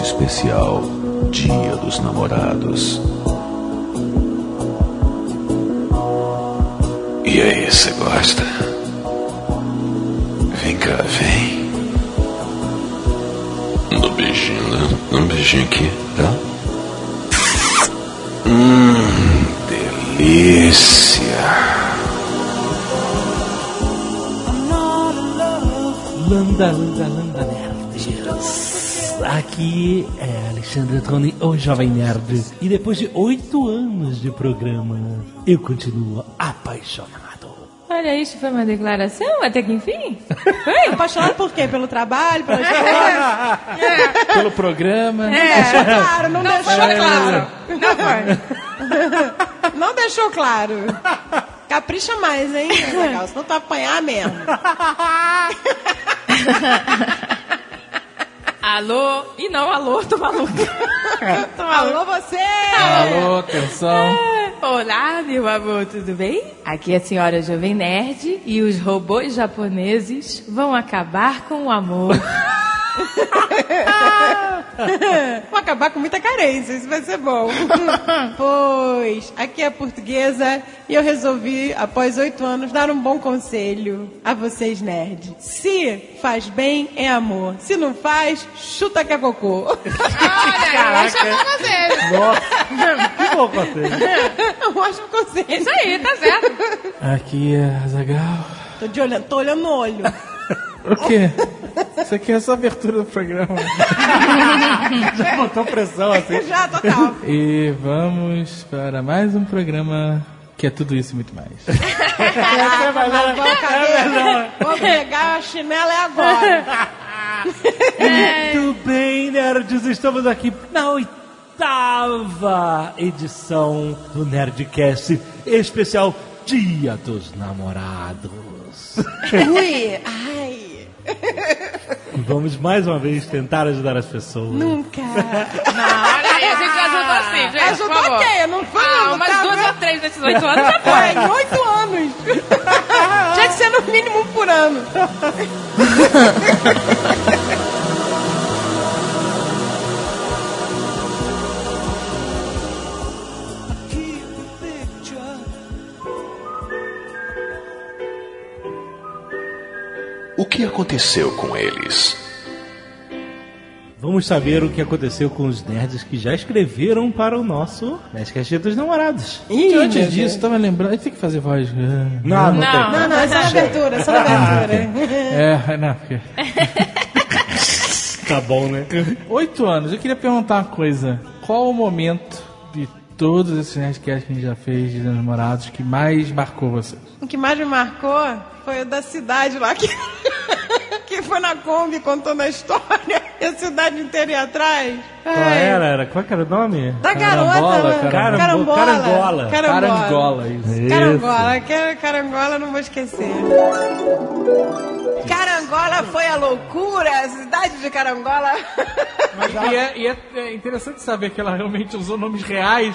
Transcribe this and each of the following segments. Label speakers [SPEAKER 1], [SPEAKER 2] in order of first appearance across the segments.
[SPEAKER 1] especial Dia dos Namorados. E aí, você gosta? Vem cá, vem. Dá um beijinho, né? Dá um beijinho aqui, tá? Hum, delícia.
[SPEAKER 2] Landa, landa, landa, nerds. Aqui é Alexandre Troni, o Jovem Nerd. E depois de oito anos de programa, eu continuo apaixonado.
[SPEAKER 3] Olha, isso foi uma declaração até que enfim. Foi?
[SPEAKER 4] Apaixonado por quê? Pelo trabalho, pelas coisas?
[SPEAKER 5] Pelo programa.
[SPEAKER 4] Deixou claro, não, deixou
[SPEAKER 3] É, foi
[SPEAKER 4] claro.
[SPEAKER 3] Não foi.
[SPEAKER 4] Não deixou claro. Capricha mais, hein, Ana Gal, É senão tu vai apanhar mesmo.
[SPEAKER 3] Alô? E não, alô, tô maluca. tô maluca. Tá. Ah,
[SPEAKER 4] Alô, você!
[SPEAKER 5] Alô, atenção.
[SPEAKER 3] Olá, meu amor, tudo bem? Aqui é a senhora Jovem Nerd e os robôs japoneses vão acabar com o amor.
[SPEAKER 4] Vou acabar com muita carência, isso vai ser bom. pois, aqui é a portuguesa e eu resolvi, após oito anos, dar um bom conselho a vocês, nerd. Se faz bem, é amor. Se não faz, chuta que é cocô.
[SPEAKER 3] Olha, eu acho com você.
[SPEAKER 2] que bom você.
[SPEAKER 4] É um ótimo conselho.
[SPEAKER 3] Isso aí, tá certo.
[SPEAKER 5] Aqui é a Zagal.
[SPEAKER 4] Tô, de olhando, tô olhando no olho.
[SPEAKER 5] O quê? Isso aqui é só abertura do programa.
[SPEAKER 2] Já botou pressão assim.
[SPEAKER 4] Já, total.
[SPEAKER 5] E vamos para mais um programa que é tudo isso e muito mais.
[SPEAKER 4] Vamos caber. Vamos pegar a chinela é agora.
[SPEAKER 2] Muito bem, nerds, estamos aqui na oitava edição do Nerdcast especial Dia dos Namorados.
[SPEAKER 4] Ui, ai,
[SPEAKER 2] Vamos mais uma vez tentar ajudar as pessoas.
[SPEAKER 4] nunca.
[SPEAKER 3] Olha aí, a gente já ajudou assim, gente. por
[SPEAKER 4] Ah, Ajudou
[SPEAKER 3] favor.
[SPEAKER 4] quem? Não foi?
[SPEAKER 3] Ah,
[SPEAKER 4] não
[SPEAKER 3] umas
[SPEAKER 4] tá
[SPEAKER 3] duas
[SPEAKER 4] vendo?
[SPEAKER 3] ou três desses oito anos já
[SPEAKER 4] Pô,
[SPEAKER 3] foi.
[SPEAKER 4] em oito anos. Tinha que ser no mínimo um por ano.
[SPEAKER 1] O que aconteceu com eles?
[SPEAKER 2] Vamos saber o que aconteceu com os nerds que já escreveram para o nosso Nerdcast Dia dos Namorados.
[SPEAKER 4] Ih, meu
[SPEAKER 5] Antes
[SPEAKER 4] Deus.
[SPEAKER 5] disso, tava lembrando. A gente tem que fazer voz.
[SPEAKER 2] Não, não,
[SPEAKER 3] Não,
[SPEAKER 4] Não, não, é só na abertura, é só na abertura.
[SPEAKER 5] É, não, porque.
[SPEAKER 2] tá bom, né?
[SPEAKER 5] Oito anos, eu queria perguntar uma coisa. Qual o momento de todos esses nerdcasts que a gente já fez de namorados que mais marcou você?
[SPEAKER 4] O que mais me marcou foi o da cidade lá que, que foi na Kombi contando a história. E a cidade inteira ia atrás.
[SPEAKER 2] Qual era? era? Qual é que era o nome?
[SPEAKER 4] Da
[SPEAKER 5] Carambola,
[SPEAKER 4] garota,
[SPEAKER 2] carambo-
[SPEAKER 4] mano. carambola.
[SPEAKER 2] carangola.
[SPEAKER 4] Carambola.
[SPEAKER 5] Carangola, isso.
[SPEAKER 4] Carangola, que- carangola, não vou esquecer. Carangola foi a loucura, a cidade de Carangola.
[SPEAKER 5] E é, e é- é interessante saber que ela realmente usou nomes reais.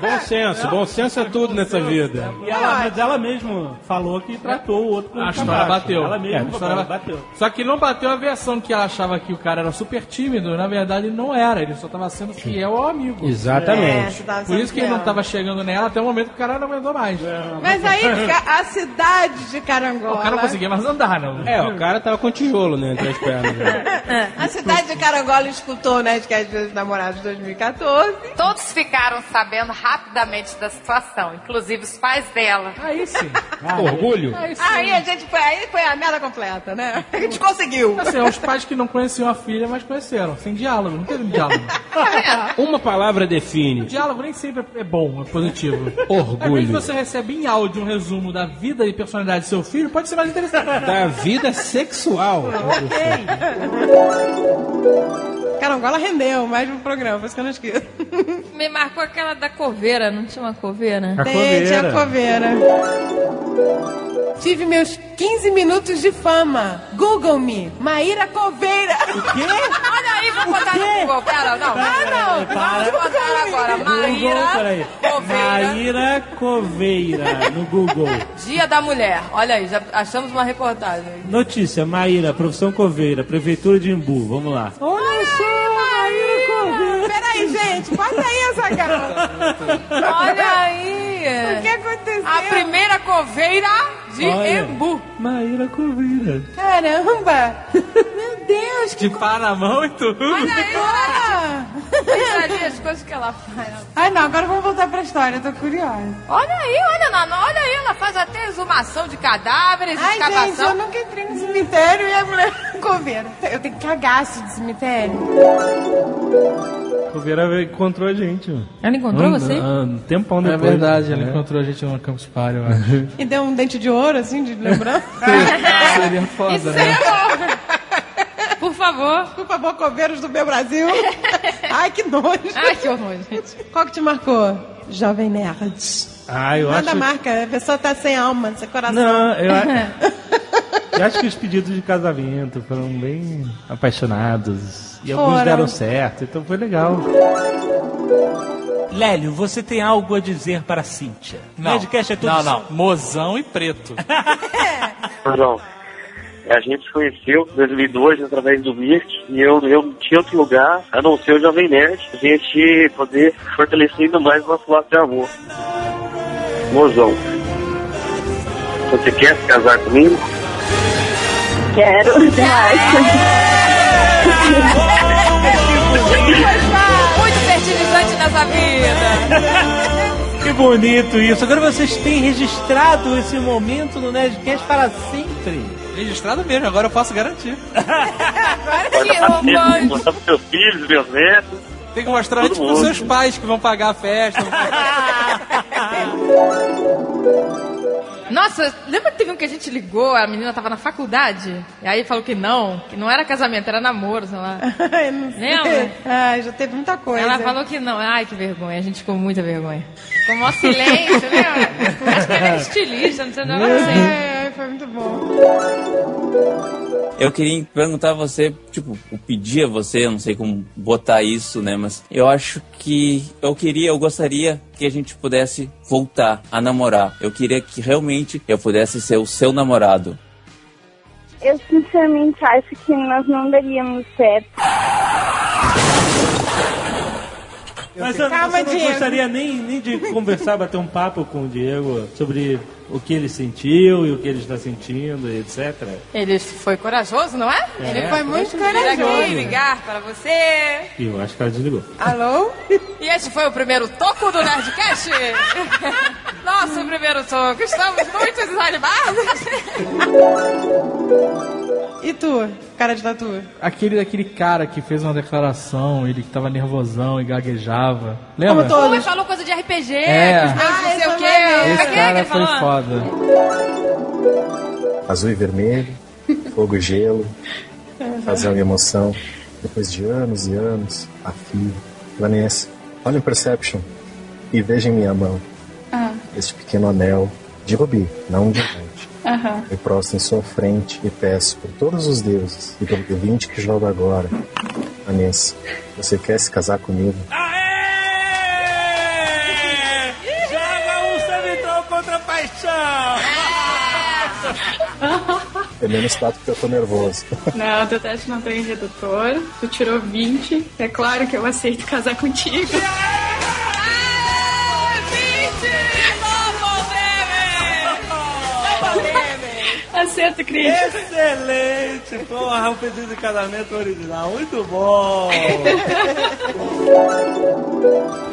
[SPEAKER 6] Bom senso, bom senso é tudo nessa vida.
[SPEAKER 2] E ela, mas ela mesmo falou que tratou o outro com
[SPEAKER 5] A história
[SPEAKER 2] cabaço.
[SPEAKER 5] bateu.
[SPEAKER 2] Ela
[SPEAKER 5] É, a
[SPEAKER 2] mesmo
[SPEAKER 5] história
[SPEAKER 2] bateu.
[SPEAKER 5] Só que não bateu a versão que ela achava que o cara era super tímido. Na verdade, ele não era. Ele só tava sendo fiel ao amigo.
[SPEAKER 4] É,
[SPEAKER 6] Exatamente.
[SPEAKER 4] você tava
[SPEAKER 5] Por isso que ele não
[SPEAKER 4] sabendo.
[SPEAKER 5] tava chegando nela até o momento que o cara não aguentou mais.
[SPEAKER 6] É.
[SPEAKER 4] Mas aí ca- a cidade de Carangola.
[SPEAKER 5] O cara não conseguia mais andar, não.
[SPEAKER 6] É, o cara tava com tijolo, né, entre as pernas. né?
[SPEAKER 4] A cidade de Carangola escutou né, o Nerdcast dos Namorados 2014.
[SPEAKER 7] Todos ficaram sabendo rapidamente da situação, inclusive os pais dela.
[SPEAKER 5] Aí sim.
[SPEAKER 6] Orgulho?
[SPEAKER 5] Aí sim.
[SPEAKER 4] Aí a gente foi, aí foi a merda completa, né? A gente conseguiu.
[SPEAKER 5] Assim, é os pais que não conheciam a filha, mas conheceram. Sem diálogo, não teve diálogo.
[SPEAKER 6] Uma palavra define. Tipo,
[SPEAKER 5] diálogo nem sempre é bom, é positivo. Às vezes
[SPEAKER 6] Orgulho.
[SPEAKER 5] você recebe em áudio um resumo da vida e personalidade do seu filho, pode ser mais interessante.
[SPEAKER 6] Da vida sexual.
[SPEAKER 4] Carangola rendeu mais um programa, por isso que eu não esqueço.
[SPEAKER 3] Me marcou aquela da coveira, não tinha uma coveira?
[SPEAKER 2] A
[SPEAKER 4] Tem,
[SPEAKER 2] coveira.
[SPEAKER 4] tinha coveira. é Tive meus 15 minutos de fama. Google me, Maíra Coveira.
[SPEAKER 7] Olha aí, vou botar no Google. Pera, não.
[SPEAKER 4] Ah, não.
[SPEAKER 7] Vamos botar agora.
[SPEAKER 6] Google,
[SPEAKER 7] Maíra
[SPEAKER 6] peraí.
[SPEAKER 7] Coveira,
[SPEAKER 6] Maíra Coveira no Google.
[SPEAKER 7] Dia da Mulher. Olha aí, já achamos uma reportagem.
[SPEAKER 6] Notícia, Maíra, profissão Coveira, Prefeitura de Imbu, vamos lá.
[SPEAKER 4] Olha só, Maíra gente. Bota aí essa garota.
[SPEAKER 3] Olha aí!
[SPEAKER 4] O que aconteceu?
[SPEAKER 3] A primeira coveira de
[SPEAKER 2] Olha.
[SPEAKER 3] Embu.
[SPEAKER 2] Maíra Coveira.
[SPEAKER 4] Caramba! Meu Deus, que
[SPEAKER 8] De pá na mão e tudo.
[SPEAKER 3] Olha aí, olha
[SPEAKER 4] coisa!
[SPEAKER 3] ali as coisas que ela faz.
[SPEAKER 4] Ai, não, agora vamos voltar pra história, eu tô curiosa.
[SPEAKER 3] Olha aí, olha, Nana, olha aí, ela faz até exumação de cadáveres,
[SPEAKER 4] Ai, gente, eu
[SPEAKER 3] escavação.
[SPEAKER 4] nunca entrei no cemitério e a mulher coveira. Eu tenho cagaço de cemitério.
[SPEAKER 8] O Vera encontrou a gente, mano.
[SPEAKER 9] Ela encontrou você?
[SPEAKER 2] Um tempão
[SPEAKER 5] É
[SPEAKER 2] depois.
[SPEAKER 5] verdade, ela
[SPEAKER 2] né?
[SPEAKER 5] encontrou a gente no Campus Party, eu acho.
[SPEAKER 4] E deu um dente de ouro, assim, de lembrança.
[SPEAKER 5] Seria foda, né?
[SPEAKER 9] Por favor.
[SPEAKER 4] Desculpa, boa coveiros do meu Brasil. Ai, que nojo.
[SPEAKER 9] Ai, que horror, gente.
[SPEAKER 4] Qual que te marcou? Jovem Nerd.
[SPEAKER 2] Ah, eu
[SPEAKER 4] Nada
[SPEAKER 2] acho...
[SPEAKER 4] marca, a pessoa tá sem alma, sem coração.
[SPEAKER 2] Não, eu, a- eu acho que os pedidos de casamento foram bem apaixonados. E alguns
[SPEAKER 4] Foram.
[SPEAKER 2] deram certo, então foi legal.
[SPEAKER 10] Lélio, você tem algo a dizer para Cíntia?
[SPEAKER 5] Não,
[SPEAKER 10] Nerdcast é todo
[SPEAKER 5] não, não. Mozão e preto.
[SPEAKER 11] João. A gente se conheceu em 2002 através do MIRT e eu, eu não tinha outro lugar a não ser o Jovem Nerd. A gente poder fortalecer ainda mais o nosso laço de amor. Mozão, você quer se casar comigo?
[SPEAKER 12] Quero.
[SPEAKER 3] Muito fertilizante nessa vida.
[SPEAKER 10] Que bonito isso. Agora vocês têm registrado esse momento no Nerdcast para sempre.
[SPEAKER 5] Registrado mesmo, agora eu posso garantir.
[SPEAKER 3] Que
[SPEAKER 11] Você
[SPEAKER 3] romântico.
[SPEAKER 11] Mostrar pros seus filhos, meus netos.
[SPEAKER 5] Tem que mostrar antes pros seus pais que vão pagar a festa.
[SPEAKER 3] Nossa, lembra que teve um que a gente ligou, a menina tava na faculdade, e aí falou que não, que não era casamento, era namoro, sei lá.
[SPEAKER 4] Ai, não sei.
[SPEAKER 3] Lembra?
[SPEAKER 4] Ai, já teve muita coisa.
[SPEAKER 3] Ela falou que não. Ai, que vergonha. A gente ficou com muita vergonha. Ficou mó silêncio, né? Acho que ela era estilista, não sei assim. lá, não sei.
[SPEAKER 4] Ai, É, ai, foi muito bom.
[SPEAKER 13] Eu queria perguntar a você, tipo, eu pedi a você, eu não sei como botar isso, né? Mas eu acho que eu queria, eu gostaria que a gente pudesse voltar a namorar. Eu queria que realmente eu pudesse ser o seu namorado.
[SPEAKER 12] Eu sinceramente acho que nós não daríamos certo.
[SPEAKER 8] Mas eu
[SPEAKER 4] Calma,
[SPEAKER 8] você não
[SPEAKER 4] Diego.
[SPEAKER 8] gostaria nem, nem de conversar, bater um papo com o Diego sobre o que ele sentiu e o que ele está sentindo, e etc.
[SPEAKER 3] Ele foi corajoso, não é?
[SPEAKER 4] Ele foi muito
[SPEAKER 3] Vir aqui
[SPEAKER 4] corajoso.
[SPEAKER 3] ligar para você.
[SPEAKER 8] E eu acho que ela desligou.
[SPEAKER 4] Alô?
[SPEAKER 3] E este foi o primeiro toco do Nerdcast. Nosso primeiro toco. Estamos muito desanimados.
[SPEAKER 4] E tu, cara de tatu?
[SPEAKER 5] Aquele daquele cara que fez uma declaração, ele que tava nervosão e
[SPEAKER 4] Como
[SPEAKER 5] gaguejava.
[SPEAKER 4] é
[SPEAKER 5] Lembra?
[SPEAKER 3] Ele
[SPEAKER 4] todos.
[SPEAKER 3] falou coisa de RPG,
[SPEAKER 5] É.
[SPEAKER 3] que os meus
[SPEAKER 4] Ah,
[SPEAKER 3] não sei
[SPEAKER 4] esse
[SPEAKER 3] o quê.
[SPEAKER 4] maneiro.
[SPEAKER 3] Pra
[SPEAKER 5] Esse
[SPEAKER 3] quem é que
[SPEAKER 5] cara
[SPEAKER 3] ele
[SPEAKER 5] foi
[SPEAKER 3] falou?
[SPEAKER 5] foda.
[SPEAKER 11] Azul e vermelho, fogo e gelo, razão e emoção. Depois de anos e anos, a filha. Vanessa, olha o Perception e veja em minha mão este pequeno anel de rubi, não de diamante. Eu prostro em sua frente e peço por todos os deuses e pelo D20 que jogo agora. Vanessa, você quer se casar comigo?
[SPEAKER 10] Aê! Joga um sabidão contra a paixão.
[SPEAKER 11] É menos quatro porque eu tô nervoso.
[SPEAKER 12] Não, teu teste não tem redutor. Tu tirou 20. É claro que eu aceito casar contigo. Acerta, Cris.
[SPEAKER 8] Excelente! Porra, o pedido de casamento original, muito bom!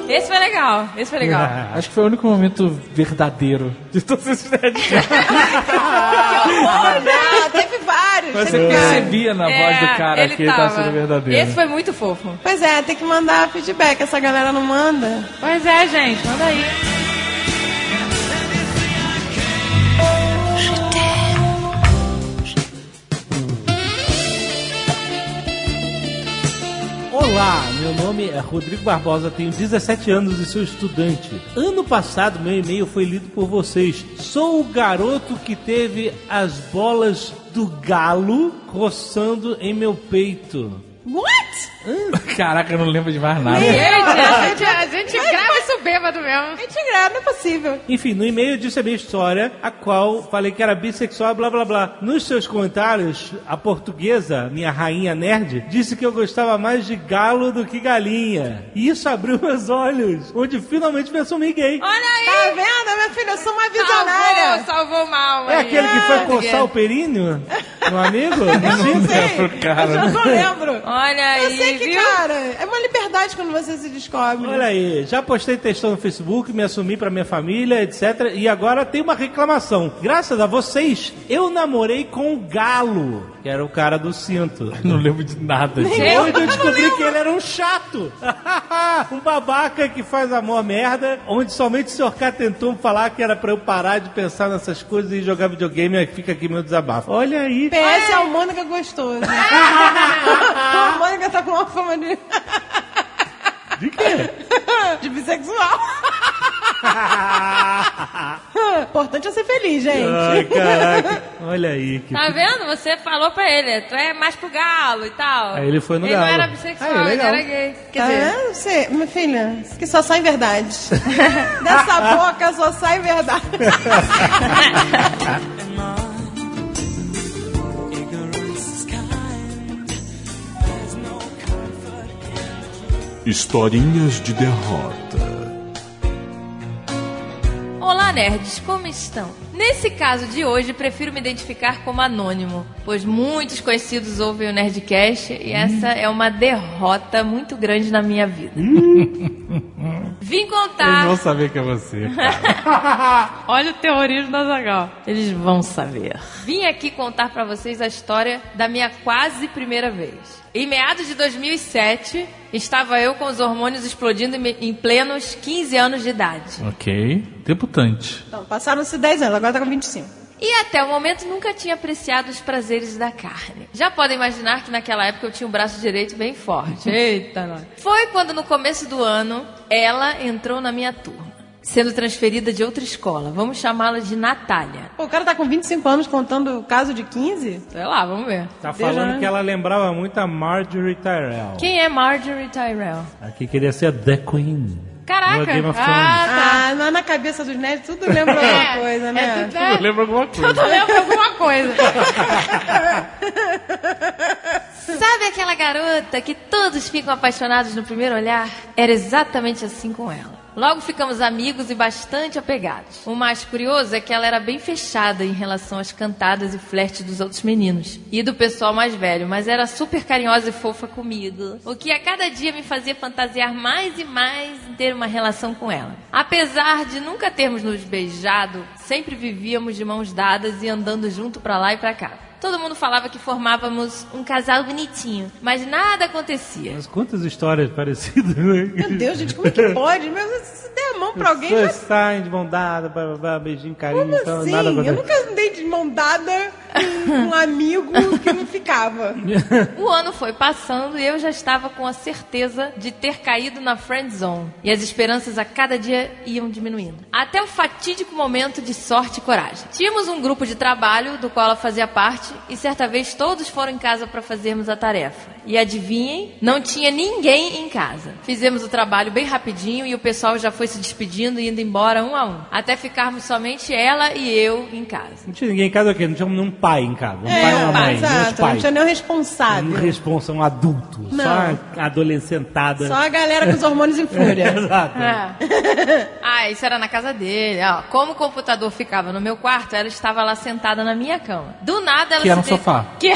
[SPEAKER 9] Esse foi legal. Esse foi legal.
[SPEAKER 5] Ah, Acho que foi o único momento verdadeiro de todos esses nerdcasts.
[SPEAKER 4] Ah, teve vários.
[SPEAKER 5] Você
[SPEAKER 4] teve vários.
[SPEAKER 5] percebia
[SPEAKER 3] É,
[SPEAKER 5] na voz do cara que ele tá
[SPEAKER 9] tava.
[SPEAKER 5] sendo verdadeiro.
[SPEAKER 9] Esse foi muito fofo.
[SPEAKER 4] Pois é, tem que mandar feedback. Essa galera não manda.
[SPEAKER 9] Pois é, gente. Manda aí.
[SPEAKER 2] Olá, meu nome é Rodrigo Barbosa, tenho 17 anos e sou estudante. Ano passado meu e-mail foi lido por vocês. Sou o garoto que teve as bolas do galo roçando em meu peito.
[SPEAKER 4] What?
[SPEAKER 5] Caraca, eu não lembro de mais nada.
[SPEAKER 3] Gente, a gente, a gente grava isso bêbado mesmo.
[SPEAKER 4] É tigrado, não é possível.
[SPEAKER 2] Enfim, no e-mail disse a minha história, a qual falei que era bissexual, blá blá blá. Nos seus comentários, a portuguesa, minha rainha nerd, disse que eu gostava mais de galo do que galinha. E isso abriu meus olhos, onde finalmente me assumi gay.
[SPEAKER 3] Olha aí!
[SPEAKER 4] Tá vendo, minha filha? Eu sou uma visionária.
[SPEAKER 3] Salvou, salvou uma alma.
[SPEAKER 2] É
[SPEAKER 3] aí. Ah,
[SPEAKER 2] aquele que foi coçar
[SPEAKER 3] Portuguesa.
[SPEAKER 2] o períneo? Um amigo? Sim,
[SPEAKER 4] sei. Eu já não lembro.
[SPEAKER 3] Olha aí,
[SPEAKER 4] Eu sei que,
[SPEAKER 3] viu?
[SPEAKER 4] cara, é uma liberdade quando você se descobre.
[SPEAKER 2] Olha aí, já postei textão no Facebook, me assumi pra minha família, etc. E agora tem uma reclamação. Graças a vocês, eu namorei com o Galo, que era o cara do cinto.
[SPEAKER 5] Não lembro de nada. gente.
[SPEAKER 2] Hoje eu descobri que ele era um chato. um babaca que faz amor merda, onde somente o Sr. K tentou falar que era pra eu parar de pensar nessas coisas e jogar videogame. Aí fica aqui meu desabafo. Olha aí.
[SPEAKER 4] PS é a Mônica gostosa. a Mônica tá com uma fama de. De quê? De bissexual. Importante é ser feliz, gente.
[SPEAKER 2] Ai, caraca. Olha aí. Que...
[SPEAKER 3] Tá vendo? Você falou pra ele, tu é mais pro galo e tal.
[SPEAKER 2] Aí ele foi no
[SPEAKER 3] ele
[SPEAKER 2] galo.
[SPEAKER 3] não era bissexual,
[SPEAKER 2] Aí,
[SPEAKER 3] ele
[SPEAKER 2] legal. É?
[SPEAKER 3] era gay. Quer
[SPEAKER 4] Tá
[SPEAKER 3] dizer,
[SPEAKER 4] vendo? Você, minha filha, que só sai verdade. Dessa boca só sai verdade.
[SPEAKER 1] Historinhas de derrota.
[SPEAKER 3] Olá, nerds, como estão? Nesse caso de hoje, prefiro me identificar como anônimo, pois muitos conhecidos ouvem o Nerdcast e essa é uma derrota muito grande na minha vida. Vim
[SPEAKER 5] Eles
[SPEAKER 3] contar.
[SPEAKER 5] vão saber que é você.
[SPEAKER 3] Olha o terrorismo da Zagal. Eles vão saber. Vim aqui contar pra vocês a história da minha quase primeira vez. Em meados de 2007, estava eu com os hormônios explodindo em me- em plenos 15 anos de idade.
[SPEAKER 5] ok. Debutante.
[SPEAKER 4] Então, passaram-se 10 anos, agora tá com 25.
[SPEAKER 3] E até o momento nunca tinha apreciado os prazeres da carne. Já podem imaginar que naquela época eu tinha um braço direito bem forte. Eita, nós. Foi quando no começo do ano ela entrou na minha turma, sendo transferida de outra escola. Vamos chamá-la de Natália.
[SPEAKER 4] Pô, o cara tá com 25 anos contando o caso de 15?
[SPEAKER 3] Sei lá, vamos ver.
[SPEAKER 2] Tá
[SPEAKER 4] Deixa,
[SPEAKER 2] falando
[SPEAKER 4] né?
[SPEAKER 2] que ela lembrava muito a Marjorie Tyrell.
[SPEAKER 3] Quem é Marjorie Tyrell?
[SPEAKER 14] Aqui queria ser a The Queen.
[SPEAKER 3] Caraca!
[SPEAKER 14] Boa, Game of
[SPEAKER 3] ah, tá.
[SPEAKER 4] Ah, na- na cabeça dos nerds tudo lembra alguma
[SPEAKER 3] É,
[SPEAKER 4] coisa, né?
[SPEAKER 3] é tudo, né?
[SPEAKER 5] Lembra alguma coisa?
[SPEAKER 3] Tudo lembra alguma coisa. Sabe aquela garota que todos ficam apaixonados no primeiro olhar? Era exatamente assim com ela. Logo ficamos amigos e bastante apegados. O mais curioso é que ela era bem fechada em relação às cantadas e flertes dos outros meninos e do pessoal mais velho, mas era super carinhosa e fofa comigo. O que a cada dia me fazia fantasiar mais e mais em ter uma relação com ela. Apesar de nunca termos nos beijado, sempre vivíamos de mãos dadas e andando junto pra lá e pra cá. Todo mundo falava que formávamos um casal bonitinho, mas nada acontecia.
[SPEAKER 14] Mas quantas histórias parecidas, né?
[SPEAKER 4] Meu Deus, gente, como é que pode? Meu, se der a mão pra alguém, já
[SPEAKER 2] Pessoas saem de mão dada, blá, blá, blá, beijinho, carinho,
[SPEAKER 4] Como
[SPEAKER 2] então,
[SPEAKER 4] assim?
[SPEAKER 2] nada
[SPEAKER 4] eu
[SPEAKER 2] acontece.
[SPEAKER 4] nunca andei de mão dada com um amigo que não ficava.
[SPEAKER 3] O ano foi passando e eu já estava com a certeza de ter caído na friend zone. E as esperanças a cada dia iam diminuindo. Até o fatídico momento de sorte e coragem. Tínhamos um grupo de trabalho do qual ela fazia parte e certa vez todos foram em casa para fazermos a tarefa. E adivinhem, não tinha ninguém em casa. Fizemos o trabalho bem rapidinho e o pessoal já foi se despedindo e indo embora um a um, até ficarmos somente ela e eu em casa.
[SPEAKER 14] Não tinha ninguém em casa, o quê? Não tinha nenhum pai em casa. Um pai e uma mãe, dois
[SPEAKER 4] É, exato, não
[SPEAKER 14] pais.
[SPEAKER 4] tinha nenhum
[SPEAKER 14] Um
[SPEAKER 4] responsável.
[SPEAKER 14] responsa, um adulto. Só a adolescentada.
[SPEAKER 5] né?
[SPEAKER 4] Só a galera com os hormônios em fúria.
[SPEAKER 14] Exato.
[SPEAKER 3] É. Ah, isso era na casa dele. ó. como o computador ficava no meu quarto, ela estava lá sentada na minha cama. Do nada ela
[SPEAKER 5] Que
[SPEAKER 3] se
[SPEAKER 5] era um
[SPEAKER 3] dei-
[SPEAKER 5] sofá.
[SPEAKER 3] Que...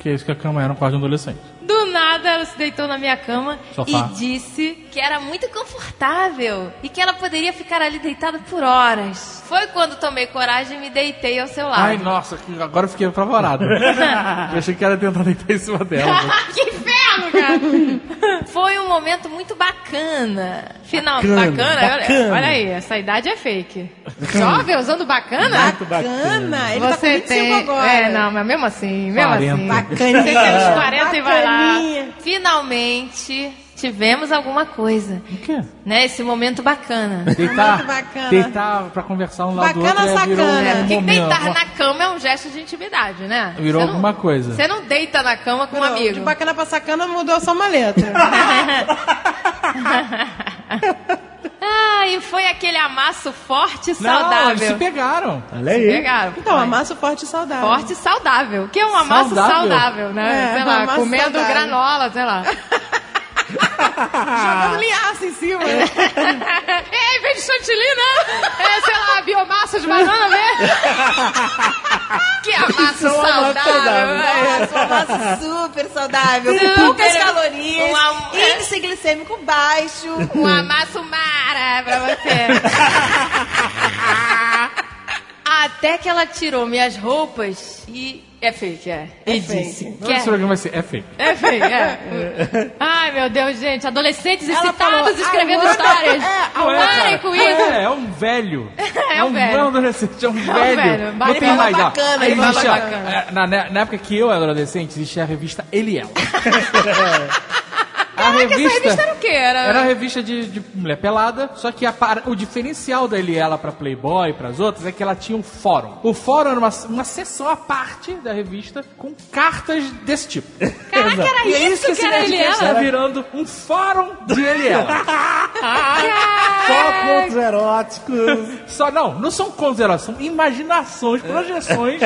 [SPEAKER 5] Que é isso que a cama era um quarto de um adolescente.
[SPEAKER 3] Do nada ela se deitou na minha cama
[SPEAKER 5] Sofá.
[SPEAKER 3] e disse que era muito confortável e que ela poderia ficar ali deitada por horas. Foi quando tomei coragem e me deitei ao seu lado.
[SPEAKER 5] Ai, nossa, que- agora eu fiquei apavorado. eu achei que era tentar deitar em cima dela.
[SPEAKER 3] que inferno, cara! Foi um momento muito bacana. Final,
[SPEAKER 14] Bacana,
[SPEAKER 3] bacana,
[SPEAKER 14] bacana.
[SPEAKER 3] Olha, olha aí, essa idade é fake. Jovem usando bacana?
[SPEAKER 4] Bacana, ele tá com 25 agora.
[SPEAKER 3] É, não, mas mesmo assim, mesmo
[SPEAKER 5] 40.
[SPEAKER 3] assim.
[SPEAKER 4] Bacaninha.
[SPEAKER 3] Tem aqueles 40 e vai lá.
[SPEAKER 4] Bacaninha.
[SPEAKER 3] Finalmente tivemos alguma coisa.
[SPEAKER 5] O quê?
[SPEAKER 3] Né? Esse momento bacana.
[SPEAKER 5] Deitar,
[SPEAKER 4] Muito bacana.
[SPEAKER 5] deitar pra conversar um lado do
[SPEAKER 4] Bacana,
[SPEAKER 5] outro é, virou
[SPEAKER 4] sacana.
[SPEAKER 5] um
[SPEAKER 3] Porque
[SPEAKER 5] momento,
[SPEAKER 3] deitar
[SPEAKER 5] uma-
[SPEAKER 3] na cama é um gesto de intimidade, né?
[SPEAKER 5] Virou
[SPEAKER 3] Você não-
[SPEAKER 5] alguma coisa.
[SPEAKER 3] Você não deita na cama com um
[SPEAKER 4] Não, De
[SPEAKER 3] amigo.
[SPEAKER 4] bacana pra sacana mudou só uma letra.
[SPEAKER 3] aí, foi aquele amasso forte e saudável.
[SPEAKER 5] eles se pegaram.
[SPEAKER 3] Olha aí. Se pegaram.
[SPEAKER 4] Então, amasso forte e saudável.
[SPEAKER 3] Forte e saudável. Que é um amasso saudável,
[SPEAKER 4] Saudável?
[SPEAKER 3] né?
[SPEAKER 4] É,
[SPEAKER 3] sei
[SPEAKER 4] um
[SPEAKER 3] lá,
[SPEAKER 4] amasso
[SPEAKER 3] comendo
[SPEAKER 4] saudável.
[SPEAKER 3] granola, sei lá.
[SPEAKER 4] Jogando linhaça em cima.
[SPEAKER 3] Ei, vem É, de chantilly, não? É, sei lá, biomassa de banana, vem. Que amasso
[SPEAKER 15] Só um amasso
[SPEAKER 3] saudável.
[SPEAKER 15] saudável.
[SPEAKER 3] né?
[SPEAKER 15] Nossa, um amasso super saudável,
[SPEAKER 3] Super.
[SPEAKER 15] com poucas calorias,
[SPEAKER 3] Um am-
[SPEAKER 15] índice glicêmico baixo.
[SPEAKER 3] Um amasso mara pra você. Até que ela tirou minhas roupas e... É fake, é. E disse.
[SPEAKER 5] Não,
[SPEAKER 3] que
[SPEAKER 5] esse programa vai ser é fake.
[SPEAKER 3] É fake, é. Ai, meu Deus, gente. Adolescentes excitados
[SPEAKER 15] falou,
[SPEAKER 3] escrevendo
[SPEAKER 15] "I want-"
[SPEAKER 3] histórias.
[SPEAKER 15] É,
[SPEAKER 5] Não é,
[SPEAKER 3] Parem
[SPEAKER 5] cara.
[SPEAKER 3] com
[SPEAKER 5] Não
[SPEAKER 3] isso.
[SPEAKER 5] É, é um velho.
[SPEAKER 3] É um velho.
[SPEAKER 5] Não é um adolescente, é um velho.
[SPEAKER 3] velho.
[SPEAKER 5] Não
[SPEAKER 3] Ele
[SPEAKER 5] tem
[SPEAKER 3] fala
[SPEAKER 5] mais, ó.
[SPEAKER 3] bacana, ele fala
[SPEAKER 5] Existe a-
[SPEAKER 3] bacana.
[SPEAKER 5] é, Na, na- na época que eu era adolescente, existia a revista Ele e Ela. A
[SPEAKER 3] Porque essa revista era o quê? Era...
[SPEAKER 5] Era a revista de, de mulher pelada, só que a par- o diferencial da Eliela pra Playboy, pras outras, é que ela tinha um fórum. O fórum era uma, uma sessão à parte da revista com cartas desse tipo.
[SPEAKER 3] Caraca, era
[SPEAKER 5] e é
[SPEAKER 3] isso
[SPEAKER 5] isso que, esse
[SPEAKER 3] que era
[SPEAKER 5] Nerdcast
[SPEAKER 3] Eliela?
[SPEAKER 5] tá virando um fórum de Eliela.
[SPEAKER 16] Só pontos eróticos.
[SPEAKER 2] É.
[SPEAKER 5] Só não, não são contos eróticos, são imaginações,
[SPEAKER 16] É.
[SPEAKER 5] projeções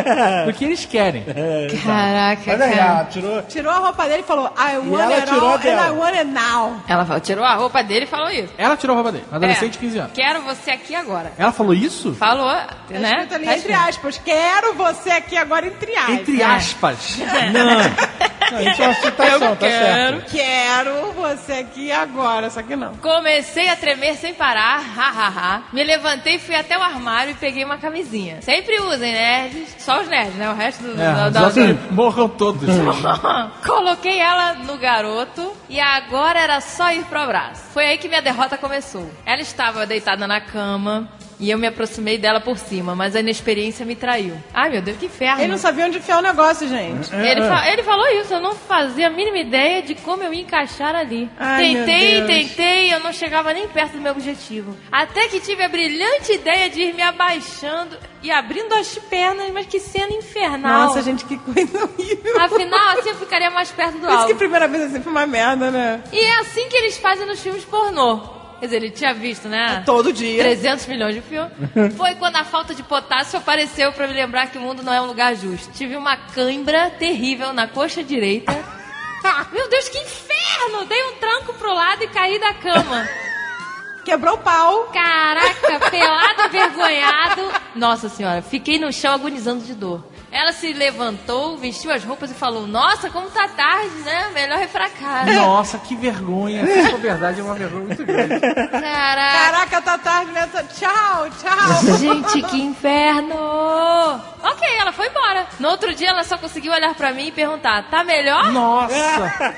[SPEAKER 5] do que eles querem.
[SPEAKER 15] é
[SPEAKER 3] Caraca,
[SPEAKER 16] Olha aí,
[SPEAKER 3] cara.
[SPEAKER 16] ela tirou.
[SPEAKER 4] Tirou a roupa dele e falou, I want
[SPEAKER 16] ela
[SPEAKER 4] it
[SPEAKER 16] tirou
[SPEAKER 4] all
[SPEAKER 16] dela.
[SPEAKER 4] and I want it now.
[SPEAKER 3] Ela falou- tirou a roupa dele e falou isso.
[SPEAKER 5] Ela tirou a roupa dele, adolescente de
[SPEAKER 3] É.
[SPEAKER 5] 15 anos.
[SPEAKER 3] Quero você aqui agora.
[SPEAKER 5] Ela falou isso?
[SPEAKER 3] Falou,
[SPEAKER 4] Tá
[SPEAKER 3] né?
[SPEAKER 4] escrito ali
[SPEAKER 3] Tá
[SPEAKER 4] entre aspas. Quero você aqui agora entre aspas.
[SPEAKER 5] Entre aspas.
[SPEAKER 16] Não, isso é uma citação, tá certo.
[SPEAKER 4] Quero você aqui agora, só que não.
[SPEAKER 3] Comecei a tremer sem parar, ha, ha, ha. Me levantei, fui até o armário e peguei uma camisinha. Sempre usem, nerds. Só os nerds, né? O resto do... do-
[SPEAKER 5] É,
[SPEAKER 3] do-
[SPEAKER 5] os outros morram todos.
[SPEAKER 3] Coloquei ela no garoto e agora era só ir pro abraço. Foi aí que minha derrota começou. Ela estava deitada na cama e eu me aproximei dela por cima, mas a inexperiência me traiu. Ai, meu Deus, que inferno.
[SPEAKER 4] Ele não sabia onde enfiar o negócio, gente.
[SPEAKER 3] Ele, fa- ele falou isso, eu não fazia a mínima ideia de como eu ia encaixar ali.
[SPEAKER 4] Ai, meu
[SPEAKER 3] tentei,
[SPEAKER 4] Deus.
[SPEAKER 3] tentei, eu não chegava nem perto do meu objetivo. Até que tive a brilhante ideia de ir me abaixando e abrindo as pernas, mas que cena infernal.
[SPEAKER 4] Nossa, gente, que coisa horrível.
[SPEAKER 3] Afinal, assim eu ficaria mais perto do
[SPEAKER 4] Por isso que
[SPEAKER 3] alvo.
[SPEAKER 4] a primeira vez é sempre uma merda, né?
[SPEAKER 3] E é assim que eles fazem nos filmes pornô. Quer dizer, ele tinha visto, né?
[SPEAKER 4] Todo dia.
[SPEAKER 3] 300 milhões de filmes. Foi quando a falta de potássio apareceu pra me lembrar que o mundo não é um lugar justo. Tive uma cãibra terrível na coxa direita. Meu Deus, que inferno! Dei um tranco pro lado e caí da cama.
[SPEAKER 4] Quebrou o pau.
[SPEAKER 3] Caraca, pelado, envergonhado. Nossa senhora, fiquei no chão agonizando de dor. Ela se levantou, vestiu as roupas e falou: Nossa, como tá tarde, né? Melhor refracar.
[SPEAKER 5] Nossa, que vergonha. Se for verdade, é uma vergonha muito grande.
[SPEAKER 3] Caraca.
[SPEAKER 4] Caraca, tá tarde nessa. Tchau, tchau.
[SPEAKER 3] Gente, que inferno! Ok, ela foi embora. No outro dia ela só conseguiu olhar pra mim e perguntar: tá melhor?
[SPEAKER 5] Nossa.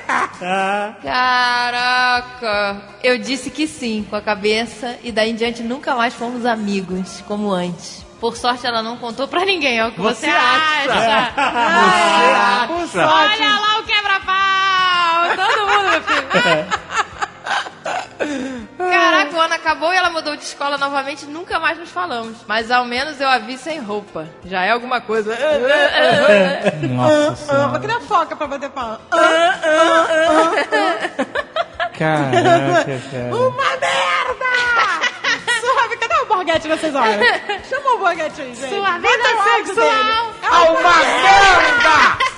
[SPEAKER 3] Caraca! Eu disse que sim, com a cabeça, e daí em diante nunca mais fomos amigos, como antes. Por sorte, ela não contou pra ninguém, é o que você, acha.
[SPEAKER 4] Ah, por sorte.
[SPEAKER 3] Olha lá o quebra-pau! Todo mundo, meu filho. Caraca, o ano acabou e ela mudou de escola novamente, nunca mais nos falamos. Mas ao menos eu a vi sem roupa. Já é alguma coisa.
[SPEAKER 5] Nossa
[SPEAKER 4] Ah, vou
[SPEAKER 5] senhora.
[SPEAKER 4] criar foca pra bater pau.
[SPEAKER 5] Ah. Caraca, cara.
[SPEAKER 4] Uma merda! Suave, cadê o Borghetti nessas horas? Chama o Borghetti aí, gente.
[SPEAKER 3] Sua vida é
[SPEAKER 4] Bota o sexo
[SPEAKER 3] sexual.
[SPEAKER 4] dele. É uma merda!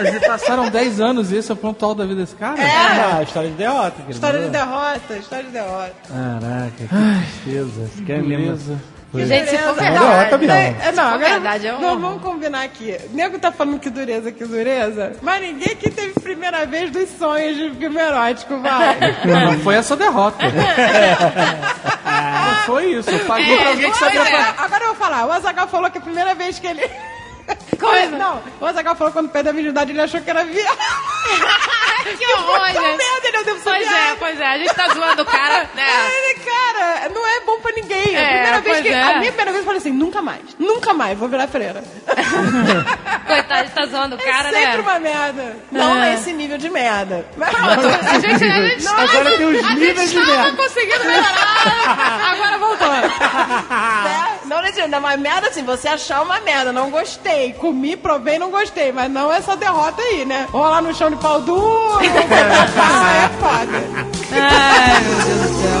[SPEAKER 5] Mas passaram 10 anos e esse é o ponto alto da vida desse cara?
[SPEAKER 16] Ah, história de derrota, querido.
[SPEAKER 4] História de derrota, história de derrota.
[SPEAKER 16] Caraca, que tristeza. Quer lembrar?
[SPEAKER 5] Beleza.
[SPEAKER 3] Gente, se for
[SPEAKER 4] Beleza.
[SPEAKER 3] verdade.
[SPEAKER 16] Não, tá bem.
[SPEAKER 4] É, não,
[SPEAKER 3] Na
[SPEAKER 4] agora,
[SPEAKER 3] verdade, é um
[SPEAKER 4] não,
[SPEAKER 3] horror.
[SPEAKER 4] vamos combinar aqui. O nego tá falando que dureza, que dureza. Mas ninguém aqui teve primeira vez dos sonhos de filme erótico, vai.
[SPEAKER 5] Não foi essa derrota. Não foi isso. Eu paguei pra alguém que sabia
[SPEAKER 4] Olha,
[SPEAKER 5] fazer.
[SPEAKER 4] Agora eu vou falar. O Azaghal falou que é a primeira vez que ele...
[SPEAKER 3] Coisa.
[SPEAKER 4] Não, o Azaghal falou que quando perdeu a virgindade ele achou que era Tipo, viado.
[SPEAKER 3] Que horror,
[SPEAKER 4] Puta
[SPEAKER 3] gente.
[SPEAKER 4] merda, ele deve ser
[SPEAKER 3] Pois é,
[SPEAKER 4] viado.
[SPEAKER 3] pois é. A gente tá zoando o cara, né?
[SPEAKER 4] Ele, cara, não é bom pra ninguém.
[SPEAKER 3] É,
[SPEAKER 4] a primeira vez
[SPEAKER 3] pois
[SPEAKER 4] que.
[SPEAKER 3] é.
[SPEAKER 4] A minha primeira vez eu falei assim: nunca mais, nunca mais, vou virar freira.
[SPEAKER 3] Coitado, a gente tá zoando o cara,
[SPEAKER 4] é sempre
[SPEAKER 3] né?
[SPEAKER 4] uma merda. Não
[SPEAKER 3] É.
[SPEAKER 4] é esse nível de merda.
[SPEAKER 3] A gente, a gente
[SPEAKER 16] Agora tem os
[SPEAKER 3] a
[SPEAKER 16] níveis
[SPEAKER 3] gente
[SPEAKER 16] de
[SPEAKER 3] tava
[SPEAKER 16] merda.
[SPEAKER 3] conseguindo melhorar. Agora voltou.
[SPEAKER 4] Né? Não nesse nível, mas merda assim, você achar uma merda, não gostei. Comi, provei, não gostei. Mas não essa derrota aí, né? Rolar no chão de pau duro, pegar pau, é foda.
[SPEAKER 3] Ai, meu Deus do céu.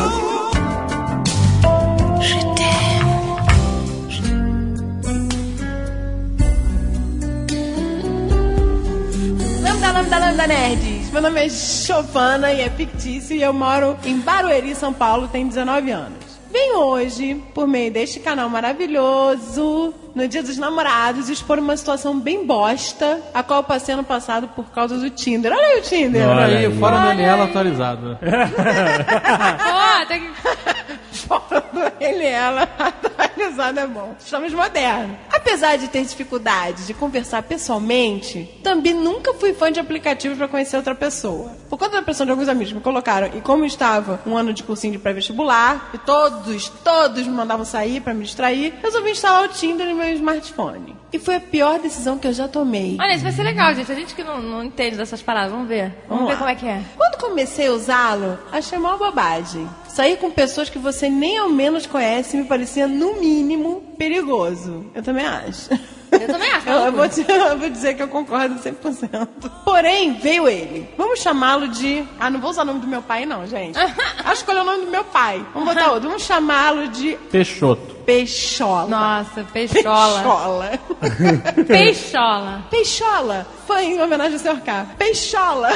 [SPEAKER 15] Lambda, lambda, nerds.
[SPEAKER 4] Meu nome é Giovana e é fictício e eu moro em Barueri, São Paulo, tem 19 anos. Vem hoje, por meio deste canal maravilhoso, no Dia dos Namorados, expor uma situação bem bosta, a qual eu passei ano passado por causa do Tinder. Olha aí o Tinder!
[SPEAKER 5] Olha aí, fora
[SPEAKER 4] Olha
[SPEAKER 5] Daniela
[SPEAKER 4] aí.
[SPEAKER 5] atualizado.
[SPEAKER 3] Ó, tem que...
[SPEAKER 4] Falando ele e ela, atualizado é bom. Estamos modernos. Apesar de ter dificuldade de conversar pessoalmente, também nunca fui fã de aplicativos para conhecer outra pessoa. Por conta da pressão de alguns amigos que me colocaram, e como estava um ano de cursinho de pré-vestibular, e todos, todos me mandavam sair para me distrair, resolvi instalar o Tinder no meu smartphone. E foi a pior decisão que eu já tomei.
[SPEAKER 3] Olha, isso vai ser legal, gente. A gente que não, não entende dessas palavras, vamos ver. Vamos,
[SPEAKER 4] Vamos
[SPEAKER 3] ver
[SPEAKER 4] lá.
[SPEAKER 3] como é que é.
[SPEAKER 4] Quando comecei a usá-lo, achei uma bobagem. Sair com pessoas que você nem ao menos conhece me parecia, no mínimo, perigoso. Eu também acho.
[SPEAKER 3] Eu também acho. é
[SPEAKER 4] Eu, eu vou, te- eu vou dizer que eu concordo 100%. Porém, veio ele. Vamos chamá-lo de. Ah, não vou usar o nome do meu pai, não, gente. Acho que é o nome do meu pai. Vamos botar outro. Vamos chamá-lo de
[SPEAKER 5] Peixoto.
[SPEAKER 4] Peixola.
[SPEAKER 3] Nossa, Peixola.
[SPEAKER 4] Peixola.
[SPEAKER 3] Peixola.
[SPEAKER 4] Peixola. Fã em homenagem ao Sr. K. Peixola.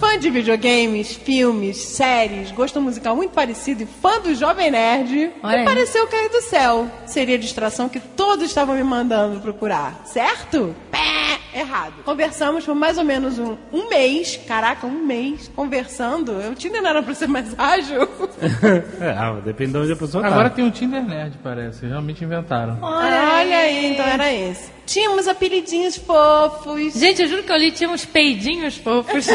[SPEAKER 4] fã de videogames, filmes, séries, gosto musical muito parecido e fã do Jovem Nerd.
[SPEAKER 3] Olha aí.
[SPEAKER 4] Me pareceu cair do céu. Seria a distração que todos estavam me mandando procurar. Certo? Pé, Errado. Conversamos por mais ou menos um, um mês. Caraca, um mês. Conversando. O Tinder não era pra ser mais ágil.
[SPEAKER 2] É, ah, depende de onde a pessoa tá.
[SPEAKER 5] Agora tem um Tinder Nerd, parece. Realmente inventaram.
[SPEAKER 4] Olha, aí, então era esse. Tínhamos apelidinhos fofos.
[SPEAKER 3] Gente, eu juro que eu li, tinha uns peidinhos fofos.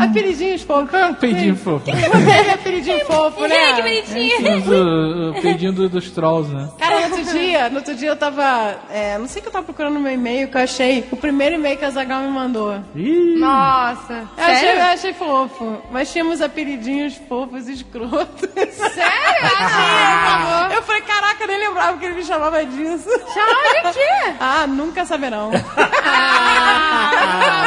[SPEAKER 4] apelidinhos fofos.
[SPEAKER 5] É um peidinho fofo.
[SPEAKER 4] É apelidinho fofo, né?
[SPEAKER 3] Gente, que
[SPEAKER 5] Tem
[SPEAKER 3] bonitinho.
[SPEAKER 5] os do- O peidinho do- dos trolls, né?
[SPEAKER 4] Cara, no outro dia, no outro dia eu tava. é, não sei o que eu tava procurando no meu e-mail, que eu achei o primeiro e-mail que a Zagal me mandou. Eu
[SPEAKER 3] Nossa.
[SPEAKER 4] achei, eu
[SPEAKER 3] Sério?
[SPEAKER 4] achei fofo. Mas tínhamos apelidinhos fofos, escrotos.
[SPEAKER 3] Sério? é.
[SPEAKER 4] Ah, eu falei, caraca, nem lembrava que ele me chamava disso.
[SPEAKER 3] Chamava de quê?
[SPEAKER 4] Ah, nunca saberão.
[SPEAKER 3] Ah.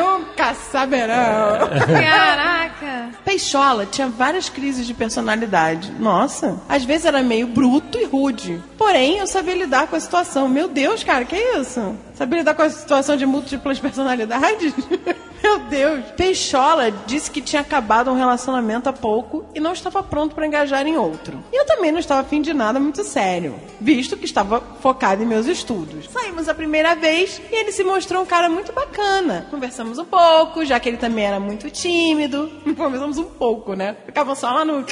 [SPEAKER 4] nunca saberão.
[SPEAKER 3] Caraca.
[SPEAKER 4] Peixola tinha várias crises de personalidade. Nossa. Às vezes era meio bruto e rude. Porém, eu sabia lidar com a situação. Meu Deus, cara, que isso? Sabia lidar com a situação de múltiplas personalidades? Meu Deus. Peixola disse que tinha acabado um relacionamento há pouco e não estava pronto para engajar em outro. E eu também não estava afim de nada muito sério, visto que estava focado em meus estudos. Saímos a primeira vez e ele se mostrou um cara muito bacana. Conversamos um pouco, já que ele também era muito tímido. Conversamos um pouco, né? Ficavam só lá no.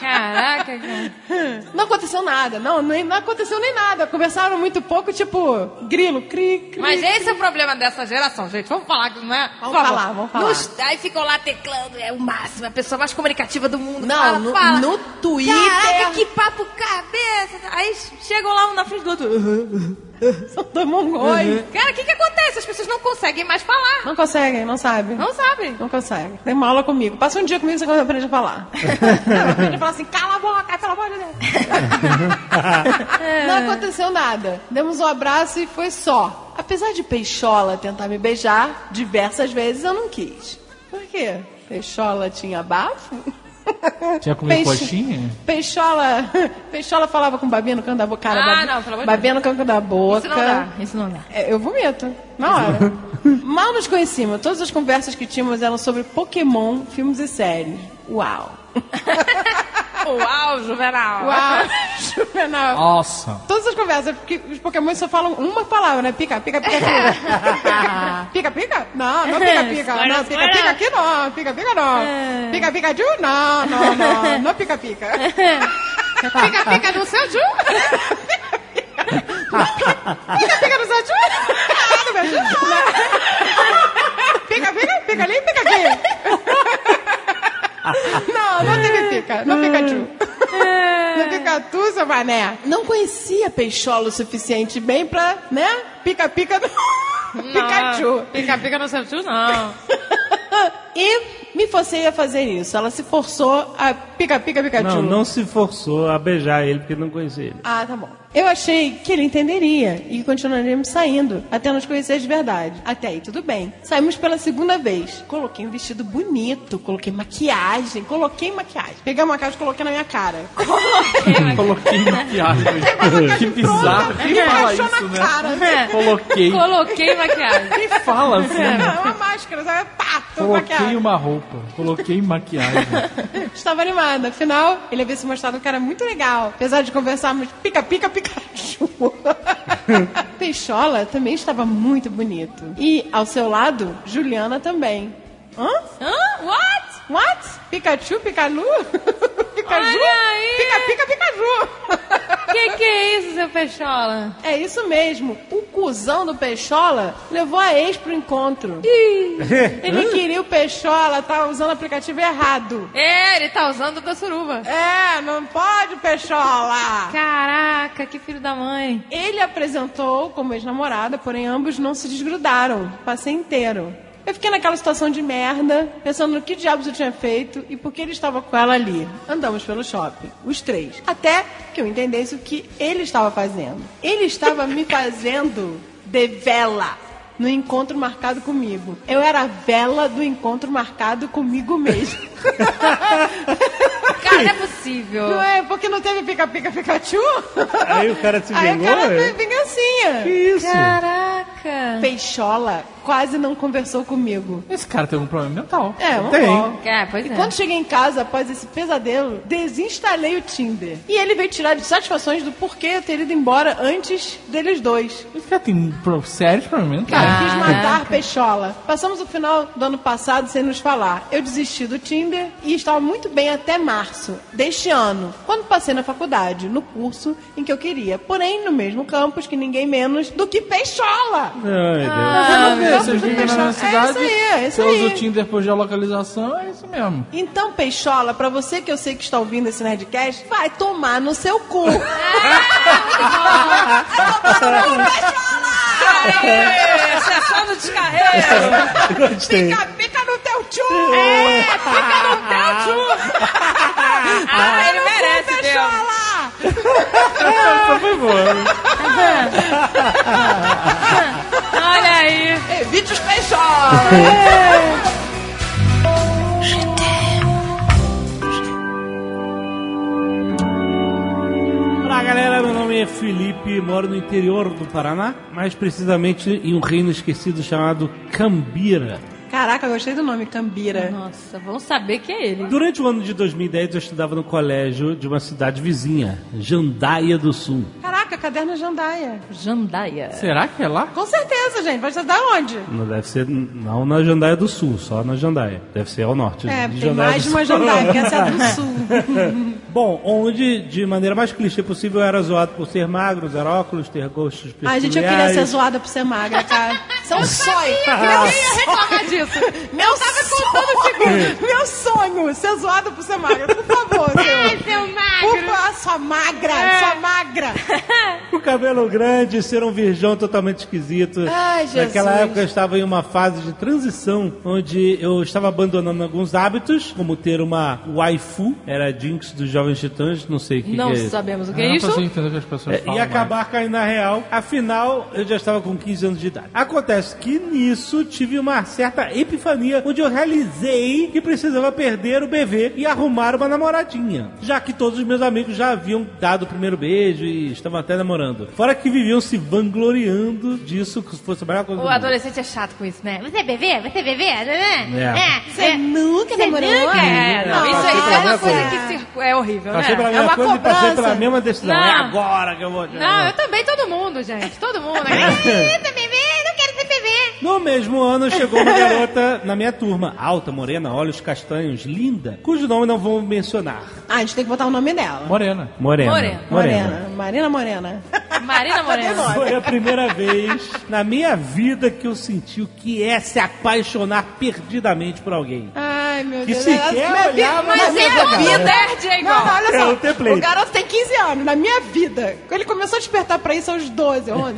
[SPEAKER 3] Caraca, cara.
[SPEAKER 4] Não aconteceu nada, não, nem, não aconteceu nem nada. Conversaram muito pouco, tipo, grilo, cri, cri.
[SPEAKER 3] Mas esse é o problema dessa geração, gente. Vamos falar que não é?
[SPEAKER 4] Vamos
[SPEAKER 3] Por favor.
[SPEAKER 4] falar, vamos falar.
[SPEAKER 3] Nos- Aí ficam lá teclando, é o máximo, é a pessoa mais comunicativa do mundo.
[SPEAKER 4] Não,
[SPEAKER 3] fala,
[SPEAKER 4] no-
[SPEAKER 3] fala.
[SPEAKER 4] no Twitter.
[SPEAKER 3] Caraca, que papo cabeça. Aí chegam lá um na frente do
[SPEAKER 4] Uhum.
[SPEAKER 3] outro.
[SPEAKER 4] São dois mongóis.
[SPEAKER 3] Cara, o que que acontece? As pessoas não conseguem mais falar.
[SPEAKER 4] Não conseguem, não sabem.
[SPEAKER 3] Não sabem.
[SPEAKER 4] Não consegue. Tem uma aula comigo. Passa um dia comigo e você aprende a falar. Ela aprende a falar assim, cala a boca, pelo amor de Deus.
[SPEAKER 3] É.
[SPEAKER 4] Não aconteceu nada. Demos um abraço e foi só. Apesar de Peixola tentar me beijar diversas vezes, eu não quis. Por quê? Peixola tinha bafo?
[SPEAKER 5] Tinha comido
[SPEAKER 4] Peixe.
[SPEAKER 5] coxinha?
[SPEAKER 4] Peixola, Peixola falava com babinha no canto da boca. Cara,
[SPEAKER 3] Ah,
[SPEAKER 4] babinha-
[SPEAKER 3] não, pelo amor de
[SPEAKER 4] Babinha no canto da boca.
[SPEAKER 3] Isso não dá, isso não dá.
[SPEAKER 4] É, Eu vomito, na hora. Mal nos conhecíamos. Todas as conversas que tínhamos eram sobre Pokémon, filmes e séries. Uau.
[SPEAKER 3] Uau, Juvenal.
[SPEAKER 4] Uau. Juvenal.
[SPEAKER 5] Nossa.
[SPEAKER 4] Todas as conversas, porque os Pokémon só falam uma palavra, né? Pica, pica, pica, pica. pica, pica? Não, não pica, pica. Não, pica, pica aqui não. Pica, pica não. Pica, pica, Ju? Não, não, não. Não pica, pica. pica, pica do seu Ju? pica, pica do seu Ju? Ah, do meu Ju? Não. Pica, pica, pica ali, pica aqui. Não, não teve pica. Não pica, Ju. Não fica tu, seu mané. É. Não conhecia Peixola o suficiente bem pra, né? Pica-pica do Pikachu.
[SPEAKER 3] Pica-pica no seu tio, não.
[SPEAKER 4] E me forcei a fazer isso. Ela se forçou a pica, pica, Pikachu.
[SPEAKER 17] Não, não se forçou a beijar ele porque não conhecia ele.
[SPEAKER 4] Ah, tá bom. Eu achei que ele entenderia e continuaríamos saindo até nos conhecer de verdade. Até aí, tudo bem. Saímos pela segunda vez. Coloquei um vestido bonito, coloquei maquiagem, coloquei maquiagem. Peguei a maquiagem e coloquei na minha cara.
[SPEAKER 5] Coloquei maquiagem. que bizarro. Quem
[SPEAKER 4] Encaixou na
[SPEAKER 5] fala isso, né?
[SPEAKER 4] cara.
[SPEAKER 5] Coloquei.
[SPEAKER 3] Coloquei maquiagem.
[SPEAKER 5] Quem fala assim?
[SPEAKER 4] Não, é uma máscara, sabe? Pá, tô
[SPEAKER 5] Coloquei
[SPEAKER 4] maquiagem.
[SPEAKER 5] uma roupa. Coloquei maquiagem.
[SPEAKER 4] Estava animada. Afinal, ele havia se mostrado um cara muito legal. Apesar de conversarmos pica-pica, Pikachu. Peixola também estava muito bonito. E, ao seu lado, Juliana também. Hã?
[SPEAKER 3] Hã? What?
[SPEAKER 4] What? Pikachu, Pikalu?
[SPEAKER 3] Tá
[SPEAKER 4] Pikachu?
[SPEAKER 3] Olha aí!
[SPEAKER 4] Pica-pica, Pikachu!
[SPEAKER 3] Que que é isso, seu Peixola?
[SPEAKER 4] É isso mesmo. O cuzão do Peixola levou a ex pro encontro. Ele queria o Peixola, tá usando o aplicativo errado.
[SPEAKER 3] É, ele tá usando da suruba.
[SPEAKER 4] É, não pode, Peixola!
[SPEAKER 3] Caraca, que filho da mãe.
[SPEAKER 4] Ele apresentou como ex-namorada, porém ambos não se desgrudaram. Passei inteiro. Eu fiquei naquela situação de merda, pensando no que diabos eu tinha feito e por que ele estava com ela ali. Andamos pelo shopping, os três. Até que eu entendesse o que ele estava fazendo. Ele estava me fazendo de vela no encontro marcado comigo. Eu era a vela do encontro marcado comigo mesmo.
[SPEAKER 3] Cara, não é possível.
[SPEAKER 4] Não é? Porque não teve pica-pica Pikachu?
[SPEAKER 17] Aí o cara se
[SPEAKER 4] Aí o
[SPEAKER 17] vingou? é?
[SPEAKER 4] cara foi vingancinha. Que
[SPEAKER 17] isso?
[SPEAKER 3] Caraca.
[SPEAKER 4] Peixola quase não conversou comigo.
[SPEAKER 5] Esse cara tem um problema mental.
[SPEAKER 4] É, um
[SPEAKER 17] Tem.
[SPEAKER 4] ó.
[SPEAKER 3] É, pois
[SPEAKER 4] E
[SPEAKER 3] é.
[SPEAKER 4] quando cheguei em casa, após esse pesadelo, desinstalei o Tinder. E ele veio tirar de satisfações do porquê eu ter ido embora antes deles dois.
[SPEAKER 5] Esse cara tem um pro- sério problema mental.
[SPEAKER 4] Cara, quis matar Peixola. Passamos o final do ano passado sem nos falar. Eu desisti do Tinder e estava muito bem até março deste ano, quando passei na faculdade, no curso em que eu queria. Porém, no mesmo campus que ninguém menos do que Peixola.
[SPEAKER 17] Ai, Deus.
[SPEAKER 5] Ah,
[SPEAKER 4] meu
[SPEAKER 5] Vocês
[SPEAKER 4] Deus,
[SPEAKER 5] vivem na
[SPEAKER 4] é
[SPEAKER 5] mesma
[SPEAKER 4] isso
[SPEAKER 5] cidade.
[SPEAKER 4] aí, é isso
[SPEAKER 5] Você usa
[SPEAKER 4] aí.
[SPEAKER 5] o Tinder por geolocalização, é isso mesmo.
[SPEAKER 4] Então, Peixola, pra você que eu sei que está ouvindo esse Nerdcast, vai tomar no seu cu.
[SPEAKER 3] Isso é só no descarrego.
[SPEAKER 17] Gostei.
[SPEAKER 4] Pica, pica no teu tchu! É, pica no teu tchu!
[SPEAKER 3] Ah, ele merece, mesmo.
[SPEAKER 4] Peixola!
[SPEAKER 17] Essa foi boa.
[SPEAKER 3] Olha aí.
[SPEAKER 4] É, Evite os Peixola!
[SPEAKER 17] Olá, galera.
[SPEAKER 2] Meu nome é Felipe, moro no interior do Paraná, mais precisamente em um reino esquecido chamado Cambira.
[SPEAKER 4] Caraca, eu gostei do nome, Cambira.
[SPEAKER 3] Nossa, vamos saber que é ele.
[SPEAKER 2] Durante o ano de 2010, eu estudava no colégio de uma cidade vizinha, Jandaia do Sul.
[SPEAKER 4] Caraca, caderno Jandaia.
[SPEAKER 3] Jandaia.
[SPEAKER 5] Será que é lá?
[SPEAKER 4] Com certeza, gente. Vai estudar onde?
[SPEAKER 2] Não deve ser, não na Jandaia do Sul, só na Jandaia. Deve ser ao norte.
[SPEAKER 4] É,
[SPEAKER 2] de
[SPEAKER 4] tem
[SPEAKER 2] Jandaia
[SPEAKER 4] mais
[SPEAKER 2] do
[SPEAKER 4] de uma
[SPEAKER 2] Sul.
[SPEAKER 4] Jandaia, porque essa é a do sul.
[SPEAKER 2] Bom, onde, de maneira mais clichê possível, eu era zoado por ser magro, usar óculos, ter gostos
[SPEAKER 4] Ai,
[SPEAKER 2] peculiares.
[SPEAKER 4] gente, eu queria ser zoada por ser magra, cara. São sonhos. Meu
[SPEAKER 3] reclamar disso.
[SPEAKER 4] Meu sonho. Meu sonho, ser zoada por ser magra. Por favor, seu.
[SPEAKER 3] Seu
[SPEAKER 4] Por
[SPEAKER 3] magro.
[SPEAKER 4] favor, sua magra, sua magra.
[SPEAKER 2] Com cabelo grande, ser um virgão totalmente esquisito.
[SPEAKER 4] Ai, Jesus.
[SPEAKER 2] Naquela época eu estava em uma fase de transição, onde eu estava abandonando alguns hábitos, como ter uma waifu, era a Jinx dos Jovens Titãs, não sei o que,
[SPEAKER 3] Não
[SPEAKER 2] que é.
[SPEAKER 3] sabemos o que
[SPEAKER 5] Eu
[SPEAKER 3] é
[SPEAKER 5] não
[SPEAKER 3] isso.
[SPEAKER 5] consigo entender o que as pessoas
[SPEAKER 2] É,
[SPEAKER 5] falam.
[SPEAKER 2] e acabar caindo na real. Afinal, eu já estava com 15 anos de idade. Acontece que nisso tive uma certa epifania, onde eu realizei que precisava perder o bebê e arrumar uma namoradinha. Já que todos os meus amigos já haviam dado o primeiro beijo e estavam até namorando. Fora que viviam se vangloriando disso, que fosse a melhor coisa
[SPEAKER 3] O
[SPEAKER 2] do mundo.
[SPEAKER 3] adolescente é chato com isso, né? Você é bebê? Você é bebê? Né?
[SPEAKER 2] É.
[SPEAKER 3] Você nunca namorou? É, não,
[SPEAKER 4] Não,
[SPEAKER 3] isso
[SPEAKER 4] passei
[SPEAKER 3] aí
[SPEAKER 4] pela
[SPEAKER 3] é uma
[SPEAKER 4] mesma
[SPEAKER 3] coisa
[SPEAKER 4] coisa.
[SPEAKER 3] que circu- é horrível, né?
[SPEAKER 2] Passei pela
[SPEAKER 4] é
[SPEAKER 2] mesma
[SPEAKER 4] uma
[SPEAKER 2] coisa e passei
[SPEAKER 4] cobrança.
[SPEAKER 2] pela mesma decisão.
[SPEAKER 3] Não.
[SPEAKER 2] É agora que eu vou...
[SPEAKER 3] Não, eu também, todo mundo, gente. Todo mundo. Ah, tá bebê? Não quero ser bebê.
[SPEAKER 2] No mesmo ano chegou uma garota na minha turma, alta, morena, olhos castanhos, linda, cujo nome não vou mencionar.
[SPEAKER 4] Ah, a gente tem que botar o nome dela.
[SPEAKER 5] Morena.
[SPEAKER 2] Morena.
[SPEAKER 3] Morena.
[SPEAKER 4] Morena. Marina Morena.
[SPEAKER 3] Marina Morena.
[SPEAKER 2] Foi a primeira vez na minha vida que eu senti o que é se apaixonar perdidamente por alguém.
[SPEAKER 4] Ah, Ai, meu
[SPEAKER 2] Que
[SPEAKER 4] Deus.
[SPEAKER 2] sequer
[SPEAKER 4] Minha vi-
[SPEAKER 3] é
[SPEAKER 2] olhava
[SPEAKER 4] na
[SPEAKER 2] na
[SPEAKER 4] minha
[SPEAKER 2] vida,
[SPEAKER 4] vida.
[SPEAKER 2] cara. Nerd é igual.
[SPEAKER 4] Não, não, olha
[SPEAKER 2] É
[SPEAKER 4] só.
[SPEAKER 2] o template.
[SPEAKER 4] garoto tem 15 anos, na minha vida. Ele começou a despertar pra isso aos 12, 11.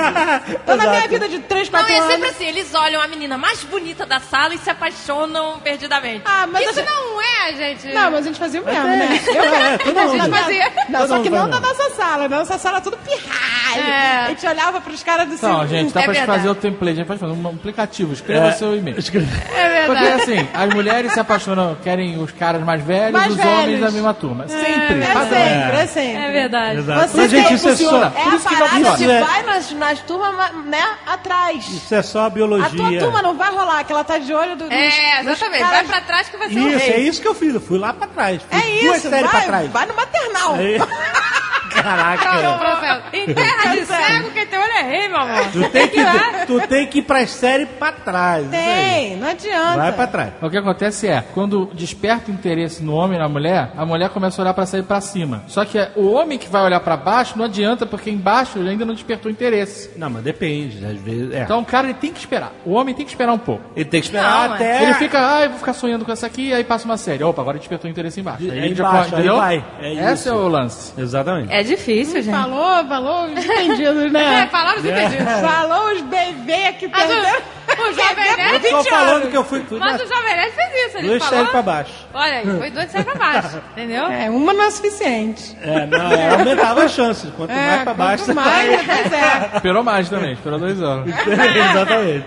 [SPEAKER 4] então, na minha
[SPEAKER 3] Exato.
[SPEAKER 4] vida de 3,
[SPEAKER 3] Não,
[SPEAKER 4] 4
[SPEAKER 3] é
[SPEAKER 4] anos...
[SPEAKER 3] sempre assim, eles olham a menina mais bonita da sala e se apaixonam perdidamente. Ah,
[SPEAKER 4] mas
[SPEAKER 3] Isso
[SPEAKER 4] a gente-
[SPEAKER 3] não é, gente.
[SPEAKER 4] Não, mas a gente fazia o mesmo,
[SPEAKER 3] Até-
[SPEAKER 4] né?
[SPEAKER 3] É, todo
[SPEAKER 4] a gente
[SPEAKER 3] mundo.
[SPEAKER 4] fazia. Não,
[SPEAKER 3] Todo
[SPEAKER 4] só que
[SPEAKER 3] mundo
[SPEAKER 4] não
[SPEAKER 3] faz,
[SPEAKER 4] na nossa sala. Na nossa sala é tudo pirralho.
[SPEAKER 3] É.
[SPEAKER 4] A gente olhava pros caras do
[SPEAKER 5] Não,
[SPEAKER 4] segundo-
[SPEAKER 5] Então, gente, tá dá pra gente fazer o template, a gente pode fazer um aplicativo, escreva
[SPEAKER 2] É.
[SPEAKER 5] seu e-mail.
[SPEAKER 4] É
[SPEAKER 5] Porque assim, as mulheres se apaixonam, querem os caras mais velhos,
[SPEAKER 4] Mais
[SPEAKER 5] os
[SPEAKER 4] velhos.
[SPEAKER 5] homens da mesma turma. Sempre.
[SPEAKER 4] É
[SPEAKER 5] padrão.
[SPEAKER 4] sempre, é sempre.
[SPEAKER 3] É verdade.
[SPEAKER 5] Exato.
[SPEAKER 4] Você
[SPEAKER 5] Mas, gente,
[SPEAKER 4] tem-
[SPEAKER 5] isso é só-
[SPEAKER 4] funciona.
[SPEAKER 5] por
[SPEAKER 4] É a
[SPEAKER 5] isso que vai
[SPEAKER 4] parada de
[SPEAKER 5] funcionar.
[SPEAKER 4] vai nas, nas turmas, ma- né, atrás.
[SPEAKER 2] Isso é só a biologia.
[SPEAKER 4] A tua turma não vai rolar, que ela tá de olho do. nos-
[SPEAKER 3] É,
[SPEAKER 4] nos
[SPEAKER 3] exatamente.
[SPEAKER 4] caras-
[SPEAKER 3] Vai pra trás que vai ser um
[SPEAKER 2] Isso,
[SPEAKER 3] rei.
[SPEAKER 2] é isso que eu fiz. Eu fui lá pra trás. Fui
[SPEAKER 4] É
[SPEAKER 2] Duas
[SPEAKER 4] isso,
[SPEAKER 2] séries pra
[SPEAKER 4] vai,
[SPEAKER 2] trás. É
[SPEAKER 4] vai no maternal.
[SPEAKER 2] Aí-
[SPEAKER 3] Pronto,
[SPEAKER 2] Caraca.
[SPEAKER 3] Então, Rafael. Tá Em terra de cego, quem tem olho é rei, meu amor.
[SPEAKER 2] Tu tem que,
[SPEAKER 3] ir lá.
[SPEAKER 2] tu tem que ir pras séries pra trás.
[SPEAKER 4] Tem, não adianta.
[SPEAKER 2] Vai pra trás.
[SPEAKER 5] O que acontece é, quando desperta o interesse no homem e na mulher, a mulher começa a olhar pra sair pra cima. Só que é, o homem que vai olhar pra baixo não adianta, porque embaixo ele ainda não despertou interesse.
[SPEAKER 2] Não, mas depende, às vezes. É.
[SPEAKER 5] Então o cara ele tem que esperar. O homem tem que esperar um pouco.
[SPEAKER 2] Ele tem que esperar até.
[SPEAKER 5] Ele fica, ah, eu vou ficar sonhando com essa aqui, aí passa uma série. Opa, agora despertou interesse embaixo.
[SPEAKER 2] É
[SPEAKER 5] ele já
[SPEAKER 2] embaixo,
[SPEAKER 5] corre, entendeu?
[SPEAKER 2] aí vai. É
[SPEAKER 5] Essa
[SPEAKER 2] isso.
[SPEAKER 5] é o lance.
[SPEAKER 2] Exatamente.
[SPEAKER 3] É difícil, gente.
[SPEAKER 4] Falou, falou os entendidos, né?
[SPEAKER 3] É, falaram os
[SPEAKER 2] É. entendidos.
[SPEAKER 4] Falou os bebês aqui
[SPEAKER 3] Mas
[SPEAKER 4] perdeu.
[SPEAKER 3] o Jovem
[SPEAKER 2] Eu
[SPEAKER 3] Nerd...
[SPEAKER 2] tô falando que eu fui. fui
[SPEAKER 3] É Mas
[SPEAKER 2] na-
[SPEAKER 3] o Jovem Nerd fez isso, ele
[SPEAKER 2] duas
[SPEAKER 3] falou...
[SPEAKER 2] séries pra baixo.
[SPEAKER 3] Olha aí, foi duas séries pra baixo, entendeu?
[SPEAKER 4] É, uma não é suficiente.
[SPEAKER 2] É, não, é, aumentava as chances. Quanto
[SPEAKER 4] É,
[SPEAKER 2] mais pra baixo, é,
[SPEAKER 4] quanto mais, pois é.
[SPEAKER 5] Esperou mais também, esperou dois anos.
[SPEAKER 2] Exatamente.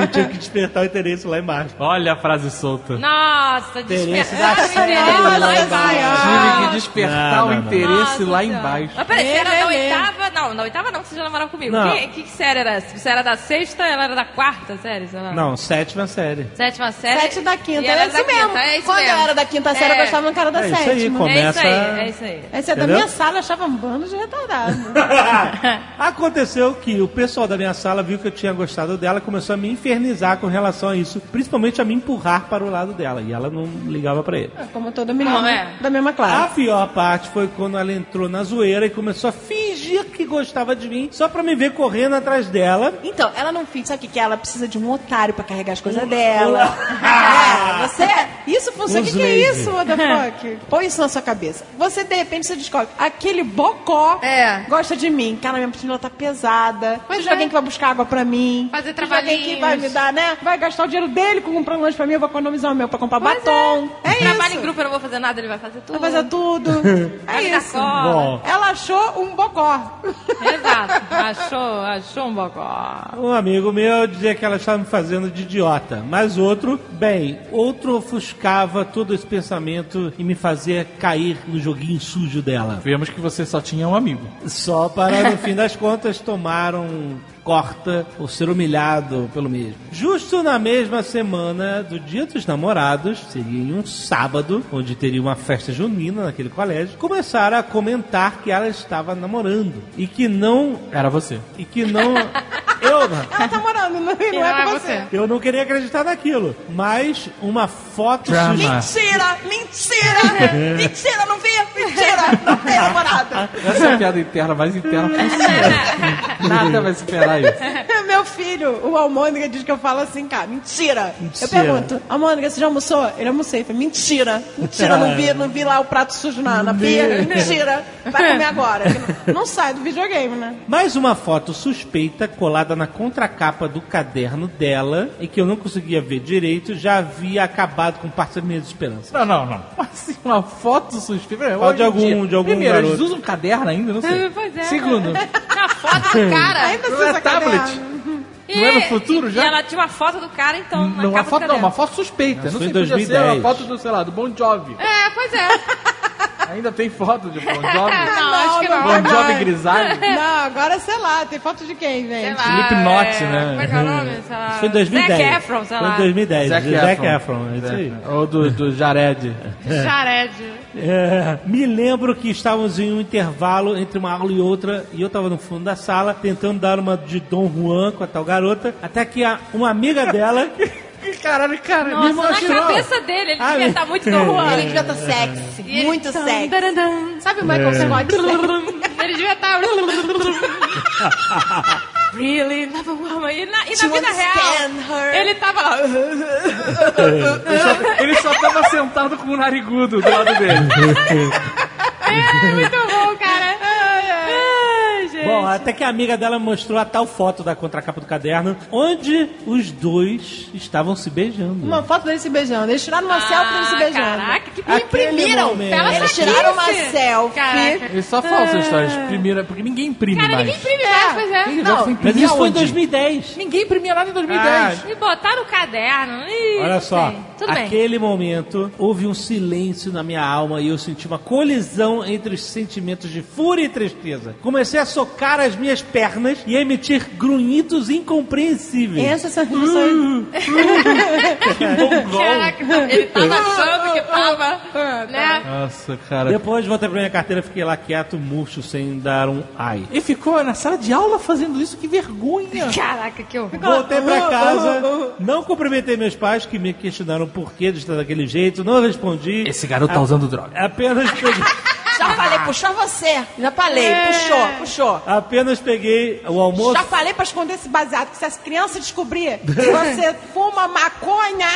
[SPEAKER 2] Eu tinha que despertar o interesse lá embaixo.
[SPEAKER 5] Olha a frase solta.
[SPEAKER 3] Nossa,
[SPEAKER 2] Interesse da
[SPEAKER 3] despertar o interesse lá
[SPEAKER 4] Nossa
[SPEAKER 3] embaixo.
[SPEAKER 5] Tive que despertar
[SPEAKER 2] Não,
[SPEAKER 5] o
[SPEAKER 2] não, não.
[SPEAKER 5] interesse
[SPEAKER 3] Nossa
[SPEAKER 5] lá
[SPEAKER 3] Senhora.
[SPEAKER 5] embaixo.
[SPEAKER 3] Mas peraí, você era
[SPEAKER 4] Lê,
[SPEAKER 3] da
[SPEAKER 4] lê.
[SPEAKER 3] oitava? Não, da oitava não, que você já namorava comigo.
[SPEAKER 2] Não.
[SPEAKER 3] Que, que, que série era essa? Você era da sexta, ela era da quarta série, sei lá.
[SPEAKER 2] Não, sétima série.
[SPEAKER 3] Sétima série.
[SPEAKER 4] Sete da quinta,
[SPEAKER 3] E ela
[SPEAKER 4] é
[SPEAKER 3] era
[SPEAKER 4] isso
[SPEAKER 3] da quinta,
[SPEAKER 4] mesmo.
[SPEAKER 3] é isso
[SPEAKER 4] Quando
[SPEAKER 3] mesmo.
[SPEAKER 4] eu era da quinta série,
[SPEAKER 3] É.
[SPEAKER 4] eu gostava no cara da
[SPEAKER 2] É isso aí,
[SPEAKER 4] sétima.
[SPEAKER 2] come- Começa-
[SPEAKER 3] É isso aí, é isso aí.
[SPEAKER 4] Essa é da
[SPEAKER 2] Entendeu?
[SPEAKER 4] minha sala, eu achava um bando de retardado.
[SPEAKER 2] Aconteceu que o pessoal da minha sala viu que eu tinha gostado dela e começou a me infernizar com relação a isso, principalmente a me empurrar para o lado dela, e ela não ligava pra ele.
[SPEAKER 4] Como Ah. todo menino
[SPEAKER 3] Não, é.
[SPEAKER 4] da mesma
[SPEAKER 2] A
[SPEAKER 4] classe.
[SPEAKER 2] pior parte foi quando ela entrou na zoeira e começou a fingir que gostava de mim, só pra me ver correndo atrás dela.
[SPEAKER 4] Então, ela não fica. Sabe o que que é? Ela precisa de um otário pra carregar as coisas dela. é, você. Isso funciona. O
[SPEAKER 2] Um
[SPEAKER 4] que, que é
[SPEAKER 2] slave.
[SPEAKER 4] isso, motherfucker? Põe isso na sua cabeça. Você, de repente, você descobre. Aquele bocó
[SPEAKER 3] É.
[SPEAKER 4] gosta de mim. Cara, minha piscina tá pesada. Precisa de alguém que vai buscar água pra mim.
[SPEAKER 3] Fazer
[SPEAKER 4] Precisa de alguém que vai me
[SPEAKER 3] trabalhinhos.
[SPEAKER 4] dar, né? Vai gastar o dinheiro dele comprando lanche pra mim. Eu vou economizar o meu pra comprar batom. É, isso.
[SPEAKER 3] Trabalho em grupo, eu não vou fazer nada, ele vai fazer tudo.
[SPEAKER 4] Vai fazer tudo.
[SPEAKER 3] Vai me
[SPEAKER 4] é
[SPEAKER 3] dar
[SPEAKER 4] isso.
[SPEAKER 3] cola.
[SPEAKER 4] Ela achou um bocó.
[SPEAKER 3] Exato. Achou, achou um bocó.
[SPEAKER 2] Um amigo meu dizia que ela estava me fazendo de idiota, mas outro, bem, outro ofuscava todo esse pensamento e me fazia cair no joguinho sujo dela.
[SPEAKER 5] Vemos que você só tinha um amigo.
[SPEAKER 2] Só para, no fim das contas, tomar um corta ou ser humilhado pelo mesmo. Justo na mesma semana do Dia dos Namorados, seria em um sábado, onde teria uma festa junina naquele colégio, começaram a comentar que ela estava namorando e que não.
[SPEAKER 5] Era você.
[SPEAKER 2] e que não. Eu não.
[SPEAKER 4] Ela tá morando, não, não é com você.
[SPEAKER 2] Eu não queria acreditar naquilo, mas uma foto
[SPEAKER 5] Drama.
[SPEAKER 2] suja-
[SPEAKER 15] Mentira, mentira, mentira, não vi, mentira, não tem namorada.
[SPEAKER 5] Essa é a piada interna mais interna possível. Nada vai superar isso.
[SPEAKER 4] Meu filho, o Almôndega, diz que eu falo assim, cara, mentira.
[SPEAKER 2] Mentira.
[SPEAKER 4] Eu pergunto, Almôndega, você já almoçou? Ele almocei. Falei, mentira, mentira, não vi, não vi lá o prato sujo na, na pia. Mentira, vai comer agora. que Não, não sai do videogame, né?
[SPEAKER 2] Mais uma foto suspeita colada na contracapa do caderno dela e que eu não conseguia ver direito, já havia acabado com parte da minha esperança.
[SPEAKER 5] Não, não, não. Assim, uma foto suspeita.
[SPEAKER 2] Fala de
[SPEAKER 5] Hoje em
[SPEAKER 2] algum- de algum
[SPEAKER 5] Primeiro, eles
[SPEAKER 2] garoto.
[SPEAKER 5] usam caderno ainda, não sei.
[SPEAKER 3] Pois é.
[SPEAKER 5] Segundo,
[SPEAKER 3] Na foto do cara.
[SPEAKER 4] Ainda
[SPEAKER 5] não
[SPEAKER 4] se
[SPEAKER 5] é tablet.
[SPEAKER 4] sacanear.
[SPEAKER 3] E-
[SPEAKER 5] Não é no futuro já?
[SPEAKER 3] E ela tinha uma foto do cara, então, na
[SPEAKER 5] Não, uma
[SPEAKER 3] capa do
[SPEAKER 5] foto, não,
[SPEAKER 3] caderno.
[SPEAKER 5] uma foto suspeita.
[SPEAKER 2] Isso foi
[SPEAKER 5] Não sei,
[SPEAKER 2] em
[SPEAKER 5] podia ser
[SPEAKER 2] 2010.
[SPEAKER 5] uma foto do, sei lá, do Bon Jovi.
[SPEAKER 3] É, pois é.
[SPEAKER 5] Ainda tem foto de Bon Jovi?
[SPEAKER 3] Não,
[SPEAKER 4] Não,
[SPEAKER 3] acho que Ah, não.
[SPEAKER 4] não.
[SPEAKER 5] Bon Jovi grisalho?
[SPEAKER 4] Não, agora sei lá, tem foto de quem,
[SPEAKER 3] Sei
[SPEAKER 4] gente?
[SPEAKER 3] lá,
[SPEAKER 5] tipo Slipknot,
[SPEAKER 3] é,
[SPEAKER 5] né?
[SPEAKER 3] Como é que é o nome? Sei lá.
[SPEAKER 2] Isso foi em 2010.
[SPEAKER 3] Zac Efron, sei
[SPEAKER 2] Foi
[SPEAKER 3] lá.
[SPEAKER 2] em 2010.
[SPEAKER 5] Zac
[SPEAKER 2] É, Zac,
[SPEAKER 5] Efron.
[SPEAKER 2] Efron. é isso aí.
[SPEAKER 5] Ou do, do Jared.
[SPEAKER 3] Jared.
[SPEAKER 2] É, me lembro que estávamos em um intervalo entre uma aula e outra e eu estava no fundo da sala tentando dar uma de Dom Juan com a tal garota, até que a- uma amiga dela... Caralho, cara, me
[SPEAKER 3] Nossa, na
[SPEAKER 2] mostrou.
[SPEAKER 3] cabeça dele, ele
[SPEAKER 2] Ah,
[SPEAKER 3] devia
[SPEAKER 2] me-
[SPEAKER 3] estar muito Dom Juan.
[SPEAKER 15] Ele devia estar sexy,
[SPEAKER 3] E ele- tá
[SPEAKER 15] muito
[SPEAKER 3] Tum,
[SPEAKER 15] sexy.
[SPEAKER 5] É.
[SPEAKER 3] darandam. tá
[SPEAKER 4] Sabe o Michael Scott?
[SPEAKER 3] Ele devia estar. really love a woman. E na, e na
[SPEAKER 18] To
[SPEAKER 3] vida real,
[SPEAKER 18] understand her.
[SPEAKER 3] ele tava lá. "Uhum,
[SPEAKER 5] Ele só, ele só tava sentado com o narigudo do lado dele.
[SPEAKER 3] É, muito bom, cara. Ai, gente.
[SPEAKER 2] Bom, até que a amiga dela mostrou a tal foto da contracapa do caderno, onde os dois estavam se beijando.
[SPEAKER 4] Uma foto dele se beijando. Eles tiraram
[SPEAKER 15] Ah,
[SPEAKER 4] uma selfie dele se beijando.
[SPEAKER 3] Caraca, que
[SPEAKER 2] Aquele
[SPEAKER 4] imprimiram.
[SPEAKER 2] momento.
[SPEAKER 4] Tava
[SPEAKER 18] Eles
[SPEAKER 4] saquinho.
[SPEAKER 18] tiraram uma selfie.
[SPEAKER 3] Caraca.
[SPEAKER 5] Ele só fala essa história de primeira, porque ninguém imprime
[SPEAKER 3] Cara,
[SPEAKER 5] mais.
[SPEAKER 3] ninguém imprime mais, pois é.
[SPEAKER 5] Quem
[SPEAKER 4] Não,
[SPEAKER 5] vai imprimir
[SPEAKER 2] Mas isso foi em
[SPEAKER 5] aonde?
[SPEAKER 2] 2010.
[SPEAKER 5] Ninguém imprimia nada em 2010.
[SPEAKER 3] E botar no caderno. Ih,
[SPEAKER 2] Ah, Olha
[SPEAKER 3] não
[SPEAKER 2] só,
[SPEAKER 3] sei. Tudo bem.
[SPEAKER 2] aquele momento houve um silêncio na minha alma e eu senti uma colisão entre os sentimentos de fúria e tristeza. Comecei a socar as minhas pernas e a emitir grunhidos incompreensíveis.
[SPEAKER 4] Essas são as emoções.
[SPEAKER 3] Caraca, ele tava achando que tava, né?
[SPEAKER 5] Nossa, cara.
[SPEAKER 2] Depois voltei pra minha carteira, fiquei lá quieto, murcho, sem dar um ai.
[SPEAKER 5] E ficou na sala de aula fazendo isso, que vergonha.
[SPEAKER 3] tá. Caraca, que horror.
[SPEAKER 2] Voltei
[SPEAKER 3] Uh,
[SPEAKER 2] pra casa, não cumprimentei meus pais que me questionaram por que de estar daquele jeito, não respondi.
[SPEAKER 5] Esse garoto tá usando droga.
[SPEAKER 2] Apenas peguei,
[SPEAKER 18] Já falei, puxou você. Já falei, puxou, puxou.
[SPEAKER 2] apenas peguei o almoço.
[SPEAKER 4] Já falei pra esconder esse baseado, que se as crianças descobrir que você fuma maconha,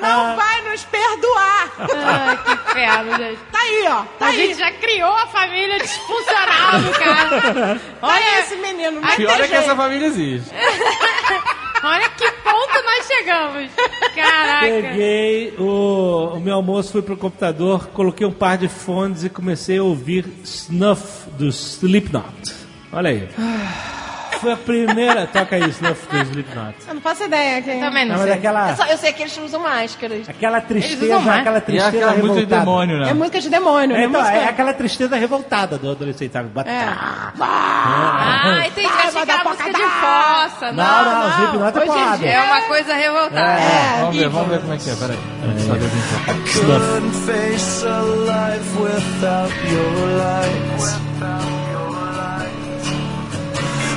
[SPEAKER 4] não vai nos perdoar.
[SPEAKER 3] Ai, que inferno, gente.
[SPEAKER 4] Tá aí, ó. Tá
[SPEAKER 3] a
[SPEAKER 4] aí.
[SPEAKER 3] gente já criou a família disfuncional do cara.
[SPEAKER 4] Olha
[SPEAKER 3] Olha,
[SPEAKER 4] Tá esse menino.
[SPEAKER 3] Ai,
[SPEAKER 4] Não
[SPEAKER 5] Pior
[SPEAKER 4] tem
[SPEAKER 5] é que essa
[SPEAKER 4] jeito.
[SPEAKER 5] família existe. é
[SPEAKER 3] olha que ponto nós chegamos. Caraca.
[SPEAKER 2] Peguei o, o meu almoço, fui pro computador, coloquei um par de fones e comecei a ouvir Snuff do Slipknot. Olha aí.
[SPEAKER 3] Ah.
[SPEAKER 2] Foi a primeira. Toca aí, Snuff do Slipknot.
[SPEAKER 4] Eu não faço ideia quem. é.
[SPEAKER 3] Também
[SPEAKER 2] Não,
[SPEAKER 3] não
[SPEAKER 2] mas é
[SPEAKER 3] sei.
[SPEAKER 18] Eu,
[SPEAKER 2] aquela,
[SPEAKER 18] só- eu sei que eles não usam máscaras.
[SPEAKER 2] aquela
[SPEAKER 3] Eles usam
[SPEAKER 2] tristeza,
[SPEAKER 3] mais.
[SPEAKER 2] aquela
[SPEAKER 5] E é
[SPEAKER 2] tristeza
[SPEAKER 5] aquela música de
[SPEAKER 2] revoltada.
[SPEAKER 5] demônio,
[SPEAKER 4] É
[SPEAKER 5] né?
[SPEAKER 4] música de demônio,
[SPEAKER 2] É,
[SPEAKER 4] né?
[SPEAKER 2] então,
[SPEAKER 4] música...
[SPEAKER 2] é aquela tristeza revoltada do adolescente,
[SPEAKER 3] É.
[SPEAKER 2] sabe? Bate-
[SPEAKER 3] Ah, entendi. Achei que era música de fossa.
[SPEAKER 2] Não,
[SPEAKER 3] Ah, Não,
[SPEAKER 2] não, não, Slipknot é
[SPEAKER 3] Hoje em
[SPEAKER 2] porrada.
[SPEAKER 3] dia é uma coisa revoltada.
[SPEAKER 5] Vamos ver, vamos ver como é que é, peraí. Vamos saber quem que é.
[SPEAKER 19] Couldn't face a life without your lights.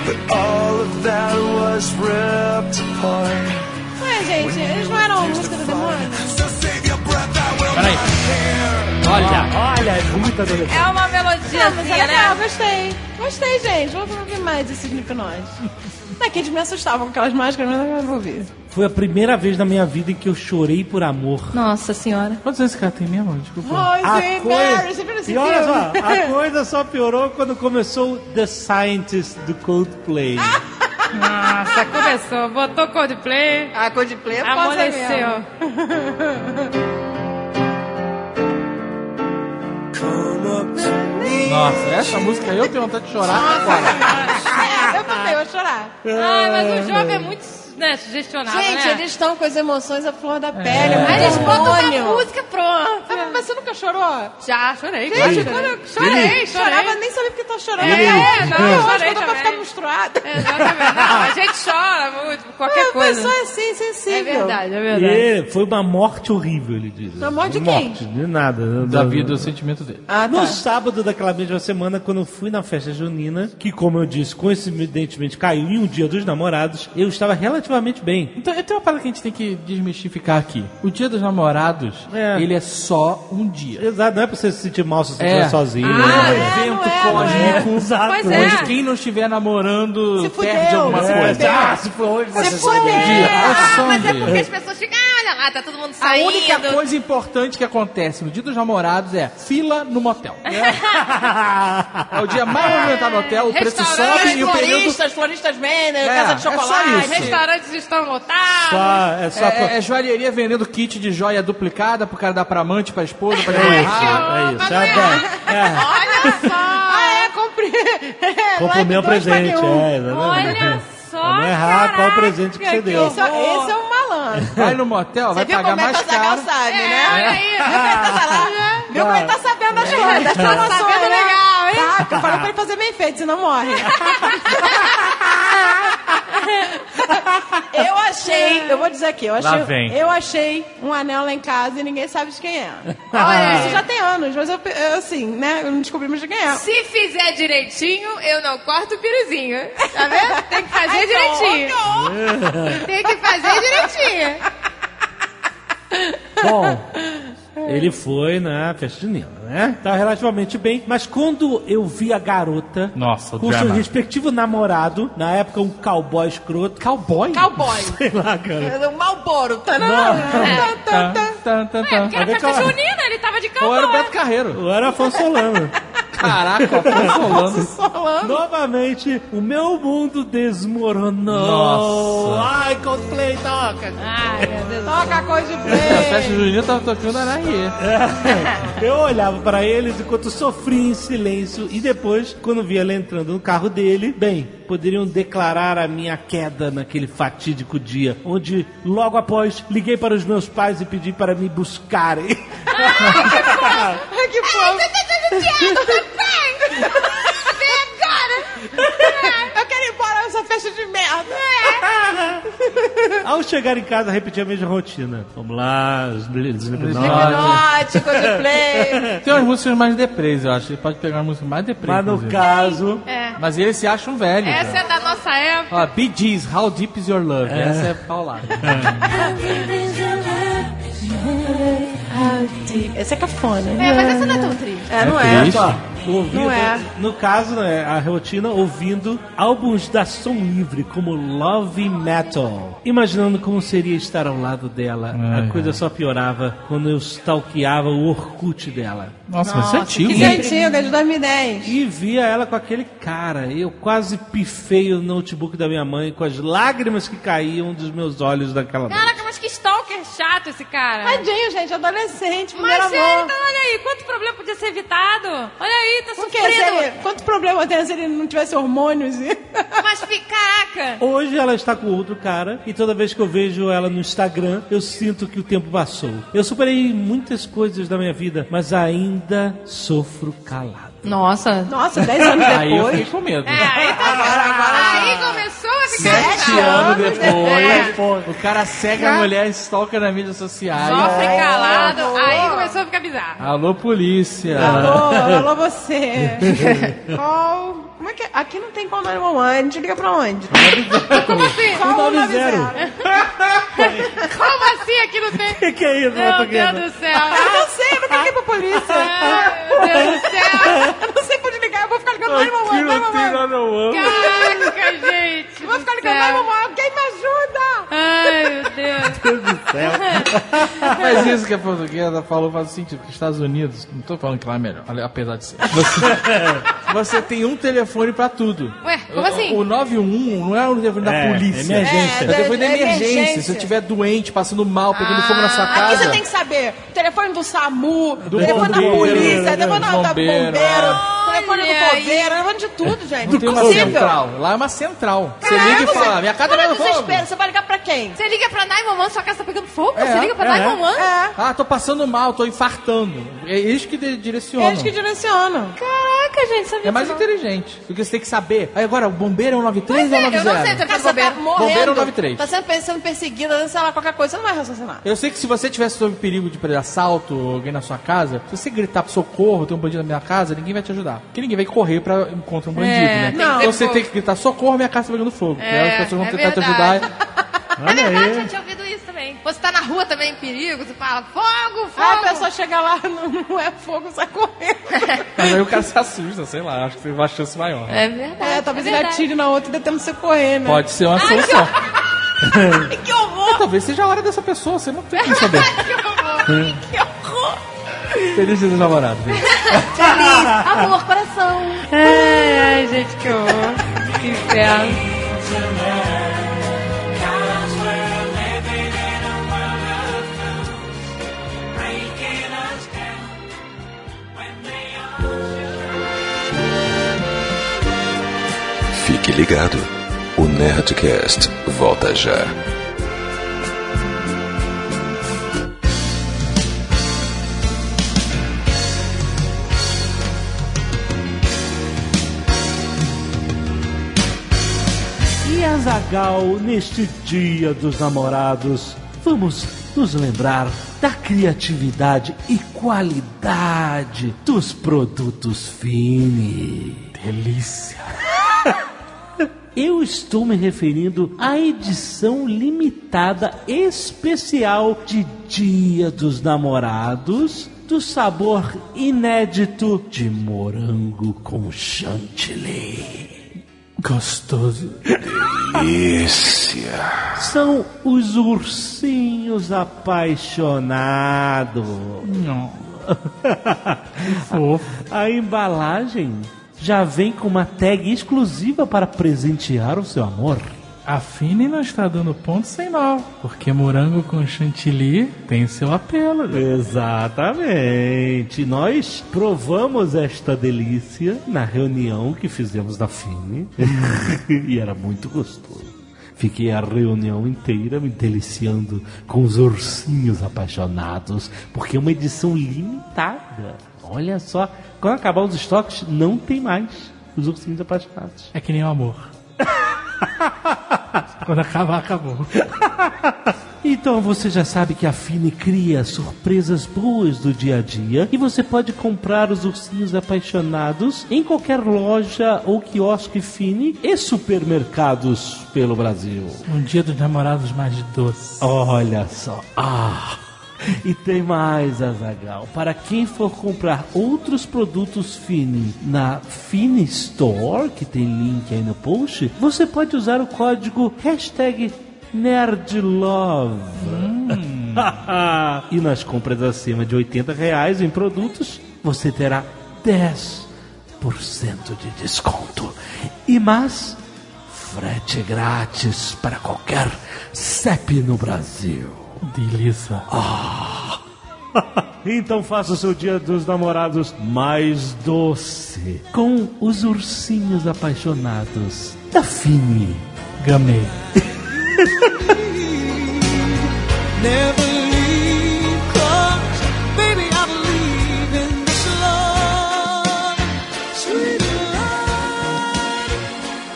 [SPEAKER 19] But all of that was ripped apart.
[SPEAKER 4] Ué, gente, eles não eram música do demônio?
[SPEAKER 19] So save your breath, I will
[SPEAKER 5] Peraí. Olha.
[SPEAKER 2] Olha, é muito adolescente.
[SPEAKER 3] É uma
[SPEAKER 4] Ah, mas é
[SPEAKER 3] melodiazinha,
[SPEAKER 4] legal,
[SPEAKER 3] né?
[SPEAKER 4] gostei. Gostei, gente. Vou ouvir mais esse hipnose. É que eles me assustavam com aquelas máscaras, mas agora eu vou ouvir.
[SPEAKER 2] Foi a primeira vez na minha vida em que eu chorei por amor.
[SPEAKER 3] Nossa senhora.
[SPEAKER 5] Quantos anos esse cara tem mesmo? Desculpa.
[SPEAKER 4] Rose,
[SPEAKER 2] coi-
[SPEAKER 4] Mary, você assim, viu esse
[SPEAKER 2] E olha só,
[SPEAKER 4] filme?
[SPEAKER 2] a coisa só piorou quando começou The Scientist do Coldplay.
[SPEAKER 3] Nossa, começou. Botou Ah, Coldplay.
[SPEAKER 18] A Coldplay é foda mesmo.
[SPEAKER 3] Amoleceu.
[SPEAKER 5] Nossa, essa música aí eu tenho vontade de chorar agora.
[SPEAKER 4] É, eu também vou chorar. É.
[SPEAKER 3] Ai, mas o jogo é muito né, sugestionado,
[SPEAKER 4] Gente,
[SPEAKER 3] né?
[SPEAKER 4] eles estão com as emoções à flor da pele.
[SPEAKER 3] Aí eles
[SPEAKER 4] É. muito
[SPEAKER 3] botam uma
[SPEAKER 4] hormônio.
[SPEAKER 3] música pronta.
[SPEAKER 4] Ah, Mas você nunca chorou?
[SPEAKER 3] Já, chorei. Gente, quando eu chorei,
[SPEAKER 4] Chorava,
[SPEAKER 3] chorei.
[SPEAKER 4] nem sabia porque tá chorando.
[SPEAKER 3] É, é, não, eu
[SPEAKER 4] eu acho que
[SPEAKER 3] chorei
[SPEAKER 4] eu tô pra
[SPEAKER 3] também.
[SPEAKER 4] ficar menstruada.
[SPEAKER 3] Exatamente. Não, a gente chora muito, por qualquer
[SPEAKER 4] a
[SPEAKER 3] coisa.
[SPEAKER 4] pessoa é assim, sensível.
[SPEAKER 3] É verdade, é verdade.
[SPEAKER 2] E foi uma morte horrível, ele diz.
[SPEAKER 4] Uma morte de quem?
[SPEAKER 2] de nada. né?
[SPEAKER 5] Da vida, o sentimento dele.
[SPEAKER 4] Ah,
[SPEAKER 2] No
[SPEAKER 4] tá.
[SPEAKER 2] sábado daquela mesma semana, quando eu fui na festa junina, que como eu disse, coincidentemente caiu em um dia dos namorados, eu estava relativamente bem.
[SPEAKER 5] Então, eu tenho uma parada que a gente tem que desmistificar aqui. O dia dos namorados,
[SPEAKER 2] É.
[SPEAKER 5] ele é só um dia.
[SPEAKER 2] Exato, não é pra você se sentir mal se você
[SPEAKER 5] É.
[SPEAKER 2] estiver sozinho.
[SPEAKER 5] é um
[SPEAKER 2] né?
[SPEAKER 5] evento cósmico.
[SPEAKER 2] Exato.
[SPEAKER 3] Pois é.
[SPEAKER 5] Onde quem não estiver namorando
[SPEAKER 4] Se fudeu,
[SPEAKER 5] perde alguma
[SPEAKER 4] se
[SPEAKER 5] coisa.
[SPEAKER 4] fudeu.
[SPEAKER 5] Ah, se for hoje,
[SPEAKER 4] Se
[SPEAKER 5] você só tem um
[SPEAKER 4] fudeu.
[SPEAKER 5] dia. É só
[SPEAKER 3] Ah,
[SPEAKER 5] um
[SPEAKER 3] mas é
[SPEAKER 5] dia.
[SPEAKER 3] porque as pessoas ficam, ah, olha lá, tá todo mundo
[SPEAKER 5] A
[SPEAKER 3] saindo.
[SPEAKER 5] única coisa importante que acontece no dia dos namorados é fila no motel. É o dia mais movimentado no hotel, o preço
[SPEAKER 3] Restaurante,
[SPEAKER 5] sobe e o período...
[SPEAKER 18] Floristas, floristas Manner,
[SPEAKER 5] É,
[SPEAKER 18] casa de
[SPEAKER 5] é só
[SPEAKER 18] chocolate.
[SPEAKER 5] isso.
[SPEAKER 3] Restaurantes estão lotados.
[SPEAKER 2] Só, é só pra-
[SPEAKER 5] É, é joalheria vendendo kit de joia duplicada pro cara dar pra amante, pra esposa, pra
[SPEAKER 2] É
[SPEAKER 5] namorada.
[SPEAKER 2] isso, é isso. É, pra- é,
[SPEAKER 3] Olha só.
[SPEAKER 4] Ah, é, comprei.
[SPEAKER 3] É,
[SPEAKER 2] Vou comer o
[SPEAKER 4] dois,
[SPEAKER 2] presente,
[SPEAKER 4] pague um.
[SPEAKER 2] é, exatamente.
[SPEAKER 3] Olha só,
[SPEAKER 2] Pra não errar qual o
[SPEAKER 3] caraca,
[SPEAKER 2] presente que você
[SPEAKER 3] que
[SPEAKER 2] deu.
[SPEAKER 4] Esse, é- esse é um malandro.
[SPEAKER 5] Vai no motel,
[SPEAKER 18] Você
[SPEAKER 5] vai
[SPEAKER 18] viu
[SPEAKER 5] pagar
[SPEAKER 18] como é que
[SPEAKER 5] mais
[SPEAKER 18] essa
[SPEAKER 5] caro.
[SPEAKER 18] sabe,
[SPEAKER 3] É,
[SPEAKER 18] né?
[SPEAKER 3] olha aí.
[SPEAKER 4] tá Meu pai tá sabendo as coisas. Tá
[SPEAKER 3] Tá sabendo legal, hein?
[SPEAKER 4] Tá, porque eu falei pra ele fazer bem feito, senão morre. Eu achei, eu vou dizer aqui, eu achei,
[SPEAKER 2] vem.
[SPEAKER 4] eu achei um anel lá em casa e ninguém sabe de quem é.
[SPEAKER 3] Olha
[SPEAKER 4] Isso
[SPEAKER 3] aí.
[SPEAKER 4] já tem anos, mas eu, eu, assim, né, eu não descobrimos de quem é.
[SPEAKER 3] Se fizer direitinho, eu não corto o piruzinho. Tá vendo? Tem que fazer direitinho. Tem que fazer direitinho.
[SPEAKER 2] Bom, Ele foi na festa junina, né? Tá relativamente bem. Mas quando eu vi a garota
[SPEAKER 5] Nossa, o
[SPEAKER 2] com seu
[SPEAKER 5] drama.
[SPEAKER 2] respectivo namorado, na época um cowboy escroto.
[SPEAKER 5] Cowboy?
[SPEAKER 15] Cowboy.
[SPEAKER 2] Sei lá, cara.
[SPEAKER 15] O Malboro. Tá,
[SPEAKER 2] Não.
[SPEAKER 5] Tá, tá, tá,
[SPEAKER 3] É, porque
[SPEAKER 5] tá.
[SPEAKER 3] era
[SPEAKER 2] Mas é
[SPEAKER 3] festa
[SPEAKER 2] claro.
[SPEAKER 3] junina, ele tava de
[SPEAKER 5] Ou era é o
[SPEAKER 3] cowboy.
[SPEAKER 5] Beto Carreiro.
[SPEAKER 2] Eu era Afonso Solano.
[SPEAKER 5] Caraca,
[SPEAKER 2] tá
[SPEAKER 5] Afonso
[SPEAKER 2] Novamente, o meu mundo desmoronou.
[SPEAKER 5] Nossa.
[SPEAKER 2] Ai, Coldplay, toca.
[SPEAKER 3] Ai, meu Deus.
[SPEAKER 4] Toca a coisa de
[SPEAKER 5] É, A festa junina tava tocando Araie.
[SPEAKER 2] Eu olhava pra eles enquanto sofria em silêncio e depois, quando vi ela entrando no carro dele, bem, poderiam declarar a minha queda naquele fatídico dia, onde logo após liguei para os meus pais e pedi para me buscarem.
[SPEAKER 4] Ai, tá que fofo. tá Eu quero ir embora dessa festa de merda.
[SPEAKER 3] É.
[SPEAKER 2] Ao chegar em casa, repeti a mesma rotina. Vamos lá, os Slipknot.
[SPEAKER 4] Slipknot, Coldplay.
[SPEAKER 5] Tem umas músicas mais deprês, eu acho. Ele pode pegar uma música mais deprês.
[SPEAKER 2] É, Mas no
[SPEAKER 5] inclusive.
[SPEAKER 2] caso,
[SPEAKER 3] É.
[SPEAKER 5] Mas eles se acham velhos.
[SPEAKER 3] Essa
[SPEAKER 5] já.
[SPEAKER 3] é da nossa época.
[SPEAKER 5] Ó, Bee Gees, How Deep Is Your Love? Essa é paulada.
[SPEAKER 4] Esse é cafona.
[SPEAKER 3] É, mas essa não é tão triste.
[SPEAKER 4] É, não é.
[SPEAKER 5] Triste?
[SPEAKER 2] ouvindo,
[SPEAKER 4] Não é.
[SPEAKER 2] no caso, né, a rotina ouvindo álbuns da Som Livre, como Love Metal. Imaginando como seria estar ao lado dela. a coisa só piorava quando eu stalkeava o Orkut dela.
[SPEAKER 5] Nossa, mas isso é antigo.
[SPEAKER 4] Que
[SPEAKER 5] né?
[SPEAKER 4] antiga, de 2010.
[SPEAKER 2] E via ela com aquele cara. Eu quase pifei o notebook da minha mãe com as lágrimas que caíam dos meus olhos naquela noite.
[SPEAKER 3] Caraca, mas que stalker chato esse cara.
[SPEAKER 4] Tadinho, gente, adolescente, primeiro
[SPEAKER 3] Mas
[SPEAKER 4] amor.
[SPEAKER 3] é, então olha aí, quanto problema podia ser evitado? Olha aí, tá
[SPEAKER 4] Por quê? Se ele-
[SPEAKER 3] sofrendo.
[SPEAKER 4] quanto problema tem se ele não tivesse hormônios? E...
[SPEAKER 3] Mas fica, caraca.
[SPEAKER 2] Hoje ela está com outro cara e toda vez que eu vejo ela no Instagram, eu sinto que o tempo passou. Eu superei muitas coisas da minha vida, mas ainda sofro calado.
[SPEAKER 3] Nossa.
[SPEAKER 4] Nossa, 10 anos
[SPEAKER 5] Aí eu fiquei
[SPEAKER 4] depois.
[SPEAKER 5] com medo.
[SPEAKER 3] É, aí, tá- aí começou a ficar
[SPEAKER 5] Sete
[SPEAKER 3] chato.
[SPEAKER 5] anos depois,
[SPEAKER 3] É.
[SPEAKER 5] o cara cega a mulher stalker na mídia social.
[SPEAKER 3] Sofre calado, aí começou a ficar bizarro.
[SPEAKER 5] Alô, polícia.
[SPEAKER 4] Alô, alô você. Qual... Como é que é? Aqui não tem qual 911, a gente liga pra onde?
[SPEAKER 5] Um
[SPEAKER 3] Como assim?
[SPEAKER 4] Qual
[SPEAKER 2] 90.
[SPEAKER 4] 90?
[SPEAKER 3] Como assim aqui não tem?
[SPEAKER 2] Que que é isso,
[SPEAKER 3] Meu
[SPEAKER 2] motoqueiro?
[SPEAKER 3] Deus do céu.
[SPEAKER 4] Ah, Eu não sei, eu nunca liguei é pra polícia.
[SPEAKER 3] Ai, meu Deus do céu.
[SPEAKER 4] Eu não sei pra onde ligar, eu vou ficar ligando 911, 911.
[SPEAKER 3] Caraca, gente.
[SPEAKER 4] Eu vou ficar
[SPEAKER 3] do
[SPEAKER 4] ligando
[SPEAKER 3] céu.
[SPEAKER 4] 911, alguém me ajuda.
[SPEAKER 3] Ai, meu Deus.
[SPEAKER 5] Mas isso que a portuguesa falou faz sentido, porque Estados Unidos, não tô falando que lá é melhor, ale- apesar de ser. Você, você tem um telefone pra tudo.
[SPEAKER 3] Ué, como assim?
[SPEAKER 5] O, o 911 não é o telefone da polícia.
[SPEAKER 2] emergência.
[SPEAKER 5] É o telefone da
[SPEAKER 4] É,
[SPEAKER 5] emergência.
[SPEAKER 4] emergência.
[SPEAKER 5] Se eu estiver doente, passando mal, pegando fogo na sua
[SPEAKER 4] Aqui
[SPEAKER 5] casa.
[SPEAKER 4] você tem que saber. Telefone do SAMU, telefone
[SPEAKER 5] bombeiro,
[SPEAKER 4] da polícia, telefone da- da
[SPEAKER 5] bombeiro,
[SPEAKER 4] bombeiro, telefone do
[SPEAKER 3] Olha aí.
[SPEAKER 4] bombeiro, telefone de tudo, gente.
[SPEAKER 5] Não tem uma
[SPEAKER 4] Impossível.
[SPEAKER 5] central. Lá é uma central. Você
[SPEAKER 4] Caraca,
[SPEAKER 5] liga e fala, minha casa
[SPEAKER 4] Para
[SPEAKER 5] pegando fogo.
[SPEAKER 4] desespero, você vai ligar pra quem?
[SPEAKER 3] Você liga pra 911, sua casa tá pegando fogo?
[SPEAKER 5] É,
[SPEAKER 3] Você liga pra
[SPEAKER 2] é.
[SPEAKER 3] 911?
[SPEAKER 4] É,
[SPEAKER 5] Ah, tô passando mal, tô infartando. É eles que de- direcionam.
[SPEAKER 4] eles É que direcionam.
[SPEAKER 3] Caraca, gente, sabia
[SPEAKER 5] É mais
[SPEAKER 3] disso não.
[SPEAKER 5] inteligente. Porque você tem que saber. Aí agora, o bombeiro é um 93
[SPEAKER 3] Pois
[SPEAKER 5] ou é um
[SPEAKER 3] é, eu
[SPEAKER 5] 90?
[SPEAKER 3] não sei,
[SPEAKER 4] Cara, você tá
[SPEAKER 3] Bombeiro.
[SPEAKER 4] morrendo.
[SPEAKER 5] Bombeiro 93.
[SPEAKER 4] Tá sendo, pe- sendo perseguida, sei lá, qualquer coisa, você não vai raciocinar.
[SPEAKER 5] Eu sei que se você tivesse sob perigo de pre- assalto ou alguém na sua casa, se você gritar socorro, tem um bandido na minha casa, ninguém vai te ajudar. Porque ninguém vai correr pra encontrar um bandido, né?
[SPEAKER 3] tem que
[SPEAKER 5] Então
[SPEAKER 3] ter
[SPEAKER 5] você
[SPEAKER 3] fogo.
[SPEAKER 5] tem que gritar socorro, minha casa tá pegando fogo.
[SPEAKER 3] É,
[SPEAKER 5] Aí as pessoas vão
[SPEAKER 3] é
[SPEAKER 5] tentar te
[SPEAKER 3] verdade.
[SPEAKER 5] ajudar.
[SPEAKER 3] É verdade, eu tinha ouvido isso também. Você tá na rua também em perigo, você fala fogo, fogo.
[SPEAKER 4] Ah, a pessoa chega lá, não, não é fogo, sai correndo.
[SPEAKER 5] Mas aí o cara se assusta, sei lá, acho que tem uma chance maior.
[SPEAKER 3] É verdade.
[SPEAKER 4] É, talvez
[SPEAKER 3] é
[SPEAKER 4] ele
[SPEAKER 3] verdade.
[SPEAKER 4] atire na outra e dê tempo de você correr, né?
[SPEAKER 5] Pode ser uma solução. É,
[SPEAKER 4] Que horror!
[SPEAKER 5] Talvez seja a hora dessa pessoa, você não tem que saber. É.
[SPEAKER 3] Que horror.
[SPEAKER 4] Que horror!
[SPEAKER 5] Feliz dia dos namorados.
[SPEAKER 3] Amor, coração. Ai, ai, gente, que horror. Que inferno.
[SPEAKER 20] Fique ligado. O Nerdcast volta já.
[SPEAKER 2] E Azagal, neste dia dos namorados, vamos nos lembrar da criatividade e qualidade dos produtos Fini. Delícia. Eu estou me referindo à edição limitada especial de Dia dos Namorados do sabor inédito de morango com chantilly. Gostoso.
[SPEAKER 1] é
[SPEAKER 21] Delícia.
[SPEAKER 2] São os ursinhos apaixonados. Não. A embalagem já vem com uma tag exclusiva para presentear o seu amor.
[SPEAKER 5] A Fini não está dando ponto sem nó, porque morango com chantilly tem seu apelo.
[SPEAKER 2] Exatamente. Nós provamos esta delícia na reunião que fizemos da Fini. e era muito gostoso. Fiquei a reunião inteira me deliciando com os ursinhos apaixonados, porque é uma edição limitada. Olha só, quando acabar os estoques, não tem mais os ursinhos apaixonados.
[SPEAKER 5] É que nem o amor. Quando acabar, acabou.
[SPEAKER 2] Então você já sabe que a Fini cria surpresas boas do dia a dia e você pode comprar os ursinhos apaixonados em qualquer loja ou quiosque Fini e supermercados pelo Brasil.
[SPEAKER 5] Um dia dos namorados mais doce.
[SPEAKER 2] Olha só. Ah! E tem mais, Azagal. Para quem for comprar outros produtos Fini na Fini Store, que tem link aí no post, você pode usar o código hashtag NerdLove. e nas compras acima de 80 reais em produtos, você terá 10% de desconto. E mais, frete grátis para qualquer CEP no Brasil. Ah.
[SPEAKER 5] Delícia.
[SPEAKER 2] Então faça o seu dia dos namorados mais doce com os ursinhos apaixonados da Fini.
[SPEAKER 5] Gamei.
[SPEAKER 21] Never leave, 'cause baby, I believe in this love. Sweet love,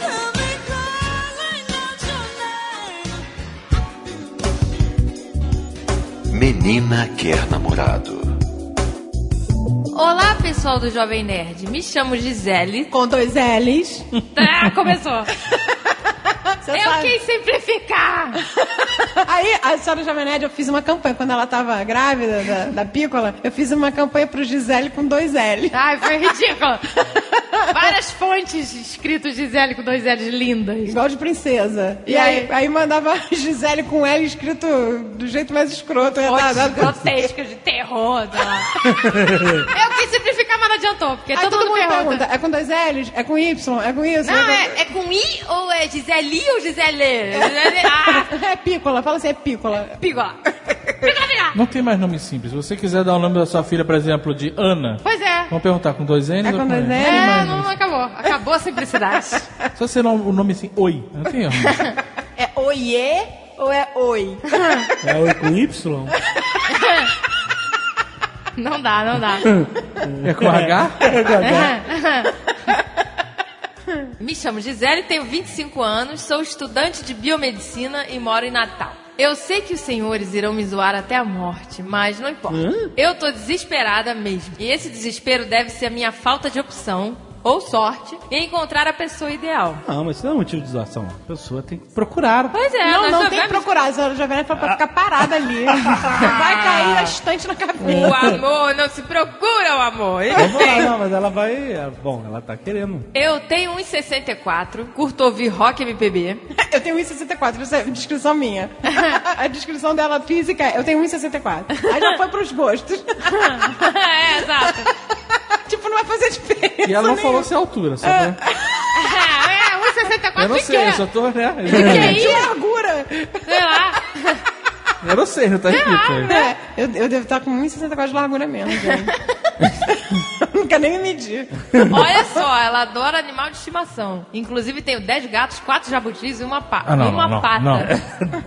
[SPEAKER 21] let me calling out your name.
[SPEAKER 1] Menina quer namorado.
[SPEAKER 3] Olá, pessoal do Jovem Nerd. Me chamo Gisele.
[SPEAKER 4] Com dois L's.
[SPEAKER 3] Ah, começou. eu
[SPEAKER 4] sabe.
[SPEAKER 3] quis simplificar.
[SPEAKER 4] Aí, a senhora Jovem Nerd, eu fiz uma campanha. Quando ela tava grávida da, da pícola, eu fiz uma campanha pro Gisele com dois L.
[SPEAKER 3] Ai, foi ridículo. Várias fontes escritas Gisele com dois L's lindas.
[SPEAKER 4] Igual de princesa. E,
[SPEAKER 3] E
[SPEAKER 4] aí? aí,
[SPEAKER 3] aí?
[SPEAKER 4] mandava Gisele com L escrito do jeito mais
[SPEAKER 3] tá,
[SPEAKER 4] escroto. retardado.
[SPEAKER 3] Grotescas de terror. sei lá. eu quis simplificar, mas não adiantou, porque
[SPEAKER 4] Aí
[SPEAKER 3] todo, mundo pergunta.
[SPEAKER 4] é com dois L's? É com Y? É com isso?
[SPEAKER 3] Não,
[SPEAKER 4] é,
[SPEAKER 3] é, é com I ou é Gisele ou Gisele? Gisele ah,
[SPEAKER 4] com... é pícola. Fala assim, é pícola.
[SPEAKER 3] pigó.
[SPEAKER 5] Não tem mais nome simples. Se você quiser dar o nome da sua filha, por exemplo, de Ana,
[SPEAKER 3] Pois é.
[SPEAKER 5] vamos perguntar com dois N's
[SPEAKER 4] É
[SPEAKER 5] ou
[SPEAKER 4] com
[SPEAKER 5] com
[SPEAKER 4] dois
[SPEAKER 5] N?
[SPEAKER 4] L's?
[SPEAKER 3] É, não, não acabou. Acabou a simplicidade.
[SPEAKER 5] Só ser o nome assim, Oi. Não tem erro.
[SPEAKER 22] É oiê ou é oi?
[SPEAKER 23] É oi com Y?
[SPEAKER 3] Não dá, não dá.
[SPEAKER 5] É com H?
[SPEAKER 3] Me chamo Gisele, tenho 25 anos, sou estudante de biomedicina e moro em Natal. Eu sei que os senhores irão me zoar até a morte, mas não importa. Eu tô desesperada mesmo. E esse desespero deve ser a minha falta de opção ou sorte em encontrar a pessoa ideal.
[SPEAKER 23] Não, mas isso não é um motivo de zoação. A pessoa tem que procurar.
[SPEAKER 3] Pois é,
[SPEAKER 4] não,
[SPEAKER 3] nós
[SPEAKER 4] não tem que
[SPEAKER 3] sabemos-
[SPEAKER 4] procurar. A senhora Jovem Nerd fala pra ficar parada ali. Vai cair a estante na
[SPEAKER 3] O
[SPEAKER 4] cabeça.
[SPEAKER 3] amor não se procura, o amor.
[SPEAKER 5] É.
[SPEAKER 3] Ele
[SPEAKER 23] Vamos lá,
[SPEAKER 3] tem.
[SPEAKER 23] não, mas ela vai. é, Bom, ela tá querendo.
[SPEAKER 3] Eu tenho 1,64, curto ouvir rock MPB.
[SPEAKER 4] Eu tenho 1,64. Isso é descrição minha. A descrição dela física é: eu tenho 1,64. Aí já foi pros gostos.
[SPEAKER 3] é, exato.
[SPEAKER 4] tipo, não vai fazer diferença.
[SPEAKER 5] E ela não
[SPEAKER 4] nenhuma.
[SPEAKER 5] falou se é altura, só né?
[SPEAKER 3] É, 1,64
[SPEAKER 5] Eu não
[SPEAKER 3] de
[SPEAKER 5] sei,
[SPEAKER 3] quê?
[SPEAKER 5] eu só tô, né?
[SPEAKER 3] Que é
[SPEAKER 4] De
[SPEAKER 3] isso?
[SPEAKER 4] largura.
[SPEAKER 3] Sei lá.
[SPEAKER 5] Eu não sei, não tá escrito.
[SPEAKER 4] É, eu, eu devo estar com 1,64 de largura mesmo, gente. Nunca nem me medir.
[SPEAKER 3] Olha só, ela adora animal de estimação. Inclusive, tenho 10 gatos, 4 jabutis e uma, pa
[SPEAKER 5] Ah, não,
[SPEAKER 3] e uma
[SPEAKER 5] não, não,
[SPEAKER 3] pata.
[SPEAKER 5] não.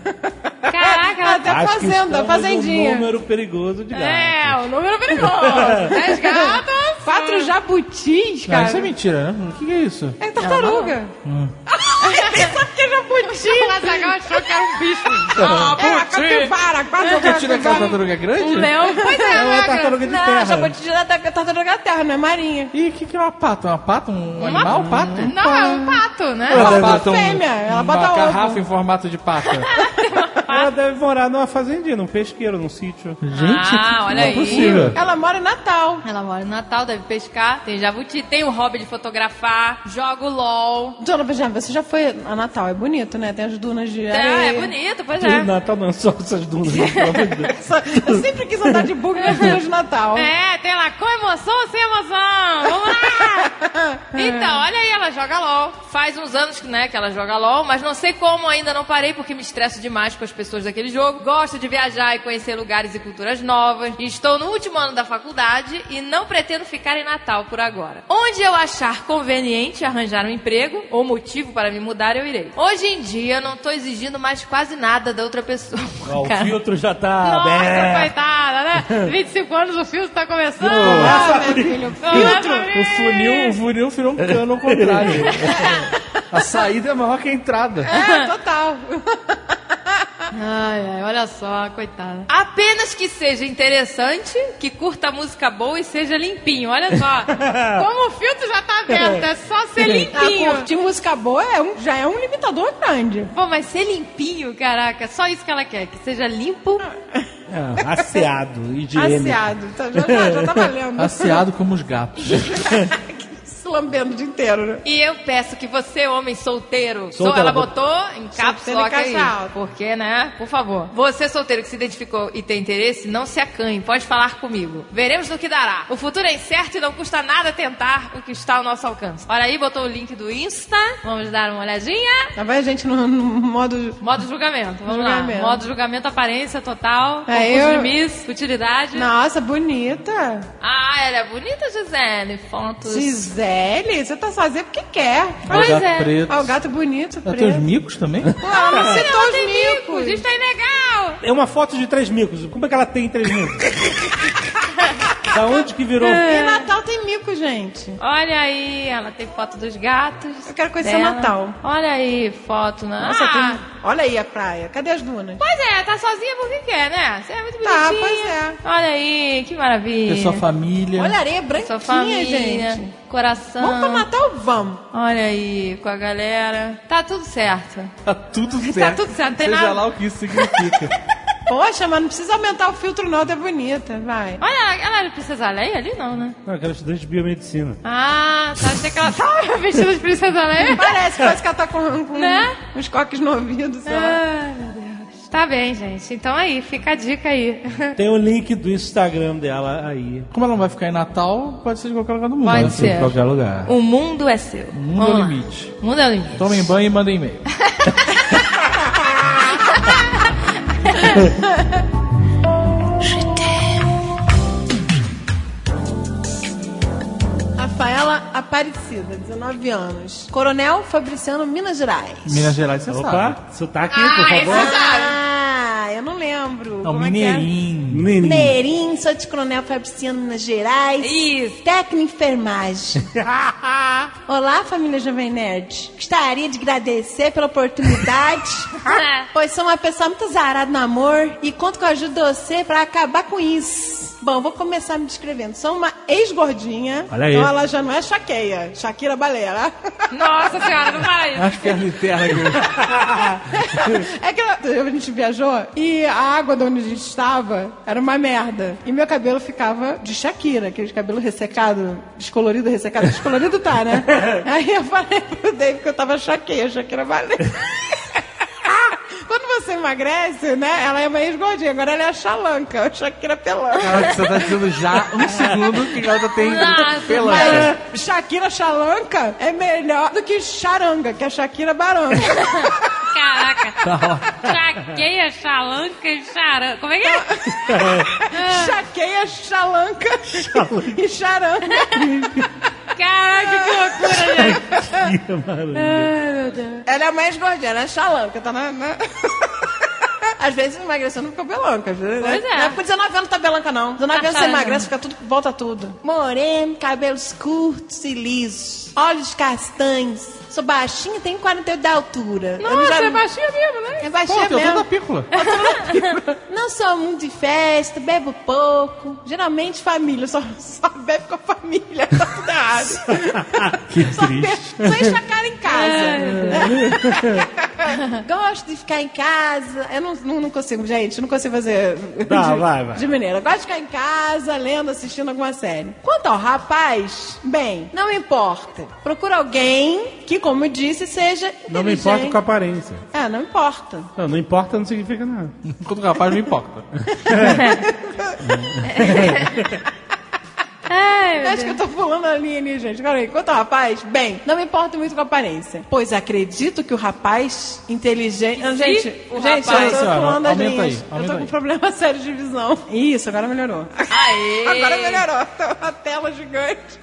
[SPEAKER 3] Caraca, ela tá-
[SPEAKER 4] Até fazenda,
[SPEAKER 23] Um
[SPEAKER 4] tá fazendinha.
[SPEAKER 23] número perigoso de gato.
[SPEAKER 3] É, o número perigoso. 10 gatos.
[SPEAKER 4] Quatro jabutis,
[SPEAKER 5] Ah,
[SPEAKER 4] cara.
[SPEAKER 5] isso é mentira, né? O que que é isso?
[SPEAKER 4] É tartaruga. Só porque jabuti.
[SPEAKER 15] O Azaghal achou que era um bicho.
[SPEAKER 4] É uma capivara, quase uma
[SPEAKER 5] Jabuti não Ah, é aquela
[SPEAKER 4] capivara.
[SPEAKER 5] tartaruga grande?
[SPEAKER 4] Um leão. Pois é,
[SPEAKER 5] É uma
[SPEAKER 4] uma
[SPEAKER 5] tartaruga de
[SPEAKER 4] não,
[SPEAKER 5] terra.
[SPEAKER 4] jabuti de lá da tartaruga terra, não é marinha.
[SPEAKER 5] E o que, que é uma pata? Uma pata? Um
[SPEAKER 4] Uma-
[SPEAKER 5] animal? Pato?
[SPEAKER 4] Não, é um
[SPEAKER 24] pato, né?
[SPEAKER 5] Ela
[SPEAKER 4] Ela
[SPEAKER 5] bota um-
[SPEAKER 4] fêmea, ela
[SPEAKER 5] uma
[SPEAKER 4] bota
[SPEAKER 5] garrafa
[SPEAKER 4] ovo.
[SPEAKER 5] em formato de pata.
[SPEAKER 2] Ela deve morar numa fazendinha, num pesqueiro, num sítio.
[SPEAKER 5] Gente, é
[SPEAKER 3] Ah, olha aí.
[SPEAKER 4] Ela mora em Natal.
[SPEAKER 3] Ela mora em Natal, deve pescar, tem jabuti, tem o hobby de fotografar, joga o LOL.
[SPEAKER 4] Jonathan, já- você já foi a Natal, é bonito, né? Tem as dunas de
[SPEAKER 3] É,
[SPEAKER 4] areia.
[SPEAKER 3] é bonito, pois
[SPEAKER 2] Tudo
[SPEAKER 3] é.
[SPEAKER 2] Natal não, só essas dunas. pelo amor de Deus.
[SPEAKER 4] Eu sempre quis andar de bug nas dunas de Natal.
[SPEAKER 3] É, tem lá com emoção ou sem emoção? Vamos lá! Então, olha aí, ela joga LOL. Faz uns anos né, que ela joga LOL, mas não sei como ainda não parei, porque me estresso demais com as pessoas daquele jogo. Gosto de viajar e conhecer lugares e culturas novas. Estou no último ano da faculdade e não pretendo ficar em Natal por agora. Onde eu achar conveniente arranjar um emprego ou motivo para me mudar, eu irei. Hoje em dia, eu não estou exigindo mais quase nada da outra pessoa.
[SPEAKER 2] Ó, o
[SPEAKER 3] cara.
[SPEAKER 2] filtro já tá
[SPEAKER 3] Nossa,
[SPEAKER 2] aberto.
[SPEAKER 3] coitada, né? 25 anos o filtro tá começando.
[SPEAKER 2] Nossa,
[SPEAKER 4] né,
[SPEAKER 3] Ah, meu filho. Filtro.
[SPEAKER 5] O funil, o funil virou um cano ao contrário. A saída é maior que a entrada.
[SPEAKER 4] É, total.
[SPEAKER 3] Ai, ai, olha só, coitada. Apenas que seja interessante, que curta música boa e seja limpinho, olha só. Como o filtro já tá aberto, é só ser limpinho.
[SPEAKER 4] Ah, curtir música boa é um- já é um limitador grande.
[SPEAKER 3] Pô, mas ser limpinho, caraca, só isso que ela quer, que seja limpo.
[SPEAKER 2] Ah, asseado, higiênico.
[SPEAKER 4] Asseado, tá- já tá- já tá valendo.
[SPEAKER 5] Asseado como os gatos.
[SPEAKER 4] Se lambendo o dia inteiro, né?
[SPEAKER 3] E eu peço que você, homem solteiro,
[SPEAKER 4] Solta,
[SPEAKER 3] sou- ela
[SPEAKER 4] ela bot-
[SPEAKER 3] botou em caps
[SPEAKER 4] Solteiro em
[SPEAKER 3] lock aí,
[SPEAKER 4] caixa alta.
[SPEAKER 3] porque, né, por favor. Você solteiro que se identificou e tem interesse, não se acanhe, pode falar comigo. Veremos no que dará. O futuro é incerto e não custa nada tentar o que está ao nosso alcance. Olha aí, botou o link do Insta, vamos dar uma olhadinha.
[SPEAKER 4] Lá vai a gente no, no modo.
[SPEAKER 3] Modo julgamento, vamos
[SPEAKER 4] Julgamento.
[SPEAKER 3] lá. Modo julgamento, aparência total,
[SPEAKER 4] É,
[SPEAKER 3] concurso
[SPEAKER 4] eu-
[SPEAKER 3] de Miss, futilidade.
[SPEAKER 4] Nossa, bonita.
[SPEAKER 3] Ah, ela é bonita, Gisele. Fotos.
[SPEAKER 4] Gisele, você tá fazendo porque quer.
[SPEAKER 3] Pois
[SPEAKER 5] gato é. preto.
[SPEAKER 4] Ah, o gato bonito,
[SPEAKER 5] Ela tem os
[SPEAKER 4] preto.
[SPEAKER 5] micos também?
[SPEAKER 4] Ela não citou os
[SPEAKER 3] micos. Isso é ilegal.
[SPEAKER 2] É uma foto de três micos. Como é que ela tem três micos? da onde que virou?
[SPEAKER 3] É.
[SPEAKER 4] Em Natal tem mico, gente.
[SPEAKER 3] Olha aí, ela tem foto dos gatos. Eu
[SPEAKER 4] quero conhecer o Natal.
[SPEAKER 3] Olha aí, foto na.
[SPEAKER 4] Nossa,
[SPEAKER 3] ah,
[SPEAKER 4] tem... Olha aí a praia. Cadê as dunas?
[SPEAKER 3] Pois é, tá sozinha porque quer, né? Você é muito bonitinha.
[SPEAKER 4] Tá, pois é.
[SPEAKER 3] Olha aí, que maravilha.
[SPEAKER 5] É sua família.
[SPEAKER 4] Olha a areia branquinha,
[SPEAKER 3] Sua família,
[SPEAKER 4] gente.
[SPEAKER 3] coração.
[SPEAKER 4] Vamos pra Natal? Vamos.
[SPEAKER 3] Olha aí, com a galera. Tá tudo certo.
[SPEAKER 5] Tá tudo certo.
[SPEAKER 3] tudo certo, tem
[SPEAKER 5] Seja
[SPEAKER 3] nada-
[SPEAKER 5] lá o que isso significa.
[SPEAKER 4] Poxa, mas não precisa aumentar o filtro, não. Ela é bonita, vai.
[SPEAKER 3] Olha, ela ela precisa ler ali não, né?
[SPEAKER 2] Não, aquela estudante de biomedicina.
[SPEAKER 3] Ah, tá, achei que ela tava vestida de princesa Leia.
[SPEAKER 4] Parece, parece que ela tá com, com
[SPEAKER 3] Né? É.
[SPEAKER 4] uns coques no ouvido, sei lá.
[SPEAKER 3] Ai, meu Deus. Tá bem, gente. Então aí, fica a dica aí.
[SPEAKER 2] Tem o link do Instagram dela aí.
[SPEAKER 5] Como ela não vai ficar em Natal, pode ser de qualquer lugar do mundo.
[SPEAKER 3] Pode
[SPEAKER 5] Ela
[SPEAKER 3] ser.
[SPEAKER 2] Qualquer lugar.
[SPEAKER 3] O mundo é seu.
[SPEAKER 5] O mundo é o limite.
[SPEAKER 3] O mundo é o limite.
[SPEAKER 5] Tomem banho e mandem e-mail.
[SPEAKER 4] Rafaela Aparecida, 19 anos. Coronel Fabriciano, Minas Gerais.
[SPEAKER 5] Minas Gerais, você
[SPEAKER 2] Opa,
[SPEAKER 5] sabe.
[SPEAKER 2] sotaque,
[SPEAKER 4] Ah,
[SPEAKER 2] por favor.
[SPEAKER 4] Ah, eu não lembro.
[SPEAKER 5] Não,
[SPEAKER 4] Como é que é?
[SPEAKER 5] Mineirinho.
[SPEAKER 4] Mineirinho, sou de Coronel Fabriciano, Minas Gerais.
[SPEAKER 3] Isso.
[SPEAKER 4] Técnico em enfermagem. Olá, família Jovem Nerd. Gostaria de agradecer pela oportunidade,
[SPEAKER 3] É.
[SPEAKER 4] pois sou uma pessoa muito zarada no amor e conto com a ajuda de você pra acabar com isso. Bom, vou começar me descrevendo. Sou uma ex-gordinha.
[SPEAKER 2] Olha aí.
[SPEAKER 4] Então ela já não é chaqueia. Shakira Baleia. né?
[SPEAKER 3] Nossa senhora, não para isso.
[SPEAKER 5] As pernas internas. aqui.
[SPEAKER 4] É que eu- a gente viajou e a água de onde a gente estava era uma merda. E meu cabelo ficava de Shakira, aquele cabelo ressecado, descolorido, ressecado, descolorido tá, né? Aí eu falei pro Dave que eu tava Shakira, Shakira valeu. Quando você emagrece, né? Ela é uma ex-gordinha, agora ela é a chalanca, a Shakira pelanca.
[SPEAKER 5] Caraca, você tá dizendo já um segundo que ela tem
[SPEAKER 3] Nossa,
[SPEAKER 5] pelanca.
[SPEAKER 4] Mas é Shakira chalanca é melhor do que charanga, que é Shakira baranga.
[SPEAKER 3] Caraca.
[SPEAKER 4] Tá
[SPEAKER 3] Traqueia, chalanca e charan. Como é que é?
[SPEAKER 4] Chaqueia, chalanca e charanga.
[SPEAKER 3] Caraca, que loucura,
[SPEAKER 4] É,
[SPEAKER 3] gente.
[SPEAKER 2] Maravilha.
[SPEAKER 4] Ela é mais gordinha, ela é xalanca, tá na. na- Às vezes emagrecendo fica belanca, às vezes,
[SPEAKER 3] Pois
[SPEAKER 4] né?
[SPEAKER 3] é.
[SPEAKER 4] Não é porque 19 anos tá belanca, não. 19 anos você emagrece, fica tudo, volta tudo. Moreno, cabelos curtos e lisos, olhos castanhos, Sou baixinha, tenho 48 de altura. Eu
[SPEAKER 24] Nossa,
[SPEAKER 4] já-
[SPEAKER 24] é baixinha mesmo, né?
[SPEAKER 4] É baixinha
[SPEAKER 5] Pô, eu tô
[SPEAKER 4] mesmo.
[SPEAKER 5] toda pícola.
[SPEAKER 4] Não sou muito de festa, bebo pouco. Geralmente família, só, só bebo com a família. Tá tudo errado.
[SPEAKER 25] Que
[SPEAKER 4] Só enche a cara em
[SPEAKER 25] É.
[SPEAKER 4] casa. Gosto de ficar em casa. Eu não, não, não consigo, gente, eu não consigo fazer
[SPEAKER 25] Tá,
[SPEAKER 4] de,
[SPEAKER 25] vai, vai.
[SPEAKER 4] de maneira. Gosto de ficar em casa, lendo, assistindo alguma série. Quanto ao rapaz, bem, não me importa. Procura alguém que, como eu disse, seja
[SPEAKER 16] Não me importa
[SPEAKER 4] inteligente.
[SPEAKER 16] com a aparência.
[SPEAKER 4] Ah, não importa.
[SPEAKER 16] Não, não importa não significa nada.
[SPEAKER 5] Enquanto rapaz não importa.
[SPEAKER 4] Acho É que eu tô pulando a linha ali, gente. Agora aí, quanto ao rapaz, bem, não me importo muito com a aparência. Pois acredito que o rapaz inteligente. Ah, gente,
[SPEAKER 3] o
[SPEAKER 4] gente,
[SPEAKER 3] rapaz-
[SPEAKER 4] eu tô
[SPEAKER 3] Senhora,
[SPEAKER 4] pulando as
[SPEAKER 3] aumenta
[SPEAKER 4] linhas.
[SPEAKER 3] aí,
[SPEAKER 4] eu
[SPEAKER 3] aumenta
[SPEAKER 4] tô com
[SPEAKER 3] aí.
[SPEAKER 4] problema sério de visão. Isso, agora melhorou.
[SPEAKER 3] Aê!
[SPEAKER 4] Agora melhorou. Tá uma tela gigante.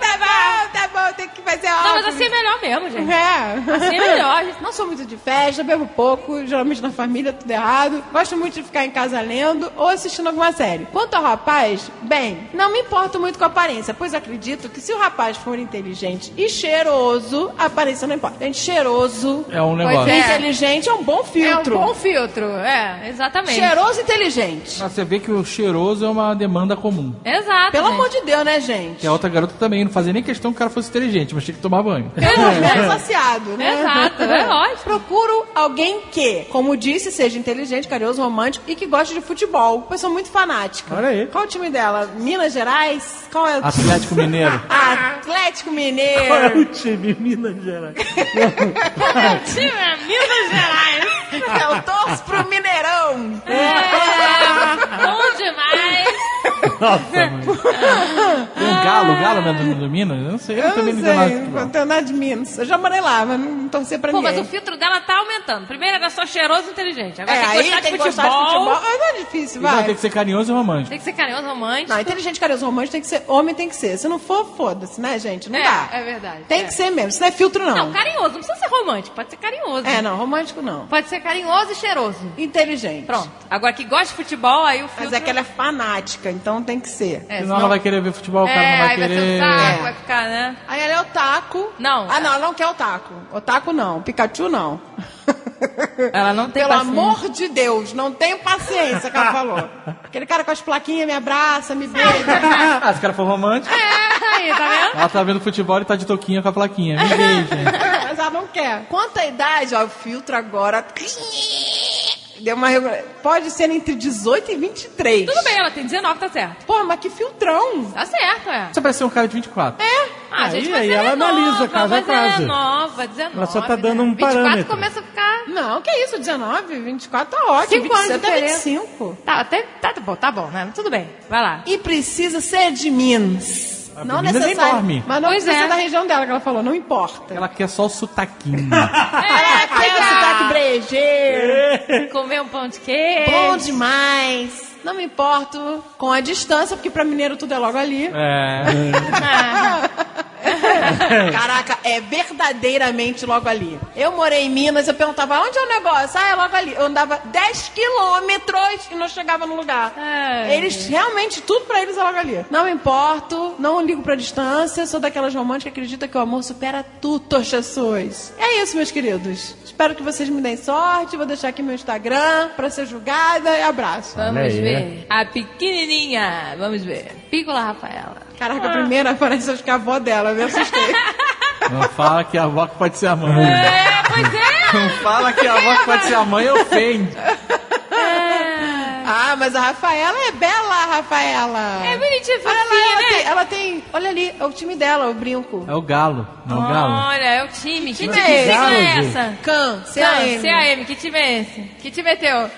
[SPEAKER 4] Tá bom, tá bom, tem que fazer óculos.
[SPEAKER 3] assim, Não, mas assim é melhor mesmo, gente.
[SPEAKER 4] É.
[SPEAKER 3] Assim é melhor. gente.
[SPEAKER 4] Não sou muito de festa, bebo pouco, geralmente na família tudo errado. Gosto muito de ficar em casa lendo ou assistindo alguma série. Quanto ao rapaz, bem, não me importo muito com a aparência, pois acredito que se o rapaz for inteligente e cheiroso, a aparência não importa. Gente, cheiroso.
[SPEAKER 5] É um
[SPEAKER 3] negócio. Pois é.
[SPEAKER 4] Inteligente é um bom filtro.
[SPEAKER 3] É um bom filtro, é, exatamente.
[SPEAKER 4] Cheiroso e inteligente.
[SPEAKER 5] Mas você vê que o cheiroso é uma demanda comum.
[SPEAKER 3] Exato.
[SPEAKER 4] Pelo amor de Deus, né, gente?
[SPEAKER 5] Que a outra garota também não fazia nem questão que o cara fosse inteligente, mas tinha que tomar banho.
[SPEAKER 4] Pelo menos associado, né?
[SPEAKER 3] Exato, é ótimo.
[SPEAKER 4] Procuro alguém que, como disse, seja inteligente, carinhoso, romântico e que goste de futebol. Pessoa muito fanática.
[SPEAKER 16] Olha aí.
[SPEAKER 4] Qual o time dela? Minas Gerais? Qual é o
[SPEAKER 5] Atlético Mineiro.
[SPEAKER 4] Atlético Mineiro.
[SPEAKER 16] Qual é o time? Minas Gerais.
[SPEAKER 3] Meu time é Minas Gerais.
[SPEAKER 4] Eu torço pro Mineirão.
[SPEAKER 3] É, bom demais.
[SPEAKER 5] Nossa, mano. Tem um galo, galo né, do, do Minas? Eu não sei, eu,
[SPEAKER 4] Eu
[SPEAKER 5] também
[SPEAKER 4] não
[SPEAKER 5] entendo nada de
[SPEAKER 4] sei,
[SPEAKER 5] futebol.
[SPEAKER 4] não tenho nada de Minas. Eu já morei lá, mas não torci pra
[SPEAKER 3] Pô,
[SPEAKER 4] ninguém.
[SPEAKER 3] mas o filtro dela tá aumentando. Primeiro era só cheiroso e inteligente. Agora
[SPEAKER 4] É,
[SPEAKER 3] tem que
[SPEAKER 4] aí
[SPEAKER 3] gostar
[SPEAKER 4] tem
[SPEAKER 3] de
[SPEAKER 4] que gostar de
[SPEAKER 3] futebol.
[SPEAKER 4] futebol. Ah, Não é difícil,
[SPEAKER 5] Não,
[SPEAKER 4] vai.
[SPEAKER 5] tem que ser carinhoso e romântico.
[SPEAKER 3] Tem que ser carinhoso, romântico.
[SPEAKER 4] Não, inteligente, carinhoso, romântico tem que ser. Homem tem que ser. Se não for, foda-se, né, gente? Não
[SPEAKER 3] é,
[SPEAKER 4] dá.
[SPEAKER 3] é verdade.
[SPEAKER 4] Tem
[SPEAKER 3] é.
[SPEAKER 4] que ser mesmo. Isso não é filtro, não.
[SPEAKER 3] Não, carinhoso. Não precisa ser romântico. Pode ser carinhoso.
[SPEAKER 4] É, não, romântico não.
[SPEAKER 3] Pode ser carinhoso e cheiroso.
[SPEAKER 4] Inteligente.
[SPEAKER 3] Pronto. Agora que gosta de futebol, aí o filtro...
[SPEAKER 4] Mas é que ela é fanática, então tem que ser.
[SPEAKER 3] É,
[SPEAKER 5] Senão ela vai querer ver futebol, o cara
[SPEAKER 3] É,
[SPEAKER 5] não vai
[SPEAKER 3] aí vai ser
[SPEAKER 5] querer.
[SPEAKER 3] um
[SPEAKER 4] É.
[SPEAKER 3] saco, vai ficar, né?
[SPEAKER 4] Aí ela é otaku.
[SPEAKER 3] Não.
[SPEAKER 4] Ah, não, ela não quer otaku. Otaku não. Pikachu não.
[SPEAKER 3] Ela não tem
[SPEAKER 4] Pelo
[SPEAKER 3] paciência.
[SPEAKER 4] amor de Deus, não tenho paciência que ela falou. Aquele cara com as plaquinhas me abraça, me beija.
[SPEAKER 5] Ah, se o cara for romântico,
[SPEAKER 3] É, aí, tá vendo?
[SPEAKER 5] ela tá vendo futebol e tá de touquinha com a plaquinha. Me beija.
[SPEAKER 4] Mas ela não quer. Quanto à idade, ó, o filtro agora. Deu uma regula- Pode ser entre 18 e 23.
[SPEAKER 3] Tudo bem, ela tem 19, tá certo.
[SPEAKER 4] Porra, mas que filtrão.
[SPEAKER 3] Tá certo, é.
[SPEAKER 5] Você parece ser um cara de 24.
[SPEAKER 3] Ah,
[SPEAKER 16] Aí-
[SPEAKER 3] gente, mas
[SPEAKER 16] aí
[SPEAKER 3] ela,
[SPEAKER 16] ela
[SPEAKER 3] é
[SPEAKER 16] analisa
[SPEAKER 3] nova,
[SPEAKER 16] caso a
[SPEAKER 3] mas Ela
[SPEAKER 16] caso.
[SPEAKER 3] é nova, né? 19.
[SPEAKER 16] Ela só tá dando um
[SPEAKER 3] 24
[SPEAKER 16] parâmetro.
[SPEAKER 3] começa a ficar...
[SPEAKER 4] Não, que isso, 19, 24 tá ótimo.
[SPEAKER 3] Cinco anos de
[SPEAKER 4] 27 até
[SPEAKER 3] diferença.
[SPEAKER 4] 25.
[SPEAKER 3] Tá, até, tá, bom, tá bom, né? Tudo bem, vai lá.
[SPEAKER 4] e precisa ser de Minas.
[SPEAKER 5] A
[SPEAKER 4] não
[SPEAKER 5] Minas é
[SPEAKER 4] necessário.
[SPEAKER 5] enorme.
[SPEAKER 4] Mas não
[SPEAKER 3] Pois
[SPEAKER 4] precisa
[SPEAKER 3] é.
[SPEAKER 4] da região dela que ela falou, não importa.
[SPEAKER 5] Ela tá quer só o sotaquinho.
[SPEAKER 4] É, pega o sotaque brejeiro.
[SPEAKER 3] Comer um pão de queijo.
[SPEAKER 4] Bom demais. Não me importo com a distância, porque pra mineiro tudo é logo ali.
[SPEAKER 5] É.
[SPEAKER 4] Caraca, é verdadeiramente logo ali. Eu morei em Minas, eu perguntava, onde é o negócio? Ah, é logo ali. Eu andava 10 quilômetros e não chegava no lugar.
[SPEAKER 3] Ai.
[SPEAKER 4] Eles realmente, tudo pra eles é logo ali. Não me importo, não ligo pra distância, sou daquelas românticas que acredita que o amor supera tudo, oh, Jesus. É isso, meus queridos. Espero que vocês me deem sorte. Vou deixar aqui meu Instagram pra ser julgada e abraço.
[SPEAKER 3] Vamos
[SPEAKER 16] Olha aí. né?
[SPEAKER 3] ver. A pequenininha. Vamos ver. Pícola Rafaela.
[SPEAKER 4] Caraca, a primeira parece acho que a avó dela, eu me assustei.
[SPEAKER 5] Não fala que a avó que pode ser a mãe.
[SPEAKER 3] É, pois é.
[SPEAKER 5] Não fala que a avó que pode ser a mãe ofende.
[SPEAKER 4] ah, mas a Rafaela é bela, a Rafaela.
[SPEAKER 3] É bonitinha,
[SPEAKER 4] Olha lá,
[SPEAKER 3] fofinha,
[SPEAKER 4] Ah, ela,
[SPEAKER 3] né?
[SPEAKER 4] tem, ela tem. Olha ali, é o time dela, o brinco.
[SPEAKER 5] É o galo. Não é o
[SPEAKER 4] Ah.
[SPEAKER 5] galo?
[SPEAKER 3] Olha, é o time. Que,
[SPEAKER 4] time
[SPEAKER 3] time
[SPEAKER 4] é
[SPEAKER 3] que
[SPEAKER 4] esse?
[SPEAKER 3] sigla é
[SPEAKER 16] Galo,
[SPEAKER 3] essa?
[SPEAKER 4] Can,
[SPEAKER 3] Não,
[SPEAKER 4] CAM.
[SPEAKER 3] CAM, que time é esse? Que time é teu?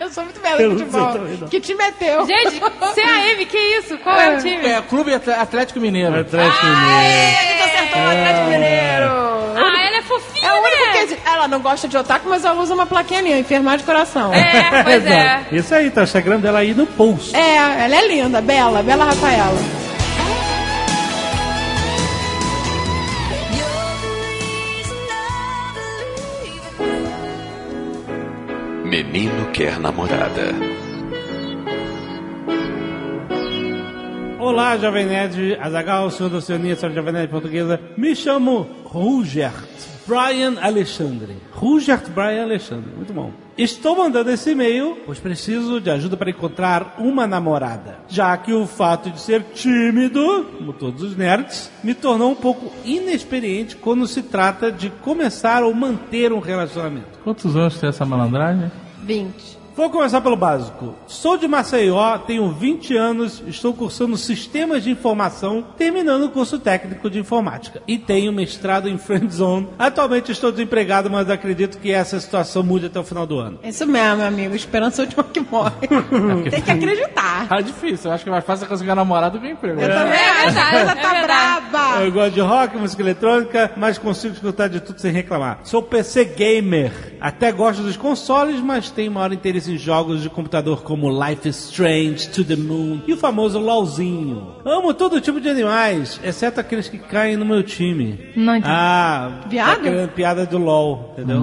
[SPEAKER 4] Eu sou muito bela de futebol. Que time é teu?
[SPEAKER 3] Gente, CAM, que isso? Qual é o time?
[SPEAKER 5] É, Clube Atl- Atlético Mineiro.
[SPEAKER 4] É.
[SPEAKER 16] Atlético né?
[SPEAKER 4] Aê, a gente acertou o Atlético Mineiro.
[SPEAKER 3] Ah, ela é fofinha,
[SPEAKER 4] É o único
[SPEAKER 3] né?
[SPEAKER 4] que. Ela não gosta de otaku, mas ela usa uma plaquinha ali, ó, enfermar de coração.
[SPEAKER 3] É, pois é.
[SPEAKER 16] Exato. Isso aí, tá o Instagram dela aí no pulso.
[SPEAKER 4] É, ela é linda, bela, bela Rafaela.
[SPEAKER 1] Menino quer namorada.
[SPEAKER 2] Olá, Jovem Nerd, Azagal, senhor da Oceania, senhora Jovem Nerd portuguesa. Me chamo Rugert Brian Alexandre. Rugert Brian Alexandre, muito bom. Estou mandando esse e-mail, pois preciso de ajuda para encontrar uma namorada. Já que o fato de ser tímido, como todos os nerds, me tornou um pouco inexperiente quando se trata de começar ou manter um relacionamento.
[SPEAKER 5] Quantos anos tem essa malandragem?
[SPEAKER 3] 20.
[SPEAKER 2] Vou começar pelo básico. Sou de Maceió, tenho 20 anos, estou cursando Sistemas de Informação, terminando o curso técnico de informática. E tenho mestrado em Friend Zone. Atualmente estou desempregado, mas acredito que essa situação mude até o final do ano.
[SPEAKER 4] É Isso mesmo, meu amigo. Esperança é a última que morre. Tem que acreditar.
[SPEAKER 5] Tá difícil, eu acho que é mais fácil é conseguir namorado do que emprego.
[SPEAKER 4] Eu também acho. Ela tá braba.
[SPEAKER 2] Eu gosto de rock, música eletrônica, mas consigo escutar de tudo sem reclamar. Sou PC gamer. Até gosto dos consoles, mas tenho maior interesse em jogos de computador como Life is Strange, To the Moon e o famoso LOLzinho. Amo todo tipo de animais, exceto aqueles que caem no meu time.
[SPEAKER 3] Não entendi.
[SPEAKER 2] Ah,
[SPEAKER 4] Piada?
[SPEAKER 2] tá querendo piada do LOL, entendeu?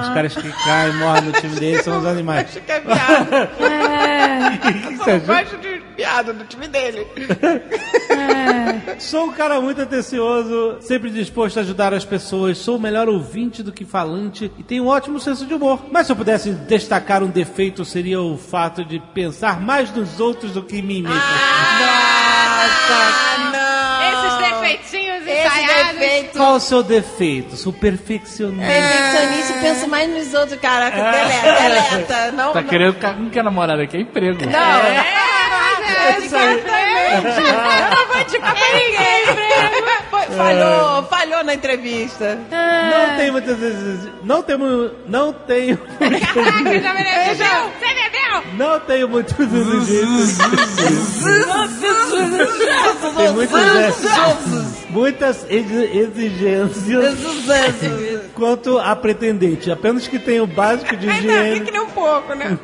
[SPEAKER 2] Os caras que caem e morrem no time deles são os animais.
[SPEAKER 4] Acho que é piada. Eu
[SPEAKER 2] Você
[SPEAKER 4] só
[SPEAKER 2] acha?
[SPEAKER 4] gosto de piada do time dele.
[SPEAKER 2] Sou um cara muito atencioso, sempre disposto a ajudar as pessoas, sou melhor ouvinte do que falante e tenho um ótimo senso de humor. Mas se eu pudesse destacar um defeito, seria o fato de pensar mais nos outros do que em mim mesmo.
[SPEAKER 4] Ah! Nossa, não.
[SPEAKER 3] Esses defeitinhos
[SPEAKER 4] Esse
[SPEAKER 3] ensaiados.
[SPEAKER 4] defeito.
[SPEAKER 2] Qual o seu defeito? Sou perfeccionista.
[SPEAKER 4] É. Perfeccionista e penso mais nos outros, caraca.
[SPEAKER 3] É.
[SPEAKER 4] Deleta, deleta. Não,
[SPEAKER 5] Tá
[SPEAKER 4] não.
[SPEAKER 5] querendo ca- não quer namorada aqui, é emprego.
[SPEAKER 4] Não, é, é, exatamente. Não vou indicar pra
[SPEAKER 3] É.
[SPEAKER 4] ninguém. né? Foi- Falhou, falhou na entrevista.
[SPEAKER 2] Não tenho muitas vezes. Não tenho. Não tenho.
[SPEAKER 3] Caraca, já bebeu? Você bebeu?
[SPEAKER 2] Não tenho muitos exigentes. Tem muitos exércitos. Muitas exi- exigências quanto a pretendente. Apenas que tenha o básico de
[SPEAKER 4] Ainda
[SPEAKER 2] higiene.
[SPEAKER 4] fica nem um pouco, né?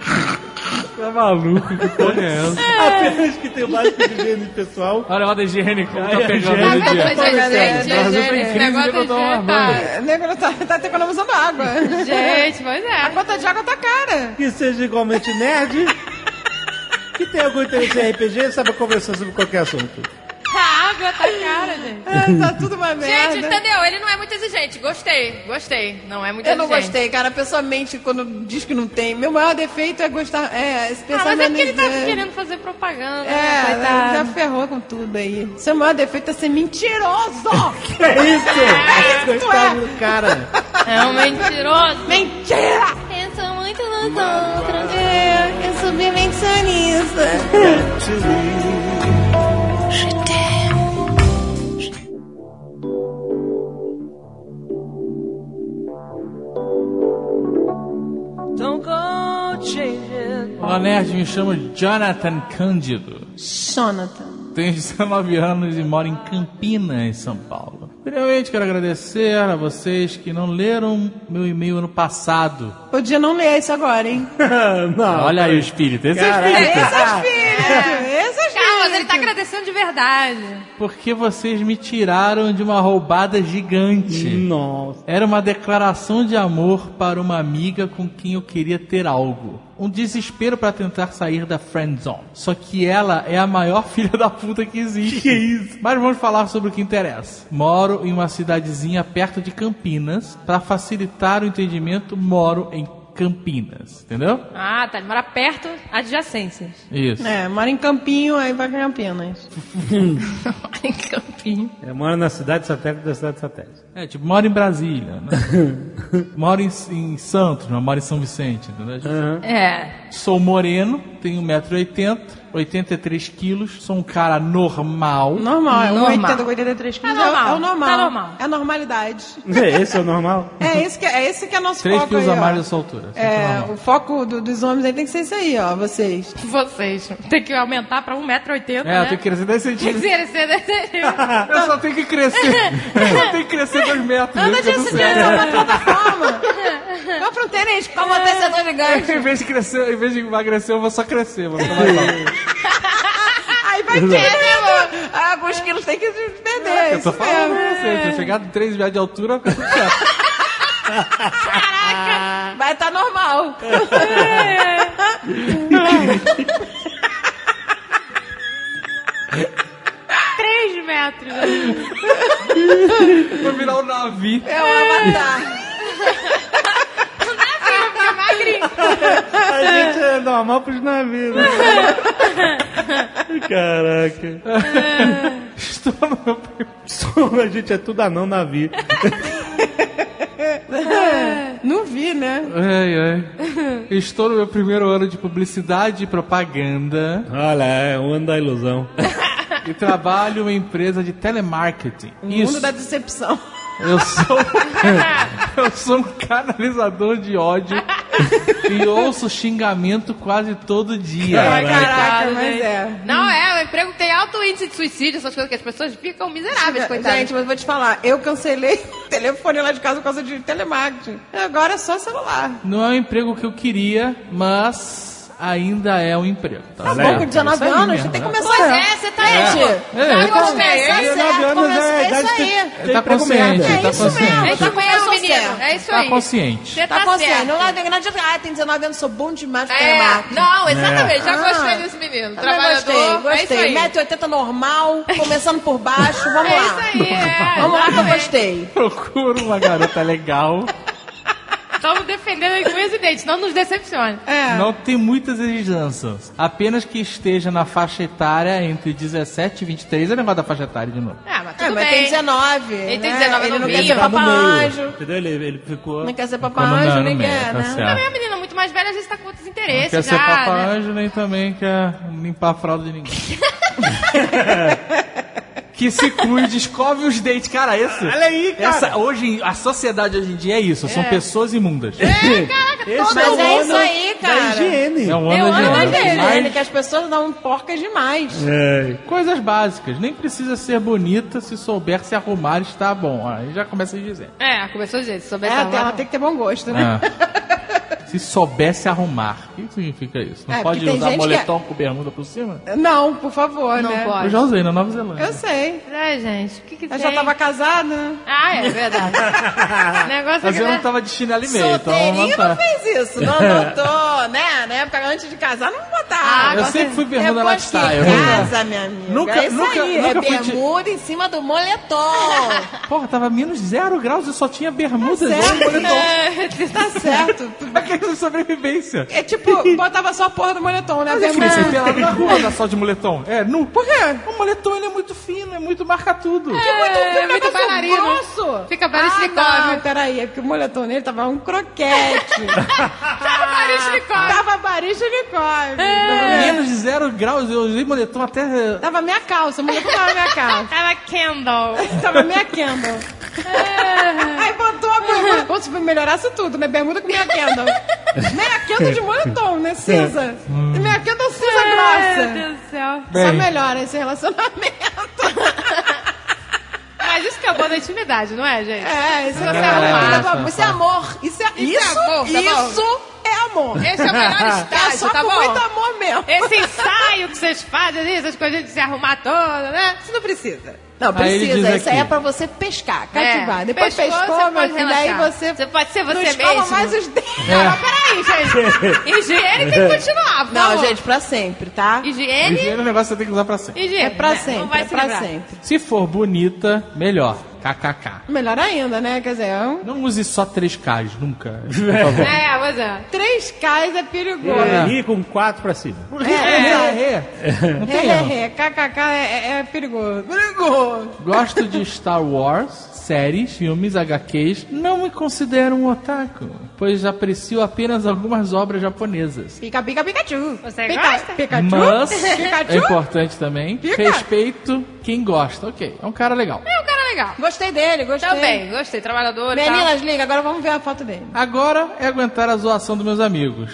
[SPEAKER 5] Tá maluco, que porra é essa?
[SPEAKER 2] Apenas que tenha o básico de higiene pessoal.
[SPEAKER 5] Olha a roda higiênica, como tá
[SPEAKER 2] Ai,
[SPEAKER 5] pegando
[SPEAKER 2] higiênica.
[SPEAKER 5] hoje em dia.
[SPEAKER 3] Mas, gente,
[SPEAKER 5] Brasil tá em
[SPEAKER 3] gente, esse
[SPEAKER 5] crise,
[SPEAKER 3] negócio
[SPEAKER 5] eu
[SPEAKER 3] de
[SPEAKER 5] tô
[SPEAKER 3] gente
[SPEAKER 5] armando.
[SPEAKER 3] tá...
[SPEAKER 4] O nego tá, tá economizando água.
[SPEAKER 3] Gente, pois
[SPEAKER 4] A
[SPEAKER 3] é.
[SPEAKER 4] conta de água tá cara.
[SPEAKER 2] Que seja igualmente nerd. Que tenha algum interesse em RPG e saiba conversar sobre qualquer assunto.
[SPEAKER 3] A água tá cara, gente.
[SPEAKER 4] É, tá tudo uma merda.
[SPEAKER 3] Gente, entendeu? Ele não é muito exigente. Gostei, gostei. Não é muito
[SPEAKER 4] Eu não
[SPEAKER 3] exigente.
[SPEAKER 4] gostei, cara. Pessoalmente, quando diz que não tem, meu maior defeito é gostar. É, esse
[SPEAKER 3] Ah,
[SPEAKER 4] pensamento.
[SPEAKER 3] mas é porque ele tá
[SPEAKER 4] é,
[SPEAKER 3] querendo fazer propaganda, né,
[SPEAKER 4] É,
[SPEAKER 3] coitado.
[SPEAKER 4] já ferrou com tudo aí. Seu maior defeito é ser mentiroso!
[SPEAKER 2] Que é isso?
[SPEAKER 4] É isso,
[SPEAKER 2] Coitado do cara.
[SPEAKER 3] É um mentiroso.
[SPEAKER 4] Mentira!
[SPEAKER 3] Pensa muito no outro.
[SPEAKER 4] É, eu sou bem mencionista.
[SPEAKER 15] Don't go change it.
[SPEAKER 5] Olá, nerd, me chamo Jonathan Cândido.
[SPEAKER 4] Jonathan.
[SPEAKER 5] Tenho 19 anos e moro em Campinas, São Paulo. Primeiramente, quero agradecer a vocês que não leram meu e-mail ano passado.
[SPEAKER 4] Podia não ler isso agora, hein?
[SPEAKER 2] Ah,
[SPEAKER 5] Olha aí o espírito. Esse é o
[SPEAKER 4] Esse
[SPEAKER 5] espírito.
[SPEAKER 4] é filho! Esse é
[SPEAKER 3] Cara, mas
[SPEAKER 4] filho.
[SPEAKER 3] ele tá agradecendo de verdade.
[SPEAKER 5] Porque vocês me tiraram de uma roubada gigante.
[SPEAKER 2] Nossa.
[SPEAKER 5] Era uma declaração de amor para uma amiga com quem eu queria ter algo. Um desespero para tentar sair da friend zone. Só que ela é a maior filha da puta que existe. Que isso? Mas vamos falar sobre o que interessa. Moro em uma cidadezinha perto de Campinas. Para facilitar o entendimento, moro em Campinas. Entendeu?
[SPEAKER 3] Ah, tá. Ele mora perto, adjacências.
[SPEAKER 5] Isso.
[SPEAKER 4] É, mora em Campinho, aí vai pra Campinas.
[SPEAKER 3] em Campinho.
[SPEAKER 2] É, mora na cidade satélite da cidade satélite.
[SPEAKER 5] É, tipo, moro em Brasília, né? moro em, em Santos, mas moro em São Vicente, entendeu? Tipo,
[SPEAKER 3] É.
[SPEAKER 5] Sou moreno, tenho 1,80m, 83 quilos, sou um cara normal.
[SPEAKER 4] Normal, é um
[SPEAKER 3] Normal.
[SPEAKER 4] 80, 83 quilos.
[SPEAKER 3] Tá
[SPEAKER 4] é o-
[SPEAKER 3] normal,
[SPEAKER 4] É o normal.
[SPEAKER 3] tá normal.
[SPEAKER 4] É a normalidade.
[SPEAKER 2] É, esse é o normal?
[SPEAKER 4] É esse que é, esse que é nosso
[SPEAKER 5] 3
[SPEAKER 4] foco
[SPEAKER 5] quilos
[SPEAKER 4] aí,
[SPEAKER 5] a
[SPEAKER 4] ó.
[SPEAKER 5] mais da sua altura.
[SPEAKER 4] É, o foco do- dos homens aí tem que ser isso aí, ó, vocês.
[SPEAKER 3] Vocês. Tem que aumentar pra 1,80m,
[SPEAKER 5] É,
[SPEAKER 3] né?
[SPEAKER 5] eu tenho que crescer 10 centímetros.
[SPEAKER 3] que...
[SPEAKER 5] Eu só tenho que crescer. Eu só tenho que crescer 2 metros.
[SPEAKER 4] Anda
[SPEAKER 5] gente, eu não
[SPEAKER 4] disso,
[SPEAKER 5] sei.
[SPEAKER 4] direto, é uma plataforma. Uma fronteira aí, como
[SPEAKER 3] É.
[SPEAKER 4] até ser dois gigantes.
[SPEAKER 5] Em vez de crescer, em vez de emagrecer, eu vou só crescer. Vou ficar mais alto.
[SPEAKER 4] Aí vai querendo. Ah, Alguns quilos tem que perder.
[SPEAKER 5] eu tô
[SPEAKER 4] Isso
[SPEAKER 5] falando pra
[SPEAKER 4] mesmo.
[SPEAKER 5] vocês, se eu chegar a 3 metros de altura, eu fico quieto.
[SPEAKER 4] Vai estar normal. É.
[SPEAKER 26] teatro, já.
[SPEAKER 5] Vou virar o navio.
[SPEAKER 15] É o
[SPEAKER 4] Tá.
[SPEAKER 15] avatar.
[SPEAKER 2] A gente é normal pros navios. né? Caraca. Estômago. A gente é tudo anão navio.
[SPEAKER 4] Não vi, né?
[SPEAKER 5] Ai, ai. Estou no meu primeiro ano de publicidade e propaganda.
[SPEAKER 2] Olha, é o ano da ilusão.
[SPEAKER 5] E trabalho em empresa de telemarketing.
[SPEAKER 4] O mundo da decepção.
[SPEAKER 5] Eu sou, eu sou um canalizador de ódio e ouço xingamento quase todo dia.
[SPEAKER 4] Caraca,
[SPEAKER 3] Coitado,
[SPEAKER 4] mas
[SPEAKER 3] gente.
[SPEAKER 4] é.
[SPEAKER 3] Não, é, o emprego tem alto índice de suicídio, essas coisas que as pessoas ficam miseráveis, coitadas.
[SPEAKER 4] Gente, mas vou te falar, eu cancelei o telefone lá de casa por causa de telemarketing. Agora é só celular.
[SPEAKER 5] Não é o emprego que eu queria, mas ainda é um emprego.
[SPEAKER 4] Tá
[SPEAKER 5] certo?
[SPEAKER 4] bom, com 19
[SPEAKER 5] É isso aí
[SPEAKER 4] anos, você
[SPEAKER 5] mesmo,
[SPEAKER 4] tem que
[SPEAKER 5] né?
[SPEAKER 4] começar.
[SPEAKER 3] Pois é, você tá
[SPEAKER 4] É.
[SPEAKER 3] aí, pô.
[SPEAKER 5] É,
[SPEAKER 3] Tá
[SPEAKER 5] ele tá-
[SPEAKER 3] começando,
[SPEAKER 4] ele
[SPEAKER 3] certo,
[SPEAKER 4] nove anos
[SPEAKER 3] começa-
[SPEAKER 4] é
[SPEAKER 3] é
[SPEAKER 4] a idade
[SPEAKER 3] isso
[SPEAKER 4] que-
[SPEAKER 3] aí.
[SPEAKER 5] Ele tá consciente, ele tá consciente.
[SPEAKER 3] Ele tá
[SPEAKER 4] Começou
[SPEAKER 3] conhecendo o menino.
[SPEAKER 4] certo.
[SPEAKER 3] É isso
[SPEAKER 5] Tá
[SPEAKER 3] aí.
[SPEAKER 5] consciente.
[SPEAKER 3] Você
[SPEAKER 4] Tá,
[SPEAKER 3] tá,
[SPEAKER 4] consciente.
[SPEAKER 3] certo.
[SPEAKER 4] Não adianta, não adianta. Ah, tem 19 anos, sou bom demais pra
[SPEAKER 3] É,
[SPEAKER 4] telemarketing.
[SPEAKER 3] não, exatamente. Já
[SPEAKER 4] Ah.
[SPEAKER 3] gostei desse menino.
[SPEAKER 4] Também Gostei,
[SPEAKER 3] Trabalhador. É
[SPEAKER 4] gostei.
[SPEAKER 3] isso aí.
[SPEAKER 4] Mete 80 normal, começando por baixo, vamos
[SPEAKER 3] É
[SPEAKER 4] lá.
[SPEAKER 3] isso aí, é.
[SPEAKER 4] Vamos lá que eu
[SPEAKER 3] exatamente.
[SPEAKER 4] gostei.
[SPEAKER 5] Procuro uma garota legal.
[SPEAKER 3] Estamos defendendo ele com esse dente, não nos decepcione.
[SPEAKER 4] É, Ah.
[SPEAKER 5] Não tem muitas exigências. Apenas que esteja na faixa etária entre 17 e 23. É negócio da faixa etária de novo.
[SPEAKER 3] Ah, mas
[SPEAKER 4] É,
[SPEAKER 3] tudo
[SPEAKER 4] mas
[SPEAKER 3] bem.
[SPEAKER 4] tem 19.
[SPEAKER 3] Ele tem
[SPEAKER 4] né?
[SPEAKER 3] 19
[SPEAKER 4] Ele não
[SPEAKER 5] tá
[SPEAKER 4] quer
[SPEAKER 3] novinho. Tá
[SPEAKER 4] ser papalágio.
[SPEAKER 2] tá Entendeu? Ele, ele ficou.
[SPEAKER 4] Não quer ser
[SPEAKER 5] Quando não é
[SPEAKER 4] papalágio,
[SPEAKER 5] no
[SPEAKER 4] nem
[SPEAKER 5] meio,
[SPEAKER 4] quer,
[SPEAKER 5] tá
[SPEAKER 4] né?
[SPEAKER 5] certo.
[SPEAKER 3] Também É, a menina muito mais velha, às vezes tá com outros
[SPEAKER 5] Não quer
[SPEAKER 3] interesses
[SPEAKER 5] ser
[SPEAKER 3] já, né?
[SPEAKER 5] papalágio, nem também quer limpar a fralda de ninguém. que se cuide, escove os dentes. Cara, esse...
[SPEAKER 2] Olha aí, cara.
[SPEAKER 5] Essa, hoje, em- a sociedade hoje em dia é isso. São pessoas imundas. É,
[SPEAKER 2] Esse
[SPEAKER 4] Mas
[SPEAKER 2] o
[SPEAKER 4] é
[SPEAKER 2] ano
[SPEAKER 4] isso aí, cara.
[SPEAKER 2] Da higiene.
[SPEAKER 5] um
[SPEAKER 3] Eu
[SPEAKER 5] ano de
[SPEAKER 3] amo
[SPEAKER 5] ano.
[SPEAKER 3] as vezes.
[SPEAKER 5] Mas
[SPEAKER 4] Ele que as pessoas dão porcas demais.
[SPEAKER 2] É.
[SPEAKER 5] Coisas básicas. Nem precisa ser bonita. Se souber se arrumar, está bom. Aí já começa a dizer.
[SPEAKER 3] É, começou o jeito, souber
[SPEAKER 4] É,
[SPEAKER 3] salvar.
[SPEAKER 4] até ela tem que ter bom gosto, né?
[SPEAKER 5] Ah. Se soubesse arrumar. O que significa isso? Não
[SPEAKER 4] É, porque
[SPEAKER 5] pode
[SPEAKER 4] tem
[SPEAKER 5] usar
[SPEAKER 4] gente
[SPEAKER 5] moletom com bermuda por cima?
[SPEAKER 4] Não, por favor,
[SPEAKER 3] Não
[SPEAKER 4] né?
[SPEAKER 5] Eu
[SPEAKER 3] pode.
[SPEAKER 5] já usei na Nova Zelândia.
[SPEAKER 4] Eu sei.
[SPEAKER 3] É, gente, o que que
[SPEAKER 4] Eu
[SPEAKER 3] tem?
[SPEAKER 4] já tava casada, né?
[SPEAKER 3] Ah, é verdade. O negócio é
[SPEAKER 5] Mas
[SPEAKER 3] que...
[SPEAKER 5] eu
[SPEAKER 3] né?
[SPEAKER 5] não tava de chinelo e meio, então
[SPEAKER 4] Solteirinho
[SPEAKER 5] não
[SPEAKER 4] não,
[SPEAKER 5] tá.
[SPEAKER 4] fez isso, não notou, né? Na época, antes de casar, não botava.
[SPEAKER 5] Ah, Eu sempre fui bermuda
[SPEAKER 4] Depois que
[SPEAKER 5] lifestyle.
[SPEAKER 4] casa, minha amiga.
[SPEAKER 5] Nunca-
[SPEAKER 4] é isso
[SPEAKER 5] nunca-
[SPEAKER 4] aí.
[SPEAKER 5] nunca
[SPEAKER 4] é
[SPEAKER 5] fui de-
[SPEAKER 4] bermuda em cima do moletom.
[SPEAKER 5] Porra, tava menos zero graus e só tinha né? bermuda
[SPEAKER 4] Tá
[SPEAKER 5] e moletom.
[SPEAKER 4] tá certo.
[SPEAKER 5] Aquele de é sobrevivência.
[SPEAKER 4] É tipo, botava só a porra do moletom, né?
[SPEAKER 5] Mas é eu queria ser pelado na rua andar só de moletom. É, nu.
[SPEAKER 4] Por quê?
[SPEAKER 5] O moletom ele é muito fino, é muito marca tudo.
[SPEAKER 3] É, é muito bailarino.
[SPEAKER 4] Grosso.
[SPEAKER 3] Fica
[SPEAKER 4] Ah, não,
[SPEAKER 3] Baryshnikov.
[SPEAKER 4] peraí, é porque o moletom nele tava um croquete. Ah.
[SPEAKER 3] Baryshnikov.
[SPEAKER 4] tava Baryshnikov.
[SPEAKER 3] É.
[SPEAKER 5] Menos de zero graus, eu usei moletom até.
[SPEAKER 4] Tava minha calça, o moletom tava minha calça.
[SPEAKER 3] Ela Kendall.
[SPEAKER 4] Tava minha Kendall.
[SPEAKER 3] É.
[SPEAKER 4] Aí botou a bermuda. Como se melhorasse tudo, né? Bermuda com minha Kendall. Meia Kendall de moletom, né? Cinza. E minha Kendall cinza
[SPEAKER 3] É, Meu
[SPEAKER 4] grossa.
[SPEAKER 3] Deus do céu.
[SPEAKER 4] Só
[SPEAKER 5] Bem.
[SPEAKER 4] melhora esse relacionamento.
[SPEAKER 3] Mas isso que é bom da intimidade, não é, gente?
[SPEAKER 4] É, isso você
[SPEAKER 5] Caraca,
[SPEAKER 4] arrumava.
[SPEAKER 5] essa-
[SPEAKER 4] Isso é amor. Isso é
[SPEAKER 3] Isso é
[SPEAKER 4] isso.
[SPEAKER 3] amor, tá bom?
[SPEAKER 4] Isso é amor.
[SPEAKER 3] Esse é o melhor
[SPEAKER 4] É
[SPEAKER 3] estágio,
[SPEAKER 4] só
[SPEAKER 3] tá
[SPEAKER 4] com
[SPEAKER 3] bom? É,
[SPEAKER 4] muito amor mesmo.
[SPEAKER 3] Esse ensaio que vocês fazem ali, essas coisas de se arrumar toda, né?
[SPEAKER 4] Isso não precisa. Não,
[SPEAKER 5] Aí ele
[SPEAKER 4] precisa.
[SPEAKER 5] diz
[SPEAKER 4] Isso aí é
[SPEAKER 5] aqui.
[SPEAKER 4] pra você pescar, cativar.
[SPEAKER 3] É,
[SPEAKER 4] Depois
[SPEAKER 3] pescou,
[SPEAKER 4] pescou,
[SPEAKER 3] você
[SPEAKER 4] meu
[SPEAKER 3] pode
[SPEAKER 4] filho, aí
[SPEAKER 3] relaxar.
[SPEAKER 4] você...
[SPEAKER 3] Você pode ser
[SPEAKER 4] não
[SPEAKER 3] você
[SPEAKER 4] escova
[SPEAKER 3] mesmo.
[SPEAKER 4] mais os dentes.
[SPEAKER 3] Não, mas peraí, gente. Higiene tem que continuar, por
[SPEAKER 4] Não,
[SPEAKER 3] favor.
[SPEAKER 4] gente, pra sempre, tá?
[SPEAKER 3] Higiene,
[SPEAKER 5] Higiene é um negócio que você tem que usar pra sempre.
[SPEAKER 3] higiene.
[SPEAKER 4] É pra
[SPEAKER 3] né?
[SPEAKER 4] sempre,
[SPEAKER 3] Não vai
[SPEAKER 4] é
[SPEAKER 3] se
[SPEAKER 4] pra
[SPEAKER 3] livrar.
[SPEAKER 4] sempre.
[SPEAKER 5] Se for bonita, melhor. KKK.
[SPEAKER 4] Melhor ainda, né? Quer dizer, é um...
[SPEAKER 5] Não use só 3Ks, nunca. Por
[SPEAKER 4] Tá
[SPEAKER 5] favor.
[SPEAKER 3] É, pois é.
[SPEAKER 4] 3Ks é perigoso.
[SPEAKER 5] É.
[SPEAKER 2] Ri com quatro pra cima.
[SPEAKER 5] É, é. Não tem erro.
[SPEAKER 4] É, é, é. KKK é, é- é perigoso. Perigoso.
[SPEAKER 5] Gosto de Star Wars, séries, filmes, HQs. Não me considero um otaku, pois aprecio apenas algumas obras japonesas.
[SPEAKER 4] Pica, pica, Pikachu.
[SPEAKER 3] Você
[SPEAKER 4] pica,
[SPEAKER 3] gosta?
[SPEAKER 4] Pikachu?
[SPEAKER 5] Mas é
[SPEAKER 4] Pikachu?
[SPEAKER 5] importante também
[SPEAKER 4] Pica.
[SPEAKER 5] respeito quem gosta. Ok, é um cara legal.
[SPEAKER 3] É um cara legal.
[SPEAKER 4] Gostei dele, gostei.
[SPEAKER 3] Também, Então gostei. Trabalhador e tal.
[SPEAKER 4] Meninas, liga, agora vamos ver a foto dele.
[SPEAKER 5] Agora é aguentar a zoação dos meus amigos.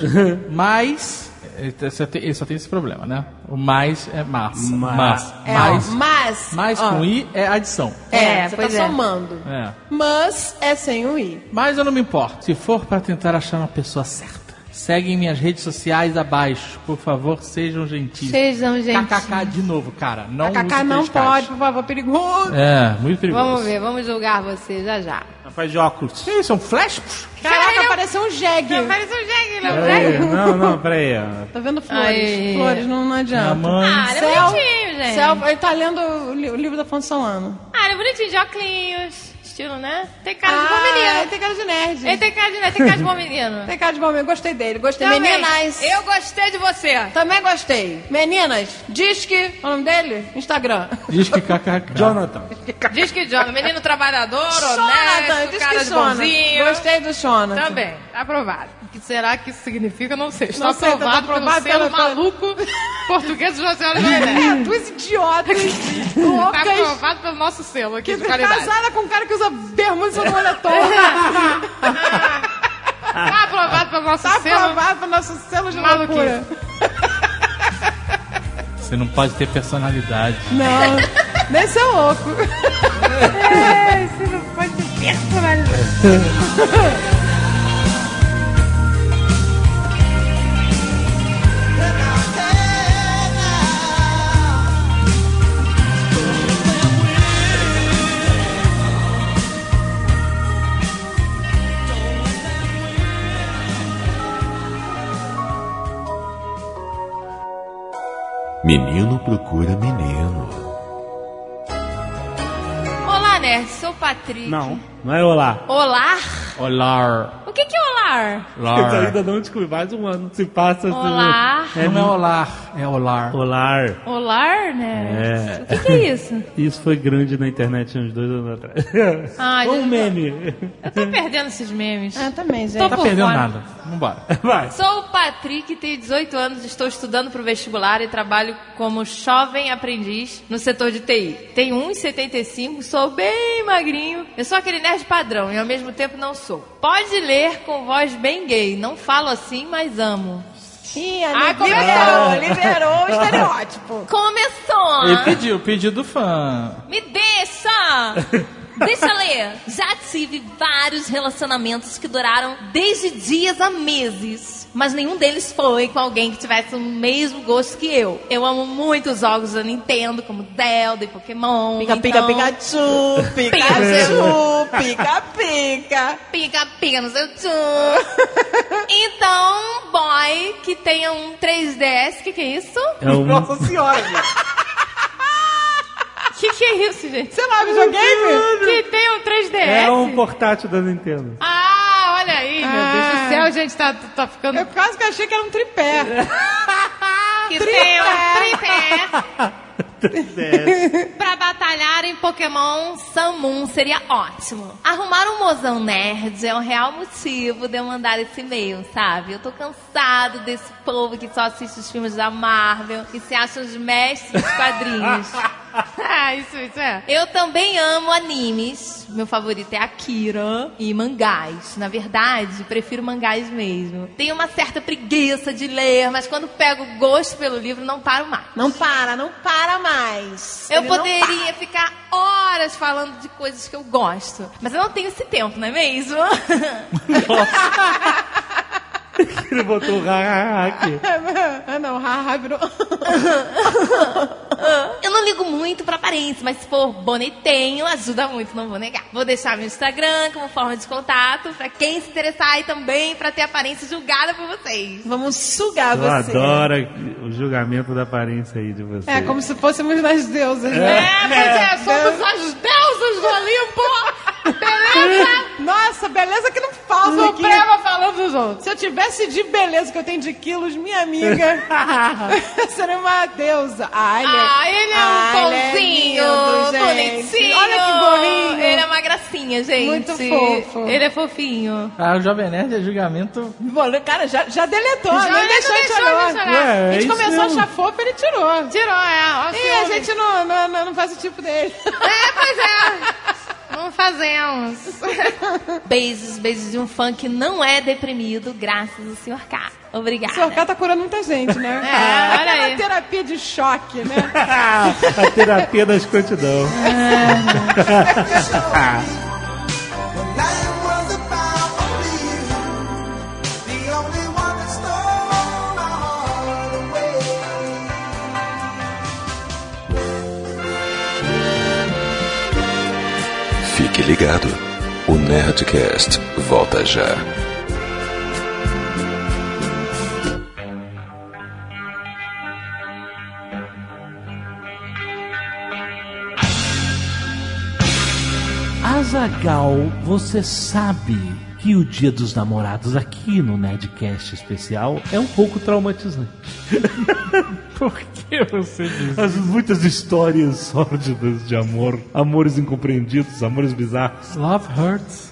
[SPEAKER 5] Mas. Ele só tem- ele só tem esse problema, né? O mais é massa.
[SPEAKER 2] Ma-
[SPEAKER 5] Massa.
[SPEAKER 4] É, Ah.
[SPEAKER 5] mais.
[SPEAKER 4] ó, mas...
[SPEAKER 5] Mais
[SPEAKER 4] ó,
[SPEAKER 5] com I é adição.
[SPEAKER 4] É,
[SPEAKER 3] É,
[SPEAKER 4] você
[SPEAKER 3] pois
[SPEAKER 4] tá
[SPEAKER 3] é.
[SPEAKER 4] somando.
[SPEAKER 5] É.
[SPEAKER 4] Mas é sem o I.
[SPEAKER 5] Mas eu não me importo. Se for pra tentar achar uma pessoa certa, seguem minhas redes sociais abaixo. Por favor, sejam gentis.
[SPEAKER 3] Sejam, gente.
[SPEAKER 5] KKK de novo, cara. Não
[SPEAKER 4] KKK
[SPEAKER 5] use
[SPEAKER 4] não
[SPEAKER 5] três Ks.
[SPEAKER 4] pode, por favor, perigoso.
[SPEAKER 5] É, muito perigoso.
[SPEAKER 3] Vamos ver, vamos julgar você já já.
[SPEAKER 2] Rapaz de óculos.
[SPEAKER 5] Que isso? É um flash?
[SPEAKER 4] Caraca, apareceu um jegue.
[SPEAKER 3] Não, parece um jegue,
[SPEAKER 4] É.
[SPEAKER 3] não
[SPEAKER 2] É. Peraí, não, não, peraí. ó.
[SPEAKER 4] Tá vendo flores?
[SPEAKER 3] Ai.
[SPEAKER 4] Flores não, não
[SPEAKER 5] Minha
[SPEAKER 4] adianta.
[SPEAKER 5] mãe.
[SPEAKER 3] Ah, ele é
[SPEAKER 4] Céu.
[SPEAKER 3] bonitinho, gente.
[SPEAKER 4] Selva- Ele tá lendo o li- o livro da Afonso Solano.
[SPEAKER 3] Ah, ele é bonitinho, de óculos, estilo, né? Tem cara de
[SPEAKER 4] Ah,
[SPEAKER 3] bom menino.
[SPEAKER 4] ele tem cara de nerd.
[SPEAKER 3] Ele tem cara de nerd, tem cara de bom menino.
[SPEAKER 4] Tem cara de bom menino, gostei dele. Gostei.
[SPEAKER 3] Também.
[SPEAKER 4] Meninas.
[SPEAKER 3] Eu gostei de você.
[SPEAKER 4] Também gostei. Meninas, diz que. Qual é o nome dele? Instagram.
[SPEAKER 5] Diz que kkk.
[SPEAKER 2] Jonathan.
[SPEAKER 3] Diz que Jonathan, menino trabalhador, honesto, né?
[SPEAKER 4] diz
[SPEAKER 3] cara
[SPEAKER 4] que
[SPEAKER 3] de
[SPEAKER 4] Shona.
[SPEAKER 3] bonzinho.
[SPEAKER 4] Gostei do Shona.
[SPEAKER 3] Também, tá aprovado. O que será que isso significa? Não sei. Está
[SPEAKER 4] Não sei, tá
[SPEAKER 3] aprovado,
[SPEAKER 4] aprovado
[SPEAKER 3] pelo selo
[SPEAKER 4] pela-
[SPEAKER 3] maluco português de José
[SPEAKER 4] É,
[SPEAKER 3] Oliveiretti.
[SPEAKER 4] duas idiotas
[SPEAKER 3] Está
[SPEAKER 4] loucas.
[SPEAKER 3] Tá aprovado pelo nosso selo aqui
[SPEAKER 4] Que
[SPEAKER 3] de
[SPEAKER 4] tá
[SPEAKER 3] qualidade.
[SPEAKER 4] casada com um cara que usa bermuda e moletom.
[SPEAKER 3] Está aprovado pelo nosso
[SPEAKER 4] Tá
[SPEAKER 3] selo.
[SPEAKER 4] aprovado pro nosso selo de
[SPEAKER 3] Maluquice.
[SPEAKER 4] loucura.
[SPEAKER 5] Você não pode ter personalidade.
[SPEAKER 4] Não, nem seu louco. É, você não pode personalizar.
[SPEAKER 1] Menino procura menino.
[SPEAKER 3] Olá, nerd, sou o Patrick.
[SPEAKER 2] Não, não é olá.
[SPEAKER 3] Olá?
[SPEAKER 2] Olar.
[SPEAKER 3] O que que é olar?
[SPEAKER 2] Eles ainda não descobriram mais um ano. Se passa.
[SPEAKER 3] Olar.
[SPEAKER 2] É,
[SPEAKER 5] Não é
[SPEAKER 2] não
[SPEAKER 5] olar, é olar.
[SPEAKER 2] Olar.
[SPEAKER 3] Olar, nerd?
[SPEAKER 2] É.
[SPEAKER 3] O que que é isso?
[SPEAKER 2] Isso foi grande na internet uns dois anos atrás.
[SPEAKER 3] Ah,
[SPEAKER 2] um
[SPEAKER 3] gente,
[SPEAKER 2] meme.
[SPEAKER 3] Eu tô perdendo esses memes.
[SPEAKER 4] Ah, também, gente.
[SPEAKER 3] Tô
[SPEAKER 5] Tá
[SPEAKER 3] por
[SPEAKER 5] perdendo
[SPEAKER 3] fora.
[SPEAKER 5] nada. Vambora.
[SPEAKER 2] Vai.
[SPEAKER 3] Sou o Patrick, tenho 18 anos, estou estudando para o vestibular e trabalho como jovem aprendiz no setor de TI. Tenho 1,75, sou bem magrinho. Eu sou aquele nerd padrão e ao mesmo tempo não sou. Pode ler com voz bem gay, não falo assim, mas amo.
[SPEAKER 4] Ih,
[SPEAKER 3] Ah,
[SPEAKER 4] liberou,
[SPEAKER 3] começou.
[SPEAKER 4] liberou o estereótipo.
[SPEAKER 5] Ele
[SPEAKER 3] Começou!
[SPEAKER 5] pediu, pediu do fã.
[SPEAKER 3] Me deixa! Deixa eu ler. Já tive vários relacionamentos que duraram desde dias a meses. Mas nenhum deles foi com alguém que tivesse o mesmo gosto que eu. Eu amo muito os jogos da Nintendo, como Zelda e Pokémon.
[SPEAKER 4] Pica, pica,
[SPEAKER 3] então-
[SPEAKER 4] Pikachu, Pikachu, pica, pica.
[SPEAKER 3] Pica, pica no seu tchu. Então, boy que tenha um 3DS, que que é isso?
[SPEAKER 2] É um...
[SPEAKER 5] senhora, gente.
[SPEAKER 3] Que que é isso, gente?
[SPEAKER 4] Sei lá, videogame?
[SPEAKER 3] Que tenha um 3DS?
[SPEAKER 2] É um portátil da Nintendo.
[SPEAKER 3] Ah, olha aí, meu Deus do
[SPEAKER 4] Ah.
[SPEAKER 3] céu, a gente tá, tá ficando
[SPEAKER 4] Eu quase que achei que era um tripé.
[SPEAKER 3] que
[SPEAKER 4] Tripé.
[SPEAKER 3] tem um 3DS pra batalhar em Pokémon Sun Moon seria ótimo. Arrumar um mozão nerd é o real motivo de eu mandar esse e-mail, sabe? Eu tô cansado desse povo que só assiste os filmes da Marvel e se acha os mestres dos quadrinhos. ah, isso, isso é. Eu também amo animes. Meu favorito é Akira e mangás. Na verdade, prefiro mangás mesmo. Tenho uma certa preguiça de ler, mas quando pego gosto pelo livro, não paro mais.
[SPEAKER 4] Não para, não para mais.
[SPEAKER 3] Eu
[SPEAKER 4] Ele não
[SPEAKER 3] poderia ficar horas falando de coisas que eu gosto. Mas eu não tenho esse tempo, não é mesmo?
[SPEAKER 2] Ele botou o ha, ha, ha aqui.
[SPEAKER 4] Ah, não, haha, virou.
[SPEAKER 3] eu não ligo muito pra aparência, mas se for bonitinho, ajuda muito, não vou negar. Vou deixar meu Instagram como forma de contato pra quem se interessar e também pra ter aparência julgada por vocês.
[SPEAKER 4] Vamos sugar
[SPEAKER 2] Eu
[SPEAKER 4] você.
[SPEAKER 2] adoro o julgamento da aparência aí de você.
[SPEAKER 4] É como se fôssemos nas deusas,
[SPEAKER 3] É,
[SPEAKER 4] né?
[SPEAKER 3] pois é, somos as deusas do Olimpo! Beleza?
[SPEAKER 4] Nossa, beleza que não falta aqui.
[SPEAKER 3] Suprema falando dos outros.
[SPEAKER 4] Se eu tivesse de beleza que eu tenho de quilos, minha amiga, eu seria uma deusa. Ai, ele é,
[SPEAKER 3] Ah, ele é um
[SPEAKER 4] Ah, ele
[SPEAKER 3] pãozinho,
[SPEAKER 4] é lindo, gente.
[SPEAKER 3] bonitinho.
[SPEAKER 4] Olha que gorrinho.
[SPEAKER 3] Ele é uma gracinha, gente.
[SPEAKER 4] Muito fofo.
[SPEAKER 3] Ele é fofinho.
[SPEAKER 5] Ah, o Jovem Nerd é julgamento.
[SPEAKER 4] Bom, cara, já, já deletou,
[SPEAKER 3] Já
[SPEAKER 4] nem
[SPEAKER 3] ele
[SPEAKER 4] deixou de
[SPEAKER 3] deixou de
[SPEAKER 4] chorar.
[SPEAKER 3] chorar.
[SPEAKER 2] É,
[SPEAKER 4] a
[SPEAKER 2] é
[SPEAKER 4] gente
[SPEAKER 2] isso
[SPEAKER 4] começou a
[SPEAKER 2] mesmo.
[SPEAKER 4] achar fofo, ele tirou.
[SPEAKER 3] Tirou, é. ó,
[SPEAKER 4] E a
[SPEAKER 3] ciúme.
[SPEAKER 4] gente não, não, não, não faz o tipo dele.
[SPEAKER 3] É, pois é. Não fazemos. beijos, beijos de um fã que não é deprimido, graças ao Sr. K.
[SPEAKER 4] O
[SPEAKER 3] Obrigada.
[SPEAKER 4] Sr. K tá curando muita gente, né?
[SPEAKER 3] É, olha
[SPEAKER 4] Aquela
[SPEAKER 3] aí.
[SPEAKER 4] terapia de choque, né?
[SPEAKER 2] A terapia da escrotidão.
[SPEAKER 20] Life was about me, the only one that stole my heart away.
[SPEAKER 1] Fique ligado. O Nerdcast volta já.
[SPEAKER 2] Azagal, você sabe que o Dia dos Namorados aqui no Nerdcast especial é um pouco traumatizante.
[SPEAKER 5] Por que você diz?
[SPEAKER 2] As muitas histórias sórdidas de amor, amores incompreendidos, amores bizarros.
[SPEAKER 5] Love hurts.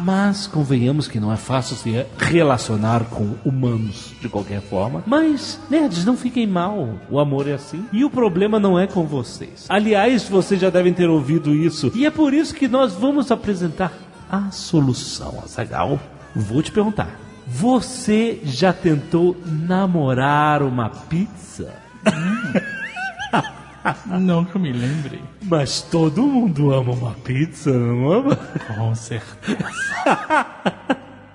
[SPEAKER 2] Mas convenhamos que não é fácil se relacionar com humanos de qualquer forma. Mas, nerds, não fiquem mal. O amor é assim. E o problema não é com vocês. Aliás, vocês já devem ter ouvido isso. E é por isso que nós vamos apresentar a solução, Azagal. Vou te perguntar. Você já tentou namorar uma pizza?
[SPEAKER 5] Não que eu me lembre.
[SPEAKER 2] Mas todo mundo ama uma pizza, não ama?
[SPEAKER 5] Com certeza.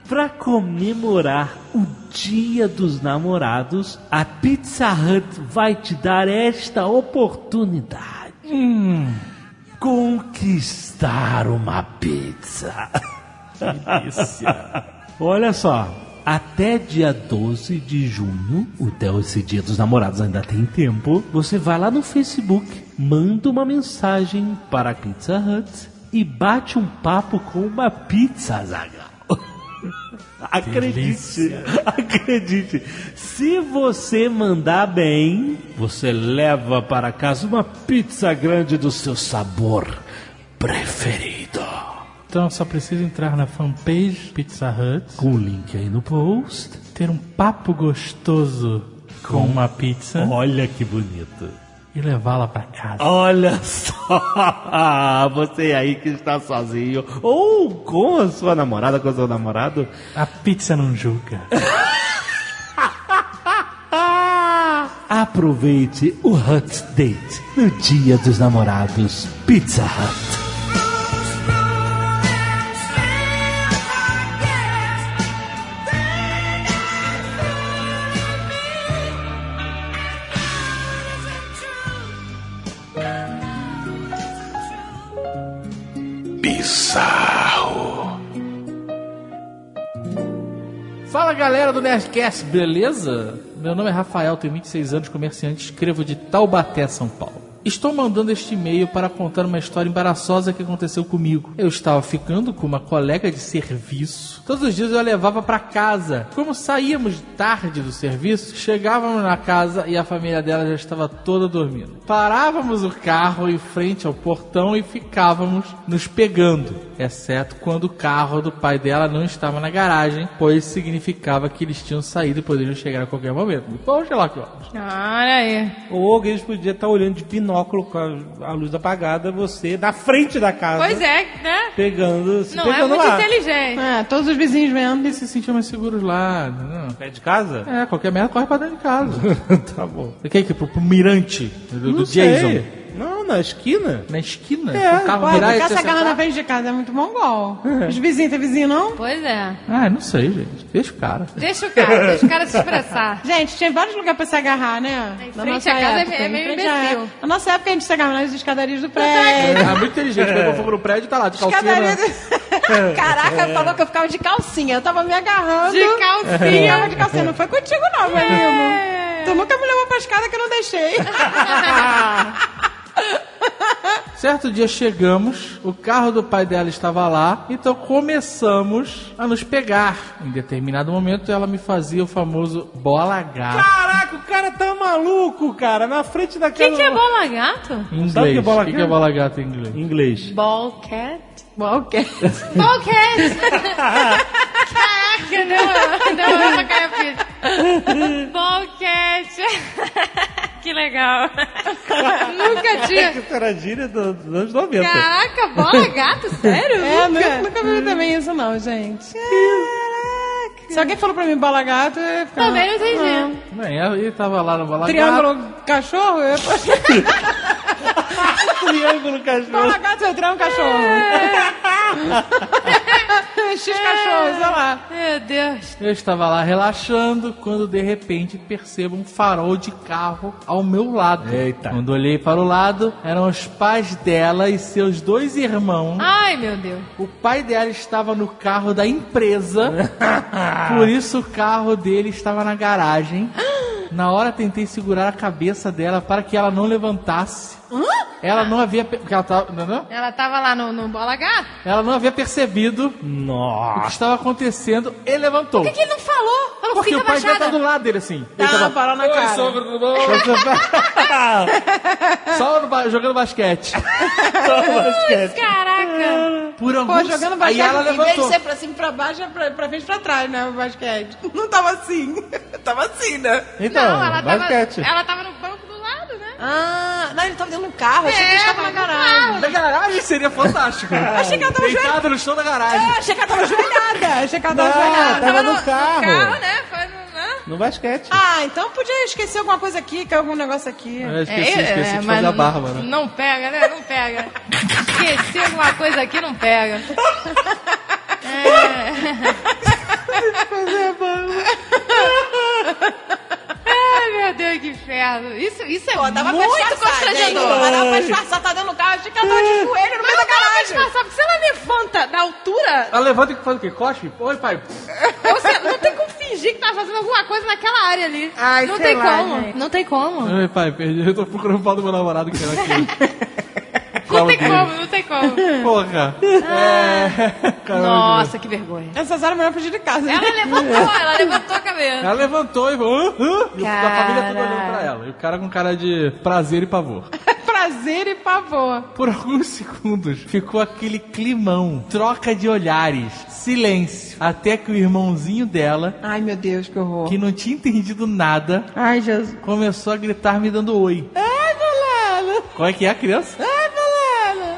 [SPEAKER 2] Para comemorar o Dia dos Namorados, a Pizza Hut vai te dar esta oportunidade.
[SPEAKER 5] Hum.
[SPEAKER 2] Conquistar uma pizza. Olha só, até dia 12 de junho, até esse dia dos namorados ainda tem tempo, você vai lá no Facebook, manda uma mensagem para a Pizza Hut e bate um papo com uma pizza, Zaga. Acredite, acredite. Se você mandar bem, você leva para casa uma pizza grande do seu sabor preferido.
[SPEAKER 5] Então só precisa entrar na fanpage Pizza Hut,
[SPEAKER 2] Com o link aí no post.
[SPEAKER 5] ter um papo gostoso com, uma pizza
[SPEAKER 2] Olha que bonito.
[SPEAKER 5] e levá-la pra casa.
[SPEAKER 2] Olha só! Você aí que está sozinho, ou com a sua namorada, com o seu namorado.
[SPEAKER 5] A pizza não julga.
[SPEAKER 2] Aproveite o Hut Date no Dia dos Namorados Pizza Hut.
[SPEAKER 5] Fala galera do Nerdcast, beleza? Meu nome é Rafael, tenho 26 anos, comerciante, escrevo de Taubaté, São Paulo. Estou mandando este e-mail para contar uma história embaraçosa que aconteceu comigo. Eu estava ficando com uma colega de serviço. Todos os dias eu a levava para casa. Como saíamos tarde do serviço, chegávamos na casa e a família dela já estava toda dormindo. Parávamos o carro em frente ao portão e ficávamos nos pegando, exceto quando o carro do pai dela não estava na garagem, pois significava que eles tinham saído e poderiam chegar a qualquer momento. Depois, sei lá que horas.
[SPEAKER 3] Olha aí.
[SPEAKER 27] Ou alguém podia estar olhando de binóculo com a, a luz apagada, você na frente da casa.
[SPEAKER 3] Pois é, né?
[SPEAKER 27] Pegando, se
[SPEAKER 3] Não é
[SPEAKER 27] pegando
[SPEAKER 3] muito
[SPEAKER 27] lá.
[SPEAKER 3] inteligente.
[SPEAKER 5] É,
[SPEAKER 4] Ah, todos os vizinhos vendo.
[SPEAKER 5] Eles se sentiam mais seguros lá, não.
[SPEAKER 27] Pé de casa?
[SPEAKER 5] É, qualquer merda corre pra dentro
[SPEAKER 3] É.
[SPEAKER 5] de casa.
[SPEAKER 27] tá bom.
[SPEAKER 5] Você quer que pro, pro mirante do, do
[SPEAKER 27] Não
[SPEAKER 5] Jason?
[SPEAKER 27] sei. Não, na esquina.
[SPEAKER 5] Na esquina?
[SPEAKER 27] É,
[SPEAKER 5] o carro
[SPEAKER 27] pode,
[SPEAKER 5] virar e
[SPEAKER 4] Caça
[SPEAKER 5] você
[SPEAKER 4] a garra na
[SPEAKER 5] sentar? É.
[SPEAKER 4] frente de casa é muito mongol. Os vizinhos, tem vizinho não?
[SPEAKER 3] Pois é.
[SPEAKER 5] Ah, não sei, gente. Deixa o cara.
[SPEAKER 3] Deixa o cara, deixa o cara se expressar.
[SPEAKER 4] Gente, tinha vários lugares pra se agarrar, né?
[SPEAKER 3] Em frente à casa é meio
[SPEAKER 4] em frente à
[SPEAKER 3] imbecil. tá
[SPEAKER 4] época. Na nossa época a gente se agarrava nas escadarias do prédio.
[SPEAKER 5] Ah, muito inteligente. Pegou fogo no prédio e tá lá de calcinha.
[SPEAKER 4] Escadaria
[SPEAKER 5] né?
[SPEAKER 4] do... Caraca, falou que eu ficava de calcinha. Eu tava me agarrando.
[SPEAKER 3] É. De
[SPEAKER 4] Eu
[SPEAKER 3] calcinha. É.
[SPEAKER 4] tava de calcinha. Não foi contigo não, meu irmão. Tu nunca me levou pra escada que eu não deixei.
[SPEAKER 5] Certo dia chegamos, o carro do pai dela estava lá, então começamos a nos pegar. Em determinado momento ela me fazia o famoso bola gato.
[SPEAKER 27] Caraca, o cara tá maluco, cara. Na frente da
[SPEAKER 3] O
[SPEAKER 27] casa.
[SPEAKER 3] que, que é bola gato?
[SPEAKER 5] Em inglês.
[SPEAKER 27] Sabe o que é bola
[SPEAKER 5] O que
[SPEAKER 27] gato?
[SPEAKER 5] é bola gato em inglês?
[SPEAKER 27] Inglês.
[SPEAKER 3] Ball cat?
[SPEAKER 4] Bom, ok.
[SPEAKER 3] Ball cat! Caraca, não, não, eu não caí a ficha. Ball cat! Que legal. Nunca tinha.
[SPEAKER 27] Isso era a gíria do- dos anos 90.
[SPEAKER 3] Caraca, bola gato, sério?
[SPEAKER 4] É, nunca, nunca vi também isso não, gente. Caraca. Se alguém falou pra mim bola gato, eu ia ficar...
[SPEAKER 3] Também não entendi.
[SPEAKER 5] Bem, ele tava lá no bola gato.
[SPEAKER 4] Triângulo cachorro? Eu...
[SPEAKER 27] Triângulo, cachorro.
[SPEAKER 4] Bola gato é triângulo cachorro. X cachorro, sei lá.
[SPEAKER 3] Meu Deus.
[SPEAKER 5] Eu estava lá relaxando quando de repente percebo um farol de carro ao meu lado.
[SPEAKER 27] Eita.
[SPEAKER 5] Quando olhei para o lado, eram os pais dela e seus dois irmãos.
[SPEAKER 3] Ai, meu Deus.
[SPEAKER 5] O pai dela estava no carro da empresa, por isso o carro dele estava na garagem. Na hora tentei segurar a cabeça dela para que ela não levantasse. Ela não havia. pe- Porque ela tava. Não, não?
[SPEAKER 3] Ela tava lá no, no Bola Gato.
[SPEAKER 5] Ela não havia percebido o que estava acontecendo e levantou.
[SPEAKER 3] Por
[SPEAKER 4] é
[SPEAKER 3] que, que ele não falou? Ela
[SPEAKER 5] Porque
[SPEAKER 3] fica
[SPEAKER 5] o pai dela
[SPEAKER 3] abaixada.
[SPEAKER 5] tá do lado dele, assim.
[SPEAKER 3] Tá,
[SPEAKER 5] parou na cara.
[SPEAKER 27] tá-
[SPEAKER 5] Só no ba- jogando basquete.
[SPEAKER 27] tá
[SPEAKER 4] Caraca!
[SPEAKER 5] Por alguns...
[SPEAKER 4] Pô, jogando
[SPEAKER 5] Aí
[SPEAKER 4] basquete,
[SPEAKER 5] ela
[SPEAKER 4] em vez de
[SPEAKER 5] levantou.
[SPEAKER 4] ser pra cima e pra baixo, é pra, pra frente e pra trás, né? O basquete. Não tava assim. tava assim, né?
[SPEAKER 2] Então, Não, ela tava- basquete. ela
[SPEAKER 4] tava no banco do lado, né? Ah, não, ele tava dentro do carro. Achei que
[SPEAKER 28] É,
[SPEAKER 4] ele tava
[SPEAKER 28] tava
[SPEAKER 4] na
[SPEAKER 28] no
[SPEAKER 4] garagem.
[SPEAKER 28] carro. Na
[SPEAKER 5] garagem seria fantástico.
[SPEAKER 4] achei que ela tava
[SPEAKER 5] Deitada
[SPEAKER 4] joelhada.
[SPEAKER 5] no chão da garagem.
[SPEAKER 4] É, achei que ela tava joelhada. Achei que ela tava
[SPEAKER 2] Não,
[SPEAKER 4] joelhada.
[SPEAKER 5] tá-
[SPEAKER 2] tava no carro.
[SPEAKER 4] né?
[SPEAKER 2] No basquete.
[SPEAKER 4] Ah, então podia esquecer alguma coisa aqui, que algum negócio aqui.
[SPEAKER 2] É, esqueci, esqueci de fazer
[SPEAKER 3] mas
[SPEAKER 2] a barba, né?
[SPEAKER 3] Não pega, né? Não pega. Esqueci alguma coisa aqui, não pega. É. Ai, meu Deus, que inferno. Isso, isso é
[SPEAKER 4] dava pra
[SPEAKER 3] muito
[SPEAKER 4] disfarçar,
[SPEAKER 3] constrangedor.
[SPEAKER 4] gente, mas dava pra disfarçar, tá dentro do carro, achei que ela tava de joelho no meio da garagem.
[SPEAKER 3] disfarçar, porque se ela levanta da altura,
[SPEAKER 5] Ela levanta e faz o quê? Cospe? Oi, pai.
[SPEAKER 3] ou seja, não tem como fingir que tá fazendo alguma coisa naquela área ali. não
[SPEAKER 4] sei
[SPEAKER 3] tem
[SPEAKER 4] lá,
[SPEAKER 3] como,
[SPEAKER 4] gente.
[SPEAKER 3] não tem como.
[SPEAKER 5] Oi, pai, perdi. Eu tô procurando o pau do meu namorado que era aqui.
[SPEAKER 3] Não tem como, não tem como.
[SPEAKER 5] Porra. É. Caramba.
[SPEAKER 3] Nossa, que vergonha.
[SPEAKER 4] Essas horas é melhor fugir de casa.
[SPEAKER 3] Ela levantou, ela levantou a cabeça.
[SPEAKER 5] Ela levantou e falou. "Hã? Hã?" E a família toda olhando pra
[SPEAKER 4] Caralho.
[SPEAKER 5] ela. E o cara com cara de prazer e pavor.
[SPEAKER 3] é
[SPEAKER 4] Prazer e pavor.
[SPEAKER 5] Por alguns segundos ficou aquele climão, troca de olhares, silêncio, até que o irmãozinho dela,
[SPEAKER 4] ai meu Deus, que horror,
[SPEAKER 5] que não tinha entendido nada,
[SPEAKER 4] ai Jesus,
[SPEAKER 5] começou a gritar me dando oi.
[SPEAKER 4] Ai, galera!
[SPEAKER 5] Qual é que é a criança?
[SPEAKER 4] Ai,
[SPEAKER 3] Ah,
[SPEAKER 4] galera!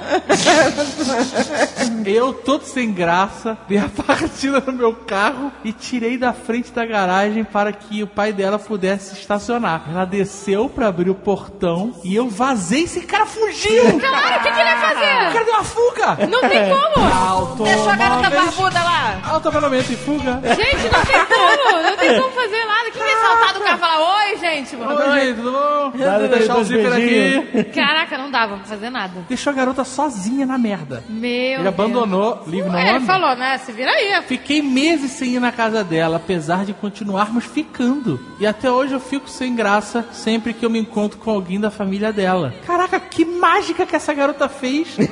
[SPEAKER 5] Eu, todo sem graça, dei a partida no meu carro e tirei da frente da garagem para que o pai dela pudesse estacionar. Ela desceu para abrir o portão e eu vazei e esse cara fugiu!
[SPEAKER 3] Então,
[SPEAKER 28] Claro, o que que ele ia fazer?
[SPEAKER 5] O cara deu uma fuga!
[SPEAKER 28] Não tem como.
[SPEAKER 5] Automóveis,
[SPEAKER 28] Deixou a garota barbuda
[SPEAKER 3] lá!
[SPEAKER 5] Automóvel e fuga!
[SPEAKER 3] Gente, não tem como, não tem como fazer nada. Quem vai saltar do carro e falar, oi, gente, mano.
[SPEAKER 5] Oi, gente, tudo bom?
[SPEAKER 3] Dá
[SPEAKER 5] Vou deixar o zíper aqui.
[SPEAKER 3] Caraca, não dava pra fazer nada.
[SPEAKER 5] Deixou a garota sozinha na merda.
[SPEAKER 3] Meu
[SPEAKER 5] Ele abandonou, livre não
[SPEAKER 3] Deus. É,
[SPEAKER 5] homem.
[SPEAKER 3] ele falou, né? Se vira aí.
[SPEAKER 5] Fiquei meses sem ir na casa dela, apesar de continuarmos ficando. E até hoje eu fico sem graça sempre que eu me encontro com alguém da família dela. Caraca, que mágica que essa garota fez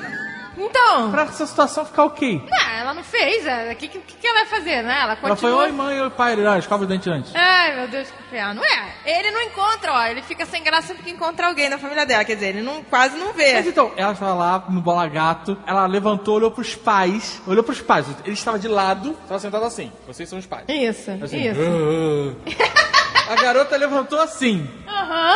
[SPEAKER 3] Então.
[SPEAKER 5] pra essa situação ficar ok.
[SPEAKER 3] Ah, ela não fez. é, O que, que, que ela vai fazer, né? Ela
[SPEAKER 5] Ela foi,
[SPEAKER 3] continua.
[SPEAKER 5] oi mãe, oi pai, ele, ah, escova o dente antes.
[SPEAKER 3] Ai, meu Deus, que inferno. É,
[SPEAKER 28] Ele não encontra, ó. Ele fica sem graça porque encontra alguém da família dela. Quer dizer, ele não, quase não
[SPEAKER 3] É.
[SPEAKER 28] vê.
[SPEAKER 5] Mas então, ela estava lá no bola gato, ela levantou, olhou pros pais, olhou pros pais, ele estava de lado, estava sentado assim, vocês são os pais.
[SPEAKER 3] Isso,
[SPEAKER 5] Assim,
[SPEAKER 3] isso.
[SPEAKER 5] "Ah, ah". A garota levantou assim.
[SPEAKER 3] Aham.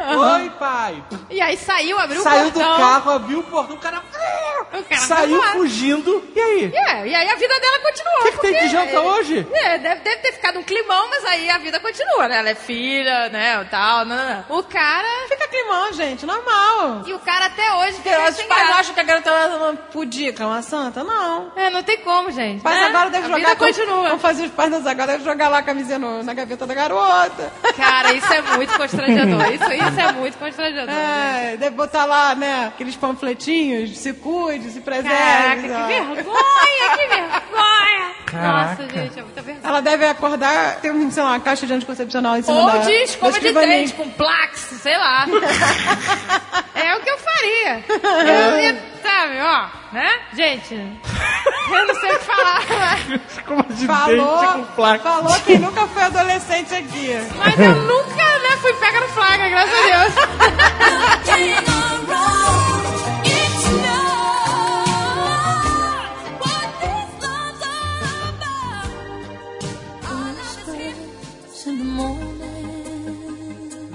[SPEAKER 3] aham.
[SPEAKER 5] Oi, pai.
[SPEAKER 3] E aí saiu, abriu
[SPEAKER 5] Saiu
[SPEAKER 3] o
[SPEAKER 5] do
[SPEAKER 3] portão.
[SPEAKER 5] carro, abriu o portão, o cara. "Ah!"
[SPEAKER 3] O cara
[SPEAKER 5] saiu
[SPEAKER 3] foi lá.
[SPEAKER 5] fugindo. E aí?
[SPEAKER 3] É, e aí a vida dela continua. O
[SPEAKER 5] que tem de janta hoje?
[SPEAKER 3] É, deve, deve ter ficado um climão, mas aí a vida continua, né? Ela é filha, né? O tal, não, não, não. O cara.
[SPEAKER 4] Fica climão, gente, normal.
[SPEAKER 3] E o cara até hoje
[SPEAKER 4] Porque
[SPEAKER 3] fica
[SPEAKER 4] os
[SPEAKER 3] sem
[SPEAKER 4] pais
[SPEAKER 3] graça.
[SPEAKER 4] acham que a garota é uma pudica, uma santa, não.
[SPEAKER 3] É, não tem como, gente.
[SPEAKER 4] Mas
[SPEAKER 3] né?
[SPEAKER 4] agora deve
[SPEAKER 3] a
[SPEAKER 4] jogar.
[SPEAKER 3] Vida continua.
[SPEAKER 4] Vamos fazer os pais da Zagora deve jogar lá a camisinha no- na gaveta da garota.
[SPEAKER 3] Cara, isso é muito constrangedor. Isso, isso é muito constrangedor.
[SPEAKER 4] É, deve botar lá, né, aqueles panfletinhos, se cuide, se preserve.
[SPEAKER 3] Caraca,
[SPEAKER 4] ó.
[SPEAKER 3] que vergonha, que vergonha.
[SPEAKER 4] Caraca.
[SPEAKER 3] Nossa, gente, é muita vergonha.
[SPEAKER 4] Ela deve acordar, tem, um, sei lá, uma caixa de anticoncepcional em cima da
[SPEAKER 3] Ou de escova
[SPEAKER 4] da
[SPEAKER 3] de
[SPEAKER 4] escrivaninha.
[SPEAKER 3] dente com plax, sei lá. é o que eu faria. Eu ia, sabe, ó, né? Gente, eu não sei o que falar, mas,
[SPEAKER 4] Falou, falou quem nunca foi adolescente aqui.
[SPEAKER 3] mas eu nunca né, fui pega no flagra, graças a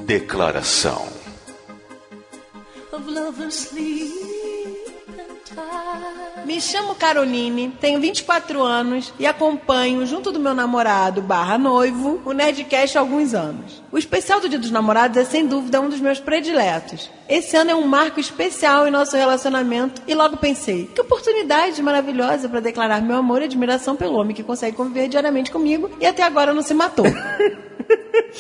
[SPEAKER 12] Declaração.
[SPEAKER 4] Me chamo Caroline, tenho 24 anos e acompanho, junto do meu namorado barra noivo, o Nerdcast há alguns anos. O especial do Dia dos Namorados é, sem dúvida, um dos meus prediletos. Esse ano é um marco especial em nosso relacionamento e logo pensei, que oportunidade maravilhosa para declarar meu amor e admiração pelo homem que consegue conviver diariamente comigo e até agora não se matou.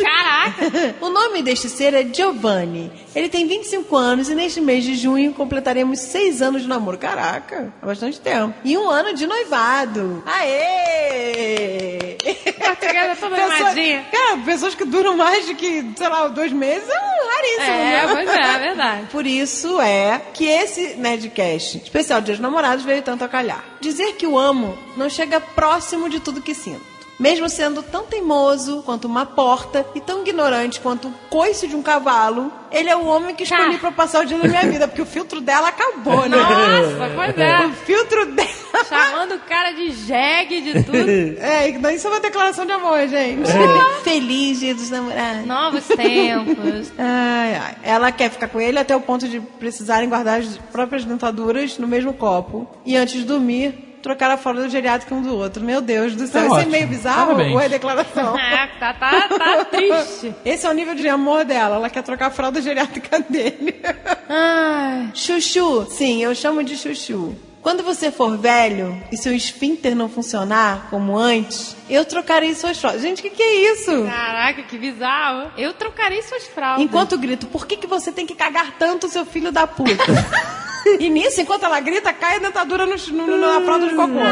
[SPEAKER 24] Caraca!
[SPEAKER 4] O nome deste ser é Giovanni. Ele tem 25 anos e neste mês de junho completaremos 6 anos de namoro. Caraca, há bastante tempo. E um ano de noivado. Aê!
[SPEAKER 24] Portuguesa Tá toda animadinha.
[SPEAKER 4] Cara, pessoas que duram mais de que, sei lá, dois meses é um raríssimo,
[SPEAKER 24] É,
[SPEAKER 4] né?
[SPEAKER 24] pois é, é verdade.
[SPEAKER 4] Por isso é que esse Nerdcast especial Dia dos Namorados veio tanto a calhar. Dizer que o amo não chega próximo de tudo que sinto. Mesmo sendo tão teimoso quanto uma porta e tão ignorante quanto o coice de um cavalo, ele é o homem que
[SPEAKER 24] Ah.
[SPEAKER 4] escolhi pra passar o dia da minha vida, porque o filtro dela acabou, né?
[SPEAKER 24] Nossa, pois é.
[SPEAKER 4] O filtro dela.
[SPEAKER 24] Chamando o cara de jegue de tudo.
[SPEAKER 4] É, isso é uma declaração de amor, gente. Feliz dia dos namorados.
[SPEAKER 24] Novos tempos.
[SPEAKER 4] Ai, ai. Ela quer ficar com ele até o ponto de precisarem guardar as próprias dentaduras no mesmo copo. E antes de dormir, trocar a fralda do geriátrica um do outro. Meu Deus do céu,
[SPEAKER 5] Tá
[SPEAKER 4] isso é
[SPEAKER 5] ótimo.
[SPEAKER 4] meio bizarro
[SPEAKER 5] Parabéns.
[SPEAKER 4] ou é declaração?
[SPEAKER 24] Ah, tá, tá, tá triste.
[SPEAKER 4] Esse é o nível de amor dela. Ela quer trocar a fralda geriátrica dele. Chuchu. Sim, eu chamo de chuchu. Quando você for velho e seu esfíncter não funcionar como antes, eu trocarei suas fraldas. Gente, o que, que é isso?
[SPEAKER 24] Caraca, que bizarro. Eu trocarei suas fraldas.
[SPEAKER 4] Enquanto grito, por que, que você tem que cagar tanto, seu filho da puta? e nisso, enquanto ela grita, cai a dentadura no, ch- no- no- na fralda de cocô.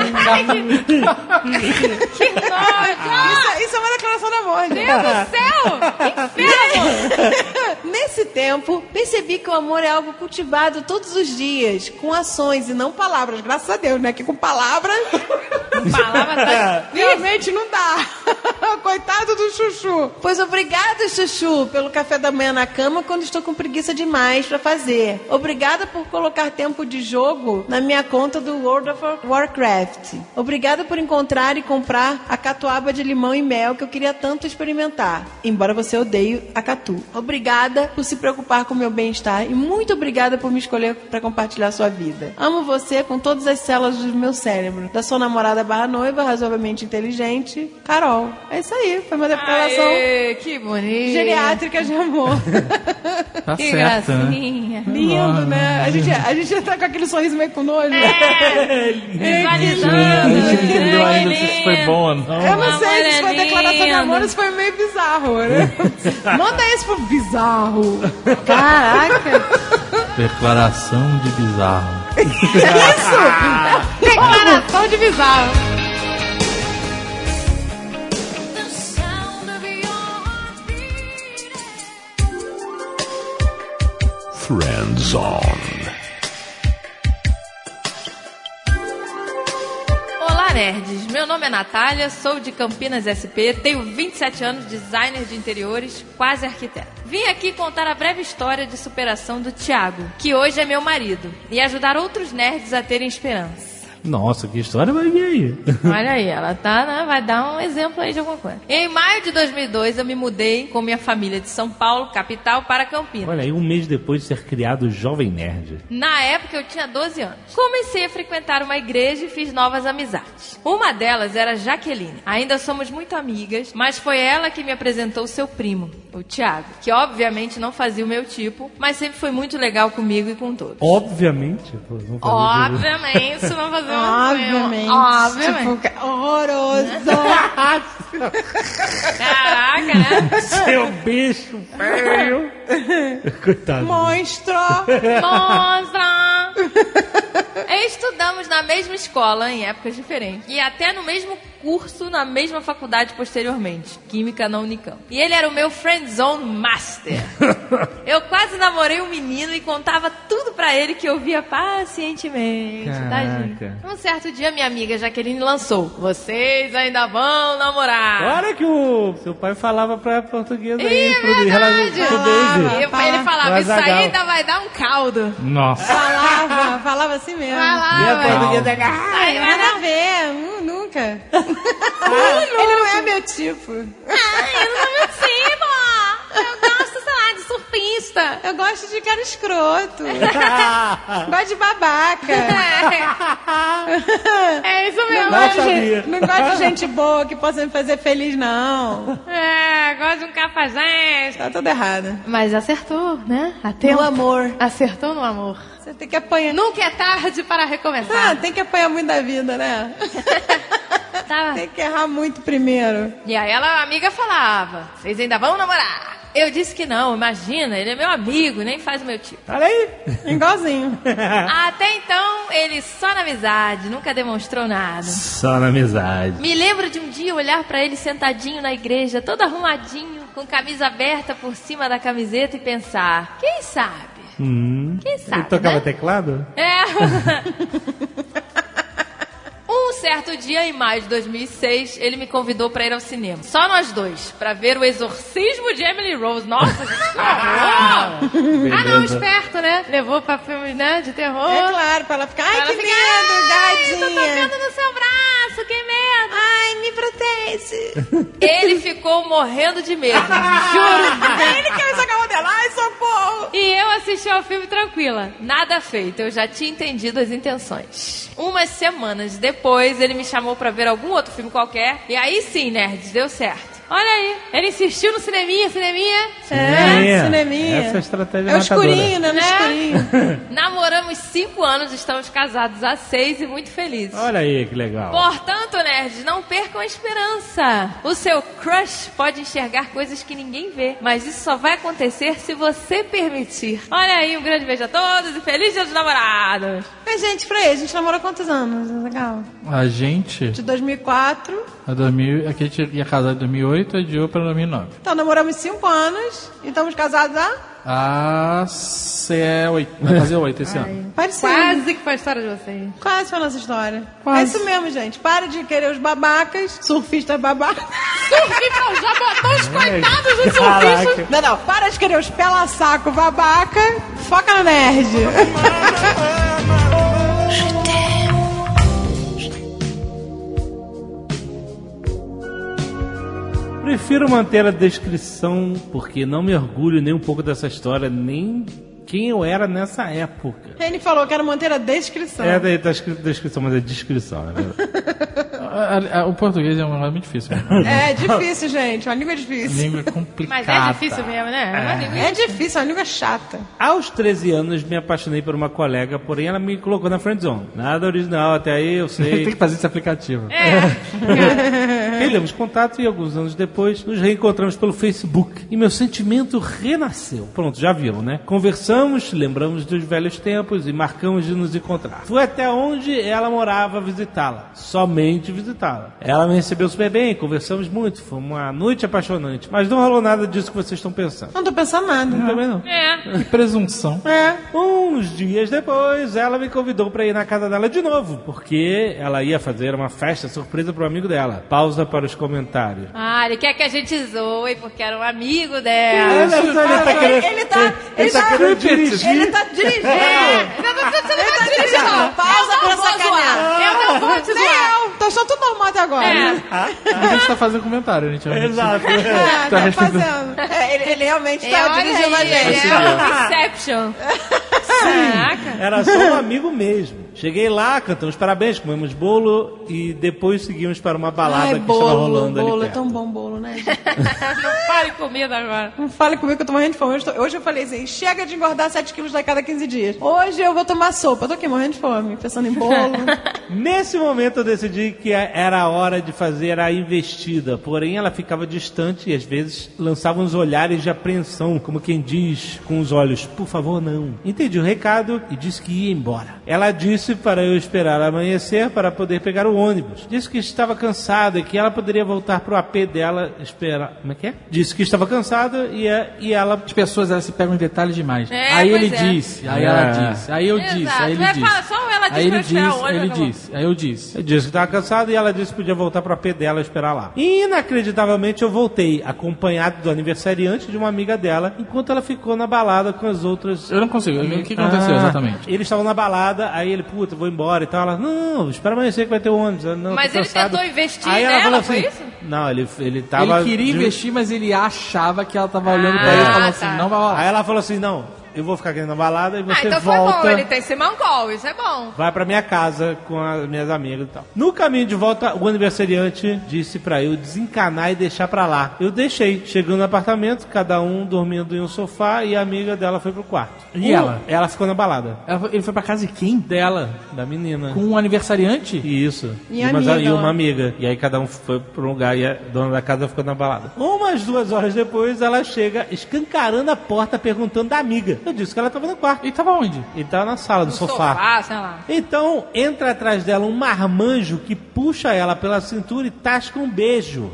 [SPEAKER 24] Que
[SPEAKER 3] Ah,
[SPEAKER 24] nojo!
[SPEAKER 4] Isso, é- isso é uma declaração de amor, gente.
[SPEAKER 24] Meu Deus do céu! Que inferno!
[SPEAKER 4] Nesse tempo, percebi que o amor é algo cultivado todos os dias, com ações e não palavras. Graças a Deus, né? Que com palavras
[SPEAKER 24] Palavra tá...
[SPEAKER 4] realmente não dá. Coitado do Chuchu. Pois obrigada, Chuchu, pelo café da manhã na cama quando estou com preguiça demais pra fazer. Obrigada por colocar tempo de jogo na minha conta do World of Warcraft. Obrigada por encontrar e comprar a catuaba de limão e mel que eu queria tanto experimentar. Embora você odeie a catu. Obrigada por se preocupar com o meu bem-estar e muito obrigada por me escolher pra compartilhar sua vida. Amo você com todas as células do meu cérebro. Da sua namorada barra noiva, razoavelmente inteligente, Carol. É isso aí, foi uma declaração
[SPEAKER 24] Aê, que bonito.
[SPEAKER 4] geriátrica de amor.
[SPEAKER 5] Tá
[SPEAKER 24] Que
[SPEAKER 5] certo, né?
[SPEAKER 24] gracinha.
[SPEAKER 4] Lindo, né? A gente, a gente já tá com aquele sorriso meio com nojo. né?
[SPEAKER 3] É.
[SPEAKER 24] Visualizando.
[SPEAKER 5] A gente entendeu
[SPEAKER 24] né?
[SPEAKER 5] ainda se isso foi bom ou não.
[SPEAKER 4] Eu não sei se isso foi
[SPEAKER 24] Amor é
[SPEAKER 4] declaração de
[SPEAKER 24] lindo.
[SPEAKER 4] amor, isso foi meio bizarro, né? Manda esse pro bizarro. Caraca.
[SPEAKER 5] Declaração de bizarro.
[SPEAKER 24] Declaração de bizarro.
[SPEAKER 1] Friends on.
[SPEAKER 3] Olá, nerds! Meu nome é Natália, sou de Campinas SP, tenho 27 anos, designer de interiores, quase arquiteto. Vim aqui contar a breve história de superação do Thiago, que hoje é meu marido, e ajudar outros nerds a terem esperança.
[SPEAKER 2] Nossa, que história vai vir aí.
[SPEAKER 3] Olha aí, ela tá, né, vai dar um exemplo aí de alguma coisa. Em maio de 2002, eu me mudei com minha família de São Paulo, capital, para Campinas.
[SPEAKER 2] Olha aí, um mês depois de ser criado o Jovem Nerd.
[SPEAKER 3] Na época eu tinha 12 anos. Comecei a frequentar uma igreja e fiz novas amizades. Uma delas era Jaqueline. Ainda somos muito amigas, mas foi ela que me apresentou seu primo, o Thiago, que obviamente não fazia o meu tipo, mas sempre foi muito legal comigo e com todos.
[SPEAKER 2] Obviamente. pô, não fazia isso.
[SPEAKER 3] Obviamente, isso não fazia
[SPEAKER 4] Ah, Obviamente.
[SPEAKER 3] Obviamente.
[SPEAKER 4] Tipo, ca- horroroso.
[SPEAKER 3] Caraca, né?
[SPEAKER 2] Seu bicho feio. Coitado.
[SPEAKER 4] Monstro.
[SPEAKER 3] Monstra! Estudamos na mesma escola em épocas diferentes e até no mesmo curso na mesma faculdade posteriormente, química na Unicamp. E ele era o meu friendzone master. eu quase namorei um menino e contava tudo pra ele que eu via pacientemente. tadinho. Um certo dia minha amiga Jaqueline lançou: "Vocês ainda vão namorar".
[SPEAKER 2] Olha que o seu pai falava pra portuguesa aí,
[SPEAKER 3] Ih,
[SPEAKER 2] pro
[SPEAKER 3] verdade!
[SPEAKER 2] pro David.
[SPEAKER 3] E ele falava,
[SPEAKER 2] Vai,
[SPEAKER 3] isso aí
[SPEAKER 2] Zagal.
[SPEAKER 3] ainda vai dar um caldo.
[SPEAKER 5] Nossa.
[SPEAKER 4] Falava, falava assim mesmo.
[SPEAKER 24] Vai lá,
[SPEAKER 2] E a
[SPEAKER 24] vai.
[SPEAKER 2] portuguesa é gar-
[SPEAKER 4] Ai, nada a ver. Hum, nunca. Ele não é meu tipo.
[SPEAKER 3] Ai, eu não meu tipo! Eu gosto, sei lá, de surfista.
[SPEAKER 4] Eu gosto de cara escroto. gosto de babaca.
[SPEAKER 3] É, é isso
[SPEAKER 4] Não,
[SPEAKER 3] mesmo.
[SPEAKER 4] gosto
[SPEAKER 2] sabia.
[SPEAKER 4] de, não gosto de gente boa que possa me fazer feliz, não.
[SPEAKER 3] É, gosto de um cafajeste.
[SPEAKER 4] Tá tudo errado.
[SPEAKER 24] Mas acertou, né? Até
[SPEAKER 4] Meu amor.
[SPEAKER 24] Acertou no amor.
[SPEAKER 4] Você tem que apanhar.
[SPEAKER 3] Nunca é tarde para
[SPEAKER 4] Ah,
[SPEAKER 3] recomeçar.
[SPEAKER 4] tem que apanhar muito da vida, né?
[SPEAKER 3] Tá.
[SPEAKER 4] Tem que errar muito primeiro.
[SPEAKER 3] E aí ela, a amiga falava, vocês ainda vão namorar? Eu disse que não, imagina, ele é meu amigo, nem faz o meu tipo.
[SPEAKER 2] Olha aí.
[SPEAKER 4] Igualzinho.
[SPEAKER 3] Até então, ele só na amizade, nunca demonstrou nada.
[SPEAKER 25] Só na amizade.
[SPEAKER 3] Me lembro de um dia olhar pra ele sentadinho na igreja, todo arrumadinho, com camisa aberta por cima da camiseta e pensar, quem sabe?
[SPEAKER 2] Hum.
[SPEAKER 3] Quem sabe,
[SPEAKER 2] Ele tocava
[SPEAKER 3] né?
[SPEAKER 2] teclado?
[SPEAKER 3] É. Um certo dia, em maio de 2006, ele me convidou pra ir ao cinema. Só nós dois, pra ver o exorcismo de Emily Rose. Nossa, gente, que horror! Ah, não,
[SPEAKER 24] Beleza.
[SPEAKER 3] esperto, né? Levou pra filmes, né, de terror.
[SPEAKER 4] É claro, pra ela ficar. Ai,
[SPEAKER 3] Ela
[SPEAKER 4] que
[SPEAKER 3] fica,
[SPEAKER 4] medo,
[SPEAKER 3] "Ai, tô
[SPEAKER 4] gatinha.
[SPEAKER 3] tocando no seu braço, que medo!
[SPEAKER 4] Ai, me protege.
[SPEAKER 3] Ele ficou morrendo de medo, juro.
[SPEAKER 4] Ele que me sacar dela. Ai, socorro.
[SPEAKER 3] E eu assisti ao filme tranquila. Nada feito, eu já tinha entendido as intenções. Umas semanas depois, ele me chamou pra ver algum outro filme qualquer. E aí sim, nerds, deu certo. Olha aí, ele insistiu no cineminha, cineminha.
[SPEAKER 4] É, cineminha.
[SPEAKER 2] Essa é a estratégia
[SPEAKER 4] É o
[SPEAKER 2] matadora.
[SPEAKER 4] escurinho, né? No escurinho.
[SPEAKER 3] Namoramos cinco anos, estamos casados há seis e muito felizes.
[SPEAKER 2] Olha aí que legal.
[SPEAKER 3] Portanto, nerds, não percam a esperança. O seu crush pode enxergar coisas que ninguém vê, mas isso só vai acontecer se você permitir. Olha aí, um grande beijo a todos e feliz dia dos namorados.
[SPEAKER 4] Mas, gente, pra aí, a gente namorou quantos anos? Legal.
[SPEAKER 5] A gente,
[SPEAKER 4] De 2004.
[SPEAKER 5] a 2000, aqui a gente ia casar em 2008 e adiou pra 2009.
[SPEAKER 4] Então, namoramos 5 anos e estamos casados há...
[SPEAKER 5] Ah, se é oito. Vai fazer oito esse ano.
[SPEAKER 4] Parecido.
[SPEAKER 24] Quase que foi a história de vocês.
[SPEAKER 4] Quase foi a nossa história.
[SPEAKER 5] Quase.
[SPEAKER 4] É isso mesmo, gente. Para de querer os babacas, surfistas babacas.
[SPEAKER 24] Surfista já botou os coitados do surfista.
[SPEAKER 2] Caraca.
[SPEAKER 4] Não, não. Para de querer os pela-saco babaca. Foca no nerd.
[SPEAKER 2] Prefiro manter a descrição porque não me orgulho nem um pouco dessa história, nem quem eu era nessa época.
[SPEAKER 4] Ele falou, quero manter a descrição.
[SPEAKER 2] É, daí tá escrito descrição, mas é descrição, né?
[SPEAKER 5] A- a- a- O português é uma coisa muito difícil. né?
[SPEAKER 4] É difícil, gente. Uma língua é difícil.
[SPEAKER 5] Língua complicada.
[SPEAKER 24] Mas é difícil mesmo, né?
[SPEAKER 4] É difícil, uma língua chata.
[SPEAKER 2] Aos 13 anos me apaixonei por uma colega, porém ela me colocou na friendzone. Nada original, até aí eu
[SPEAKER 5] Tem
[SPEAKER 2] sei.
[SPEAKER 5] que fazer esse aplicativo.
[SPEAKER 2] Perdemos contato e alguns anos depois nos reencontramos pelo Facebook. E meu sentimento renasceu. Pronto, já viram, né? Conversamos, lembramos dos velhos tempos e marcamos de nos encontrar. Fui até onde ela morava visitá-la. Somente visitá-la. Ela me recebeu super bem, conversamos muito. Foi uma noite apaixonante. Mas não rolou nada disso que vocês estão pensando.
[SPEAKER 4] Não tô pensando nada.
[SPEAKER 2] Também não.
[SPEAKER 24] É.
[SPEAKER 5] Que presunção.
[SPEAKER 4] É.
[SPEAKER 2] Uns dias depois, ela me convidou pra ir na casa dela de novo, porque ela ia fazer uma festa surpresa pro amigo dela. Pausa para os comentários.
[SPEAKER 3] Ah, ele quer que a gente zoe porque era um amigo dela.
[SPEAKER 4] Ele tá querendo. Ele tá. Ele tá
[SPEAKER 2] querendo dirigir.
[SPEAKER 4] Ele tá dirigindo.
[SPEAKER 3] É. Não, não, não, você não vai dirigir, não.
[SPEAKER 4] Pausa
[SPEAKER 3] Eu não
[SPEAKER 4] pra
[SPEAKER 3] vou
[SPEAKER 4] sacanear.
[SPEAKER 3] zoar. Eu não vou te
[SPEAKER 4] Nem
[SPEAKER 3] zoar.
[SPEAKER 4] eu. Tô achando tudo normal até agora.
[SPEAKER 3] É.
[SPEAKER 5] A gente tá fazendo comentário, gente. Exato.
[SPEAKER 4] É,
[SPEAKER 5] Tá
[SPEAKER 4] tá
[SPEAKER 5] respondendo.
[SPEAKER 4] fazendo. É, ele, ele realmente
[SPEAKER 3] É,
[SPEAKER 4] tá
[SPEAKER 3] olha
[SPEAKER 4] dirigindo a
[SPEAKER 3] aí,
[SPEAKER 4] gente.
[SPEAKER 3] ele é um Inception. Caraca.
[SPEAKER 2] Era só um amigo mesmo. Cheguei lá, cantamos parabéns, comemos bolo e depois seguimos para uma balada
[SPEAKER 4] Ai,
[SPEAKER 2] que estava
[SPEAKER 4] É bolo,
[SPEAKER 2] rolando
[SPEAKER 4] bolo,
[SPEAKER 2] ali
[SPEAKER 4] é
[SPEAKER 2] perto.
[SPEAKER 4] tão bom bolo, né?
[SPEAKER 3] Não fale comida agora.
[SPEAKER 4] Não fale comigo que eu tô morrendo de fome. Hoje, eu tô- hoje eu falei assim, chega de engordar 7 quilos a cada 15 dias. Hoje eu vou tomar sopa. Eu tô aqui morrendo de fome, pensando em bolo.
[SPEAKER 2] Nesse momento eu decidi que é, era a hora de fazer a investida, porém ela ficava distante e às vezes lançava uns olhares de apreensão, como quem diz com os olhos, por favor não. Entendi o recado e disse que ia embora. Ela disse para eu esperar amanhecer para poder pegar o ônibus. Disse que estava cansada e que ela poderia voltar pro AP dela esperar. Como é que é? Disse que estava cansada e, a- e ela
[SPEAKER 5] As pessoas elas se pegam em detalhes demais.
[SPEAKER 3] É,
[SPEAKER 5] aí
[SPEAKER 3] pois
[SPEAKER 5] ele
[SPEAKER 3] é.
[SPEAKER 5] disse, aí
[SPEAKER 2] É.
[SPEAKER 5] ela disse, aí eu
[SPEAKER 3] Exato.
[SPEAKER 5] disse, aí ele
[SPEAKER 3] Ela
[SPEAKER 5] disse.
[SPEAKER 3] fala só ela disse
[SPEAKER 5] aí
[SPEAKER 3] pra
[SPEAKER 5] ele
[SPEAKER 3] eu
[SPEAKER 5] disse,
[SPEAKER 3] esperar o
[SPEAKER 5] aí
[SPEAKER 3] olho,
[SPEAKER 5] ele
[SPEAKER 3] acabou.
[SPEAKER 5] disse, aí eu disse.
[SPEAKER 2] Eu disse que estava cansado e ela disse que podia voltar para pé dela e esperar lá. E, inacreditavelmente eu voltei, acompanhado do aniversariante de uma amiga dela, enquanto ela ficou na balada com as outras.
[SPEAKER 5] Eu não consigo. O que aconteceu
[SPEAKER 2] Ah,
[SPEAKER 5] exatamente?
[SPEAKER 2] Eles estavam na balada, aí ele, puta, vou embora e tal. Ela, não, espera amanhecer que vai ter ônibus. Ela, não,
[SPEAKER 3] Mas
[SPEAKER 2] tô
[SPEAKER 3] ele
[SPEAKER 2] cansado.
[SPEAKER 3] tentou investir
[SPEAKER 2] aí ela
[SPEAKER 3] nela,
[SPEAKER 2] falou
[SPEAKER 3] foi
[SPEAKER 2] assim,
[SPEAKER 3] isso?
[SPEAKER 2] Não, ele, ele tava.
[SPEAKER 5] ele queria
[SPEAKER 2] de-
[SPEAKER 5] investir, mas ele achava que ela tava olhando pra
[SPEAKER 3] Ah,
[SPEAKER 5] ele e falando
[SPEAKER 3] tá.
[SPEAKER 5] assim, não vai rolar.
[SPEAKER 2] Aí ela falou assim: não, eu vou ficar aqui na balada e você
[SPEAKER 3] Ah, então
[SPEAKER 2] volta.
[SPEAKER 3] foi bom, ele tem esse mangol, isso é bom.
[SPEAKER 2] Vai pra minha casa com as minhas amigas e tal. No caminho de volta, o aniversariante disse pra eu desencanar e deixar pra lá. Eu deixei. Chegando no apartamento, cada um dormindo em um sofá e a amiga dela foi pro quarto. Uh,
[SPEAKER 5] E ela?
[SPEAKER 2] Ela ficou na balada.
[SPEAKER 5] Ela foi- Ele foi pra casa de quem?
[SPEAKER 2] Dela, da menina.
[SPEAKER 5] Com um aniversariante?
[SPEAKER 2] Isso.
[SPEAKER 4] E
[SPEAKER 2] uma-
[SPEAKER 4] a amiga
[SPEAKER 2] e uma
[SPEAKER 4] lá?
[SPEAKER 2] amiga. E aí cada um foi pra um lugar e a dona da casa ficou na balada. Umas duas horas depois, ela chega escancarando a porta perguntando da amiga. Eu disse que ela tava no quarto.
[SPEAKER 5] E tava onde?
[SPEAKER 2] E tava na sala, no, sofá.
[SPEAKER 3] sei lá.
[SPEAKER 2] Então entra atrás dela um marmanjo que puxa ela pela cintura e tasca um beijo.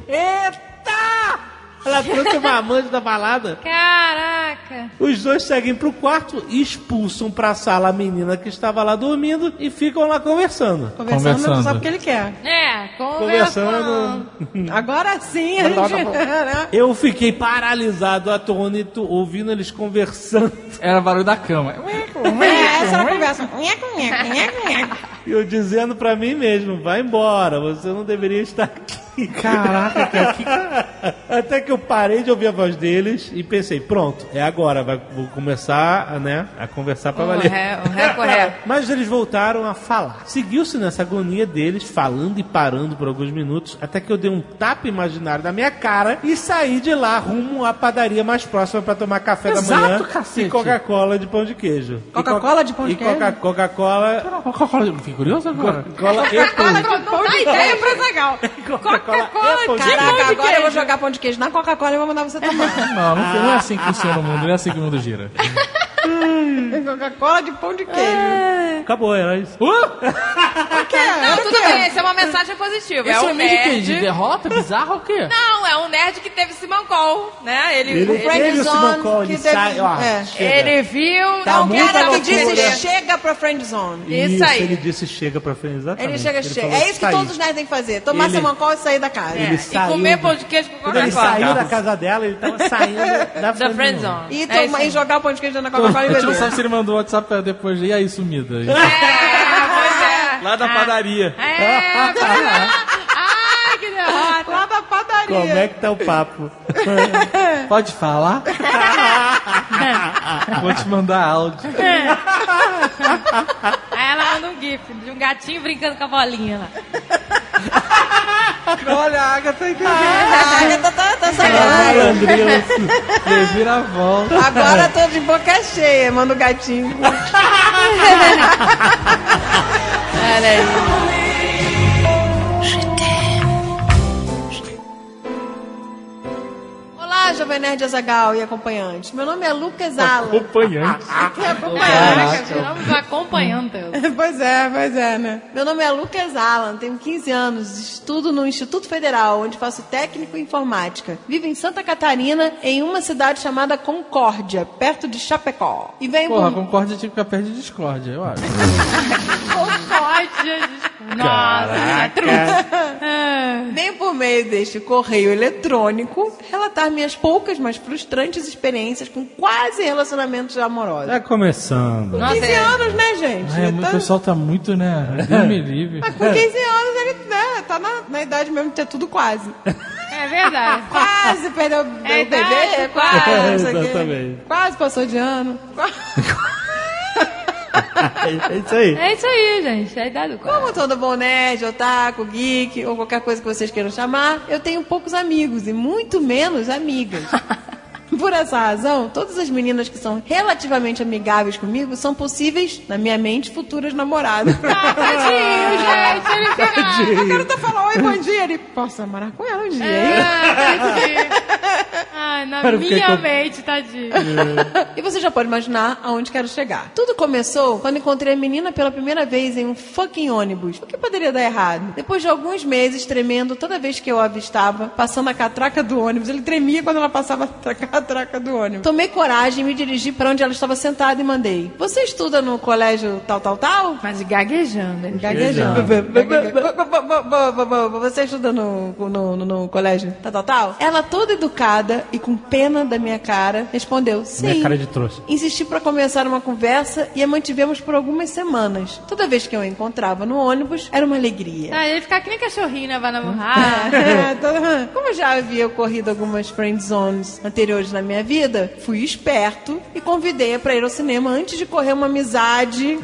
[SPEAKER 2] Eita! Ela trouxe o marmanjo da balada.
[SPEAKER 3] Caraca.
[SPEAKER 2] Os dois seguem pro quarto, expulsam pra sala a menina que estava lá dormindo e ficam lá conversando.
[SPEAKER 4] Conversando,
[SPEAKER 5] Conversando.
[SPEAKER 4] só porque ele quer.
[SPEAKER 3] É, conversando.
[SPEAKER 2] Conversando.
[SPEAKER 4] Agora sim, a gente... Né?
[SPEAKER 2] Eu fiquei paralisado, atônito, ouvindo eles conversando.
[SPEAKER 5] Era barulho da cama.
[SPEAKER 4] é, essa era a conversa. Nheco, nheco, nheco, nheco.
[SPEAKER 2] E eu dizendo pra mim mesmo, vai embora, você não deveria estar aqui. Caraca, cara, que... Até que eu parei de ouvir a voz deles e pensei, pronto, é agora, vai, vou começar né, a conversar pra
[SPEAKER 3] Um
[SPEAKER 2] valer.
[SPEAKER 3] ré- um ré com ré.
[SPEAKER 2] Mas eles voltaram a falar. Seguiu-se nessa agonia deles, falando e parando por alguns minutos, até que eu dei um tapa imaginário na minha cara e saí de lá rumo à padaria mais próxima pra tomar café
[SPEAKER 5] Exato,
[SPEAKER 2] da manhã
[SPEAKER 5] cacete.
[SPEAKER 2] e Coca-Cola de pão de queijo. E
[SPEAKER 4] Coca-Cola de pão de
[SPEAKER 2] e
[SPEAKER 4] queijo?
[SPEAKER 2] Coca- Coca-Cola
[SPEAKER 5] Coca-Cola, fiquei curioso agora.
[SPEAKER 2] Cola e
[SPEAKER 4] Coca-Cola
[SPEAKER 2] pão.
[SPEAKER 4] com pão de
[SPEAKER 3] ideia
[SPEAKER 4] queijo. é Legal.
[SPEAKER 2] Coca-Cola e pão de
[SPEAKER 4] Caraca,
[SPEAKER 2] queijo.
[SPEAKER 4] agora eu vou jogar pão de queijo na Coca-Cola e vou mandar você tomar.
[SPEAKER 5] Não, não, não é assim que funciona o mundo, não é assim que o mundo gira.
[SPEAKER 4] Coca-Cola de pão de queijo.
[SPEAKER 2] Acabou, era isso.
[SPEAKER 5] Uh!
[SPEAKER 3] Não, tudo bem, isso é uma mensagem positiva.
[SPEAKER 5] Esse
[SPEAKER 3] é
[SPEAKER 5] é
[SPEAKER 3] um
[SPEAKER 5] o meio de quê?
[SPEAKER 3] nerd.
[SPEAKER 5] De derrota? Bizarro ou o quê?
[SPEAKER 3] Não, é um nerd que teve esse mangol, né? Ele, ele,
[SPEAKER 4] Frank
[SPEAKER 2] Ele, o
[SPEAKER 4] Zone,
[SPEAKER 2] Simon Cole,
[SPEAKER 4] que
[SPEAKER 2] ele
[SPEAKER 4] deve-
[SPEAKER 2] sai, ó,
[SPEAKER 4] é.
[SPEAKER 2] chega.
[SPEAKER 3] ele viu.
[SPEAKER 2] Tá
[SPEAKER 4] É um
[SPEAKER 3] não, quer
[SPEAKER 4] cara
[SPEAKER 3] dar
[SPEAKER 4] que
[SPEAKER 3] um poder.
[SPEAKER 4] disse chega pra friend zone.
[SPEAKER 3] Isso
[SPEAKER 2] Isso,
[SPEAKER 3] aí.
[SPEAKER 2] Ele disse chega pra frente, exatamente.
[SPEAKER 4] Ele chega, chega.
[SPEAKER 2] falou,
[SPEAKER 4] É isso que
[SPEAKER 2] "Sai".
[SPEAKER 4] todos os nerds têm que fazer. Tomar
[SPEAKER 2] Ele-
[SPEAKER 4] ele... e sair da casa.
[SPEAKER 3] É,
[SPEAKER 2] saiu
[SPEAKER 3] e comer
[SPEAKER 2] do-
[SPEAKER 3] pão de queijo com
[SPEAKER 2] Quando ele
[SPEAKER 3] Coca-Cola.
[SPEAKER 2] saiu da casa dela, ele tava saindo da
[SPEAKER 3] Da
[SPEAKER 2] friendzone.
[SPEAKER 3] friendzone.
[SPEAKER 4] E,
[SPEAKER 3] É
[SPEAKER 4] tomar-
[SPEAKER 3] isso aí.
[SPEAKER 4] e jogar o pão de queijo na Coca-Cola e
[SPEAKER 5] A gente não
[SPEAKER 4] beber.
[SPEAKER 5] sabe se ele mandou o WhatsApp depois. E aí, sumida?
[SPEAKER 3] É,
[SPEAKER 5] Lá da padaria.
[SPEAKER 3] pois é. É, pois é. Ai, que derrota.
[SPEAKER 4] Lá da padaria.
[SPEAKER 2] Como é que tá o papo?
[SPEAKER 5] Pode falar? Vou te mandar áudio.
[SPEAKER 3] Aí ela manda um gif de um gatinho brincando com a bolinha lá.
[SPEAKER 5] Olha, a Agatha tá entendeu.
[SPEAKER 4] Ah, tá, tá, tá sacanagem.
[SPEAKER 2] Malandrinho. né?
[SPEAKER 5] Revira a volta.
[SPEAKER 4] Agora tô de boca cheia, manda o gatinho. Olá, Jovem Nerd Azagal e acompanhantes. Meu nome é Lucas é Ah, Alan.
[SPEAKER 5] Acompanhante.
[SPEAKER 3] Caraca, tiramos o acompanhante.
[SPEAKER 4] Pois é, pois é, né? Meu nome é Lucas Alan, tenho 15 anos, estudo no Instituto Federal, onde faço técnico em informática. Vivo em Santa Catarina, em uma cidade chamada Concórdia, perto de Chapecó. E venho
[SPEAKER 5] Porra,
[SPEAKER 4] por...
[SPEAKER 5] concórdia tinha que ficar perto de discórdia, eu acho.
[SPEAKER 3] Concórdia. de-
[SPEAKER 24] é
[SPEAKER 3] Nossa,
[SPEAKER 4] Venho por meio deste correio eletrônico relatar minhas poucas, mas frustrantes experiências com quase relacionamentos amorosos.
[SPEAKER 2] Tá começando.
[SPEAKER 3] nossa,
[SPEAKER 4] 15
[SPEAKER 3] é.
[SPEAKER 4] anos, né, gente?
[SPEAKER 5] Ai, o
[SPEAKER 4] Tá-
[SPEAKER 5] pessoal É. tá muito, né? Deus me livre.
[SPEAKER 4] Mas com 15 anos ele né, tá na, na idade mesmo de ter tudo quase.
[SPEAKER 3] é verdade.
[SPEAKER 4] Quase perdeu o
[SPEAKER 3] É
[SPEAKER 4] bebê,
[SPEAKER 3] idade,
[SPEAKER 4] quase.
[SPEAKER 2] é,
[SPEAKER 4] não sei o quê.
[SPEAKER 2] exatamente.
[SPEAKER 4] Quase passou de ano.
[SPEAKER 2] É isso aí.
[SPEAKER 3] É isso aí, gente. É a idade do corpo.
[SPEAKER 4] Como todo bom nerd, otaku, geek ou qualquer coisa que vocês queiram chamar, eu tenho poucos amigos e muito menos amigas. Por essa razão, todas as meninas que são relativamente amigáveis comigo são possíveis, na minha mente, futuras namoradas.
[SPEAKER 3] Ah, tadinho, gente. Ele fica...
[SPEAKER 4] Eu quero até falar, oi, bom dia. Ele, posso namorar com ela um dia, hein?
[SPEAKER 24] É,
[SPEAKER 3] Ah, tadinho. Ai, na
[SPEAKER 2] Cara, eu fiquei
[SPEAKER 3] minha
[SPEAKER 2] com-
[SPEAKER 3] mente, tadinho.
[SPEAKER 4] E você já pode imaginar aonde quero chegar. Tudo começou quando encontrei a menina pela primeira vez em um fucking ônibus. O que poderia dar errado? Depois de alguns meses tremendo toda vez que eu a avistava, passando a catraca do ônibus, ele tremia quando ela passava a catraca do ônibus. Tomei coragem e me dirigi para onde ela estava sentada e mandei: Você estuda no colégio tal, tal, tal?
[SPEAKER 3] Mas gaguejando. ele-
[SPEAKER 4] Gaguejando. Tá Você estuda no, no, no- no colégio tal, tal, tal? Ela toda educada e com com pena da minha cara, respondeu: Sim.
[SPEAKER 25] Minha cara de trouxa.
[SPEAKER 4] Insisti para começar uma conversa e a mantivemos por algumas semanas. Toda vez que eu a encontrava no ônibus, era uma alegria.
[SPEAKER 24] Ah, ele fica que nem cachorrinho, né? Vai namorar.
[SPEAKER 4] Ah, toda- Como já havia ocorrido algumas friend zones anteriores na minha vida, fui esperto e convidei-a pra ir ao cinema antes de correr uma amizade,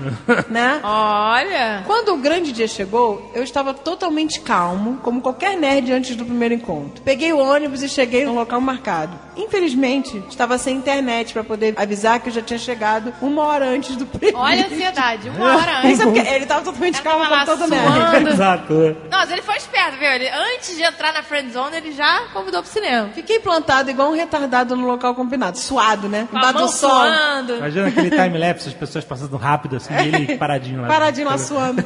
[SPEAKER 4] né?
[SPEAKER 24] Olha!
[SPEAKER 4] Quando o grande dia chegou, eu estava totalmente calmo, como qualquer nerd antes do primeiro encontro. Peguei o ônibus e cheguei no local marcado. Infelizmente, estava sem internet pra poder avisar que eu já tinha chegado uma hora antes do primeiro.
[SPEAKER 24] Olha a ansiedade, uma hora antes.
[SPEAKER 4] Isso é porque ele tava totalmente calmo,
[SPEAKER 24] tava lá
[SPEAKER 4] como todo
[SPEAKER 24] suando.
[SPEAKER 4] nerd.
[SPEAKER 2] Exato. né?
[SPEAKER 24] Nossa, ele foi esperto, viu? Ele, antes de entrar na friendzone, ele já convidou pro cinema.
[SPEAKER 4] Fiquei plantado igual um retardado no local combinado. Suado, né?
[SPEAKER 24] Com a
[SPEAKER 4] Embaixo
[SPEAKER 24] mão
[SPEAKER 4] do sol.
[SPEAKER 24] suando.
[SPEAKER 2] Imagina aquele time-lapse, as pessoas passando rápido assim, e ele paradinho lá.
[SPEAKER 4] Paradinho lá suando.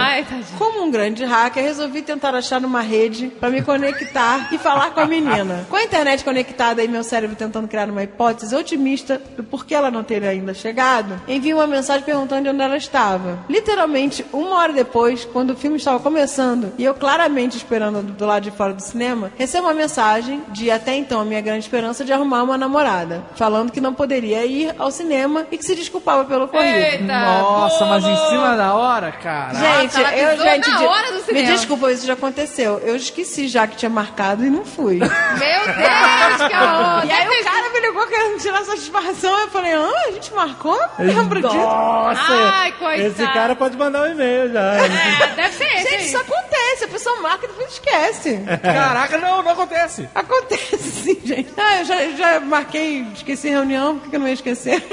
[SPEAKER 24] Ai, tadinho.
[SPEAKER 4] Como um grande hacker, resolvi tentar achar numa rede pra me conectar e falar com a menina. Com a internet conectada e meu cérebro tentando criar uma hipótese otimista do porquê ela não ter ainda chegado, enviei uma mensagem perguntando onde ela estava. Literalmente, uma hora depois, quando o filme estava começando e eu claramente esperando do lado de fora do cinema, recebo uma mensagem de até então a minha grande esperança de arrumar uma namorada, falando que não poderia ir ao cinema e que se desculpava pelo ocorrido. tá?
[SPEAKER 24] Eita!
[SPEAKER 5] Nossa, mas em cima da hora, cara.
[SPEAKER 4] Gente,
[SPEAKER 24] ela
[SPEAKER 4] eu
[SPEAKER 24] avisou
[SPEAKER 4] gente,
[SPEAKER 24] na
[SPEAKER 4] de-
[SPEAKER 24] hora do
[SPEAKER 4] Me
[SPEAKER 24] cinema.
[SPEAKER 4] desculpa, isso já aconteceu. Eu esqueci já que tinha marcado e não fui. e
[SPEAKER 24] Meu Deus, que horror!
[SPEAKER 4] aí o cara me ligou querendo tirar satisfação. Eu falei, ah, a gente marcou? Não lembro disso.
[SPEAKER 2] Nossa!
[SPEAKER 24] Ai, coitado.
[SPEAKER 2] Esse cara pode mandar um e-mail já.
[SPEAKER 24] É, deve ser esse.
[SPEAKER 4] Gente,
[SPEAKER 24] aí.
[SPEAKER 4] isso acontece. A pessoa marca e depois esquece.
[SPEAKER 5] Caraca, não, não acontece.
[SPEAKER 4] Acontece sim, gente. Ah, eu já, já marquei, esqueci reunião, por que que eu não ia esquecer?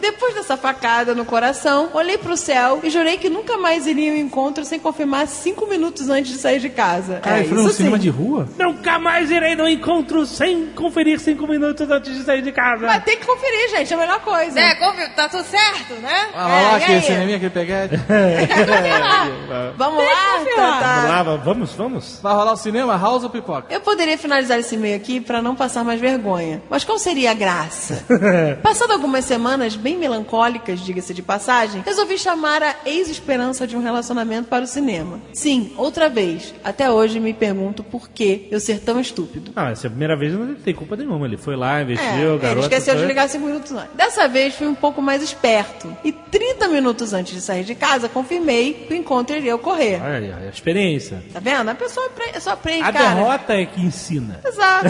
[SPEAKER 4] Depois dessa facada no coração, olhei pro céu e jurei que nunca mais iria ao encontro sem confirmar cinco minutos antes de sair de casa.
[SPEAKER 2] tá
[SPEAKER 5] Cara,
[SPEAKER 4] é,
[SPEAKER 5] ele foi num
[SPEAKER 4] isso
[SPEAKER 5] cinema
[SPEAKER 4] sim.
[SPEAKER 5] de rua?
[SPEAKER 2] Nunca mais irei no encontro sem conferir cinco minutos antes de sair de casa.
[SPEAKER 4] Mas tem que conferir, gente, é a melhor coisa.
[SPEAKER 2] Né?
[SPEAKER 24] É, convi- tá tudo certo, né?
[SPEAKER 5] Ah, lá,
[SPEAKER 4] É,
[SPEAKER 5] lá,
[SPEAKER 4] e
[SPEAKER 5] aquele
[SPEAKER 4] aí?
[SPEAKER 5] cineminha, aquele peguete.
[SPEAKER 4] Vamos lá,
[SPEAKER 2] Vamos
[SPEAKER 4] Tatá?
[SPEAKER 2] lá, vamos, vamos.
[SPEAKER 5] Vai rolar o cinema, house ou pipoca?
[SPEAKER 4] Eu poderia finalizar esse e-mail aqui pra não passar mais vergonha. Mas qual seria a graça? Passando algumas semanas bem melancólicas, diga-se de passagem, resolvi chamar a ex-esperança de um relacionamento para o cinema. Sim, outra vez. Até hoje me pergunto por que eu ser tão estúpido.
[SPEAKER 2] Ah, essa é a primeira vez não tem culpa nenhuma. Ele foi lá,
[SPEAKER 4] É,
[SPEAKER 2] investiu,
[SPEAKER 4] ele
[SPEAKER 2] garoto.
[SPEAKER 4] esqueceu de
[SPEAKER 2] foi.
[SPEAKER 4] ligar cinco minutos antes. Dessa vez fui um pouco mais esperto. E 30 minutos antes de sair de casa, confirmei que o encontro iria ocorrer.
[SPEAKER 2] Olha aí, olha, a experiência.
[SPEAKER 4] Tá vendo? A pessoa apre- só aprende,
[SPEAKER 2] A
[SPEAKER 4] cara.
[SPEAKER 2] derrota é que ensina.
[SPEAKER 4] Exato.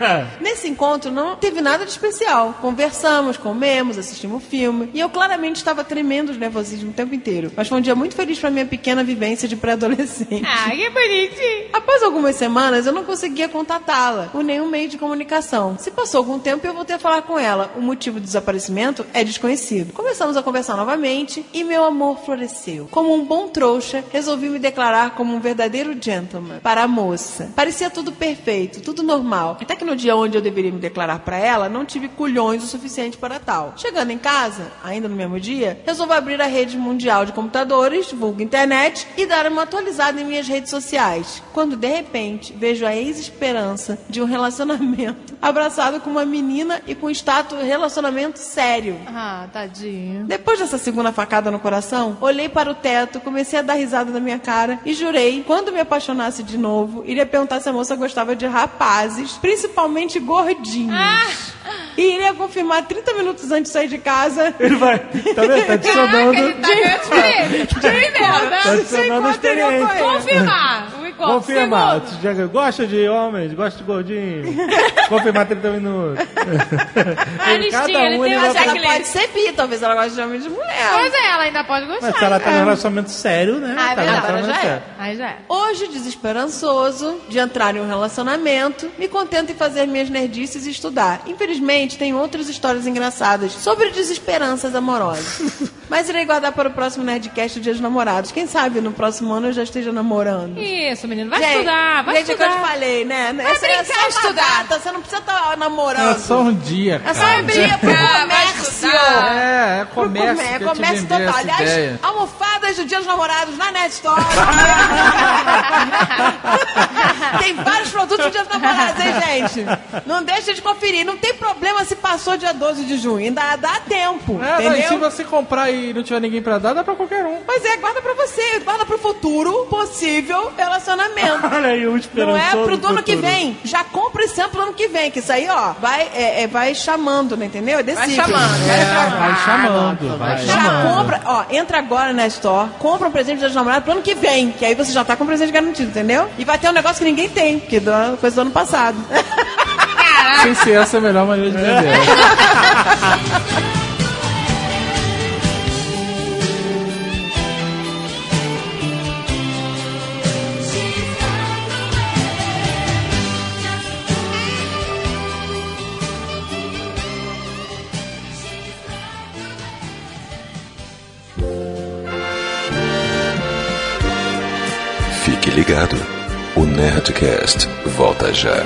[SPEAKER 4] Nesse encontro não teve nada de especial. Conversamos, comemos, assistimos filme. E eu claramente estava tremendo de nervosismo o tempo inteiro. Mas foi um dia muito feliz pra minha pequena vivência de pré-adolescente.
[SPEAKER 24] Ah, que bonitinho.
[SPEAKER 4] Após algumas semanas, eu não conseguia contatá-la por nenhum meio de comunicação. Se passou algum tempo, eu voltei a falar com ela. O motivo do desaparecimento é desconhecido. Começamos a conversar novamente e meu amor floresceu. Como um bom trouxa, resolvi me declarar como um verdadeiro gentleman para a moça. Parecia tudo perfeito, tudo normal. Até que no dia onde eu deveria me declarar para ela, não tive culhões o suficiente para tal. Chegando em casa, ainda no mesmo dia, resolvi abrir a rede mundial de computadores, vulgo internet, e dar uma atualizada em minhas redes sociais. Quando de repente vejo a ex-esperança de um relacionamento abraçado com uma menina e com um status relacionamento sério.
[SPEAKER 24] Ah, tadinho.
[SPEAKER 4] Depois dessa segunda facada no coração, olhei para o teto, comecei a dar risada na minha cara e jurei, quando me apaixonasse de novo, iria perguntar se a moça gostava de rapazes, principalmente gordinhos. E iria confirmar 30 minutos antes de sair de casa.
[SPEAKER 2] Ele vai, tá vendo? Tá
[SPEAKER 24] Caraca,
[SPEAKER 2] adicionando.
[SPEAKER 24] ele tá ganhando experiência. Primeiro,
[SPEAKER 2] Tá
[SPEAKER 24] né?
[SPEAKER 2] adicionando a experiência.
[SPEAKER 24] Confirmar. Um encontro.
[SPEAKER 2] Confirmar.
[SPEAKER 24] Segundo.
[SPEAKER 2] Já Gosta de homens, gosta de gordinho. Confirmar 30 minutos.
[SPEAKER 24] A listinha, ele
[SPEAKER 2] um,
[SPEAKER 24] tem
[SPEAKER 2] ele
[SPEAKER 24] uma
[SPEAKER 4] Mas ela
[SPEAKER 24] checklist.
[SPEAKER 4] pode ser bi, talvez ela goste de homem de mulher.
[SPEAKER 24] Pois é, ela ainda pode gostar.
[SPEAKER 2] Mas se ela tá num relacionamento sério, né?
[SPEAKER 4] É. Ah, é
[SPEAKER 2] tá num
[SPEAKER 4] verdade,
[SPEAKER 2] relacionamento
[SPEAKER 4] já é.
[SPEAKER 2] sério.
[SPEAKER 24] Aí já é.
[SPEAKER 4] Hoje, desesperançoso de entrar em um relacionamento, me contento em fazer minhas nerdices e estudar. Infelizmente, tem outras histórias engraçadas sobre desesperanças amorosas. Mas irei guardar para o próximo Nerdcast o Dia dos Namorados. Quem sabe no próximo ano eu já esteja namorando.
[SPEAKER 24] Isso, menino. Vai
[SPEAKER 4] Gente,
[SPEAKER 24] estudar, vai
[SPEAKER 4] gente, é o que eu te
[SPEAKER 24] estudar.
[SPEAKER 4] falei, né?
[SPEAKER 24] Vai brincar
[SPEAKER 4] só uma
[SPEAKER 24] estudar. Ah,
[SPEAKER 4] data, você não precisa estar namorando.
[SPEAKER 5] É só um dia,
[SPEAKER 4] É
[SPEAKER 5] cara.
[SPEAKER 4] só um dia pro
[SPEAKER 24] Vai
[SPEAKER 4] comércio.
[SPEAKER 24] estudar.
[SPEAKER 5] É, é comércio.
[SPEAKER 4] Comé-
[SPEAKER 5] que eu te
[SPEAKER 4] comércio
[SPEAKER 5] vendi
[SPEAKER 4] total.
[SPEAKER 5] essa
[SPEAKER 4] Aliás,
[SPEAKER 5] ideia.
[SPEAKER 4] almofadas do Dia dos Namorados na Nerd Store. Tem vários produtos de dias namorados, hein, gente? Não deixa de conferir. Não tem problema se passou dia 12 de junho. Ainda dá tempo.
[SPEAKER 2] É, não, e se
[SPEAKER 4] entendeu?
[SPEAKER 2] você comprar e não tiver ninguém pra dar, dá pra qualquer um.
[SPEAKER 4] Mas é, guarda pra você, guarda pro futuro possível relacionamento.
[SPEAKER 29] Olha aí, o
[SPEAKER 4] Não é
[SPEAKER 29] esperançoso
[SPEAKER 4] pro do ano que
[SPEAKER 29] futuro.
[SPEAKER 4] vem. Já compra esse ano pro ano que vem, que isso aí, ó, vai, é, é, vai chamando, não entendeu? É desse
[SPEAKER 2] Vai
[SPEAKER 4] ciclo.
[SPEAKER 2] chamando, vai
[SPEAKER 4] É,
[SPEAKER 2] chamando. Vai chamando, vai
[SPEAKER 4] Já
[SPEAKER 2] chamando.
[SPEAKER 4] compra, ó, entra agora na Store, compra um presente das namoradas pro ano que vem, que aí você já tá com um presente garantido, entendeu? E vai ter um negócio que ninguém tem, que do, coisa do ano passado.
[SPEAKER 2] Sem ser essa
[SPEAKER 5] É
[SPEAKER 2] a melhor maneira de vender.
[SPEAKER 1] Fique ligado. O Nerdcast volta já.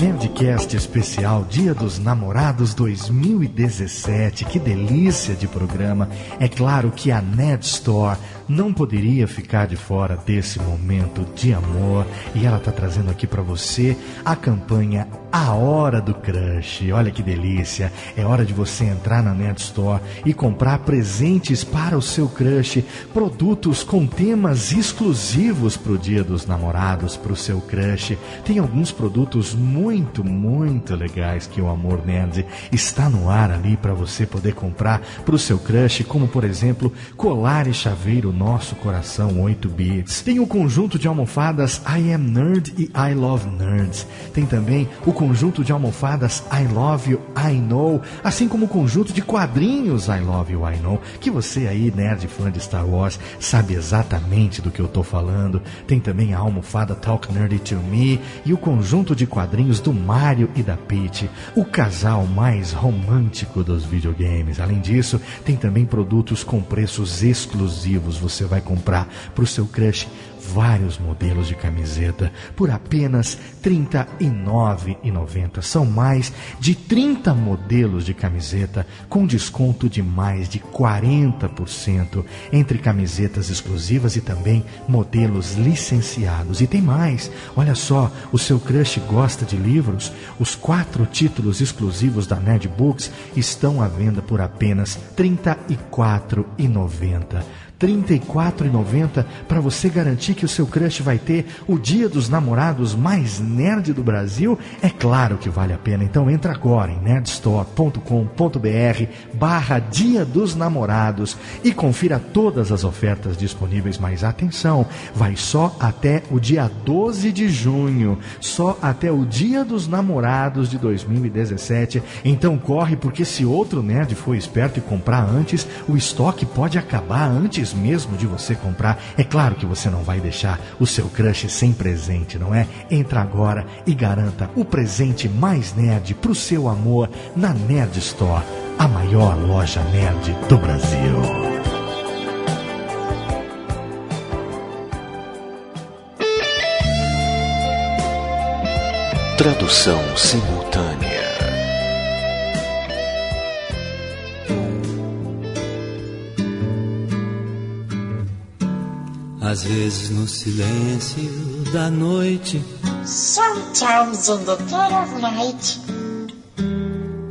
[SPEAKER 11] Nerdcast especial Dia dos Namorados 2017. Que delícia de programa. É claro que a Nerd Store não poderia ficar de fora desse momento de amor e ela tá trazendo aqui para você a campanha A Hora do Crush. Olha que delícia. É hora de você entrar na Nerd Store e comprar presentes para o seu crush, produtos com temas exclusivos pro Dia dos Namorados, pro seu crush. Tem alguns produtos muito, muito legais que o Amor Nerd está no ar ali para você poder comprar pro seu crush, como por exemplo, colar e chaveiro nosso coração 8 bits. Tem o conjunto de almofadas I Am Nerd e I Love Nerds. Tem também o conjunto de almofadas I Love You, I Know, assim como o conjunto de quadrinhos I Love You, I Know, que você aí, nerd fã de Star Wars, sabe exatamente do que eu tô falando. Tem também a almofada Talk Nerdy to Me e o conjunto de quadrinhos do Mario e da Peach, o casal mais romântico dos videogames. Além disso, tem também produtos com preços exclusivos. Você vai comprar pro seu crush vários modelos de camiseta por apenas R$ 39,90. São mais de 30 modelos de camiseta com desconto de mais de 40% entre camisetas exclusivas e também modelos licenciados. E tem mais, olha só, o seu crush gosta de livros? Os quatro títulos exclusivos da Nerd Books estão à venda por apenas R$ 34,90. R$ 34,90 para você garantir que o seu crush vai ter o dia dos namorados mais nerd do Brasil? É claro que vale a pena. Então entra agora em nerdstore.com.br barra dia dos namorados e confira todas as ofertas disponíveis. Mas atenção, vai só até o dia 12 de junho, só até o dia dos namorados de 2017. Então corre, porque se outro nerd for esperto e comprar antes, o estoque pode acabar antes mesmo de você comprar. É claro que você não vai deixar o seu crush sem presente, não é? Entra agora e garanta o presente mais nerd pro seu amor na Nerd Store, a maior loja nerd do Brasil.
[SPEAKER 1] Tradução simultânea.
[SPEAKER 5] Às vezes no silêncio da noite
[SPEAKER 12] Sometimes in the dead of night,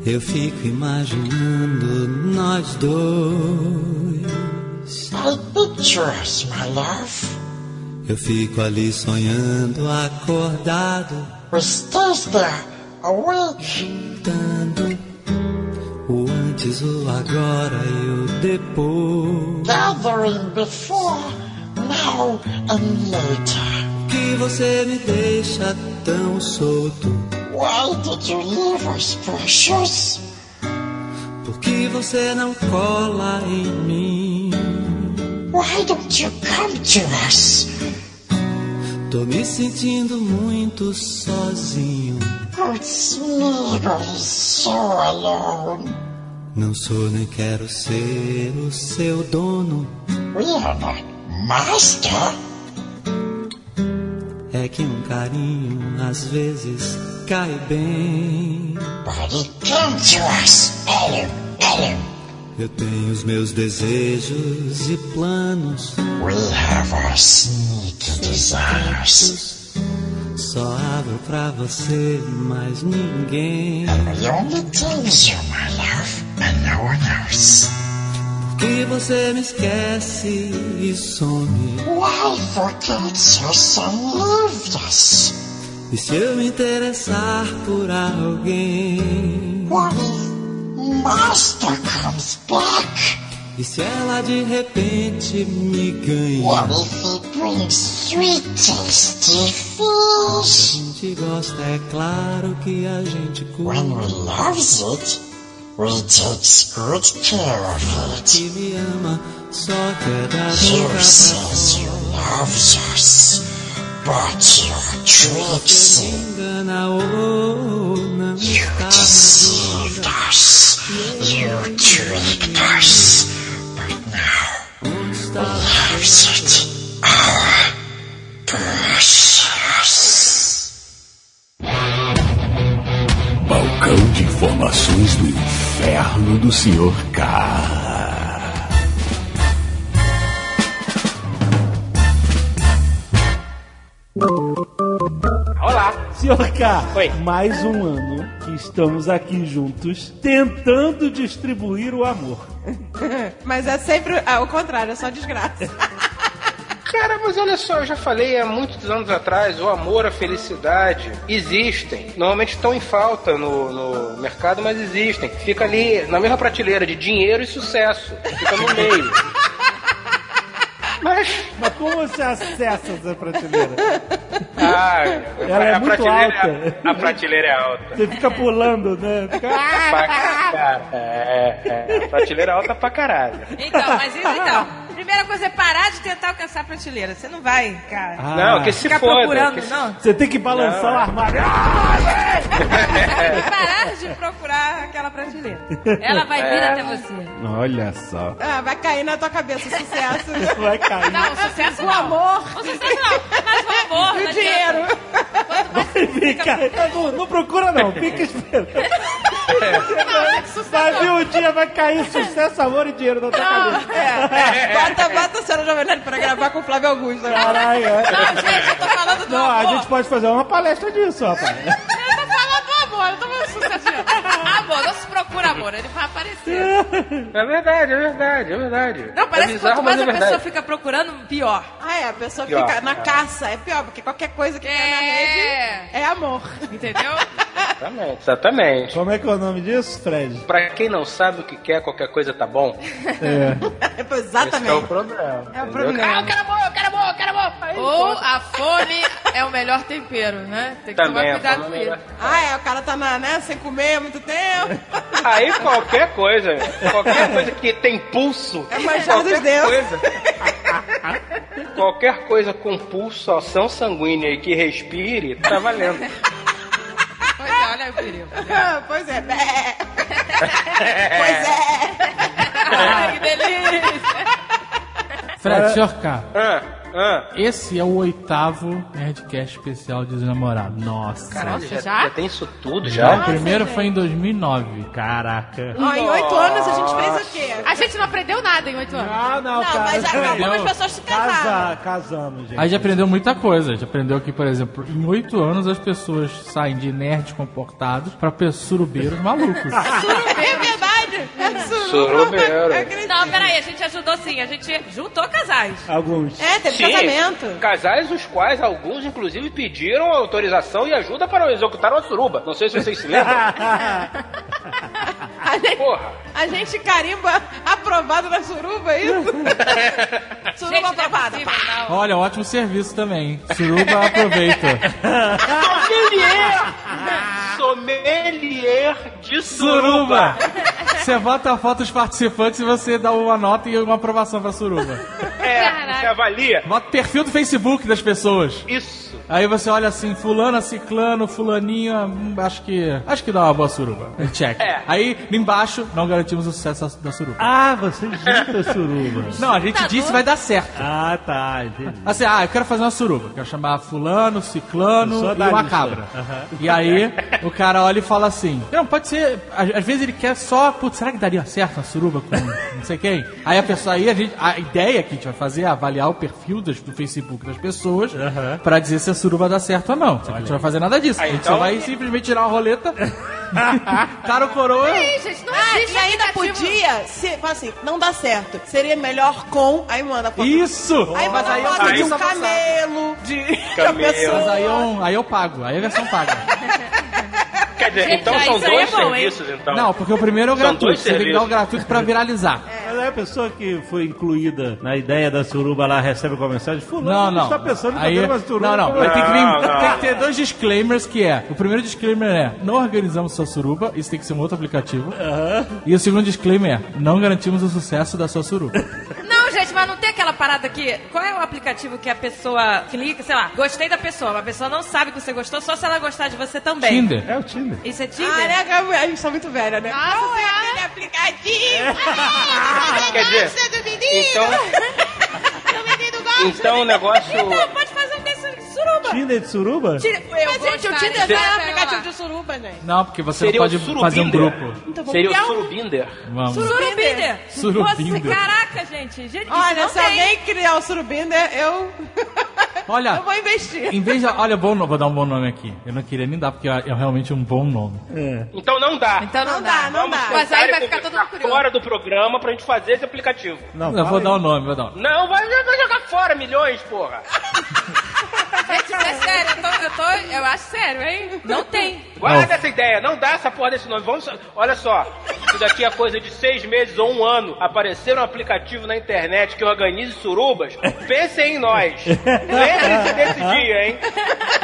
[SPEAKER 5] eu fico imaginando nós dois.
[SPEAKER 12] I picture us, my love,
[SPEAKER 5] Eu fico ali sonhando acordado,
[SPEAKER 12] who stays there, awake,
[SPEAKER 5] dando o antes, o agora e o depois.
[SPEAKER 12] gathering before, now and later.
[SPEAKER 5] Que você me deixa tão solto.
[SPEAKER 12] Why did you leave us, precious?
[SPEAKER 5] Porque você não cola em mim.
[SPEAKER 12] Why don't you come to us?
[SPEAKER 5] Tô me sentindo muito sozinho.
[SPEAKER 12] It's me who's so alone.
[SPEAKER 5] Não sou nem quero ser o seu dono.
[SPEAKER 12] We are not master.
[SPEAKER 5] É que um carinho às vezes cai bem.
[SPEAKER 12] Come to us, Ellen, Ellen.
[SPEAKER 30] Eu tenho os meus desejos e planos.
[SPEAKER 31] We have our sneaky desires.
[SPEAKER 30] Só abro pra você, mas ninguém.
[SPEAKER 31] And we only please you, my love, and no one else.
[SPEAKER 30] Que você me esquece e some.
[SPEAKER 31] Why forget your son loved us?
[SPEAKER 30] E se eu me interessar por alguém?
[SPEAKER 31] What if Master comes back?
[SPEAKER 30] E se ela de repente me ganha?
[SPEAKER 31] What if he brings sweet tasty fish?
[SPEAKER 30] A gente gosta, é claro que a gente
[SPEAKER 31] When we
[SPEAKER 30] cuida.
[SPEAKER 31] loves it, we takes good care of it.
[SPEAKER 30] Que me ama, só quer dar
[SPEAKER 31] You
[SPEAKER 30] boca pra
[SPEAKER 31] says you love us, but your tricks
[SPEAKER 30] você me engana ou não
[SPEAKER 31] You
[SPEAKER 30] tá
[SPEAKER 31] deceived us. You tricked us. But now, loves it. Our precious.
[SPEAKER 32] Balcão de informações do inferno do Sr. K.
[SPEAKER 2] Olá! Senhor K, mais um ano que estamos aqui juntos tentando distribuir o amor.
[SPEAKER 4] Mas é sempre ah, o contrário, é só desgraça.
[SPEAKER 12] Cara, mas olha só, eu já falei há muitos anos atrás, o amor, a felicidade existem. Normalmente estão em falta no, no mercado, mas existem. Fica ali na mesma prateleira de dinheiro e sucesso. Fica no meio. Mas,
[SPEAKER 2] mas como você acessa essa prateleira?
[SPEAKER 12] Ah,
[SPEAKER 2] Ela é muito
[SPEAKER 12] prateleira-
[SPEAKER 2] alta.
[SPEAKER 12] A prateleira é alta.
[SPEAKER 2] Você fica pulando, né? Fica-
[SPEAKER 12] Pra caralho. É, é, a prateleira é alta pra caralho.
[SPEAKER 15] Então, mas isso então. Primeira coisa é parar de tentar alcançar a prateleira. Você não vai, cara.
[SPEAKER 2] Ah.
[SPEAKER 12] Não, que se
[SPEAKER 15] Ficar
[SPEAKER 12] foda,
[SPEAKER 15] procurando,
[SPEAKER 12] que se-
[SPEAKER 15] não.
[SPEAKER 2] Você tem que balançar
[SPEAKER 12] Não.
[SPEAKER 2] o armário.
[SPEAKER 12] É.
[SPEAKER 15] Parar de
[SPEAKER 4] Ah,
[SPEAKER 15] procurar aquela prateleira.
[SPEAKER 3] Ela vai vir
[SPEAKER 15] É.
[SPEAKER 3] até você.
[SPEAKER 32] Olha só.
[SPEAKER 4] Ah, vai cair na tua cabeça o sucesso.
[SPEAKER 2] Vai cair.
[SPEAKER 3] Não, o sucesso
[SPEAKER 4] O
[SPEAKER 3] não.
[SPEAKER 4] amor.
[SPEAKER 3] O sucesso não, mas o amor. não
[SPEAKER 4] E o
[SPEAKER 3] adianta.
[SPEAKER 4] dinheiro.
[SPEAKER 2] Fica. Não, não procura, não. Fica esperando. Vai vir um dia, vai cair sucesso, amor e dinheiro na tua cabeça.
[SPEAKER 4] É. Bota, bota a senhora Jovem Nerd pra gravar com o Flávio Augusto.
[SPEAKER 2] Caralho, é.
[SPEAKER 4] Não, gente, eu tô falando do
[SPEAKER 2] Não, a
[SPEAKER 4] amor.
[SPEAKER 2] gente pode fazer uma palestra disso, rapaz.
[SPEAKER 3] Eu tô falando do amor, eu tô falando do sucesso. de amor. Amor, não se procura amor, ele vai aparecer.
[SPEAKER 12] É verdade, é verdade, é verdade.
[SPEAKER 15] Não, parece
[SPEAKER 12] é
[SPEAKER 15] que quanto
[SPEAKER 12] bizarro, mas
[SPEAKER 15] mais
[SPEAKER 12] é
[SPEAKER 15] a pessoa
[SPEAKER 12] verdade.
[SPEAKER 15] fica procurando, pior.
[SPEAKER 4] Ah, é, a pessoa
[SPEAKER 12] Pior,
[SPEAKER 4] fica na
[SPEAKER 12] é.
[SPEAKER 4] caça. É pior, porque qualquer coisa que cai na rede é amor.
[SPEAKER 15] Entendeu?
[SPEAKER 12] Exatamente, exatamente.
[SPEAKER 2] Como é que é o nome disso, Fred?
[SPEAKER 12] Pra quem não sabe o que quer, qualquer coisa tá bom. Esse que é o problema. É o
[SPEAKER 3] Ah, eu quero amor, eu quero amor, eu quero amor. Ou a fome é o melhor tempero, né? Tem que
[SPEAKER 12] Também,
[SPEAKER 3] tomar cuidado
[SPEAKER 12] a
[SPEAKER 3] com
[SPEAKER 12] fome é
[SPEAKER 3] isso.
[SPEAKER 12] melhor.
[SPEAKER 4] Ah, é, o cara tá na, né, sem comer há muito tempo.
[SPEAKER 12] Aí qualquer coisa, qualquer coisa que tem pulso.
[SPEAKER 4] É manjar dos
[SPEAKER 12] qualquer
[SPEAKER 4] dedos.
[SPEAKER 12] coisa- qualquer coisa com pulso, ação sanguínea e que respire, tá valendo.
[SPEAKER 3] Pois é, olha aí o perigo.
[SPEAKER 4] pois é. bé. pois é.
[SPEAKER 33] É.
[SPEAKER 3] que delícia.
[SPEAKER 5] Fred, Sr. K.
[SPEAKER 12] Ah, ah.
[SPEAKER 5] Esse é o oitavo Nerdcast especial de namorado. Nossa.
[SPEAKER 12] Caralho, já,
[SPEAKER 15] já?
[SPEAKER 12] já tem isso tudo
[SPEAKER 5] Já?
[SPEAKER 12] já?
[SPEAKER 5] o primeiro foi em 2009. Caraca.
[SPEAKER 4] é.
[SPEAKER 12] um
[SPEAKER 4] Ó, em oito anos a gente fez o quê?
[SPEAKER 24] A gente não aprendeu nada em oito anos.
[SPEAKER 2] Ah, não,
[SPEAKER 4] Não, mas acabou, as pessoas se casaram.
[SPEAKER 2] Casa, casamos, gente.
[SPEAKER 5] A gente aprendeu muita coisa. A gente aprendeu que, por exemplo, em oito anos as pessoas saem de nerds comportados pra pe- surubeiros malucos.
[SPEAKER 33] Ah.
[SPEAKER 4] É verdade. É suruba.
[SPEAKER 12] Surubeiro.
[SPEAKER 4] Eu acredito.
[SPEAKER 3] Não, peraí, a gente ajudou sim, a gente juntou casais.
[SPEAKER 2] Alguns.
[SPEAKER 4] É, teve casamento.
[SPEAKER 12] casais os quais alguns inclusive pediram autorização e ajuda para executar uma suruba. Não sei se vocês se lembram.
[SPEAKER 4] A gente,
[SPEAKER 12] Porra.
[SPEAKER 4] a gente carimba aprovado na suruba, é isso?
[SPEAKER 3] Gente,
[SPEAKER 4] suruba
[SPEAKER 3] não é
[SPEAKER 4] aprovada.
[SPEAKER 3] possível, não.
[SPEAKER 5] Olha, ótimo serviço também. Suruba aproveita.
[SPEAKER 12] Sommelier! Sommelier de suruba!
[SPEAKER 5] Você bota a foto dos participantes e você dá uma nota e uma aprovação pra suruba.
[SPEAKER 12] É,
[SPEAKER 3] Caraca.
[SPEAKER 12] você avalia.
[SPEAKER 5] Bota perfil do Facebook das pessoas.
[SPEAKER 12] Isso.
[SPEAKER 5] Aí você olha assim, fulana, ciclano, fulaninho, hum, acho que. Acho que dá uma boa suruba. Check.
[SPEAKER 12] É.
[SPEAKER 5] Aí, embaixo, não garantimos o sucesso da- da suruba.
[SPEAKER 2] Ah, você junta suruba.
[SPEAKER 5] Não, a gente disse vai dar certo.
[SPEAKER 2] Ah, tá, entendi.
[SPEAKER 5] Assim, ah, eu quero fazer uma suruba. Quero chamar fulano, ciclano
[SPEAKER 2] Só
[SPEAKER 5] e
[SPEAKER 2] dá
[SPEAKER 5] uma
[SPEAKER 2] lista.
[SPEAKER 5] cabra.
[SPEAKER 2] Aham.
[SPEAKER 5] E aí, o cara olha e fala assim: Não, pode ser. Às, às vezes ele quer só. Putz, será que daria certo uma suruba com não sei quem? Aí a pessoa aí, a, gente, a ideia que a gente vai fazer é avaliar o perfil das- do Facebook das pessoas pra dizer se a suruba dá certo ou não. Só que a gente não vai fazer nada disso.
[SPEAKER 12] Ah,
[SPEAKER 5] a gente só
[SPEAKER 12] então-
[SPEAKER 5] vai simplesmente tirar uma roleta. cara ou coroa.
[SPEAKER 24] Ih, gente, não
[SPEAKER 15] Ah,
[SPEAKER 24] existe
[SPEAKER 15] e ainda
[SPEAKER 24] aplicativo-
[SPEAKER 15] podia, se, fala assim, não dá certo. Seria melhor com, aí manda foto.
[SPEAKER 5] Isso!
[SPEAKER 15] Aí
[SPEAKER 5] Mas
[SPEAKER 15] bota
[SPEAKER 5] eu-
[SPEAKER 15] foto de um
[SPEAKER 5] isso é avançado.
[SPEAKER 15] camelo, de da
[SPEAKER 12] Camelo.
[SPEAKER 15] pessoa.
[SPEAKER 5] Mas aí eu, aí eu pago, aí é a versão paga.
[SPEAKER 12] Quer dizer,
[SPEAKER 3] Gente,
[SPEAKER 12] então
[SPEAKER 3] ah,
[SPEAKER 12] são
[SPEAKER 3] isso aí
[SPEAKER 12] dois
[SPEAKER 3] é bom, hein?
[SPEAKER 12] serviços, então.
[SPEAKER 5] Não, porque o primeiro é o
[SPEAKER 12] São
[SPEAKER 5] gratuito.
[SPEAKER 12] dois
[SPEAKER 5] Você tem que dar o
[SPEAKER 12] serviços.
[SPEAKER 5] gratuito pra viralizar.
[SPEAKER 2] Mas aí é a pessoa que foi incluída na ideia da suruba lá recebe uma mensagem,
[SPEAKER 5] Não,
[SPEAKER 2] fulano,
[SPEAKER 5] não.
[SPEAKER 2] está tá pensando em
[SPEAKER 5] Aí- é-
[SPEAKER 2] fazer uma suruba.
[SPEAKER 5] Não, não. Mas tem que, vir-
[SPEAKER 12] Não, não.
[SPEAKER 5] tem que ter dois disclaimers que é. O primeiro disclaimer é: não organizamos sua suruba, isso tem que ser um outro aplicativo. E o segundo disclaimer é: não garantimos o sucesso da sua suruba.
[SPEAKER 33] Não, gente, mas não tem aquela parada que. Qual é o aplicativo que a pessoa clica, sei lá, gostei da pessoa, mas a pessoa não sabe que você gostou, só se ela gostar de você também.
[SPEAKER 5] Tinder.
[SPEAKER 2] É o Tinder.
[SPEAKER 33] Isso é Tinder?
[SPEAKER 15] Ah, né, Gabriel? A gente tá muito velha, né?
[SPEAKER 24] Nossa,
[SPEAKER 15] Qual é
[SPEAKER 24] Senhora.
[SPEAKER 15] aquele aplicativo?
[SPEAKER 12] Quer dizer, então, então o negócio...
[SPEAKER 33] Então, pode fazer um desse de suruba.
[SPEAKER 2] Tinder de suruba?
[SPEAKER 33] Tira- Eu
[SPEAKER 15] Mas, gente, o
[SPEAKER 33] gostaria
[SPEAKER 15] Tinder
[SPEAKER 33] de-
[SPEAKER 15] não é um
[SPEAKER 33] Pera
[SPEAKER 15] aplicativo
[SPEAKER 3] tipo
[SPEAKER 33] lá.
[SPEAKER 15] de suruba, gente.
[SPEAKER 5] Não, porque você
[SPEAKER 12] Seria
[SPEAKER 5] não
[SPEAKER 12] o
[SPEAKER 5] pode fazer um
[SPEAKER 12] Surubinder.
[SPEAKER 5] grupo.
[SPEAKER 15] Então,
[SPEAKER 12] Seria o
[SPEAKER 15] vamos-
[SPEAKER 12] Surubinder.
[SPEAKER 5] Vamos.
[SPEAKER 33] Surubinder.
[SPEAKER 5] Surubinder.
[SPEAKER 33] Você- caraca, gente. gente isso
[SPEAKER 15] Olha,
[SPEAKER 33] não
[SPEAKER 15] se
[SPEAKER 33] tem.
[SPEAKER 15] alguém criar o Surubinder, eu...
[SPEAKER 5] Olha.
[SPEAKER 15] eu vou investir.
[SPEAKER 5] Em vez de. Olha, bom, no- vou dar um bom nome aqui. Eu não queria nem dar, porque é é realmente um bom nome.
[SPEAKER 12] Então não dá.
[SPEAKER 3] Então não,
[SPEAKER 15] Não
[SPEAKER 3] dá.
[SPEAKER 15] dá, não
[SPEAKER 12] Vamos
[SPEAKER 15] dá.
[SPEAKER 12] tentar
[SPEAKER 3] Mas aí
[SPEAKER 12] e
[SPEAKER 3] Então vai ficar
[SPEAKER 12] conversar
[SPEAKER 3] todo mundo curioso.
[SPEAKER 12] fora do programa pra gente fazer esse aplicativo.
[SPEAKER 5] Não, eu vou dar o nome, vou dar o nome.
[SPEAKER 12] Não, vai, vai jogar fora milhões, porra.
[SPEAKER 3] Gente, isso é sério. Eu, tô, eu, tô, eu acho sério, hein? Não tem.
[SPEAKER 12] Guarda
[SPEAKER 5] Não.
[SPEAKER 12] essa ideia, não dá essa porra desse nome. Vamos, olha só, se daqui a coisa de seis meses ou um ano aparecer um aplicativo na internet que organize surubas, pensem em nós. Lembre-se desse dia, hein?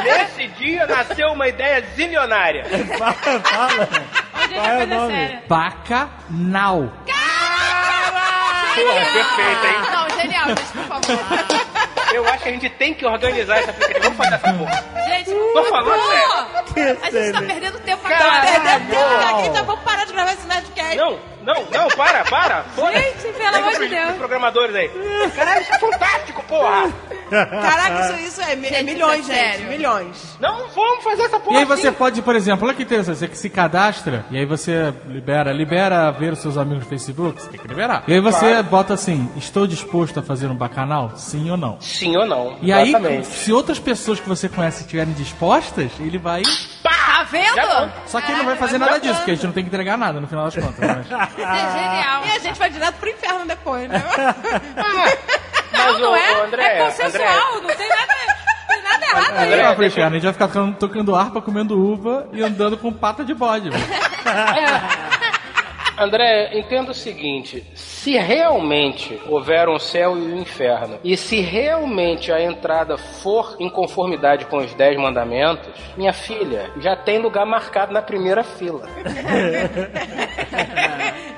[SPEAKER 12] Nesse dia nasceu uma ideia zilionária.
[SPEAKER 33] Gente, a
[SPEAKER 2] Qual é o
[SPEAKER 33] coisa
[SPEAKER 2] nome?
[SPEAKER 33] séria.
[SPEAKER 5] Bacanal.
[SPEAKER 12] Porra, perfeito, hein?
[SPEAKER 3] Não, genial, gente, por favor.
[SPEAKER 12] Eu acho que a gente tem que organizar esse aplicativo. Vamos fazer essa porra.
[SPEAKER 3] Gente,
[SPEAKER 12] Tô falando sério.
[SPEAKER 3] pô, a gente tá perdendo tempo
[SPEAKER 12] Cara,
[SPEAKER 3] agora.
[SPEAKER 15] Perdeu tempo aqui, então vamos parar de gravar esse Nerdcast.
[SPEAKER 12] Não, não, não, para, para. Foda-se.
[SPEAKER 3] Gente, pelo
[SPEAKER 12] Liga
[SPEAKER 3] amor de
[SPEAKER 12] pros-
[SPEAKER 3] Deus.
[SPEAKER 12] pros programadores aí. Caralho, isso é fantástico, porra.
[SPEAKER 15] Caraca, isso, isso é, mi- é
[SPEAKER 3] Gente,
[SPEAKER 15] milhões,
[SPEAKER 3] isso é
[SPEAKER 15] gente.
[SPEAKER 3] sério.
[SPEAKER 15] Milhões.
[SPEAKER 12] Não vamos fazer essa porra
[SPEAKER 5] E aí você
[SPEAKER 12] assim.
[SPEAKER 5] pode, por exemplo, olha que interessante, você que se cadastra, e aí você libera, libera ver os seus amigos no Facebook, você tem que liberar. E aí você bota assim, estou disposto a fazer um bacanal? Sim ou não?
[SPEAKER 12] Sim ou não.
[SPEAKER 5] E aí,
[SPEAKER 12] Exatamente.
[SPEAKER 5] se outras pessoas que você conhece estiverem dispostas, ele vai.
[SPEAKER 3] Tá vendo?
[SPEAKER 12] Já-
[SPEAKER 5] Só que ele não vai fazer nada disso, porque a gente não tem que entregar nada no final das contas. né? mas-
[SPEAKER 3] Isso é
[SPEAKER 12] Ah.
[SPEAKER 3] genial.
[SPEAKER 15] E a gente vai direto pro inferno depois, né?
[SPEAKER 12] Mas
[SPEAKER 33] Não
[SPEAKER 12] o-
[SPEAKER 33] é?
[SPEAKER 12] o André,
[SPEAKER 33] é consensual,
[SPEAKER 12] André,
[SPEAKER 33] não tem nada, tem nada errado
[SPEAKER 12] É
[SPEAKER 5] Aí
[SPEAKER 33] aí.
[SPEAKER 5] vai pro
[SPEAKER 12] deixa
[SPEAKER 5] inferno, a gente vai ficar tocando- tocando harpa, comendo uva e andando com pata de bode. velho.
[SPEAKER 12] André, entenda o seguinte: se realmente houver um céu e um inferno, e se realmente a entrada for em conformidade com os dez mandamentos, minha filha, já tem lugar marcado na primeira fila.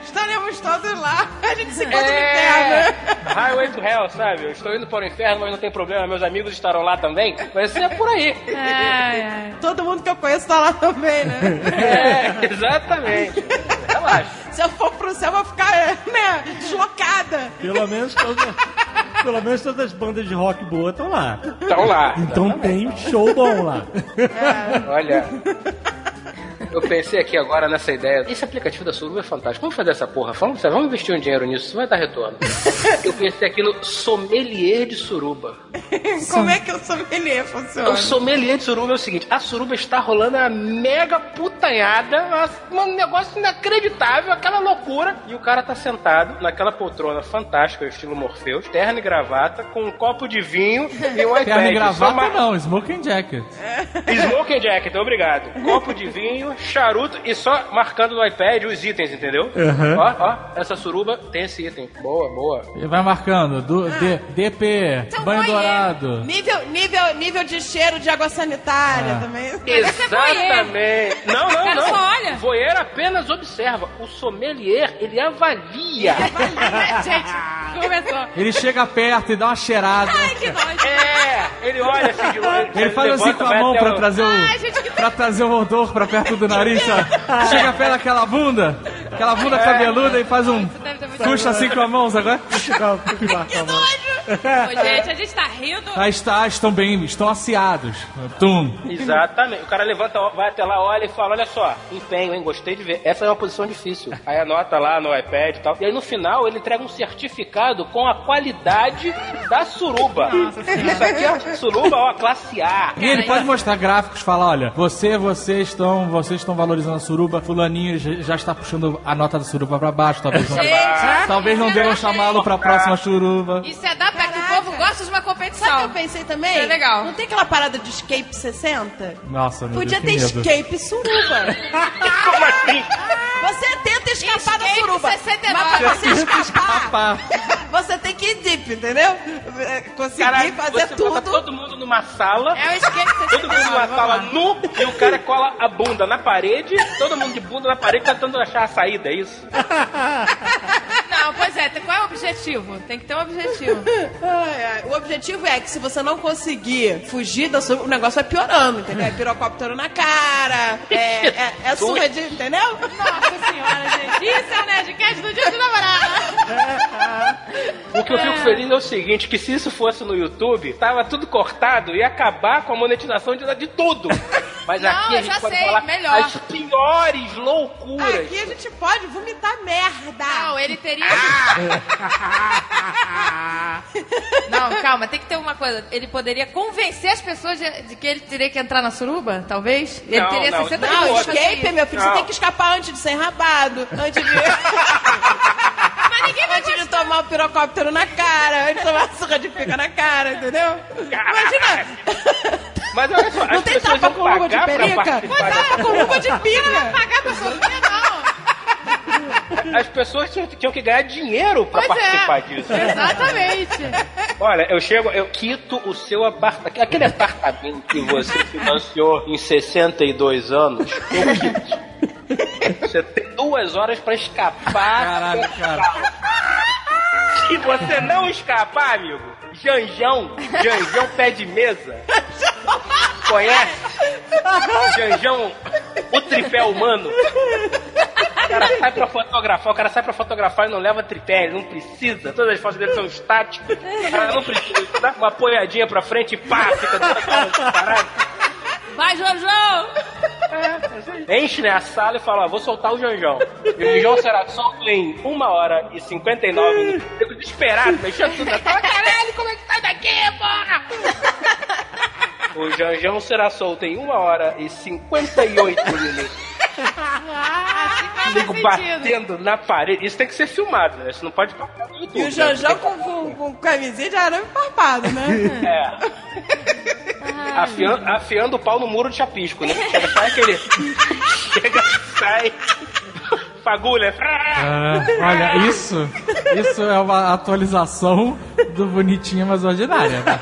[SPEAKER 15] Estaremos todos lá. A gente se encontra no
[SPEAKER 12] É,
[SPEAKER 15] inferno.
[SPEAKER 12] highway to hell, sabe? Eu estou indo para o inferno, mas não tem problema, meus amigos estarão lá também. Vai ser por aí.
[SPEAKER 3] Ai, ai.
[SPEAKER 15] Todo mundo que eu conheço tá lá também, né?
[SPEAKER 12] É, exatamente. Relaxa.
[SPEAKER 15] Se eu for pro céu, eu vou
[SPEAKER 4] eh,
[SPEAKER 15] ficar, né, deslocada.
[SPEAKER 2] Pelo menos todas, pelo menos todas as bandas de rock boa estão lá.
[SPEAKER 12] Então lá.
[SPEAKER 2] Então tem show bom lá.
[SPEAKER 12] Olha. Eu pensei aqui agora nessa ideia. Esse aplicativo da Suruba é fantástico. Vamos fazer essa porra. Vamos, sério, vamos investir um dinheiro nisso. Isso vai dar retorno. Eu pensei aqui no sommelier de Suruba. Então,
[SPEAKER 15] Como é que eu sou sommelier
[SPEAKER 12] O
[SPEAKER 15] funciona?
[SPEAKER 12] sommelier de Suruba é o seguinte. A Suruba está rolando uma mega putanhada. uma- Um negócio inacreditável. Aquela loucura. E o cara tá sentado naquela poltrona fantástica, estilo Morpheus. Terno e gravata, com um copo de vinho e um iPad.
[SPEAKER 5] Terno e
[SPEAKER 12] Só
[SPEAKER 5] gravata
[SPEAKER 12] mar-
[SPEAKER 5] não, smoking jacket.
[SPEAKER 12] Smoking Jacket, então, obrigado. Copo de vinho, charuto e só marcando no iPad os itens, entendeu? Ó, ó, essa suruba tem esse item. Boa, boa.
[SPEAKER 5] E Vai marcando, do, D- DP,
[SPEAKER 3] Então
[SPEAKER 5] banho
[SPEAKER 3] vai, é.
[SPEAKER 5] dourado.
[SPEAKER 15] Nível, nível, nível de cheiro de água sanitária também.
[SPEAKER 12] Exatamente. Não, não,
[SPEAKER 24] cara
[SPEAKER 12] não.
[SPEAKER 24] só olha.
[SPEAKER 12] O voyeur apenas observa. O sommelier, ele avalia.
[SPEAKER 24] Gente, começou.
[SPEAKER 5] Ele chega perto e dá uma cheirada.
[SPEAKER 24] Ai, que nojo.
[SPEAKER 12] É, ele olha assim de longe.
[SPEAKER 5] Ele faz assim
[SPEAKER 12] levanta,
[SPEAKER 5] com a
[SPEAKER 12] vai
[SPEAKER 5] mão
[SPEAKER 12] até
[SPEAKER 5] pra
[SPEAKER 12] o-
[SPEAKER 5] trazer
[SPEAKER 24] Ai,
[SPEAKER 5] o.
[SPEAKER 24] gente, que
[SPEAKER 5] Pra trazer o odor pra perto do nariz, sabe? Chega perto daquela bunda, aquela bunda
[SPEAKER 12] É.
[SPEAKER 5] cabeluda e faz um.
[SPEAKER 24] deve ter muito
[SPEAKER 5] Puxa assim com a mão, é? agora.
[SPEAKER 24] Que nojo. Ô, gente, a gente tá rindo.
[SPEAKER 5] Aí está, estão bem, estão aciados. Tum.
[SPEAKER 12] Exatamente. O cara levanta, ó, vai até lá, olha e fala: Olha só, empenho, hein? Gostei de ver. Essa é uma posição difícil. Aí anota lá no iPad e tal. E aí no final ele entrega um certificado com a qualidade da suruba. Isso aqui é suruba, ó, classe A.
[SPEAKER 5] E ele pode mostrar gráficos, falar, olha, você, vocês estão, vocês estão valorizando a suruba, fulaninho já já está puxando a nota da suruba pra baixo, talvez não,
[SPEAKER 24] Gente.
[SPEAKER 5] talvez não devam chamá-lo pra próxima suruba.
[SPEAKER 24] Isso é data que o povo gosta de uma competição.
[SPEAKER 4] Sabe o que eu pensei também?
[SPEAKER 24] Isso é legal.
[SPEAKER 4] Não tem aquela parada de escape 60?
[SPEAKER 5] Nossa, meu
[SPEAKER 4] Podia ter
[SPEAKER 5] Deus, que medo.
[SPEAKER 4] escape suruba.
[SPEAKER 12] Como assim?
[SPEAKER 4] Você tenta escapar da
[SPEAKER 24] Escape
[SPEAKER 4] suruba.
[SPEAKER 24] 69.
[SPEAKER 4] Mas pra você escapar,
[SPEAKER 5] Pá.
[SPEAKER 4] você tem que ir deep, entendeu? É, Conseguir
[SPEAKER 12] Caralho,
[SPEAKER 4] fazer
[SPEAKER 12] você bota
[SPEAKER 4] tudo.
[SPEAKER 12] todo mundo numa sala.
[SPEAKER 24] É o esquema que
[SPEAKER 12] Todo mundo numa sala nu e o cara cola a bunda na parede, todo mundo de bunda na parede tentando achar a saída, é isso?
[SPEAKER 24] Não, pois é. Qual é o objetivo? Tem que ter um objetivo.
[SPEAKER 4] Ai, ai. O objetivo é que se você não conseguir fugir da sua, o negócio vai piorando, entendeu? É pirocóptero na cara, é, é, é surra de, entendeu?
[SPEAKER 24] Nossa senhora, gente. Isso é o Nerdcast do dia do namorado.
[SPEAKER 12] O que eu fico feliz é o seguinte, que se isso fosse no YouTube, tava tudo cortado e ia acabar com a monetização de, de tudo. Mas
[SPEAKER 24] Não,
[SPEAKER 12] aqui
[SPEAKER 24] eu
[SPEAKER 12] a gente
[SPEAKER 24] já
[SPEAKER 12] pode
[SPEAKER 24] sei,
[SPEAKER 12] falar
[SPEAKER 24] melhor.
[SPEAKER 12] as piores loucuras.
[SPEAKER 4] Aqui a gente pode vomitar merda.
[SPEAKER 24] Não, ele teria. Não, calma, tem que ter uma coisa. Ele poderia convencer as pessoas de, de que ele teria que entrar na suruba, talvez? Ele
[SPEAKER 12] Não,
[SPEAKER 24] teria
[SPEAKER 12] não,
[SPEAKER 24] 60
[SPEAKER 4] Não,
[SPEAKER 12] Não,
[SPEAKER 24] minutos. pra fazer
[SPEAKER 4] tá escape,
[SPEAKER 24] isso.
[SPEAKER 4] meu filho,
[SPEAKER 12] Não.
[SPEAKER 4] você tem que escapar antes de ser enrabado, antes de,
[SPEAKER 24] Mas ninguém vai
[SPEAKER 4] antes de
[SPEAKER 24] gostar.
[SPEAKER 4] tomar o pirocóptero na cara, antes de tomar a surra de pica na cara, entendeu? Imagina,
[SPEAKER 12] Mas olha só,
[SPEAKER 4] não
[SPEAKER 12] as
[SPEAKER 4] tem
[SPEAKER 12] pessoas
[SPEAKER 4] tapa
[SPEAKER 12] vão
[SPEAKER 4] com luva de
[SPEAKER 12] pagar pra
[SPEAKER 4] perica?
[SPEAKER 12] participar.
[SPEAKER 4] Pois é, tapa com luva de pica.
[SPEAKER 24] Pagar pra suruba, não.
[SPEAKER 4] é.
[SPEAKER 12] As pessoas tinham, tinham que ganhar dinheiro pra
[SPEAKER 24] Pois
[SPEAKER 12] participar
[SPEAKER 24] é.
[SPEAKER 12] disso.
[SPEAKER 24] Exatamente.
[SPEAKER 12] Olha, eu chego, eu quito o seu apartamento. Aquele apartamento que você financiou em 62 anos, eu quito. Você tem duas horas pra escapar.
[SPEAKER 5] Caralho, cara.
[SPEAKER 12] Se você não escapar, amigo, Janjão, Janjão pé de mesa. Conhece? Janjão, o tripé humano. O cara sai pra fotografar, o cara sai pra fotografar e não leva tripé, ele não precisa. Todas as fotos dele são estáticas. O cara não precisa. Ele Dá uma apoiadinha pra frente e pá, fica caralho.
[SPEAKER 24] Vai, Jojo!
[SPEAKER 12] Enche né, a sala e fala, ó, vou soltar o Janjão. E o Janjão será solto em 1 hora e 59 minutos. Eu fico desesperado, mexendo tudo na sala. Caralho, como é que sai daqui, porra? O Janjão será solto em 1 hora e 58 minutos. Nego batendo na parede. Isso tem que ser filmado, né? Isso não pode passar no YouTube.
[SPEAKER 4] E o
[SPEAKER 5] é,
[SPEAKER 4] Janjão com, com, com camisinha de arame farpado, né?
[SPEAKER 12] né? É. Afiando, afiando o pau no muro de chapisco, né? Chega, sai aquele. Chega, sai. Fagulha.
[SPEAKER 5] Ah, olha, isso, isso é uma atualização do Bonitinha Mais Ordinária. tá?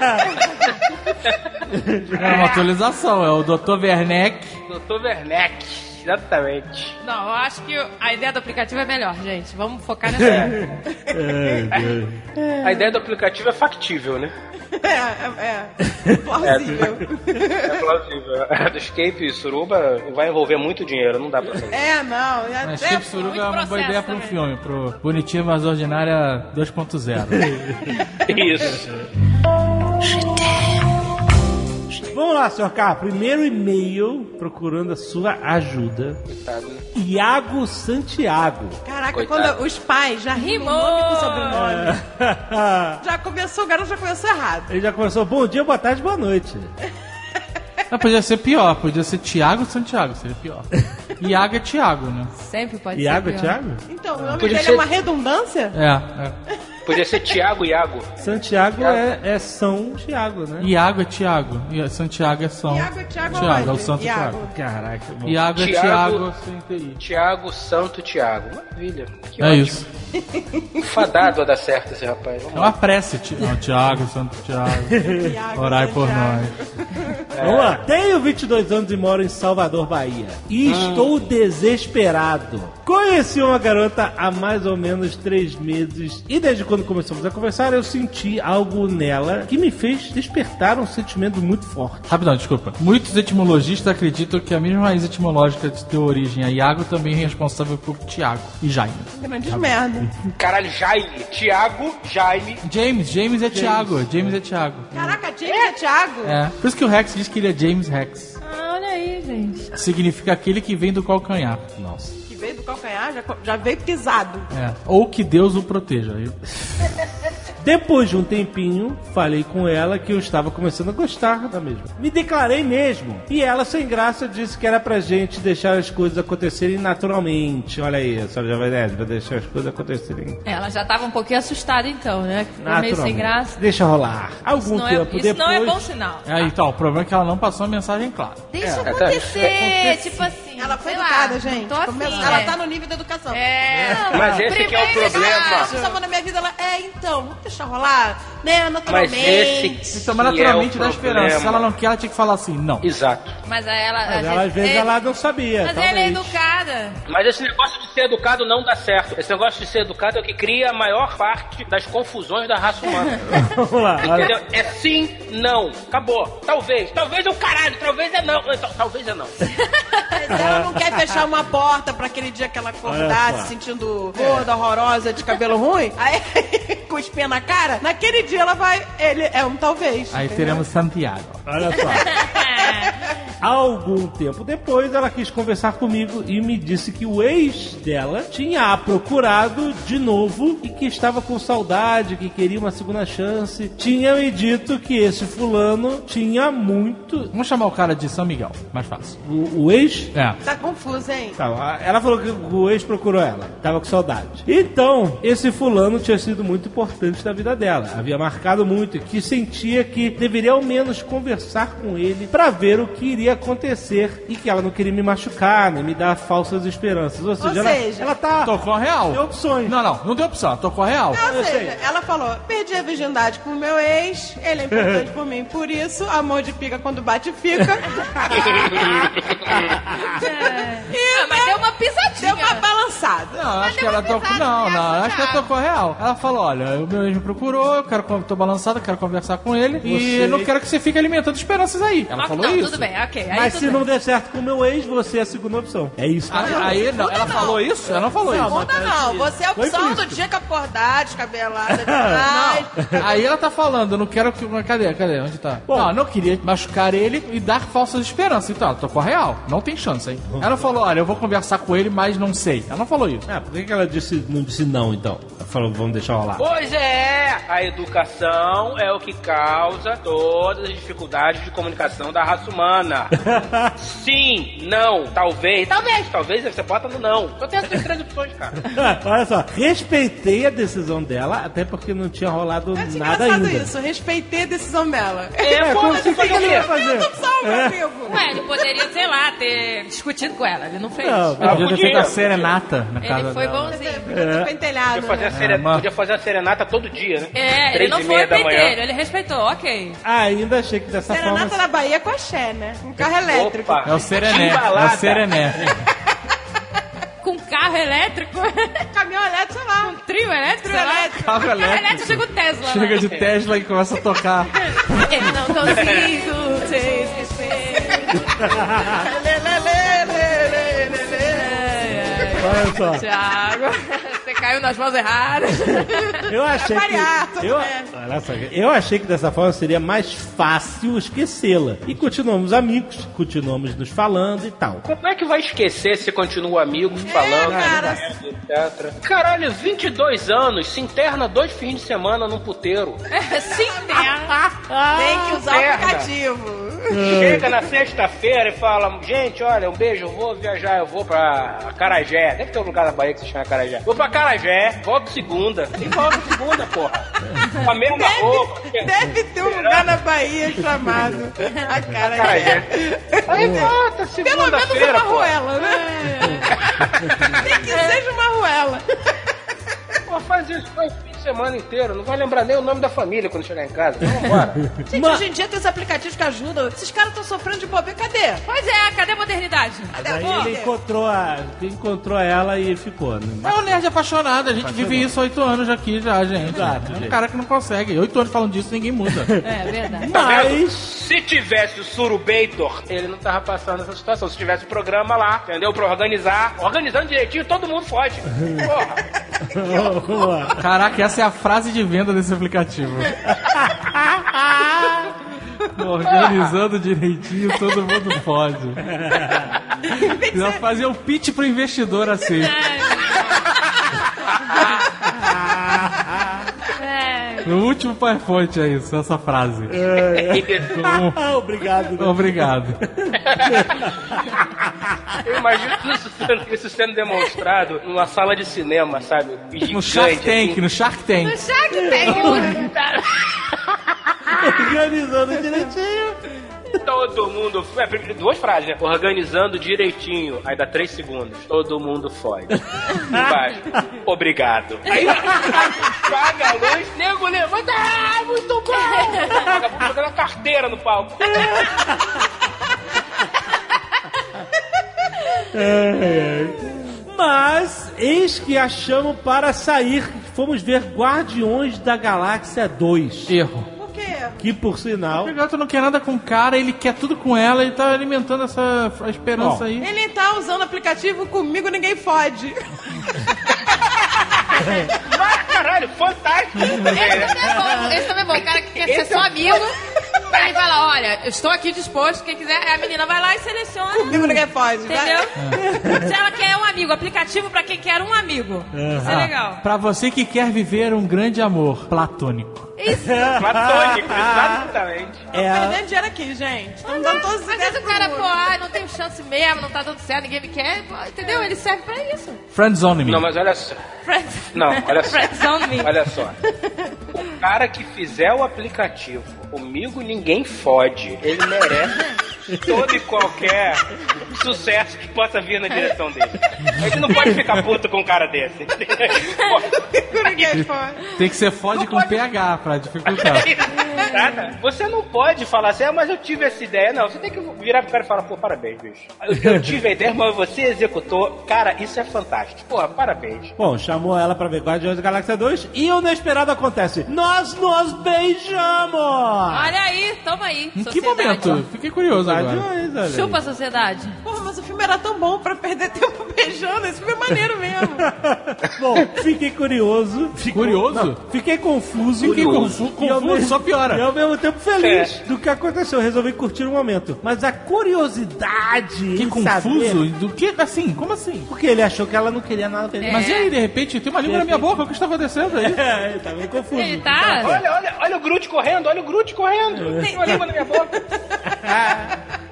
[SPEAKER 5] É uma atualização, é o Dr. Werneck.
[SPEAKER 12] Doutor Werneck, exatamente.
[SPEAKER 24] Não, eu acho que a ideia do aplicativo é melhor, gente. Vamos focar nessa.
[SPEAKER 12] A ideia do aplicativo é factível, né?
[SPEAKER 4] É, é, é plausível.
[SPEAKER 12] É plausível. A do Escape e Suruba vai envolver muito dinheiro, não dá pra saber.
[SPEAKER 4] É, não. É,
[SPEAKER 5] né? Mas
[SPEAKER 4] é-
[SPEAKER 5] Chip Suruga é uma boa
[SPEAKER 24] processo
[SPEAKER 5] ideia pra um
[SPEAKER 24] também.
[SPEAKER 5] filme, pro Bonitinha Mais Ordinária 2.0.
[SPEAKER 12] Isso.
[SPEAKER 2] Vamos lá, senhor K. Primeiro e-mail procurando a sua ajuda. Iago Santiago.
[SPEAKER 4] Caraca,
[SPEAKER 12] Coitado.
[SPEAKER 4] quando os pais já rimam o nome com o sobrenome. Já começou, o garoto já começou errado.
[SPEAKER 2] Ele já começou. Bom dia, boa tarde, boa noite.
[SPEAKER 5] Ah, podia ser pior, podia ser Tiago Santiago, seria pior. Iago é Tiago, né?
[SPEAKER 24] Sempre pode
[SPEAKER 3] É
[SPEAKER 2] Iago, é
[SPEAKER 24] ser. pior.
[SPEAKER 2] Thiago?
[SPEAKER 4] Então, o nome
[SPEAKER 12] Podia
[SPEAKER 4] dele
[SPEAKER 12] ser-
[SPEAKER 4] é uma redundância?
[SPEAKER 5] É, é.
[SPEAKER 12] Podia ser Tiago e Iago.
[SPEAKER 2] Santiago é, é São Tiago, né?
[SPEAKER 5] Iago é Tiago. e Santiago é São.
[SPEAKER 4] Iago é Tiago
[SPEAKER 5] Tiago é o
[SPEAKER 4] aonde?
[SPEAKER 5] Santo
[SPEAKER 4] Iago.
[SPEAKER 5] Tiago.
[SPEAKER 2] Caraca, bom.
[SPEAKER 5] Iago é Tiago.
[SPEAKER 12] Tiago, Tiago Santo Tiago. Maravilha. Que
[SPEAKER 5] É isso.
[SPEAKER 12] ótimo. Fadado a dar certo esse rapaz.
[SPEAKER 5] É uma prece, Ti- não, Tiago, Santo Tiago. Orai por
[SPEAKER 4] é
[SPEAKER 5] nós.
[SPEAKER 2] Vamos lá. Tenho 22 anos e moro em Salvador, Bahia. E estou desesperado. Conheci uma garota há mais ou menos três meses. E desde quando começamos a conversar, eu senti algo nela que me fez despertar um sentimento muito forte.
[SPEAKER 5] Rapidão, desculpa. Muitos etimologistas acreditam que a mesma raiz etimológica de teu origem a Iago também é responsável por Tiago e Jaime. Tá
[SPEAKER 4] Grandes merda.
[SPEAKER 12] Caralho, Jaime. Tiago, Jaime.
[SPEAKER 5] James, James é Tiago. James é Tiago.
[SPEAKER 4] Caraca, James é Thiago?
[SPEAKER 5] É. Por isso que o Rex diz que ele é James Rex.
[SPEAKER 4] Ah, olha aí, gente.
[SPEAKER 5] Significa aquele que vem do calcanhar. Nossa.
[SPEAKER 4] Que veio do calcanhar, já, já veio pisado.
[SPEAKER 5] É. Ou que Deus o proteja. Eu-
[SPEAKER 2] Depois de um tempinho, falei com ela que eu estava começando a gostar da mesma. Me declarei mesmo. E ela, sem graça, disse que era pra gente deixar as coisas acontecerem naturalmente. Olha aí, a senhora Jovem Nerd, pra deixar as coisas acontecerem
[SPEAKER 3] Ela já tava um pouquinho assustada então, né? Que Ficou meio
[SPEAKER 2] naturalmente.
[SPEAKER 3] sem graça.
[SPEAKER 2] Deixa rolar. Algum
[SPEAKER 3] Isso não, é,
[SPEAKER 2] tempo
[SPEAKER 3] isso
[SPEAKER 2] depois...
[SPEAKER 3] não é bom sinal.
[SPEAKER 5] É, então, o problema é que ela não passou a mensagem clara.
[SPEAKER 3] Deixa
[SPEAKER 5] É.
[SPEAKER 3] acontecer, tipo assim.
[SPEAKER 4] Ela foi
[SPEAKER 3] sei
[SPEAKER 4] educada,
[SPEAKER 3] lá,
[SPEAKER 4] gente.
[SPEAKER 3] Tô assim,
[SPEAKER 4] Começa- Ela
[SPEAKER 3] é.
[SPEAKER 4] tá no nível da educação.
[SPEAKER 3] É.
[SPEAKER 4] Não,
[SPEAKER 12] Mas esse que é o
[SPEAKER 4] primeiro
[SPEAKER 12] problema.
[SPEAKER 4] estágio, Tava na minha vida, ela, é, então, vamos deixar rolar, né,
[SPEAKER 12] Mas esse
[SPEAKER 4] naturalmente.
[SPEAKER 5] Então, mas naturalmente
[SPEAKER 12] que é o
[SPEAKER 5] dá esperança.
[SPEAKER 12] problema.
[SPEAKER 5] Se ela não quer, ela tinha que falar assim, não.
[SPEAKER 12] Exato.
[SPEAKER 3] Mas aí ela.
[SPEAKER 2] Mas ela, às vezes
[SPEAKER 3] é-
[SPEAKER 2] ela não sabia.
[SPEAKER 5] tá
[SPEAKER 3] Mas
[SPEAKER 2] talvez.
[SPEAKER 3] ela é educada.
[SPEAKER 12] Mas esse negócio de ser educado não dá certo. Esse negócio de ser educado é o que cria a maior parte das confusões da raça humana.
[SPEAKER 2] Vamos lá. olha.
[SPEAKER 12] Entendeu? É sim, não. Acabou. Talvez. Talvez é o caralho. Talvez é não. Então, Talvez é não.
[SPEAKER 4] Mas ela não quer fechar uma porta pra aquele dia que ela acordar
[SPEAKER 5] Ah,
[SPEAKER 12] Olha
[SPEAKER 5] tá.
[SPEAKER 12] só.
[SPEAKER 4] se sentindo gorda, horrorosa, de cabelo ruim. Aí, cuspir na cara. Naquele dia ela vai... Ele é um talvez.
[SPEAKER 5] Aí
[SPEAKER 4] entendeu?
[SPEAKER 5] teremos Santiago.
[SPEAKER 2] Olha só. Algum tempo depois, ela quis conversar comigo e me disse que o ex dela tinha a procurado de novo e que estava com saudade, que queria uma segunda chance. Tinha me dito que esse fulano tinha muito.
[SPEAKER 5] Vamos chamar o cara de São Miguel, mais fácil.
[SPEAKER 2] O, o ex?
[SPEAKER 5] É.
[SPEAKER 4] Tá confusa, hein?
[SPEAKER 2] Tá, a- ela falou que o ex procurou ela, tava com saudade. Então, esse fulano tinha sido muito importante na vida dela, havia marcado muito e que sentia que deveria ao menos conversar com ele pra ver o que iria acontecer e que ela não queria me machucar, nem me dar falsas esperanças. Ou seja,
[SPEAKER 4] Ou
[SPEAKER 2] ela,
[SPEAKER 4] seja-
[SPEAKER 2] ela tá.
[SPEAKER 5] Tocou a real.
[SPEAKER 2] Tem opções.
[SPEAKER 5] Não, não, não tem opção, tocou a real.
[SPEAKER 4] Ou seja, ela falou: perdi a virgindade com o meu ex, ele é importante por mim, por isso, amor de pica quando bate, fica.
[SPEAKER 3] Ah, mas deu uma pisadinha.
[SPEAKER 4] Deu uma balançada.
[SPEAKER 5] Não, acho que ela tocou. Não, não, acho que ela tocou a real. Ela falou: olha, o meu ex me procurou, eu quero, con- tô balançada, quero conversar com ele
[SPEAKER 2] Você-
[SPEAKER 5] e não quero que você fique alimentando esperanças aí. Ela
[SPEAKER 3] Ah,
[SPEAKER 5] falou
[SPEAKER 3] não,
[SPEAKER 5] isso.
[SPEAKER 3] tudo bem, ok. Aí
[SPEAKER 2] Mas
[SPEAKER 3] tudo
[SPEAKER 2] se
[SPEAKER 3] bem.
[SPEAKER 2] não der certo com o meu ex, você é a segunda opção. É isso.
[SPEAKER 5] Aí, aí não, ela falou isso? Ela não falou isso.
[SPEAKER 4] Segunda não, você é a
[SPEAKER 2] Foi
[SPEAKER 4] opção
[SPEAKER 2] isso.
[SPEAKER 4] do dia que acordar, descabelada, demais.
[SPEAKER 5] Aí ela tá falando, eu não quero que. Cadê? Cadê? Onde tá? não, eu não queria machucar ele e dar falsas esperanças. Então, ela tocou a real. Não tem chance, hein? Ela falou: olha, eu vou conversar com ele, mas não sei. Ela não falou isso.
[SPEAKER 2] Ah, por que que ela disse, não disse não então? Ela falou, vamos deixar rolar.
[SPEAKER 12] Pois é. A educação é o que causa todas as dificuldades de comunicação da raça humana. Sim, não, talvez. Talvez, talvez você bota no não. Só tem essas três opções, cara.
[SPEAKER 2] Olha só, respeitei a decisão dela, até porque não tinha rolado
[SPEAKER 4] Acho
[SPEAKER 2] nada
[SPEAKER 4] engraçado
[SPEAKER 2] ainda.
[SPEAKER 4] isso, respeitei a decisão dela.
[SPEAKER 12] É,
[SPEAKER 2] como
[SPEAKER 12] porra,
[SPEAKER 2] se
[SPEAKER 12] você
[SPEAKER 2] fosse
[SPEAKER 12] fazer o
[SPEAKER 2] que ele ia
[SPEAKER 12] quê?
[SPEAKER 2] fazer.
[SPEAKER 4] Essa opção, meu
[SPEAKER 2] É.
[SPEAKER 4] amigo.
[SPEAKER 3] Ué, ele poderia, sei lá, ter discutido com ela. Ele não fez.
[SPEAKER 5] Não, ela podia ter feito a
[SPEAKER 12] podia.
[SPEAKER 5] serenata na casa
[SPEAKER 3] ele foi
[SPEAKER 5] dela.
[SPEAKER 3] bonzinho.
[SPEAKER 4] Eu
[SPEAKER 2] É.
[SPEAKER 4] tô pentelhado.
[SPEAKER 12] Podia fazer, a
[SPEAKER 4] né?
[SPEAKER 12] seren-
[SPEAKER 5] mas-
[SPEAKER 12] Podia fazer a serenata todo dia, né?
[SPEAKER 3] Ah, É, ele
[SPEAKER 12] Três
[SPEAKER 3] não
[SPEAKER 12] e
[SPEAKER 3] foi
[SPEAKER 12] meia da manhã.
[SPEAKER 3] pentelho, ele respeitou, ok.
[SPEAKER 2] Ah, Ainda achei que dessa
[SPEAKER 4] Serenata
[SPEAKER 2] forma.
[SPEAKER 4] na Bahia com axé, né? Um carro elétrico.
[SPEAKER 12] Opa.
[SPEAKER 5] É o serené. É o
[SPEAKER 12] Timbalada.
[SPEAKER 5] serené.
[SPEAKER 3] Com carro elétrico,
[SPEAKER 4] É, Caminhão elétrico, sei lá.
[SPEAKER 3] trio elétrico,
[SPEAKER 4] Trio
[SPEAKER 3] sei lá.
[SPEAKER 4] elétrico.
[SPEAKER 5] Carro
[SPEAKER 3] Carro
[SPEAKER 5] elétrico.
[SPEAKER 3] elétrico, chega o Tesla. lá.
[SPEAKER 5] Chega de Tesla e começa a tocar.
[SPEAKER 3] Eu não consigo te esquecer.
[SPEAKER 2] Olha só.
[SPEAKER 3] Thiago, você caiu nas mãos erradas.
[SPEAKER 2] Eu achei
[SPEAKER 4] variar,
[SPEAKER 2] que.
[SPEAKER 4] tudo
[SPEAKER 2] Eu,
[SPEAKER 4] bem.
[SPEAKER 2] olha só, eu achei que dessa forma seria mais fácil esquecê-la. E continuamos amigos, continuamos nos falando e tal.
[SPEAKER 12] Como é que vai esquecer se continua amigo, falando,
[SPEAKER 4] É, cara.
[SPEAKER 12] etc? Caralho, 22 anos, se interna dois
[SPEAKER 3] É
[SPEAKER 12] fins de semana num puteiro.
[SPEAKER 3] Sim, né?
[SPEAKER 4] Tem que usar o
[SPEAKER 12] perna.
[SPEAKER 4] aplicativo.
[SPEAKER 12] Chega na sexta-feira e fala: gente, olha, um beijo, eu vou viajar, eu vou pra Carajé. Deve ter um lugar na Bahia que se chama Carajé. Vou pra Carajé, volto segunda. E volto segunda, porra. Com a mesma roupa.
[SPEAKER 4] Deve ter um lugar na Bahia chamado a cara
[SPEAKER 12] Acarajé. Aí volta
[SPEAKER 4] Pelo menos é
[SPEAKER 12] segunda-feira,
[SPEAKER 4] uma
[SPEAKER 12] pô. É.
[SPEAKER 4] arruela, né? Nem que seja uma arruela.
[SPEAKER 12] Pô, faz isso faz o fim de semana inteiro. Não vai lembrar nem o nome da família quando chegar em casa. Vambora.
[SPEAKER 15] Gente, hoje em dia tem os aplicativos que ajudam. Esses caras estão sofrendo de bobeira. Cadê?
[SPEAKER 33] Pois é, cadê a modernidade?
[SPEAKER 4] Tá
[SPEAKER 15] Cadê a
[SPEAKER 2] Aí ele
[SPEAKER 15] bobeira?
[SPEAKER 2] encontrou, a, encontrou ela e ficou, né?
[SPEAKER 5] É um nerd apaixonado, a gente vive isso há oito anos aqui já, gente.
[SPEAKER 2] Exato,
[SPEAKER 5] é um
[SPEAKER 2] gente.
[SPEAKER 5] cara que não consegue. Oito anos falando disso, ninguém muda.
[SPEAKER 33] É verdade.
[SPEAKER 12] Tá vendo? Se tivesse o Surubator, ele não tava passando essa situação. Se tivesse o programa lá, entendeu? Pra organizar. Organizando direitinho, todo mundo foge. Porra.
[SPEAKER 5] Caraca, essa é a frase de venda desse aplicativo. Organizando direitinho, todo mundo pode. Já fazer o pitch pro investidor assim.
[SPEAKER 24] É.
[SPEAKER 5] No último PowerPoint é isso, essa frase. Com-
[SPEAKER 2] Obrigado.
[SPEAKER 5] Obrigado.
[SPEAKER 12] Eu imagino tudo isso sendo, isso sendo demonstrado numa sala de cinema, sabe? Gigante,
[SPEAKER 5] No Shark Tank,
[SPEAKER 12] assim.
[SPEAKER 5] no Shark Tank.
[SPEAKER 24] No Shark Tank, cara.
[SPEAKER 2] Organizando direitinho.
[SPEAKER 5] né?
[SPEAKER 12] Todo mundo. é, primeiro, duas frases, né? Organizando direitinho. Aí dá três segundos. Todo mundo foge. Embaixo. Obrigado. Aí apaga a luz, nego levanta. Ah, muito bom! Acabou jogando a carteira no palco.
[SPEAKER 2] Mas, eis que achamos para sair. Fomos ver Guardiões da Galáxia 2.
[SPEAKER 5] Erro.
[SPEAKER 4] Por quê?
[SPEAKER 2] Que, por sinal...
[SPEAKER 5] O gato não quer nada com o cara, ele quer tudo com ela, ele tá alimentando essa esperança
[SPEAKER 2] Bom.
[SPEAKER 5] aí.
[SPEAKER 4] Ele tá usando aplicativo comigo, ninguém fode.
[SPEAKER 12] Mas, caralho, fantástico!
[SPEAKER 24] Esse também é bom, esse também é bom. O cara que quer ser seu amigo, ele vai lá, olha, eu estou aqui disposto, quem quiser.
[SPEAKER 33] É, a menina vai lá e seleciona.
[SPEAKER 4] Comigo ninguém fode, vai.
[SPEAKER 33] Entendeu? Se ela quer um amigo, aplicativo pra quem quer um amigo. Isso é
[SPEAKER 5] Ah,
[SPEAKER 33] legal.
[SPEAKER 5] Pra você que quer viver um grande amor platônico.
[SPEAKER 12] Platônico, exatamente.
[SPEAKER 2] É,
[SPEAKER 4] Perdendo dinheiro aqui, gente. Estamos dando todas as
[SPEAKER 24] Às
[SPEAKER 4] ideias
[SPEAKER 24] vezes o
[SPEAKER 4] pro
[SPEAKER 24] cara,
[SPEAKER 4] mundo.
[SPEAKER 24] pô, ai, não tenho chance mesmo, não tá dando certo, ninguém me quer. pô, Entendeu? Ele serve pra isso.
[SPEAKER 5] Friendzone me.
[SPEAKER 12] Não, mas olha só.
[SPEAKER 33] Friends.
[SPEAKER 12] Não, olha só.
[SPEAKER 33] Friends
[SPEAKER 3] um
[SPEAKER 33] on me.
[SPEAKER 12] Olha só. O cara que fizer o aplicativo comigo ninguém fode. Ele merece todo e qualquer sucesso que possa vir na direção dele. A gente não pode ficar puto com um cara desse.
[SPEAKER 4] Comigo ninguém fode.
[SPEAKER 5] Tem que ser fode com PH pra dificultar.
[SPEAKER 12] Nada. Você não pode falar assim, ah, mas eu tive essa ideia. Não, você tem que virar pro cara e falar, pô, parabéns, bicho. Eu, eu tive a ideia, mas você executou. Cara, isso é fantástico. Pô, parabéns.
[SPEAKER 2] Bom, chamou ela pra ver Guardiões da Galáxia 2 e o inesperado acontece. Nós nos beijamos!
[SPEAKER 33] Olha aí, toma aí.
[SPEAKER 5] Em que momento? Fiquei curioso agora.
[SPEAKER 2] Guardiões, olha. aí.
[SPEAKER 33] Chupa a sociedade.
[SPEAKER 4] Porra, mas o filme era tão bom pra perder tempo beijando. Esse filme é maneiro mesmo.
[SPEAKER 2] Bom, fiquei curioso. Fico-
[SPEAKER 5] Curioso?
[SPEAKER 2] fiquei confuso.
[SPEAKER 5] Fiquei
[SPEAKER 2] Curioso.
[SPEAKER 5] confu-
[SPEAKER 2] E ao
[SPEAKER 5] confuso,
[SPEAKER 2] mesmo-
[SPEAKER 5] só piora. É.
[SPEAKER 2] E ao mesmo tempo feliz do que aconteceu. Resolvi curtir o momento. Mas a curiosidade.
[SPEAKER 5] Que
[SPEAKER 2] em
[SPEAKER 5] confuso?
[SPEAKER 2] saber-
[SPEAKER 5] Do que? Assim, como assim?
[SPEAKER 2] porque ele achou que ela não queria nada com ele.
[SPEAKER 5] Mas
[SPEAKER 33] É.
[SPEAKER 5] e aí, de repente, tem uma língua na minha boca, o que está acontecendo aí?
[SPEAKER 2] É, ele tá meio confuso.
[SPEAKER 33] Ele tá.
[SPEAKER 12] Olha, olha, olha o Groot correndo, olha o Groot correndo. Tem uma língua na minha boca.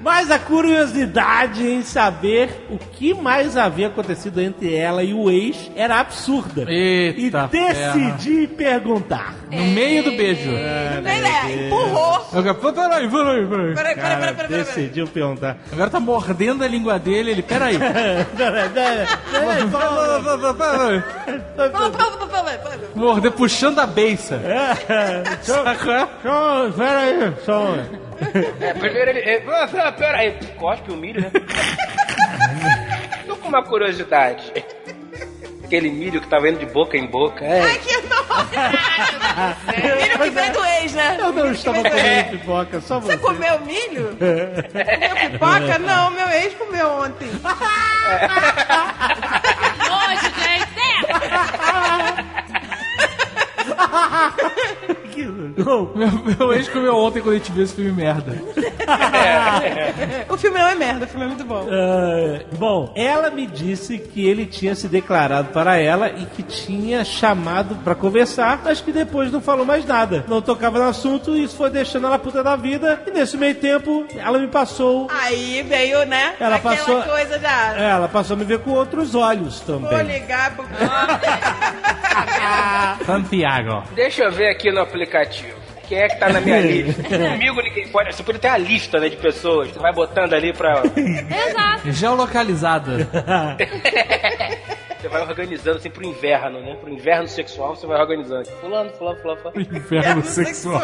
[SPEAKER 2] Mas a curiosidade em saber o que mais havia acontecido entre ela e o ex era absurda.
[SPEAKER 5] Eita
[SPEAKER 2] e decidi perguntar.
[SPEAKER 5] No meio
[SPEAKER 33] É.
[SPEAKER 5] do beijo.
[SPEAKER 4] Ele é, empurrou.
[SPEAKER 5] Eu quero- Peraí, peraí, peraí.
[SPEAKER 4] Peraí, peraí,
[SPEAKER 2] Cara,
[SPEAKER 4] peraí, peraí. peraí.
[SPEAKER 2] decidiu perguntar.
[SPEAKER 5] Agora tá mordendo a língua dele, ele. Peraí.
[SPEAKER 2] um
[SPEAKER 4] Fala, fala, fala, fala, fala.
[SPEAKER 5] Mordendo, puxando a beiça. Sacou?
[SPEAKER 2] Só- Pera aí, só.
[SPEAKER 12] É, primeiro ele. ele ah, ah, pera aí, cospe o milho, né? Tô com uma curiosidade. Aquele milho que tava indo de boca em boca. É,
[SPEAKER 4] Ai, que não. Milho que vem do ex, né?
[SPEAKER 2] Eu não estava comendo pipoca, só
[SPEAKER 4] Você
[SPEAKER 2] você.
[SPEAKER 4] comeu milho?
[SPEAKER 2] É.
[SPEAKER 4] comeu pipoca? Não, meu ex comeu ontem.
[SPEAKER 33] Hoje, gente. É.
[SPEAKER 2] aquilo? Não.
[SPEAKER 5] Meu, meu ex comeu ontem quando a gente viu esse filme merda.
[SPEAKER 4] o filme não é merda, o filme é muito bom.
[SPEAKER 2] Ah, bom, ela me disse que ele tinha se declarado para ela e que tinha chamado para conversar, mas que depois não falou mais nada. Não tocava no assunto e isso foi deixando ela puta da vida. E nesse meio tempo, ela me passou.
[SPEAKER 4] Aí veio, né?
[SPEAKER 2] Ela
[SPEAKER 4] aquela
[SPEAKER 2] passou- É.
[SPEAKER 4] coisa da.
[SPEAKER 2] Ela passou a me ver com outros olhos
[SPEAKER 4] Vou
[SPEAKER 2] também.
[SPEAKER 4] ligar pro.
[SPEAKER 2] Santiago.
[SPEAKER 12] Deixa eu ver aqui no aplicativo. Quem é que tá na minha lista? Comigo ninguém pode. Você podia ter a lista né, de pessoas. Tu vai botando ali pra.
[SPEAKER 3] Exato.
[SPEAKER 5] Geolocalizada.
[SPEAKER 12] Você vai organizando assim pro inverno, né? Pro inverno sexual você vai organizando. Fulano, fulano, fulano, fulano.
[SPEAKER 5] Inverno sexual.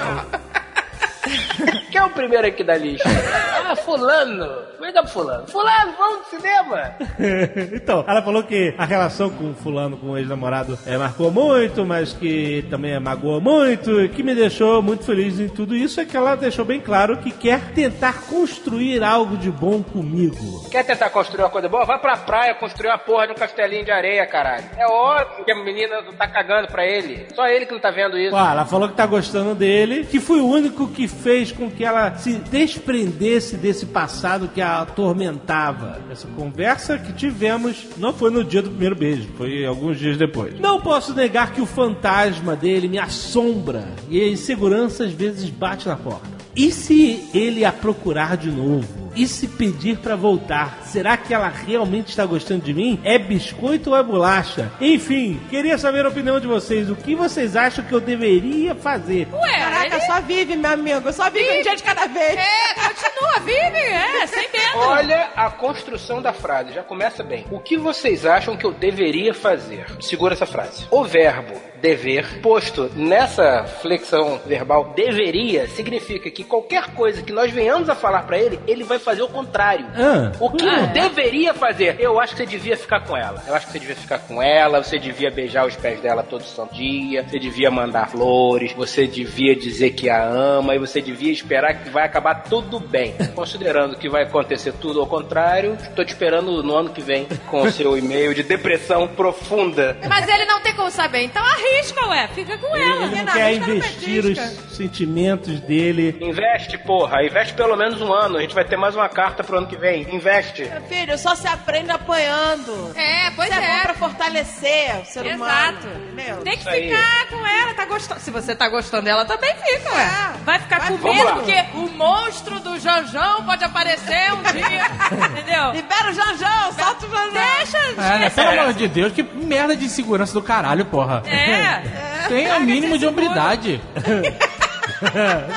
[SPEAKER 12] Quem é o primeiro aqui da lista? Ah, fulano. Liga pro fulano. Fulano, vamos pro cinema.
[SPEAKER 2] então, ela falou que a relação com o fulano, com o ex-namorado, é, marcou muito, mas que também é, magoou muito. E que me deixou muito feliz em tudo isso é que ela deixou bem claro que quer tentar construir algo de bom comigo.
[SPEAKER 12] Quer tentar construir uma coisa boa? Vai pra praia construir uma porra de um castelinho de areia, caralho. É óbvio que a menina não tá cagando pra ele. Só ele que não tá vendo isso.
[SPEAKER 2] Ó, ela falou que tá gostando dele, que foi o único que fez com que ela se desprendesse desse passado que a atormentava. Essa conversa que tivemos não foi no dia do primeiro beijo, foi alguns dias depois. Não posso negar que o fantasma dele me assombra e a insegurança às vezes bate na porta. E se ele a procurar de novo? E se pedir pra voltar? Será que ela realmente está gostando de mim? É biscoito ou é bolacha? Enfim, queria saber a opinião de vocês. O que vocês acham que eu deveria fazer?
[SPEAKER 4] Ué, Caraca, só vive, meu amigo. Só vive, um dia de cada vez.
[SPEAKER 24] É, continua, vive, é, sem medo.
[SPEAKER 12] Olha a construção da frase, já começa bem. O que vocês acham que eu deveria fazer? Segura essa frase. O verbo dever, posto nessa flexão verbal deveria, significa que qualquer coisa que nós venhamos a falar pra ele, ele vai fazer o contrário.
[SPEAKER 2] Ah.
[SPEAKER 12] o que
[SPEAKER 2] Ah,
[SPEAKER 12] eu
[SPEAKER 2] é?
[SPEAKER 12] deveria fazer? Eu acho que você devia ficar com ela. Eu acho que você devia ficar com ela, você devia beijar os pés dela todo santo dia, você devia mandar flores, você devia dizer que a ama e você devia esperar que vai acabar tudo bem. Considerando que vai acontecer tudo ao contrário, tô te esperando no ano que vem com o seu e-mail de depressão profunda.
[SPEAKER 24] Mas ele não tem como saber, então arrisca, ué, fica com ela.
[SPEAKER 2] Ele não quer investir os sentimentos dele.
[SPEAKER 12] Investe, porra, investe pelo menos um ano. A gente vai ter mais uma carta pro ano que vem. Investe.
[SPEAKER 15] Filho, só se aprende apoiando.
[SPEAKER 24] É, pois
[SPEAKER 15] Isso é.
[SPEAKER 24] é.
[SPEAKER 15] bom pra fortalecer o ser humano.
[SPEAKER 33] Exato.
[SPEAKER 15] entendeu?
[SPEAKER 33] Tem que
[SPEAKER 15] Isso aí.
[SPEAKER 33] ficar com ela, tá gostando. Se você tá gostando dela, também fica,
[SPEAKER 3] É.
[SPEAKER 33] ué. Vai ficar com
[SPEAKER 15] vamos
[SPEAKER 33] medo,
[SPEAKER 15] lá.
[SPEAKER 33] porque o monstro do Janjão pode aparecer um dia, entendeu?
[SPEAKER 15] Libera o Janjão, solta o Janjão.
[SPEAKER 33] Deixa,
[SPEAKER 5] Cara,
[SPEAKER 33] deixa.
[SPEAKER 5] É, né? pelo amor de Deus, que merda de segurança do caralho, porra.
[SPEAKER 33] É.
[SPEAKER 5] Tem o mínimo de hombridade.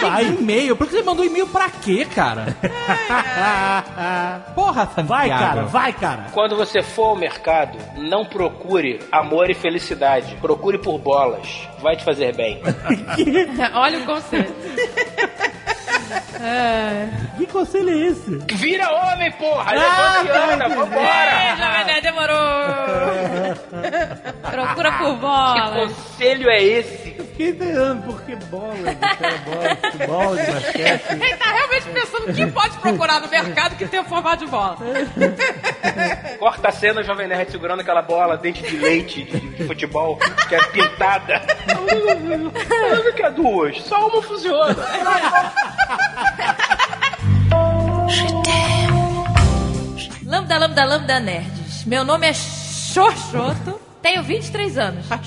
[SPEAKER 5] Vai. e-mail. Por que você mandou e-mail pra quê, cara? Porra, Santiago.
[SPEAKER 2] Vai, cara, vai, cara.
[SPEAKER 12] Quando você for ao mercado, não procure amor e felicidade. Procure por bolas. Vai te fazer bem.
[SPEAKER 24] Olha o conselho.
[SPEAKER 2] Que conselho é esse?
[SPEAKER 12] Vira homem, porra!
[SPEAKER 24] Ah,
[SPEAKER 12] Levanta e anda,
[SPEAKER 24] tá
[SPEAKER 12] vambora!
[SPEAKER 24] entendendo. Jovem Nerd, demorou. Procura por bola.
[SPEAKER 12] Que conselho é esse?
[SPEAKER 2] Fiquei entendendo por que bola, bola, futebol, de basquete.
[SPEAKER 33] Ele tá realmente pensando que pode procurar no mercado que tem o formato de bola.
[SPEAKER 12] Corta a cena, o Jovem Nerd segurando aquela bola, dente de leite de, de futebol, que é pintada. Sabe que é duas? Só uma funciona.
[SPEAKER 3] Lambda, lambda, lambda nerds. Meu nome é Xoxoto. Tenho 23 anos. A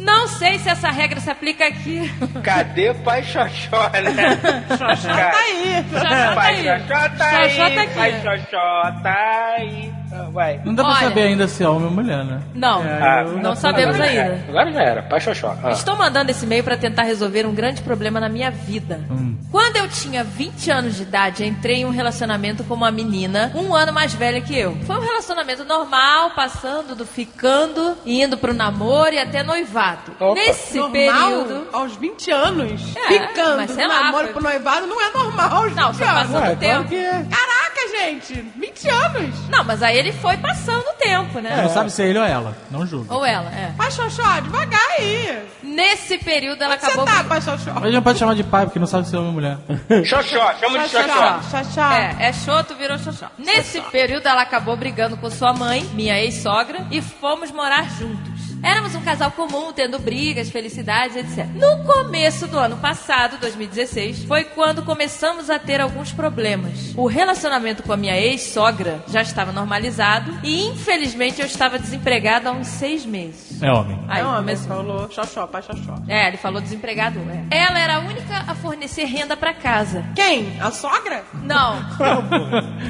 [SPEAKER 3] Não sei se essa regra se aplica aqui.
[SPEAKER 12] um. Cadê pai Xoxó, né? Xoxó tá
[SPEAKER 15] aí.
[SPEAKER 3] Xoxó tá
[SPEAKER 12] Pai
[SPEAKER 3] aí.
[SPEAKER 12] Xoxó tá aí.
[SPEAKER 3] Xoxó tá aqui.
[SPEAKER 12] Pai Xoxó tá aí. Ah, Vai.
[SPEAKER 5] Não dá pra
[SPEAKER 3] Olha.
[SPEAKER 5] saber ainda se é homem ou mulher, né?
[SPEAKER 3] Não,
[SPEAKER 5] Ah,
[SPEAKER 3] não sabemos
[SPEAKER 12] agora já
[SPEAKER 3] ainda.
[SPEAKER 12] era. Agora já era, pai Xoxó. Ah.
[SPEAKER 3] Estou mandando esse e-mail para tentar resolver um grande problema na minha vida. Quando eu tinha 20 anos de idade, entrei em um relacionamento com uma menina um ano mais velha que eu. Foi um relacionamento normal, passando do ficando, indo pro namoro e até noivado. Nesse
[SPEAKER 4] normal,
[SPEAKER 3] período.
[SPEAKER 4] aos 20 anos,
[SPEAKER 3] É,
[SPEAKER 4] ficando
[SPEAKER 3] mas
[SPEAKER 4] do
[SPEAKER 3] sei lá,
[SPEAKER 4] namoro
[SPEAKER 3] foi-
[SPEAKER 4] pro noivado não é normal aos
[SPEAKER 3] Não,
[SPEAKER 4] 20
[SPEAKER 3] só
[SPEAKER 4] anos.
[SPEAKER 5] É,
[SPEAKER 3] passando o tempo.
[SPEAKER 4] Caraca, gente, 20 anos.
[SPEAKER 3] Não, mas aí ele foi passando o tempo, né?
[SPEAKER 5] Não sabe se é ele ou ela. Não julgo.
[SPEAKER 3] Ou ela, é.
[SPEAKER 4] Pai Xoxó, devagar aí.
[SPEAKER 3] Nesse período ela acabou.
[SPEAKER 4] Você tá, pai Xoxó?
[SPEAKER 5] Mas não pode chamar de pai, porque não sabe se é homem ou mulher.
[SPEAKER 12] Xoxó, chama de Xoxó.
[SPEAKER 4] Xoxó.
[SPEAKER 3] É, é Xoto virou Xoxó. Nesse período, ela acabou brigando com sua mãe, minha ex-sogra, e fomos morar juntos. Éramos um casal comum, tendo brigas, felicidades, etc. No começo do ano passado, 2016, foi quando começamos a ter alguns problemas. O relacionamento com a minha ex-sogra já estava normalizado e, infelizmente, eu estava desempregada há uns seis meses.
[SPEAKER 5] É homem.
[SPEAKER 3] Aí,
[SPEAKER 4] Aí, não, mas
[SPEAKER 3] começou-
[SPEAKER 4] falou xoxó, pai xoxó.
[SPEAKER 3] É, ele falou desempregado, é. Ela era a única a fornecer renda pra casa.
[SPEAKER 4] Quem? A sogra?
[SPEAKER 3] Não.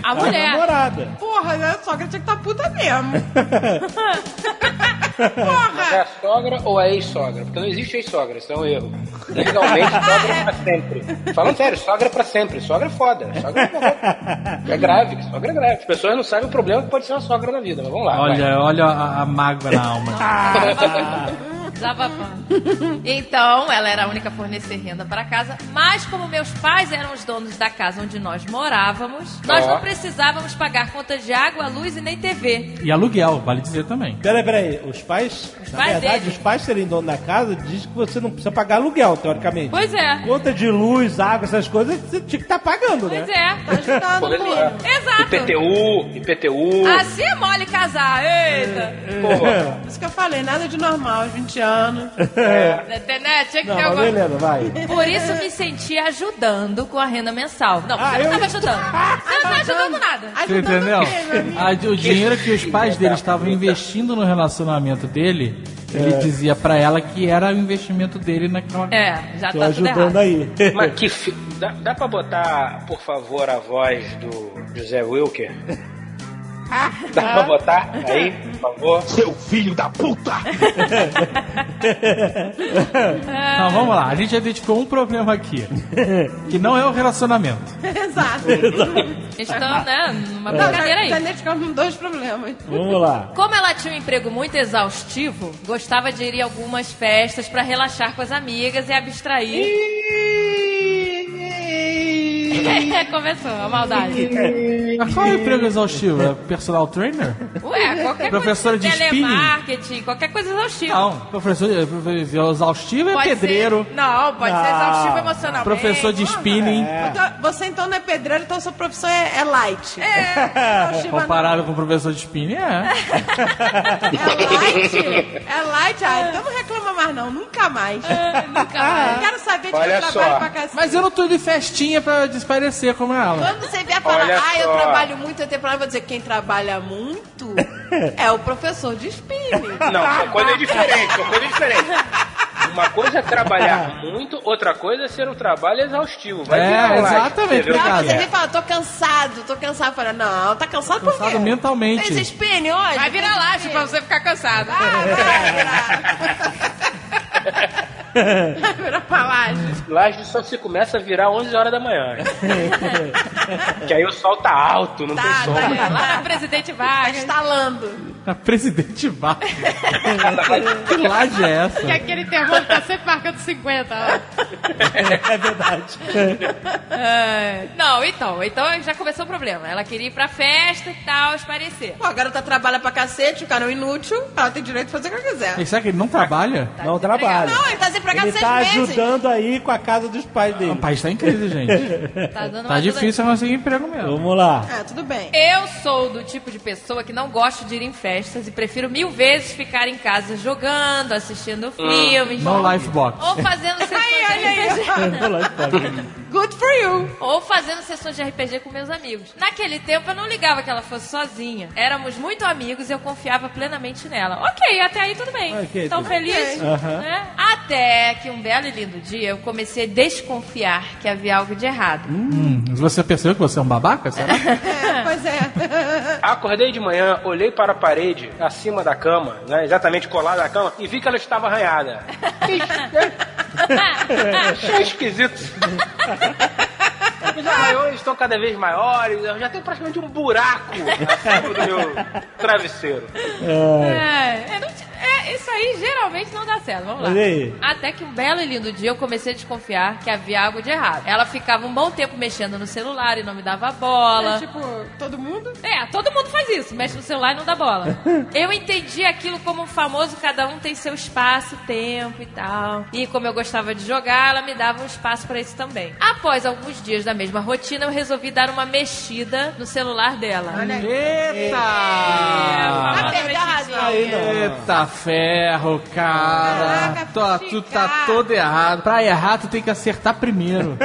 [SPEAKER 3] A mulher.
[SPEAKER 2] namorada.
[SPEAKER 4] Porra, né? a sogra tinha que estar tá puta mesmo.
[SPEAKER 12] Mas é a sogra ou a ex-sogra? Porque não existe ex-sogra, isso é um erro. Legalmente, sogra é pra sempre. Falando sério, sogra é pra sempre. Sogra é foda. Sogra é, foda. é grave, sogra é grave. As pessoas não sabem o problema que pode ser uma sogra na vida, mas vamos lá. vai.
[SPEAKER 5] Olha, olha a, a mágoa na alma.
[SPEAKER 3] Desabafando. Então, ela era a única a fornecer renda para casa, mas como meus pais eram os donos da casa onde nós morávamos, nós
[SPEAKER 5] Ó.
[SPEAKER 3] não precisávamos pagar contas de água, luz e nem TV.
[SPEAKER 5] E aluguel, vale dizer também.
[SPEAKER 2] Peraí, peraí, os pais. na
[SPEAKER 3] pais
[SPEAKER 2] verdade,
[SPEAKER 3] dele.
[SPEAKER 2] os pais serem dono da casa diz que você não precisa pagar aluguel, teoricamente.
[SPEAKER 3] Pois é.
[SPEAKER 2] Conta de luz, água, essas coisas, você tinha que estar pagando, né?
[SPEAKER 3] Pois é, tá ajudando
[SPEAKER 2] Pois
[SPEAKER 3] o
[SPEAKER 2] é.
[SPEAKER 3] mundo. Exato.
[SPEAKER 12] IPTU, IPTU.
[SPEAKER 3] Assim é mole casar, eita.
[SPEAKER 4] Porra. Isso que eu falei, nada de normal, 20 anos.
[SPEAKER 3] Né? Tinha que
[SPEAKER 4] Não,
[SPEAKER 3] ter
[SPEAKER 4] mas
[SPEAKER 3] alguma...
[SPEAKER 2] é.
[SPEAKER 4] beleza, vai.
[SPEAKER 3] Por isso me senti ajudando com a renda mensal. Não,
[SPEAKER 4] Ah,
[SPEAKER 3] você não
[SPEAKER 4] eu-
[SPEAKER 3] tava ajudando. Você não tá ajudando nada.
[SPEAKER 5] Você entendeu? A- o dinheiro que os pais dele
[SPEAKER 3] estavam.
[SPEAKER 5] estavam investindo no relacionamento dele, ele
[SPEAKER 2] É.
[SPEAKER 5] dizia pra ela que era o investimento dele naquela.
[SPEAKER 3] É, já
[SPEAKER 5] Tô tá tudo ajudando errado. aí.
[SPEAKER 12] Mas que fi... dá, dá pra botar, por favor, a voz do José Wilker? Dá pra botar aí, por favor? Seu filho da puta!
[SPEAKER 5] Então vamos lá, a gente identificou um problema aqui. Que não é o relacionamento.
[SPEAKER 4] Exato.
[SPEAKER 3] Estão, né, numa
[SPEAKER 5] É.
[SPEAKER 3] brincadeira aí.
[SPEAKER 4] Já identificamos dois problemas.
[SPEAKER 2] Vamos lá.
[SPEAKER 3] Como ela tinha um emprego muito exaustivo, gostava de ir a algumas festas pra relaxar com as amigas e abstrair. Começou a maldade.
[SPEAKER 5] Mas qual é o emprego exaustivo? É personal trainer?
[SPEAKER 3] Ué, qualquer
[SPEAKER 5] Professora
[SPEAKER 3] coisa.
[SPEAKER 5] de spinning?
[SPEAKER 3] telemarketing, qualquer coisa exaustiva.
[SPEAKER 5] Não, professor é, professor exaustivo é
[SPEAKER 3] Pode
[SPEAKER 5] pedreiro. Ah,
[SPEAKER 3] ser- Tá não,
[SPEAKER 4] pode ser exaustivo emocionalmente.
[SPEAKER 5] Professor de spinning.
[SPEAKER 4] Então, Você então não é pedreiro, então sua profissão é, é light.
[SPEAKER 5] É,
[SPEAKER 4] exaustivo
[SPEAKER 5] Comparado com o professor de spinning, é.
[SPEAKER 4] É light, ah, então não reclama mais não, nunca mais.
[SPEAKER 3] É,
[SPEAKER 4] nunca
[SPEAKER 5] mais.
[SPEAKER 4] Quero saber de
[SPEAKER 5] Olha
[SPEAKER 4] meu trabalho
[SPEAKER 5] só.
[SPEAKER 4] pra cacete.
[SPEAKER 5] Mas eu não tô de festinha pra desaparecer como é ela.
[SPEAKER 4] Quando você vier falar,
[SPEAKER 5] Olha
[SPEAKER 4] ah, eu
[SPEAKER 5] só.
[SPEAKER 4] trabalho muito, eu tenho problema, eu vou dizer, quem trabalha muito é o professor de spinning.
[SPEAKER 12] Não, é são coisas diferentes, são coisas diferentes. Uma coisa é trabalhar muito, outra coisa é ser um trabalho exaustivo. Vai
[SPEAKER 5] É,
[SPEAKER 12] virar um laje,
[SPEAKER 5] exatamente,
[SPEAKER 12] você vê o que
[SPEAKER 4] Não, Então, você
[SPEAKER 12] é.
[SPEAKER 4] vem falar, tô cansado, tô cansado. Fala, não, tá cansado, por quê?
[SPEAKER 5] Cansado mentalmente.
[SPEAKER 4] Fez spinning hoje?
[SPEAKER 24] Vai virar laje pra você ficar cansado.
[SPEAKER 4] Vai virar pra laje.
[SPEAKER 12] Laje só se começa a virar 11 horas da manhã. que aí o sol tá alto, não tem
[SPEAKER 3] Tá,
[SPEAKER 12] sombra.
[SPEAKER 3] lá na presidente Vargas.
[SPEAKER 4] instalando.
[SPEAKER 5] A presidente vai. que laje é essa?
[SPEAKER 24] Que aquele terror tá sempre marcando 50. ó.
[SPEAKER 5] É verdade.
[SPEAKER 3] Ah, não, então, então já começou o problema. Ela queria ir pra festa e tal, esparecer.
[SPEAKER 4] Pô, a garota trabalha pra cacete, o cara é um inútil, ela tem direito de fazer o que ela quiser.
[SPEAKER 5] E será que ele não trabalha?
[SPEAKER 2] Não trabalha.
[SPEAKER 3] é
[SPEAKER 4] Não, ele tá desempregado
[SPEAKER 2] Ele
[SPEAKER 4] seis
[SPEAKER 2] tá
[SPEAKER 4] meses.
[SPEAKER 2] ajudando aí com a casa dos pais dele. O
[SPEAKER 5] pai está em crise, tá gente.
[SPEAKER 3] Tá dando
[SPEAKER 5] Tá
[SPEAKER 3] uma
[SPEAKER 5] difícil conseguir emprego mesmo.
[SPEAKER 2] Vamos lá.
[SPEAKER 4] Ah, tudo bem.
[SPEAKER 3] Eu sou do tipo de pessoa que não gosto de ir em festas e prefiro mil vezes ficar em casa jogando, assistindo filmes.
[SPEAKER 5] No life box.
[SPEAKER 3] Ou fazendo sessões de RPG.
[SPEAKER 4] Good for you.
[SPEAKER 3] Ou fazendo sessões de RPG com meus amigos. Naquele tempo eu não ligava que ela fosse sozinha. Éramos muito amigos e eu confiava plenamente nela. Ok, até aí tudo bem.
[SPEAKER 20] Ok,
[SPEAKER 3] Tão
[SPEAKER 20] tudo bem.
[SPEAKER 3] feliz,
[SPEAKER 20] Ok. Aham.
[SPEAKER 3] né? Até que um belo e lindo dia eu comecei a desconfiar que havia algo de errado.
[SPEAKER 5] Hum, você percebeu que você é um babaca? Será?
[SPEAKER 4] pois é.
[SPEAKER 12] Acordei de manhã, olhei para a parede, acima da cama, né, exatamente colada à cama, e vi que ela estava arranhada.
[SPEAKER 4] É,
[SPEAKER 12] Achei esquisito. Os arranhões estão cada vez maiores, eu já tenho praticamente um buraco acima do meu travesseiro.
[SPEAKER 3] É, eu não ti- é, isso aí geralmente não dá certo. Vamos lá.
[SPEAKER 12] Olha aí.
[SPEAKER 3] Até que um belo e lindo dia eu comecei a desconfiar que havia algo de errado. Ela ficava um bom tempo mexendo no celular e não me dava bola.
[SPEAKER 4] É, tipo, todo mundo?
[SPEAKER 3] É, todo mundo faz isso, mexe no celular e não dá bola. eu entendi aquilo como um famoso cada um tem seu espaço, tempo e tal. E como eu gostava de jogar, ela me dava um espaço pra isso também. Após alguns dias da mesma rotina, eu resolvi dar uma mexida no celular dela.
[SPEAKER 5] Eita!
[SPEAKER 4] É, tá Ah,
[SPEAKER 3] mexidinha.
[SPEAKER 5] Eita erro, cara. Tô- tu tá todo errado. Pra errar, tu tem que acertar primeiro.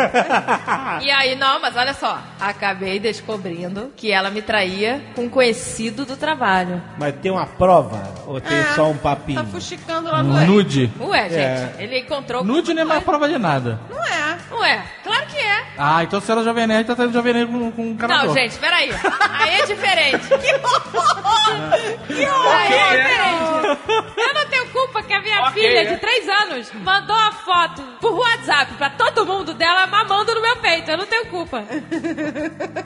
[SPEAKER 3] E aí, não, mas olha só. Acabei descobrindo que ela me traía com um conhecido do trabalho.
[SPEAKER 2] Mas tem uma prova ou tem
[SPEAKER 3] Ah,
[SPEAKER 2] só um
[SPEAKER 4] Tá
[SPEAKER 2] papinho?
[SPEAKER 3] fuxicando
[SPEAKER 2] lá no- Nude.
[SPEAKER 3] Ué, gente,
[SPEAKER 2] É.
[SPEAKER 3] ele encontrou.
[SPEAKER 5] Nude não é mais prova de nada.
[SPEAKER 3] Não é. Não é. Claro que é.
[SPEAKER 5] Ah, então se ela é jovem nerd, tá tendo jovem nerd com, com um
[SPEAKER 3] Não,
[SPEAKER 5] canador.
[SPEAKER 3] gente, peraí. Aí é diferente. que horror! Que
[SPEAKER 33] horror!
[SPEAKER 3] Aí é
[SPEAKER 33] Ok, né?
[SPEAKER 3] diferente. Eu não tenho culpa que a minha
[SPEAKER 33] Ok,
[SPEAKER 3] filha
[SPEAKER 33] né?
[SPEAKER 3] de 3 anos mandou a foto por WhatsApp pra todo mundo dela mamando no meu peito. Eu não tenho culpa.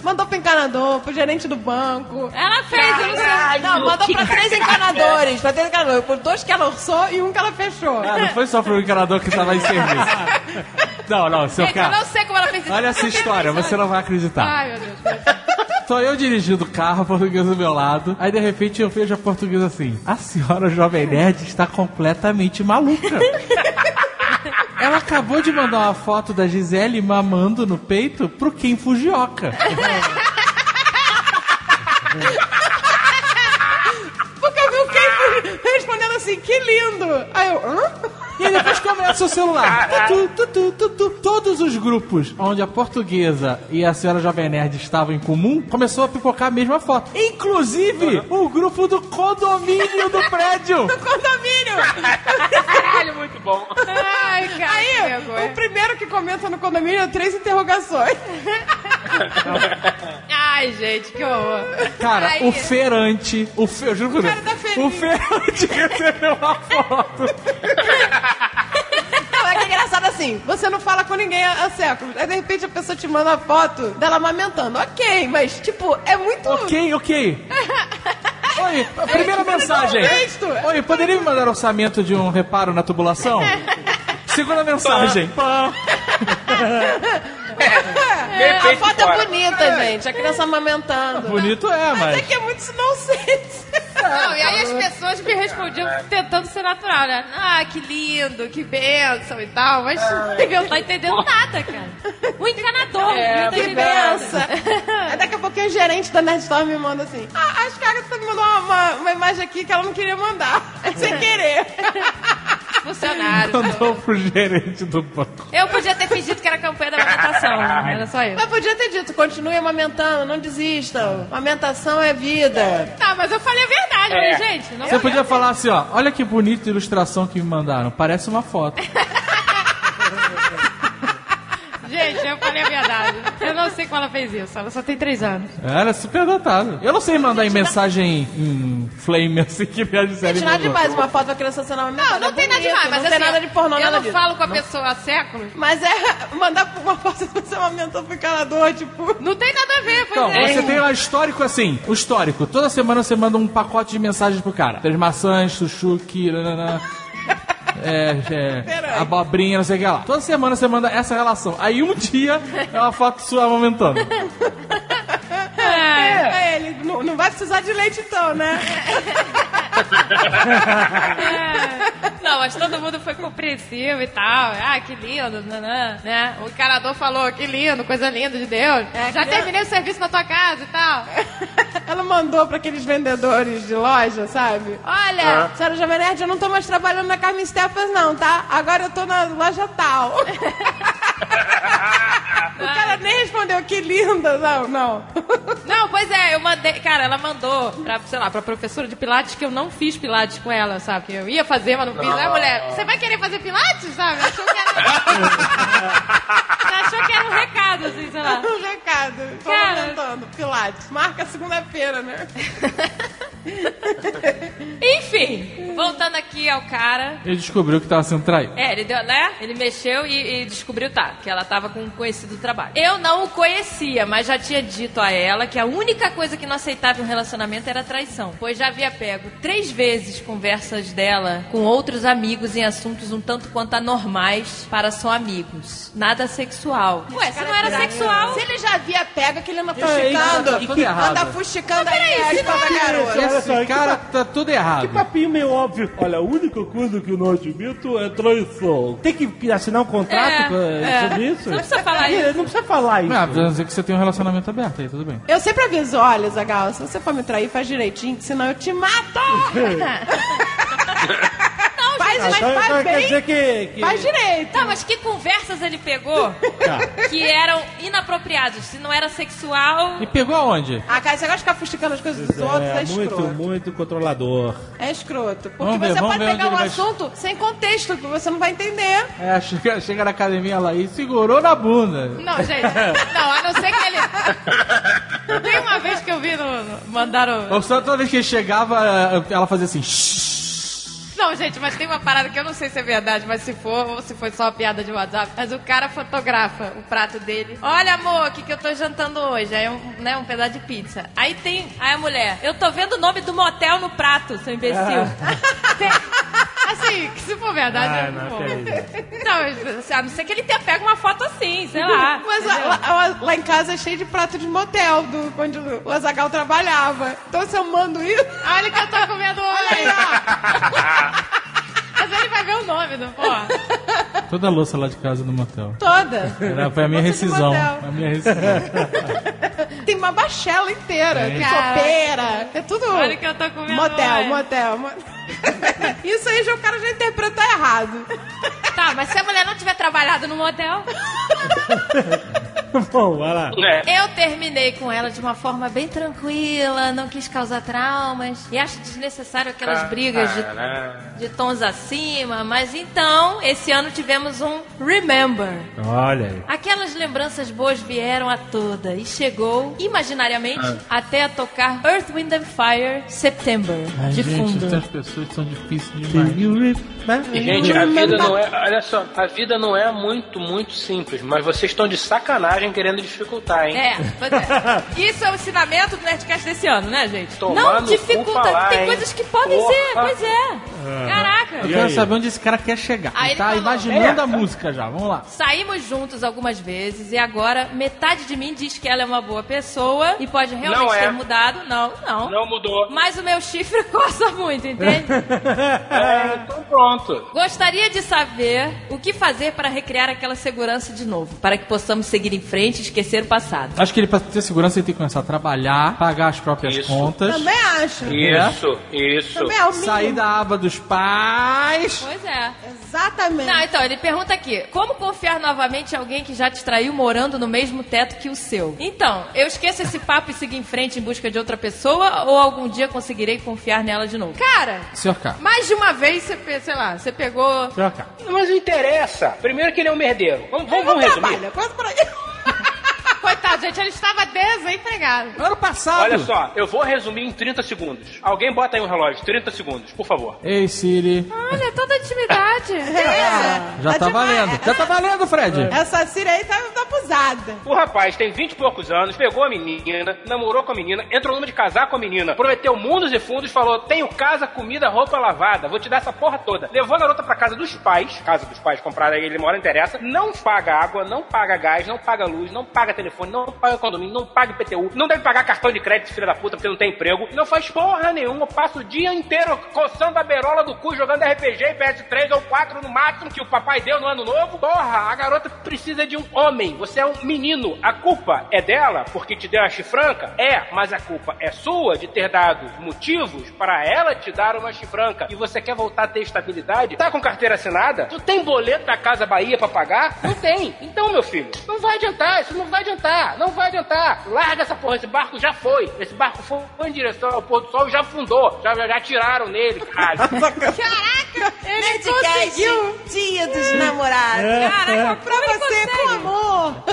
[SPEAKER 4] Mandou pro encanador, pro gerente do banco.
[SPEAKER 3] Ela fez, eu não sei. Caralho,
[SPEAKER 4] É, um- Não, mandou pra
[SPEAKER 3] que
[SPEAKER 4] três
[SPEAKER 3] caceta.
[SPEAKER 4] encanadores, pra três encanadores. Por dois que ela orçou e um que ela fechou.
[SPEAKER 5] Ah, não foi só pro encanador que tava em serviço. Não, não, seu
[SPEAKER 3] Gente, eu não
[SPEAKER 5] carro.
[SPEAKER 3] sei como ela fez isso.
[SPEAKER 5] Olha essa história, você não vai acreditar.
[SPEAKER 3] Ai, meu Deus.
[SPEAKER 5] Tô eu dirigindo o carro, a portuguesa do meu lado. Aí de repente eu vejo a portuguesa assim: A senhora Jovem Nerd está completamente maluca. Ela acabou de mandar uma foto da Gisele mamando no peito pro Ken Fujioka.
[SPEAKER 4] Porque eu vi o Ken respondendo assim, que lindo. Aí eu, hã?
[SPEAKER 5] E aí depois começa o celular. Tutu, tutu, tutu. Todos os grupos onde a portuguesa e a senhora Jovem Nerd estavam em comum, começou a pipocar a mesma foto. Inclusive, o grupo do condomínio do prédio.
[SPEAKER 4] Do condomínio.
[SPEAKER 33] Caralho, muito bom.
[SPEAKER 3] Ai, cara, que
[SPEAKER 4] Aí,
[SPEAKER 3] vergonha.
[SPEAKER 4] o primeiro que comenta no condomínio é três interrogações.
[SPEAKER 3] Ai, gente, que horror.
[SPEAKER 5] Cara,
[SPEAKER 3] Ai,
[SPEAKER 5] o feirante, o fe... eu juro por Deus, o feirante recebeu uma foto.
[SPEAKER 4] Não, é que é engraçado assim, você não fala com ninguém há, há séculos. Aí de repente a pessoa te manda a foto dela amamentando. Ok, mas tipo, é muito.
[SPEAKER 5] Ok, ok. Oi, a primeira
[SPEAKER 4] mandou
[SPEAKER 5] mensagem.
[SPEAKER 4] um texto.
[SPEAKER 5] Oi, poderia me mandar orçamento de um reparo na tubulação? Segunda mensagem. Pá.
[SPEAKER 4] É, a
[SPEAKER 5] repente
[SPEAKER 4] foto
[SPEAKER 5] fora.
[SPEAKER 4] é bonita, gente. A criança amamentando.
[SPEAKER 5] Bonito é,
[SPEAKER 4] Mas é
[SPEAKER 5] mas.
[SPEAKER 4] que é muito nonsense.
[SPEAKER 3] Não, e aí as pessoas me respondiam tentando ser natural, né? Ah, que lindo, que bênção e tal, mas eu não tô entendendo nada, cara. O encanador,
[SPEAKER 4] É,
[SPEAKER 3] não tô
[SPEAKER 4] que
[SPEAKER 3] entendendo nada.
[SPEAKER 4] benção. Aí Daqui a pouquinho o gerente da Nerdstorm me manda assim: Ah, acho que a Agatha me mandou uma, uma, uma imagem aqui que ela não queria mandar.
[SPEAKER 3] É.
[SPEAKER 4] Sem querer.
[SPEAKER 3] Funcionário.
[SPEAKER 5] Mandou pro gerente do banco.
[SPEAKER 3] Eu podia ter fingido que era campanha da amamentação, era só eu.
[SPEAKER 4] Mas podia ter dito: continue amamentando, não desistam. Amamentação é vida.
[SPEAKER 3] Tá, mas eu falei a verdade,
[SPEAKER 5] É.
[SPEAKER 3] né, gente? Não
[SPEAKER 5] Você podia falar assim, ó, olha que bonita ilustração que me mandaram, parece uma foto.
[SPEAKER 3] Gente, eu falei a verdade. Eu não sei como ela fez isso, ela só tem três anos.
[SPEAKER 5] Era é super dotado. Eu não sei mandar em mensagem em flame assim que me disseram.
[SPEAKER 4] Gente, nada demais uma foto da criança sendo amamentada. é
[SPEAKER 3] Não, não tem nada de demais, mas
[SPEAKER 4] não tem
[SPEAKER 3] assim,
[SPEAKER 4] nada de pornô,
[SPEAKER 3] eu
[SPEAKER 4] nada
[SPEAKER 3] não
[SPEAKER 4] disso.
[SPEAKER 3] falo com a pessoa há séculos.
[SPEAKER 4] Mas é mandar uma foto de você amamentando pro encanador, tipo.
[SPEAKER 3] Não tem nada a ver, pois
[SPEAKER 5] Então,
[SPEAKER 3] é.
[SPEAKER 5] você tem um histórico assim, o histórico. Toda semana você manda um pacote de mensagens pro cara. Três maçãs, sushuki, nananã. É, é, abobrinha, não sei o que lá. Toda semana você manda essa relação. Aí um dia é uma foto sua amamentando.
[SPEAKER 4] É, é, ele não, não vai precisar de leite então, né?
[SPEAKER 3] Não, mas todo mundo foi compreensivo e tal. Ah, que lindo, nanã, né? O encanador falou, que lindo, coisa linda de Deus. Já terminei o serviço na tua casa e tal.
[SPEAKER 4] Ela mandou pra aqueles vendedores de loja, sabe?
[SPEAKER 3] Olha,
[SPEAKER 4] Ah. Senhora Jovem Nerd, eu não tô mais trabalhando na Carmen Steffens, não, tá? Agora eu tô na loja tal. o cara nem respondeu, que linda, não, não.
[SPEAKER 3] Não, pois é, eu mandei. Cara, ela mandou pra, sei lá, pra professora de Pilates que eu não fiz Pilates com ela, sabe? Que eu ia fazer, mas não fiz. Aí, a mulher, você vai querer fazer Pilates, sabe? Achou que era. Achou que era um recado, assim, sei lá.
[SPEAKER 4] Um recado. Tô
[SPEAKER 3] Cara.
[SPEAKER 4] lamentando. Pilates. Marca segunda-feira, né?
[SPEAKER 3] Enfim, voltando aqui ao cara.
[SPEAKER 5] Ele descobriu que tava sendo traído.
[SPEAKER 3] É, ele deu, né? Ele mexeu e, e descobriu, tá, que ela tava com um conhecido do trabalho. Eu não o conhecia, mas já tinha dito a ela que a única coisa que não aceitava em um relacionamento era traição. Pois já havia pego três vezes conversas dela com outros amigos em assuntos um tanto quanto anormais para só amigos. Nada sexual. Ué, é se não era sexual.
[SPEAKER 4] Se ele já via, pega que ele anda
[SPEAKER 5] Isso aí,
[SPEAKER 4] fuxicando.
[SPEAKER 5] tá tudo errado.
[SPEAKER 4] Anda fuxicando
[SPEAKER 3] Mas
[SPEAKER 4] aí,
[SPEAKER 3] peraí,
[SPEAKER 4] aí
[SPEAKER 3] se não
[SPEAKER 4] da
[SPEAKER 3] é-
[SPEAKER 4] garota.
[SPEAKER 5] Esse
[SPEAKER 16] só, que
[SPEAKER 5] cara
[SPEAKER 16] pa-
[SPEAKER 5] tá tudo errado.
[SPEAKER 16] Que Um papinho meio óbvio. Olha, a única coisa que eu não admito é traição. Tem que assinar um contrato
[SPEAKER 3] É,
[SPEAKER 16] com-
[SPEAKER 3] é.
[SPEAKER 16] sobre isso?
[SPEAKER 3] Não precisa falar
[SPEAKER 16] É,
[SPEAKER 3] isso.
[SPEAKER 16] Não precisa falar isso.
[SPEAKER 5] Ah, precisa dizer que você tem um relacionamento aberto, aí tudo bem.
[SPEAKER 4] Eu sempre aviso, olha, Zagal, se você for me trair, faz direitinho, que senão eu te mato!
[SPEAKER 24] Gente, mas
[SPEAKER 2] então-
[SPEAKER 24] faz
[SPEAKER 2] então Quer
[SPEAKER 24] bem.
[SPEAKER 2] dizer que... que-
[SPEAKER 4] direito.
[SPEAKER 33] Tá, mas que conversas ele pegou que eram inapropriadas? Se não era sexual.
[SPEAKER 5] E pegou aonde?
[SPEAKER 4] Ah, cara, você gosta de ficar fustigando as coisas dos outros, é,
[SPEAKER 2] É,
[SPEAKER 4] escroto.
[SPEAKER 2] muito, muito controlador.
[SPEAKER 4] É escroto. Porque
[SPEAKER 5] Vamos ver,
[SPEAKER 4] você
[SPEAKER 5] vamos
[SPEAKER 4] pode
[SPEAKER 5] ver
[SPEAKER 4] pegar
[SPEAKER 5] onde
[SPEAKER 4] um
[SPEAKER 5] ele vai-
[SPEAKER 4] assunto sem contexto, que você não vai entender.
[SPEAKER 5] É, chega, chega na academia lá e segurou na bunda.
[SPEAKER 24] Não, gente. Não, a não ser que ele. Tem uma vez que eu vi no. no- Mandaram.
[SPEAKER 5] Ou só toda vez que chegava, ela fazia assim. "Shh".
[SPEAKER 24] Não, gente, mas tem uma parada que eu não sei se é verdade, mas se for, ou se foi só uma piada de WhatsApp. Mas o cara fotografa o prato dele. Olha, amor, o que, que eu tô jantando hoje? Aí, um, né, um pedaço de pizza.
[SPEAKER 33] Aí tem. Aí a mulher, eu tô vendo o nome do motel no prato, seu imbecil.
[SPEAKER 24] Assim, que se for verdade,
[SPEAKER 33] Ah,
[SPEAKER 24] eu
[SPEAKER 33] não,
[SPEAKER 24] vou.
[SPEAKER 33] peraí. Não, assim, a não ser que ele tenha pego uma foto assim, sei
[SPEAKER 24] Ah,
[SPEAKER 33] lá.
[SPEAKER 4] Mas lá, lá- lá em casa é cheio de prato de motel, do, onde o Azagal trabalhava. Então se eu mando isso.
[SPEAKER 24] Olha o que eu tô comendo hoje. Mas ele vai ver o nome do porra.
[SPEAKER 5] Toda a louça lá de casa no motel.
[SPEAKER 4] Toda.
[SPEAKER 5] Era, foi a minha
[SPEAKER 4] Louça de
[SPEAKER 5] rescisão.
[SPEAKER 4] motel.
[SPEAKER 5] A minha rescisão.
[SPEAKER 4] Tem uma bachela inteira,
[SPEAKER 5] Tem.
[SPEAKER 4] tem
[SPEAKER 24] Caraca.
[SPEAKER 4] sopeira, é tudo.
[SPEAKER 24] Olha o que eu tô comendo
[SPEAKER 4] Motel,
[SPEAKER 24] hoje.
[SPEAKER 4] motel, motel. Isso aí já o cara já interpretou errado.
[SPEAKER 33] Tá, mas se a mulher não tiver trabalhado no motel,
[SPEAKER 2] Bom, vai lá.
[SPEAKER 33] É.
[SPEAKER 3] Eu terminei com ela de uma forma bem tranquila, não quis causar traumas. E acho desnecessário aquelas brigas de, de tons acima. Mas então, esse ano tivemos um Remember.
[SPEAKER 2] Olha aí.
[SPEAKER 3] Aquelas lembranças boas vieram à toda e chegou, imaginariamente,
[SPEAKER 2] Ah.
[SPEAKER 3] até a tocar Earth, Wind and Fire September,
[SPEAKER 5] Ai,
[SPEAKER 3] de
[SPEAKER 5] gente,
[SPEAKER 3] fundo.
[SPEAKER 5] essas pessoas são difíceis demais.
[SPEAKER 12] E, gente, a vida não é. Olha só, a vida não é muito, muito simples, mas vocês estão de sacanagem querendo dificultar, hein?
[SPEAKER 33] É, pois é. Isso é o ensinamento do Nerdcast desse ano, né, gente?
[SPEAKER 12] Tomar
[SPEAKER 33] não
[SPEAKER 12] no cu
[SPEAKER 33] dificulta,
[SPEAKER 12] falar,
[SPEAKER 33] tem
[SPEAKER 12] hein?
[SPEAKER 33] coisas que podem
[SPEAKER 12] Porra.
[SPEAKER 33] ser, pois é. Caraca.
[SPEAKER 5] Eu quero saber onde esse cara quer chegar.
[SPEAKER 3] Aí
[SPEAKER 5] Ele
[SPEAKER 3] ele
[SPEAKER 5] tá
[SPEAKER 3] falou,
[SPEAKER 5] imaginando
[SPEAKER 3] "Eita."
[SPEAKER 5] a música já, vamos lá.
[SPEAKER 3] Saímos juntos algumas vezes e agora metade de mim diz que ela é uma boa pessoa e pode realmente
[SPEAKER 12] Não é.
[SPEAKER 3] ter mudado. Não, não.
[SPEAKER 12] Não mudou.
[SPEAKER 3] Mas o meu chifre coça muito, entende?
[SPEAKER 12] É, então pronto.
[SPEAKER 3] Gostaria de saber o que fazer para recriar aquela segurança de novo, para que possamos seguir em frente e esquecer o passado.
[SPEAKER 5] Acho que ele, pra ter segurança, ele tem que começar a trabalhar, pagar as próprias contas.
[SPEAKER 4] Também acho.
[SPEAKER 12] Isso, isso.
[SPEAKER 4] Também é o mínimo.
[SPEAKER 5] Sair da aba dos pais.
[SPEAKER 3] Pois é.
[SPEAKER 4] Exatamente.
[SPEAKER 3] Não, então, ele pergunta aqui: como confiar novamente em alguém que já te traiu morando no mesmo teto que o seu? Então, eu esqueço esse papo e sigo em frente em busca de outra pessoa ou algum dia conseguirei confiar nela de novo?
[SPEAKER 24] Cara,
[SPEAKER 5] Senhor K.
[SPEAKER 24] mais de uma vez você, pe- sei lá, você pegou.
[SPEAKER 5] Senhor K.
[SPEAKER 12] Mas não interessa. Primeiro que ele é um merdeiro. Vamos, vamos, vamos resumir.
[SPEAKER 24] Ah, Coitado, gente, ele estava desempregado.
[SPEAKER 5] Ano passado.
[SPEAKER 12] Olha só, eu vou resumir em 30 segundos. Alguém bota aí um relógio, 30 segundos, por favor.
[SPEAKER 5] Ei, Siri.
[SPEAKER 24] Olha, toda intimidade.
[SPEAKER 5] Já tá valendo. Já tá valendo, Fred.
[SPEAKER 4] É. Essa Cira aí tá, tá abusada.
[SPEAKER 12] O rapaz tem 20 e poucos anos, pegou a menina, namorou com a menina, entrou no nome de casar com a menina, prometeu mundos e fundos, falou: tenho casa, comida, roupa lavada, vou te dar essa porra toda. Levou a garota pra casa dos pais, casa dos pais comprada aí, ele mora, não interessa, não paga água, não paga gás, não paga luz, não paga telefone, não paga condomínio, não paga IPTU, não deve pagar cartão de crédito, filha da puta, porque não tem emprego, não faz porra nenhuma, passa o dia inteiro coçando a berola do cu, jogando RPG e PS3 ou 4 no máximo que o papai deu é no ano novo. Porra, a garota precisa de um homem, você é um menino, a culpa é dela porque te deu uma chifranca? É, mas a culpa é sua de ter dado motivos para ela te dar uma chifranca e você quer voltar a ter estabilidade? Tá com carteira assinada? Tu tem boleto da Casa Bahia pra pagar? Não tem. Então, meu filho, não vai adiantar, isso não vai adiantar, não vai adiantar. Larga essa porra, esse barco já foi. Esse barco foi em direção ao pôr do sol e já afundou. Já, já, já tiraram nele, caralho.
[SPEAKER 24] Ele
[SPEAKER 15] Nerdcast,
[SPEAKER 24] conseguiu.
[SPEAKER 15] Dia dos
[SPEAKER 33] É.
[SPEAKER 3] É,
[SPEAKER 15] Namorados.
[SPEAKER 33] Caraca,
[SPEAKER 4] Pra você, com amor.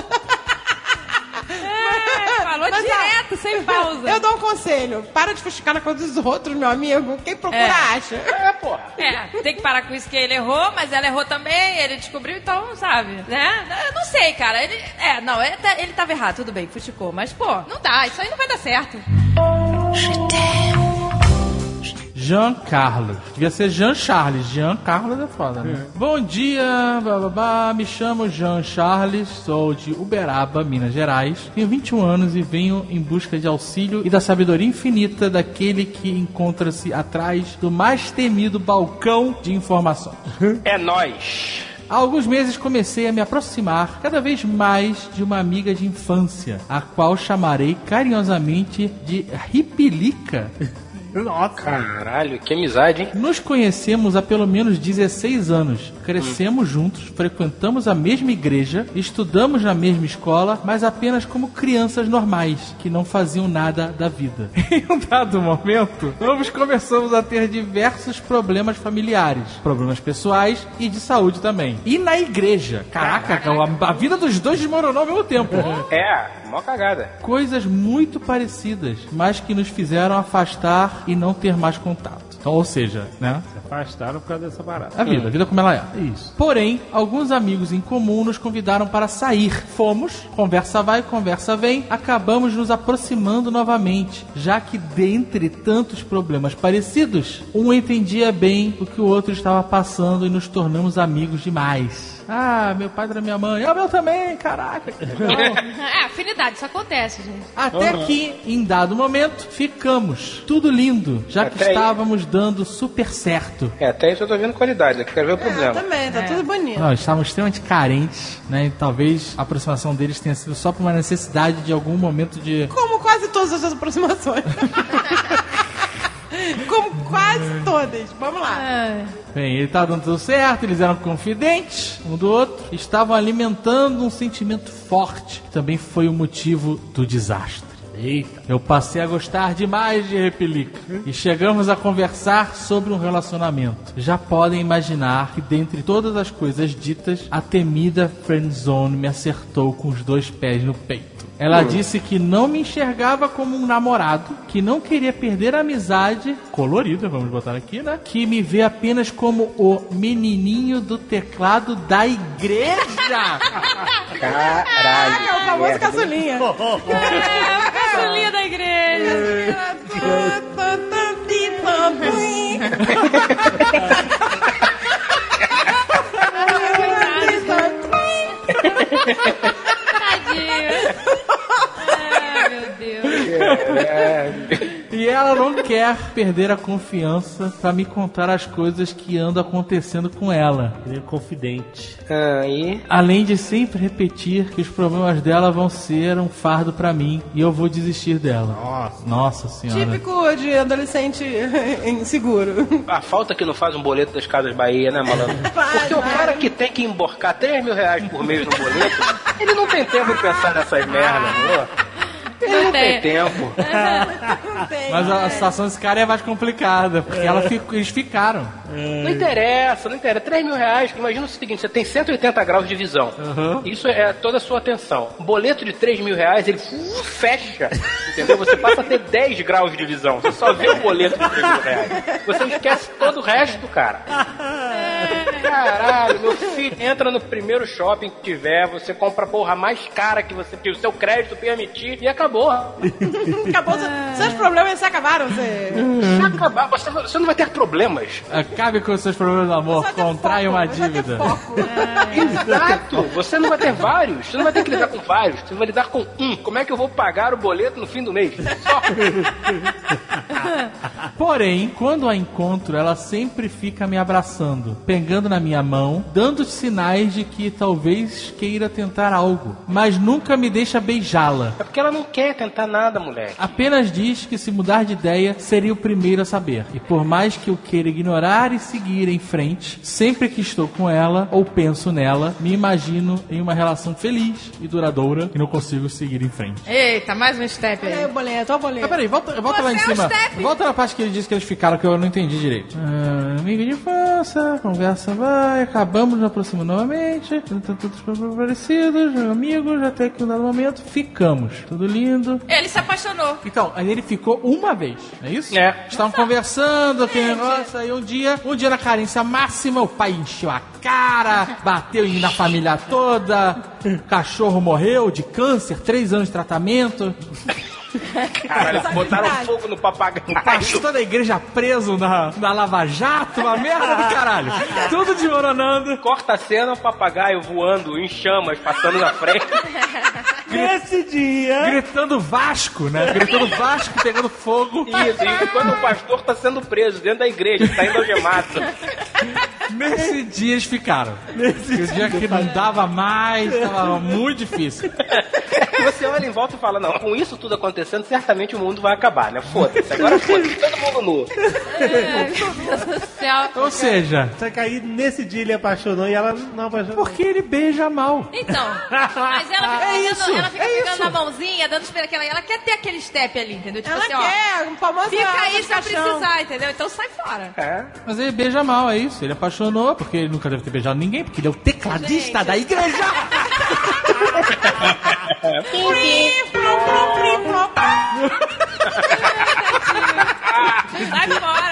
[SPEAKER 33] É, falou
[SPEAKER 4] Mas, ó,
[SPEAKER 33] direto, sem pausa.
[SPEAKER 4] Eu dou um conselho. Para de fustigar na coisa dos outros, meu amigo. Quem procura
[SPEAKER 33] É.
[SPEAKER 4] acha.
[SPEAKER 12] É, porra.
[SPEAKER 33] É, tem que parar com isso que ele errou, mas ela errou também, ele descobriu, então, sabe? Né? Eu não sei, cara. Ele, é, não, ele, tá- ele tava errado, tudo bem, futicou. Mas, pô, não dá, isso aí não vai dar certo.
[SPEAKER 5] Jean Carlos. Devia ser Jean Charles. Jean Carlos é foda, né? Bom dia, bababá. Me chamo Jean Charles, sou de Uberaba, Minas Gerais. Tenho 21 anos e venho em busca de auxílio e da sabedoria infinita daquele que encontra-se atrás do mais temido balcão de informações.
[SPEAKER 12] É nós.
[SPEAKER 5] Há alguns meses comecei a me aproximar cada vez mais de uma amiga de infância, a qual chamarei carinhosamente de Ripilica. Nossa.
[SPEAKER 12] Caralho, que amizade, hein?
[SPEAKER 5] Nos conhecemos há pelo menos 16 anos. Crescemos juntos, frequentamos a mesma igreja, estudamos na mesma escola, mas apenas como crianças normais, que não faziam nada da vida. em um dado momento, ambos começamos a ter diversos problemas familiares, problemas pessoais e de saúde também. E na igreja. Caraca, a, a vida dos dois desmoronou ao mesmo tempo.
[SPEAKER 12] É, mó cagada.
[SPEAKER 5] Coisas muito parecidas, mas que nos fizeram afastar e não ter mais contato. Então, ou seja, né?
[SPEAKER 16] Afastaram por causa dessa barata.
[SPEAKER 5] A vida, a vida como ela é.
[SPEAKER 16] Isso.
[SPEAKER 5] Porém, alguns amigos em comum nos convidaram para sair. Fomos, conversa vai, conversa vem, acabamos nos aproximando novamente, já que dentre tantos problemas parecidos, um entendia bem o que o outro estava passando e nos tornamos amigos demais. Ah, meu pai era minha mãe. Ah, meu também, caraca. que legal.
[SPEAKER 33] É, afinidade, isso acontece, gente.
[SPEAKER 5] Até
[SPEAKER 33] Uhum.
[SPEAKER 5] que, em dado momento, ficamos. Tudo lindo, já que
[SPEAKER 12] Até aí.
[SPEAKER 5] estávamos dando super certo.
[SPEAKER 12] É, até isso eu tô vendo qualidade, daqui quero ver o problema.
[SPEAKER 4] Também,
[SPEAKER 33] É.
[SPEAKER 4] tá tudo bonito.
[SPEAKER 5] Não, eles estavam extremamente carentes, né? E talvez a aproximação deles tenha sido só por uma necessidade de algum momento de.
[SPEAKER 4] Como quase todas as aproximações. Como quase todas. Vamos lá.
[SPEAKER 5] Bem, ele tava dando tudo certo, eles eram confidentes um do outro, estavam alimentando um sentimento forte, que também foi o motivo do desastre. Eita. Eu passei a gostar demais de Repelica
[SPEAKER 12] Hum?
[SPEAKER 5] e chegamos a conversar sobre um relacionamento. Já podem imaginar que, dentre todas as coisas ditas, a temida friendzone me acertou com os dois pés no peito. Ela
[SPEAKER 32] Hum.
[SPEAKER 5] disse que não me enxergava como um namorado, que não queria perder a amizade colorida, vamos botar aqui, né? Que me vê apenas como o menininho do teclado da igreja.
[SPEAKER 12] Caralho.
[SPEAKER 4] É o famoso caçulinha.
[SPEAKER 33] É, o caçulinha da igreja.
[SPEAKER 5] E ela não quer perder a confiança pra me contar as coisas que andam acontecendo com ela.
[SPEAKER 16] Ele é confidente.
[SPEAKER 12] Aí.
[SPEAKER 5] Além de sempre repetir que os problemas dela vão ser um fardo pra mim e eu vou desistir dela. Nossa, senhora.
[SPEAKER 4] Típico de adolescente inseguro.
[SPEAKER 12] A falta que não faz um boleto das Casas Bahia, né, malandro? Porque o cara que tem que emborcar 3 mil reais por mês no boleto, ele não tem tempo de pensar nessas merdas, não Ele não
[SPEAKER 3] É.
[SPEAKER 12] tem tempo.
[SPEAKER 5] Mas a, a situação desse cara é mais complicada, porque ela fico- eles ficaram.
[SPEAKER 12] Não interessa, não interessa. 3 mil reais, imagina o seguinte, você tem 180 graus de visão. Isso é toda a sua atenção. Um boleto de 3 mil reais, ele uh, fecha, entendeu? Você passa a ter 10 graus de visão. Você só vê o boleto de 3 mil reais. Você esquece todo o resto, cara. Caralho, meu filho, entra no primeiro shopping que tiver, você compra a porra mais cara que você que o seu crédito permitir e acabou.
[SPEAKER 4] Acabou. se- Seus problemas se acabaram. Você...
[SPEAKER 12] Já acabar, você, você não vai ter problemas.
[SPEAKER 5] Acabe Ah, com os seus problemas do amor, contrai uma dívida.
[SPEAKER 12] Exato! Você não vai ter vários, você não vai ter que lidar com vários, você vai lidar com um. Como é que eu vou pagar o boleto no fim do mês? Só.
[SPEAKER 5] Porém, quando a encontro, ela sempre fica me abraçando, pegando na minha mão, dando sinais de que talvez queira tentar algo, mas nunca me deixa beijá-la.
[SPEAKER 12] É porque ela não quer tentar nada, moleque.
[SPEAKER 5] Apenas diz que se mudar de ideia, seria o primeiro a saber. E por mais que eu queira ignorar e seguir em frente, sempre que estou com ela ou penso nela, me imagino em uma relação feliz e duradoura e não consigo seguir em frente.
[SPEAKER 33] Eita, mais um step aí.
[SPEAKER 4] Olha o boleto, olha o boleto.
[SPEAKER 5] Mas peraí, volta, volta lá em
[SPEAKER 33] Você é o
[SPEAKER 5] cima.
[SPEAKER 33] Step.
[SPEAKER 5] Volta na parte que ele disse que eles ficaram, que eu não entendi direito. Ah, amigo de infância, conversa vai, acabamos nos aproximando novamente, tanto tantos problemas parecidos, amigos, até que um dado momento ficamos. Tudo lindo.
[SPEAKER 33] Ele se apaixonou.
[SPEAKER 5] Então, aí ele ficou uma vez, não é isso?
[SPEAKER 12] É.
[SPEAKER 5] Estavam conversando, aquele negócio, aí um dia, um dia na carência máxima, o pai encheu a cara, bateu em- na família toda, o cachorro morreu de câncer, três anos de tratamento,
[SPEAKER 12] Caralho, botaram fogo no papagaio.
[SPEAKER 5] pastor da igreja preso na, na Lava Jato, uma merda do caralho. Tudo desmoronando.
[SPEAKER 12] Corta a cena, o papagaio voando em chamas, passando na frente.
[SPEAKER 16] Nesse
[SPEAKER 4] É?
[SPEAKER 16] dia.
[SPEAKER 5] Gritando Vasco, né? Gritando Vasco, pegando fogo.
[SPEAKER 4] É?
[SPEAKER 12] Isso, e quando o pastor tá sendo preso dentro da igreja, tá indo algemado.
[SPEAKER 5] Nesse dia eles ficaram. Nesse dia que não dava mais, tava muito difícil.
[SPEAKER 12] Você olha em volta e fala, não, com isso tudo acontecendo, certamente o mundo vai acabar, né? Foda-se, agora foda-se, todo mundo nu.
[SPEAKER 5] Ou seja,
[SPEAKER 2] só que aí nesse dia ele apaixonou e ela não apaixonou. Porque ele beija mal.
[SPEAKER 33] Então, mas ela fica,
[SPEAKER 2] É
[SPEAKER 33] pegando,
[SPEAKER 2] isso,
[SPEAKER 33] ela fica
[SPEAKER 2] é
[SPEAKER 33] pegando
[SPEAKER 2] isso.
[SPEAKER 33] na mãozinha, dando espera que ela, ela quer ter aquele step ali, entendeu? Tipo
[SPEAKER 4] Ela
[SPEAKER 33] assim,
[SPEAKER 4] quer,
[SPEAKER 33] ó,
[SPEAKER 4] um famoso
[SPEAKER 33] Fica
[SPEAKER 4] arroz
[SPEAKER 33] aí
[SPEAKER 4] de
[SPEAKER 33] se eu
[SPEAKER 4] caixão.
[SPEAKER 33] precisar, entendeu? Então sai fora.
[SPEAKER 5] Mas ele beija mal, é isso. Ele apaixonou, porque ele nunca deve ter beijado ninguém, porque ele é o tecladista da igreja.
[SPEAKER 33] Sai fora.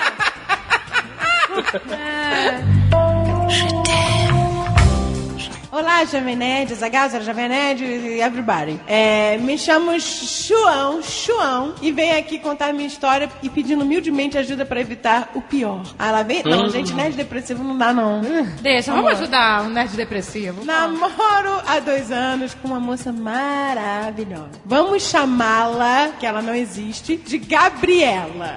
[SPEAKER 4] Olá, Jovem Nerds, a Gaza, Jovem Nerd e everybody. É, me chamo João, João, e venho aqui contar minha história e pedindo humildemente ajuda pra evitar o pior. Ah, ela vem? Não,
[SPEAKER 33] Hum.
[SPEAKER 4] gente, nerd depressivo não dá, não.
[SPEAKER 33] Deixa,
[SPEAKER 4] Vamos
[SPEAKER 33] vamos,
[SPEAKER 4] lá.
[SPEAKER 33] ajudar o nerd depressivo.
[SPEAKER 4] Namoro há dois anos com uma moça maravilhosa. Vamos chamá-la, que ela não existe, de Gabriela.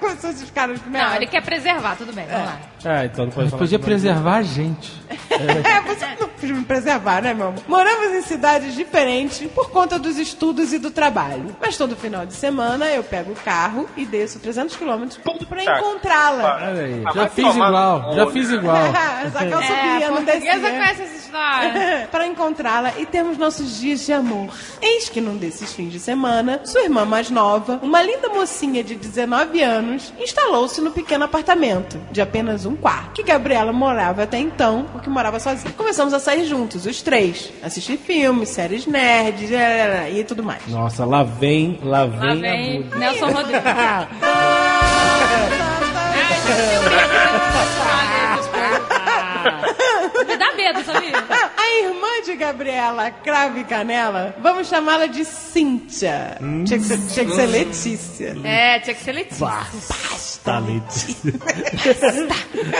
[SPEAKER 4] Como se fossem os caras do
[SPEAKER 33] Não, ele É. quer preservar, tudo bem, vamos lá.
[SPEAKER 2] Ah, então não pode
[SPEAKER 5] Mas
[SPEAKER 2] falar.
[SPEAKER 5] podia
[SPEAKER 2] que não.
[SPEAKER 5] preservar a gente.
[SPEAKER 4] É, você não quis me preservar, né, meu amor? Moramos em cidades diferentes por conta dos estudos e do trabalho. Mas todo final de semana eu pego o carro e desço 300 quilômetros pra encontrá-la.
[SPEAKER 5] Olha aí,
[SPEAKER 4] Ah,
[SPEAKER 5] já
[SPEAKER 4] vai
[SPEAKER 5] fiz
[SPEAKER 4] tomar
[SPEAKER 5] igual, já fiz igual.
[SPEAKER 4] Só
[SPEAKER 3] É,
[SPEAKER 4] que eu subia, não descia.
[SPEAKER 33] portuguesa É, conhece essa história.
[SPEAKER 4] Para encontrá-la e termos nossos dias de amor. Eis que num desses fins de semana, sua irmã mais nova, uma linda mocinha de 19 anos, instalou-se no pequeno apartamento, de apenas um quarto, que Gabriela morava até então, porque morava sozinha. Começamos a sair juntos, os três. Assistir filmes, séries nerds eh, e tudo mais.
[SPEAKER 2] Nossa, lá vem, lá vem.
[SPEAKER 33] Lá
[SPEAKER 2] a
[SPEAKER 33] vem
[SPEAKER 2] música.
[SPEAKER 33] Nelson Rodrigues. Me dá medo, sabia?
[SPEAKER 4] Ah, A irmã de Gabriela, Crave Canela, vamos chamá-la de Cíntia. Tinha que ser, tinha que ser Letícia.
[SPEAKER 33] É, tinha que ser Letícia.
[SPEAKER 2] Tá, Letícia.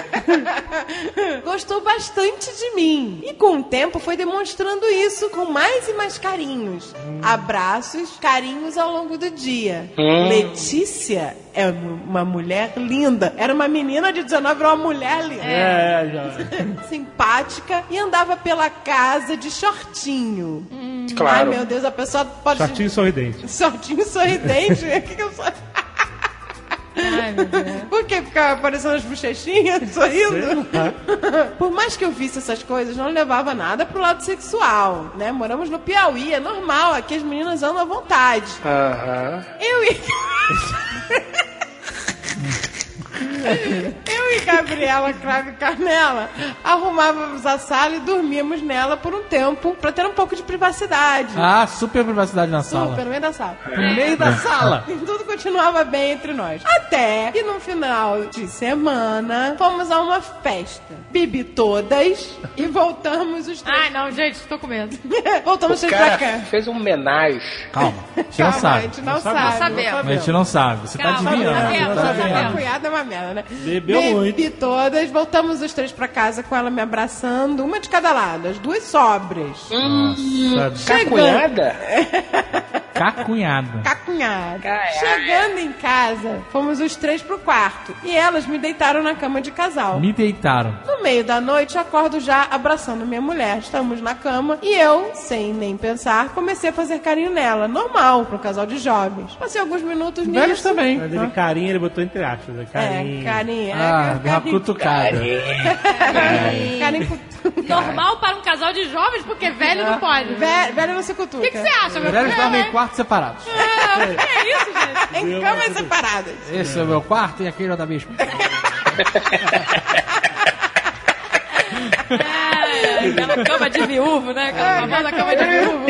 [SPEAKER 4] Gostou bastante de mim. E com o tempo foi demonstrando isso com mais e mais carinhos. Abraços, carinhos ao longo do dia.
[SPEAKER 20] Hum.
[SPEAKER 4] Letícia é uma mulher linda. Era uma menina de 19, era uma mulher linda.
[SPEAKER 20] É, já.
[SPEAKER 4] Simpática e andava pela casa de shortinho.
[SPEAKER 2] Claro.
[SPEAKER 4] Ai, meu Deus, a pessoa pode.
[SPEAKER 2] Chatinho sorridente.
[SPEAKER 4] Shortinho sorridente. O que, que eu sou? Por que ficava aparecendo as bochechinhas, sorrindo? Por mais que eu visse essas coisas, não levava nada pro lado sexual, né? Moramos no Piauí, é normal, aqui as meninas andam à vontade.
[SPEAKER 12] Aham.
[SPEAKER 4] Eu e... Eu e Gabriela Crave Carnela arrumávamos a sala e dormíamos nela por um tempo pra ter um pouco de privacidade.
[SPEAKER 5] Ah, super privacidade na
[SPEAKER 4] Super,
[SPEAKER 5] sala.
[SPEAKER 4] no meio da sala.
[SPEAKER 5] No meio da sala.
[SPEAKER 4] E tudo continuava bem entre nós. Até que no final de semana fomos a uma festa. Bebi todas e voltamos os três. Ai,
[SPEAKER 33] não, gente, tô com medo.
[SPEAKER 4] voltamos os
[SPEAKER 12] O
[SPEAKER 4] três pra
[SPEAKER 12] cara
[SPEAKER 4] cá.
[SPEAKER 12] fez um homenagem.
[SPEAKER 5] Calma, a gente não
[SPEAKER 4] Calma, a
[SPEAKER 5] sabe.
[SPEAKER 4] gente não sabe.
[SPEAKER 5] Mas A gente não sabe, você tá
[SPEAKER 4] Calma,
[SPEAKER 5] adivinhando.
[SPEAKER 4] sabemos,
[SPEAKER 5] você tá
[SPEAKER 4] sabemos.
[SPEAKER 5] adivinhando.
[SPEAKER 4] Cunhada é uma merda, né?
[SPEAKER 5] Bebeu
[SPEAKER 4] Bebi
[SPEAKER 5] muito.
[SPEAKER 4] Bebi todas, voltamos os três pra casa com ela me abraçando, uma de cada lado, as duas sobras.
[SPEAKER 5] Um Nossa. tá Cacunhada.
[SPEAKER 4] Cacunhada. Chegando em casa, fomos os três pro quarto. E elas me deitaram na cama de casal.
[SPEAKER 5] Me deitaram.
[SPEAKER 4] No meio da noite, acordo já abraçando minha mulher. Estamos na cama e eu, sem nem pensar, comecei a fazer carinho nela. Normal, para um casal de jovens. Passei alguns minutos nisso.
[SPEAKER 2] Velhos também. Mas ele carinho, ele botou entre aspas. né? Carinho.
[SPEAKER 4] É, carinho.
[SPEAKER 2] Ah,
[SPEAKER 4] é,
[SPEAKER 2] deu uma
[SPEAKER 4] carinho.
[SPEAKER 2] cutucada.
[SPEAKER 4] Carinho. Carinho
[SPEAKER 33] Normal para um casal de jovens, porque velho não pode.
[SPEAKER 4] Velho, velho não se cutuca.
[SPEAKER 33] O que que você acha, meu
[SPEAKER 5] Velhos
[SPEAKER 33] filho?
[SPEAKER 5] dormem em quartos separados.
[SPEAKER 33] É isso, gente.
[SPEAKER 4] Em camas separadas.
[SPEAKER 5] Esse é o meu quarto e aquele é o da mesma.
[SPEAKER 33] É, aquela cama de viúvo, né?
[SPEAKER 4] É.
[SPEAKER 33] Aquela famosa cama de viúvo.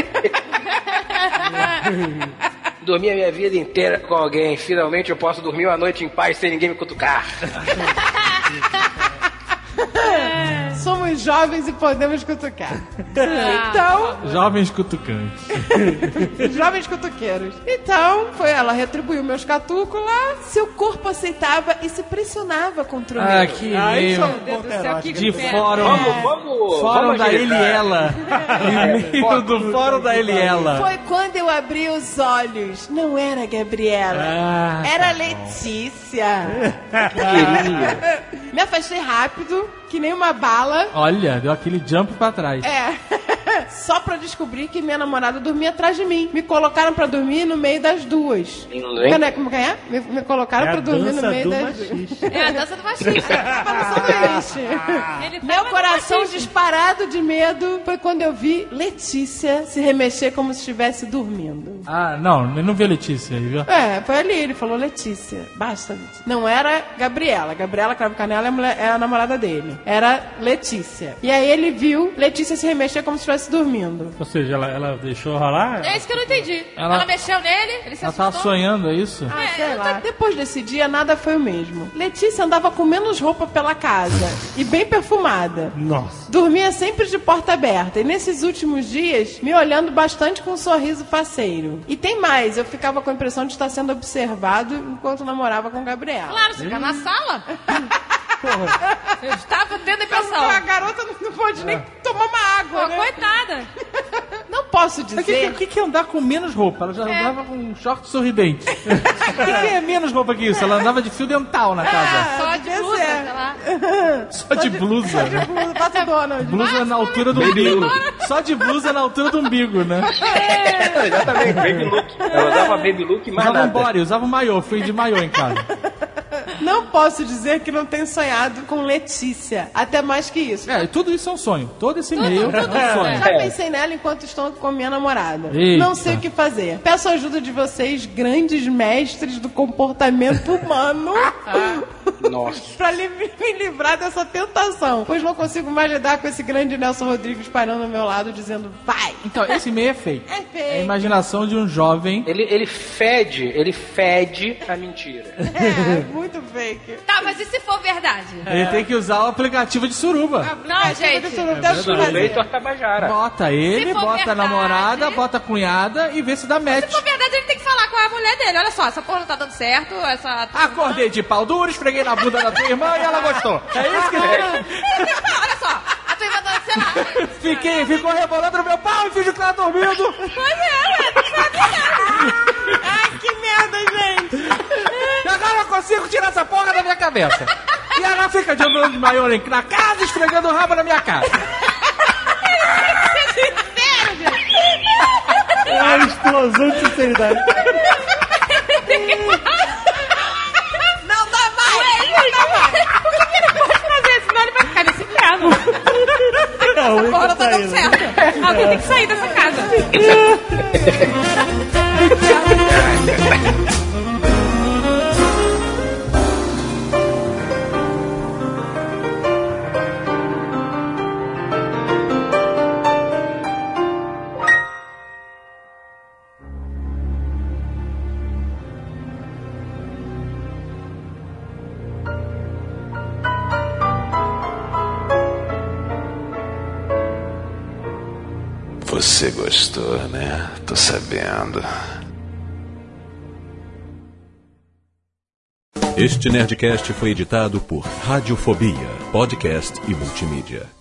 [SPEAKER 12] Dormi a minha vida inteira com alguém. Finalmente eu posso dormir uma noite em paz sem ninguém me cutucar.
[SPEAKER 4] Somos jovens e podemos cutucar.
[SPEAKER 33] Ah,
[SPEAKER 4] Então,
[SPEAKER 5] Jovens cutucantes.
[SPEAKER 4] jovens cutuqueiros. Então, foi ela, retribuiu meus catucos lá, seu corpo aceitava e se pressionava contra o meu.
[SPEAKER 5] Ah, que e-mail. De fórum.
[SPEAKER 4] é um Vamos,
[SPEAKER 12] vamos,
[SPEAKER 5] Fórum
[SPEAKER 4] vamos
[SPEAKER 5] da
[SPEAKER 4] agilizar.
[SPEAKER 5] Eliela. E-mail do fórum da Eliela.
[SPEAKER 4] Foi quando eu abri os olhos. Não era a Gabriela.
[SPEAKER 5] Ah,
[SPEAKER 4] era
[SPEAKER 5] tá
[SPEAKER 4] a Letícia.
[SPEAKER 5] queria.
[SPEAKER 4] Me afastei rápido, que nem uma bala.
[SPEAKER 5] Olha, deu aquele jump pra trás.
[SPEAKER 4] É. Cara, só pra descobrir que minha namorada dormia atrás de mim. Me colocaram pra dormir no meio das duas.
[SPEAKER 12] Lindo, hein?
[SPEAKER 4] Cara, Como que é? Me, me colocaram
[SPEAKER 12] É a
[SPEAKER 4] pra dormir
[SPEAKER 12] dança
[SPEAKER 4] no meio
[SPEAKER 12] do
[SPEAKER 4] das
[SPEAKER 12] machista.
[SPEAKER 3] É a dança do machista. Ele
[SPEAKER 4] tá- Meu
[SPEAKER 3] tava no
[SPEAKER 4] coração
[SPEAKER 3] machista.
[SPEAKER 4] disparado de medo foi quando eu vi Letícia se remexer como se estivesse dormindo.
[SPEAKER 5] Ah, não, ele não viu a Letícia aí, viu?
[SPEAKER 4] É, foi ali, ele falou Letícia. Basta, Letícia. Não era Gabriela. Gabriela Cravo Canela é a, mulher- é a namorada dele. Era Letícia. E aí ele viu Letícia se remexer como se estivesse dormindo.
[SPEAKER 34] Ou seja, ela, ela deixou rolar?
[SPEAKER 3] É isso que eu não entendi.
[SPEAKER 4] Ela-
[SPEAKER 3] Ela, mexeu nele, ele se
[SPEAKER 4] Ela
[SPEAKER 3] assustou.
[SPEAKER 4] tava sonhando.
[SPEAKER 5] Tá Sonhando, é isso?
[SPEAKER 4] Ah, sei lá. Depois desse dia, nada foi o mesmo. Letícia andava com menos roupa pela casa e bem perfumada.
[SPEAKER 34] Nossa.
[SPEAKER 4] Dormia sempre de porta aberta e nesses últimos dias me olhando bastante com um sorriso faceiro. E tem mais, eu ficava com a impressão de estar sendo observado enquanto namorava com Gabriela.
[SPEAKER 3] Claro, você tá na sala. Eu estava dentro da impressão.
[SPEAKER 4] A garota não pode nem tomar uma água. né?
[SPEAKER 3] Pô, coitada.
[SPEAKER 4] Não posso dizer.
[SPEAKER 5] O que, que, que é andar com menos roupa? Ela já andava com um short sorridente. O que, que é menos roupa que isso? Ela andava de fio dental na
[SPEAKER 4] Tá,
[SPEAKER 5] casa.
[SPEAKER 3] Só de blusa, sei lá.
[SPEAKER 5] Só de blusa. né?
[SPEAKER 4] Só de blusa, Pato Donald.
[SPEAKER 5] Blusa na altura do
[SPEAKER 4] Baby
[SPEAKER 5] umbigo.
[SPEAKER 4] look.
[SPEAKER 5] Só de blusa na altura do umbigo, né?
[SPEAKER 12] Exatamente, baby look. Ela usava baby look e mais
[SPEAKER 5] Usava um
[SPEAKER 12] nada.
[SPEAKER 5] body, usava um maiô. Fui de maiô em casa.
[SPEAKER 4] Não posso dizer que não tenho sonhado com Letícia. Até mais que isso.
[SPEAKER 5] É, tudo isso é um sonho. Todo esse e-mail
[SPEAKER 4] tá
[SPEAKER 5] é um sonho.
[SPEAKER 4] Já pensei nela enquanto estou com minha namorada.
[SPEAKER 5] Eita.
[SPEAKER 4] Não sei o que fazer. Peço a ajuda de vocês, grandes mestres do comportamento humano,
[SPEAKER 5] Ah,
[SPEAKER 12] Nossa.
[SPEAKER 4] pra li- me livrar dessa tentação. Pois não consigo mais lidar com esse grande Nelson Rodrigues parando ao meu lado, dizendo vai.
[SPEAKER 5] Então, esse e-mail é fake.
[SPEAKER 4] É fake.
[SPEAKER 5] É a imaginação de um jovem.
[SPEAKER 12] Ele, ele fede, ele fede a mentira.
[SPEAKER 4] É, muito fake.
[SPEAKER 3] Tá, mas e se for verdade?
[SPEAKER 5] Ele tem que usar o aplicativo de suruba.
[SPEAKER 3] Não, gente.
[SPEAKER 5] É
[SPEAKER 12] Tabajara.
[SPEAKER 5] Ah, Bota ele,
[SPEAKER 3] Se for
[SPEAKER 5] bota a
[SPEAKER 3] verdade-
[SPEAKER 5] namorada, bota a cunhada e vê se dá match.
[SPEAKER 3] Na verdade, ele tem que falar com a mulher dele. Olha só, essa porra não tá dando certo, essa...
[SPEAKER 5] Acordei de pau duro, esfreguei na bunda da tua irmã e ela gostou. É isso que tem.
[SPEAKER 3] Olha só, a tua irmã tá, sei lá...
[SPEAKER 5] Fiquei, ficou rebolando no meu pau e fingi que tava dormindo.
[SPEAKER 3] Pois é, ué.
[SPEAKER 4] Ai, que merda, gente!
[SPEAKER 5] E agora eu consigo tirar essa porra da minha cabeça. E ela fica de andando de maior em- na casa, esfregando o rabo na minha cara.
[SPEAKER 2] É uma explosão de sinceridade.
[SPEAKER 3] Não tá, dá mais! não dá mais! O que que ele pode fazer? Senão ele vai ficar nesse inferno.
[SPEAKER 2] Não,
[SPEAKER 3] essa porra não tá dando certo. Alguém tem que sair dessa casa.
[SPEAKER 1] Você gostou, né? Tô sabendo.
[SPEAKER 35] Este Nerdcast foi editado por Radiofobia, podcast e multimídia.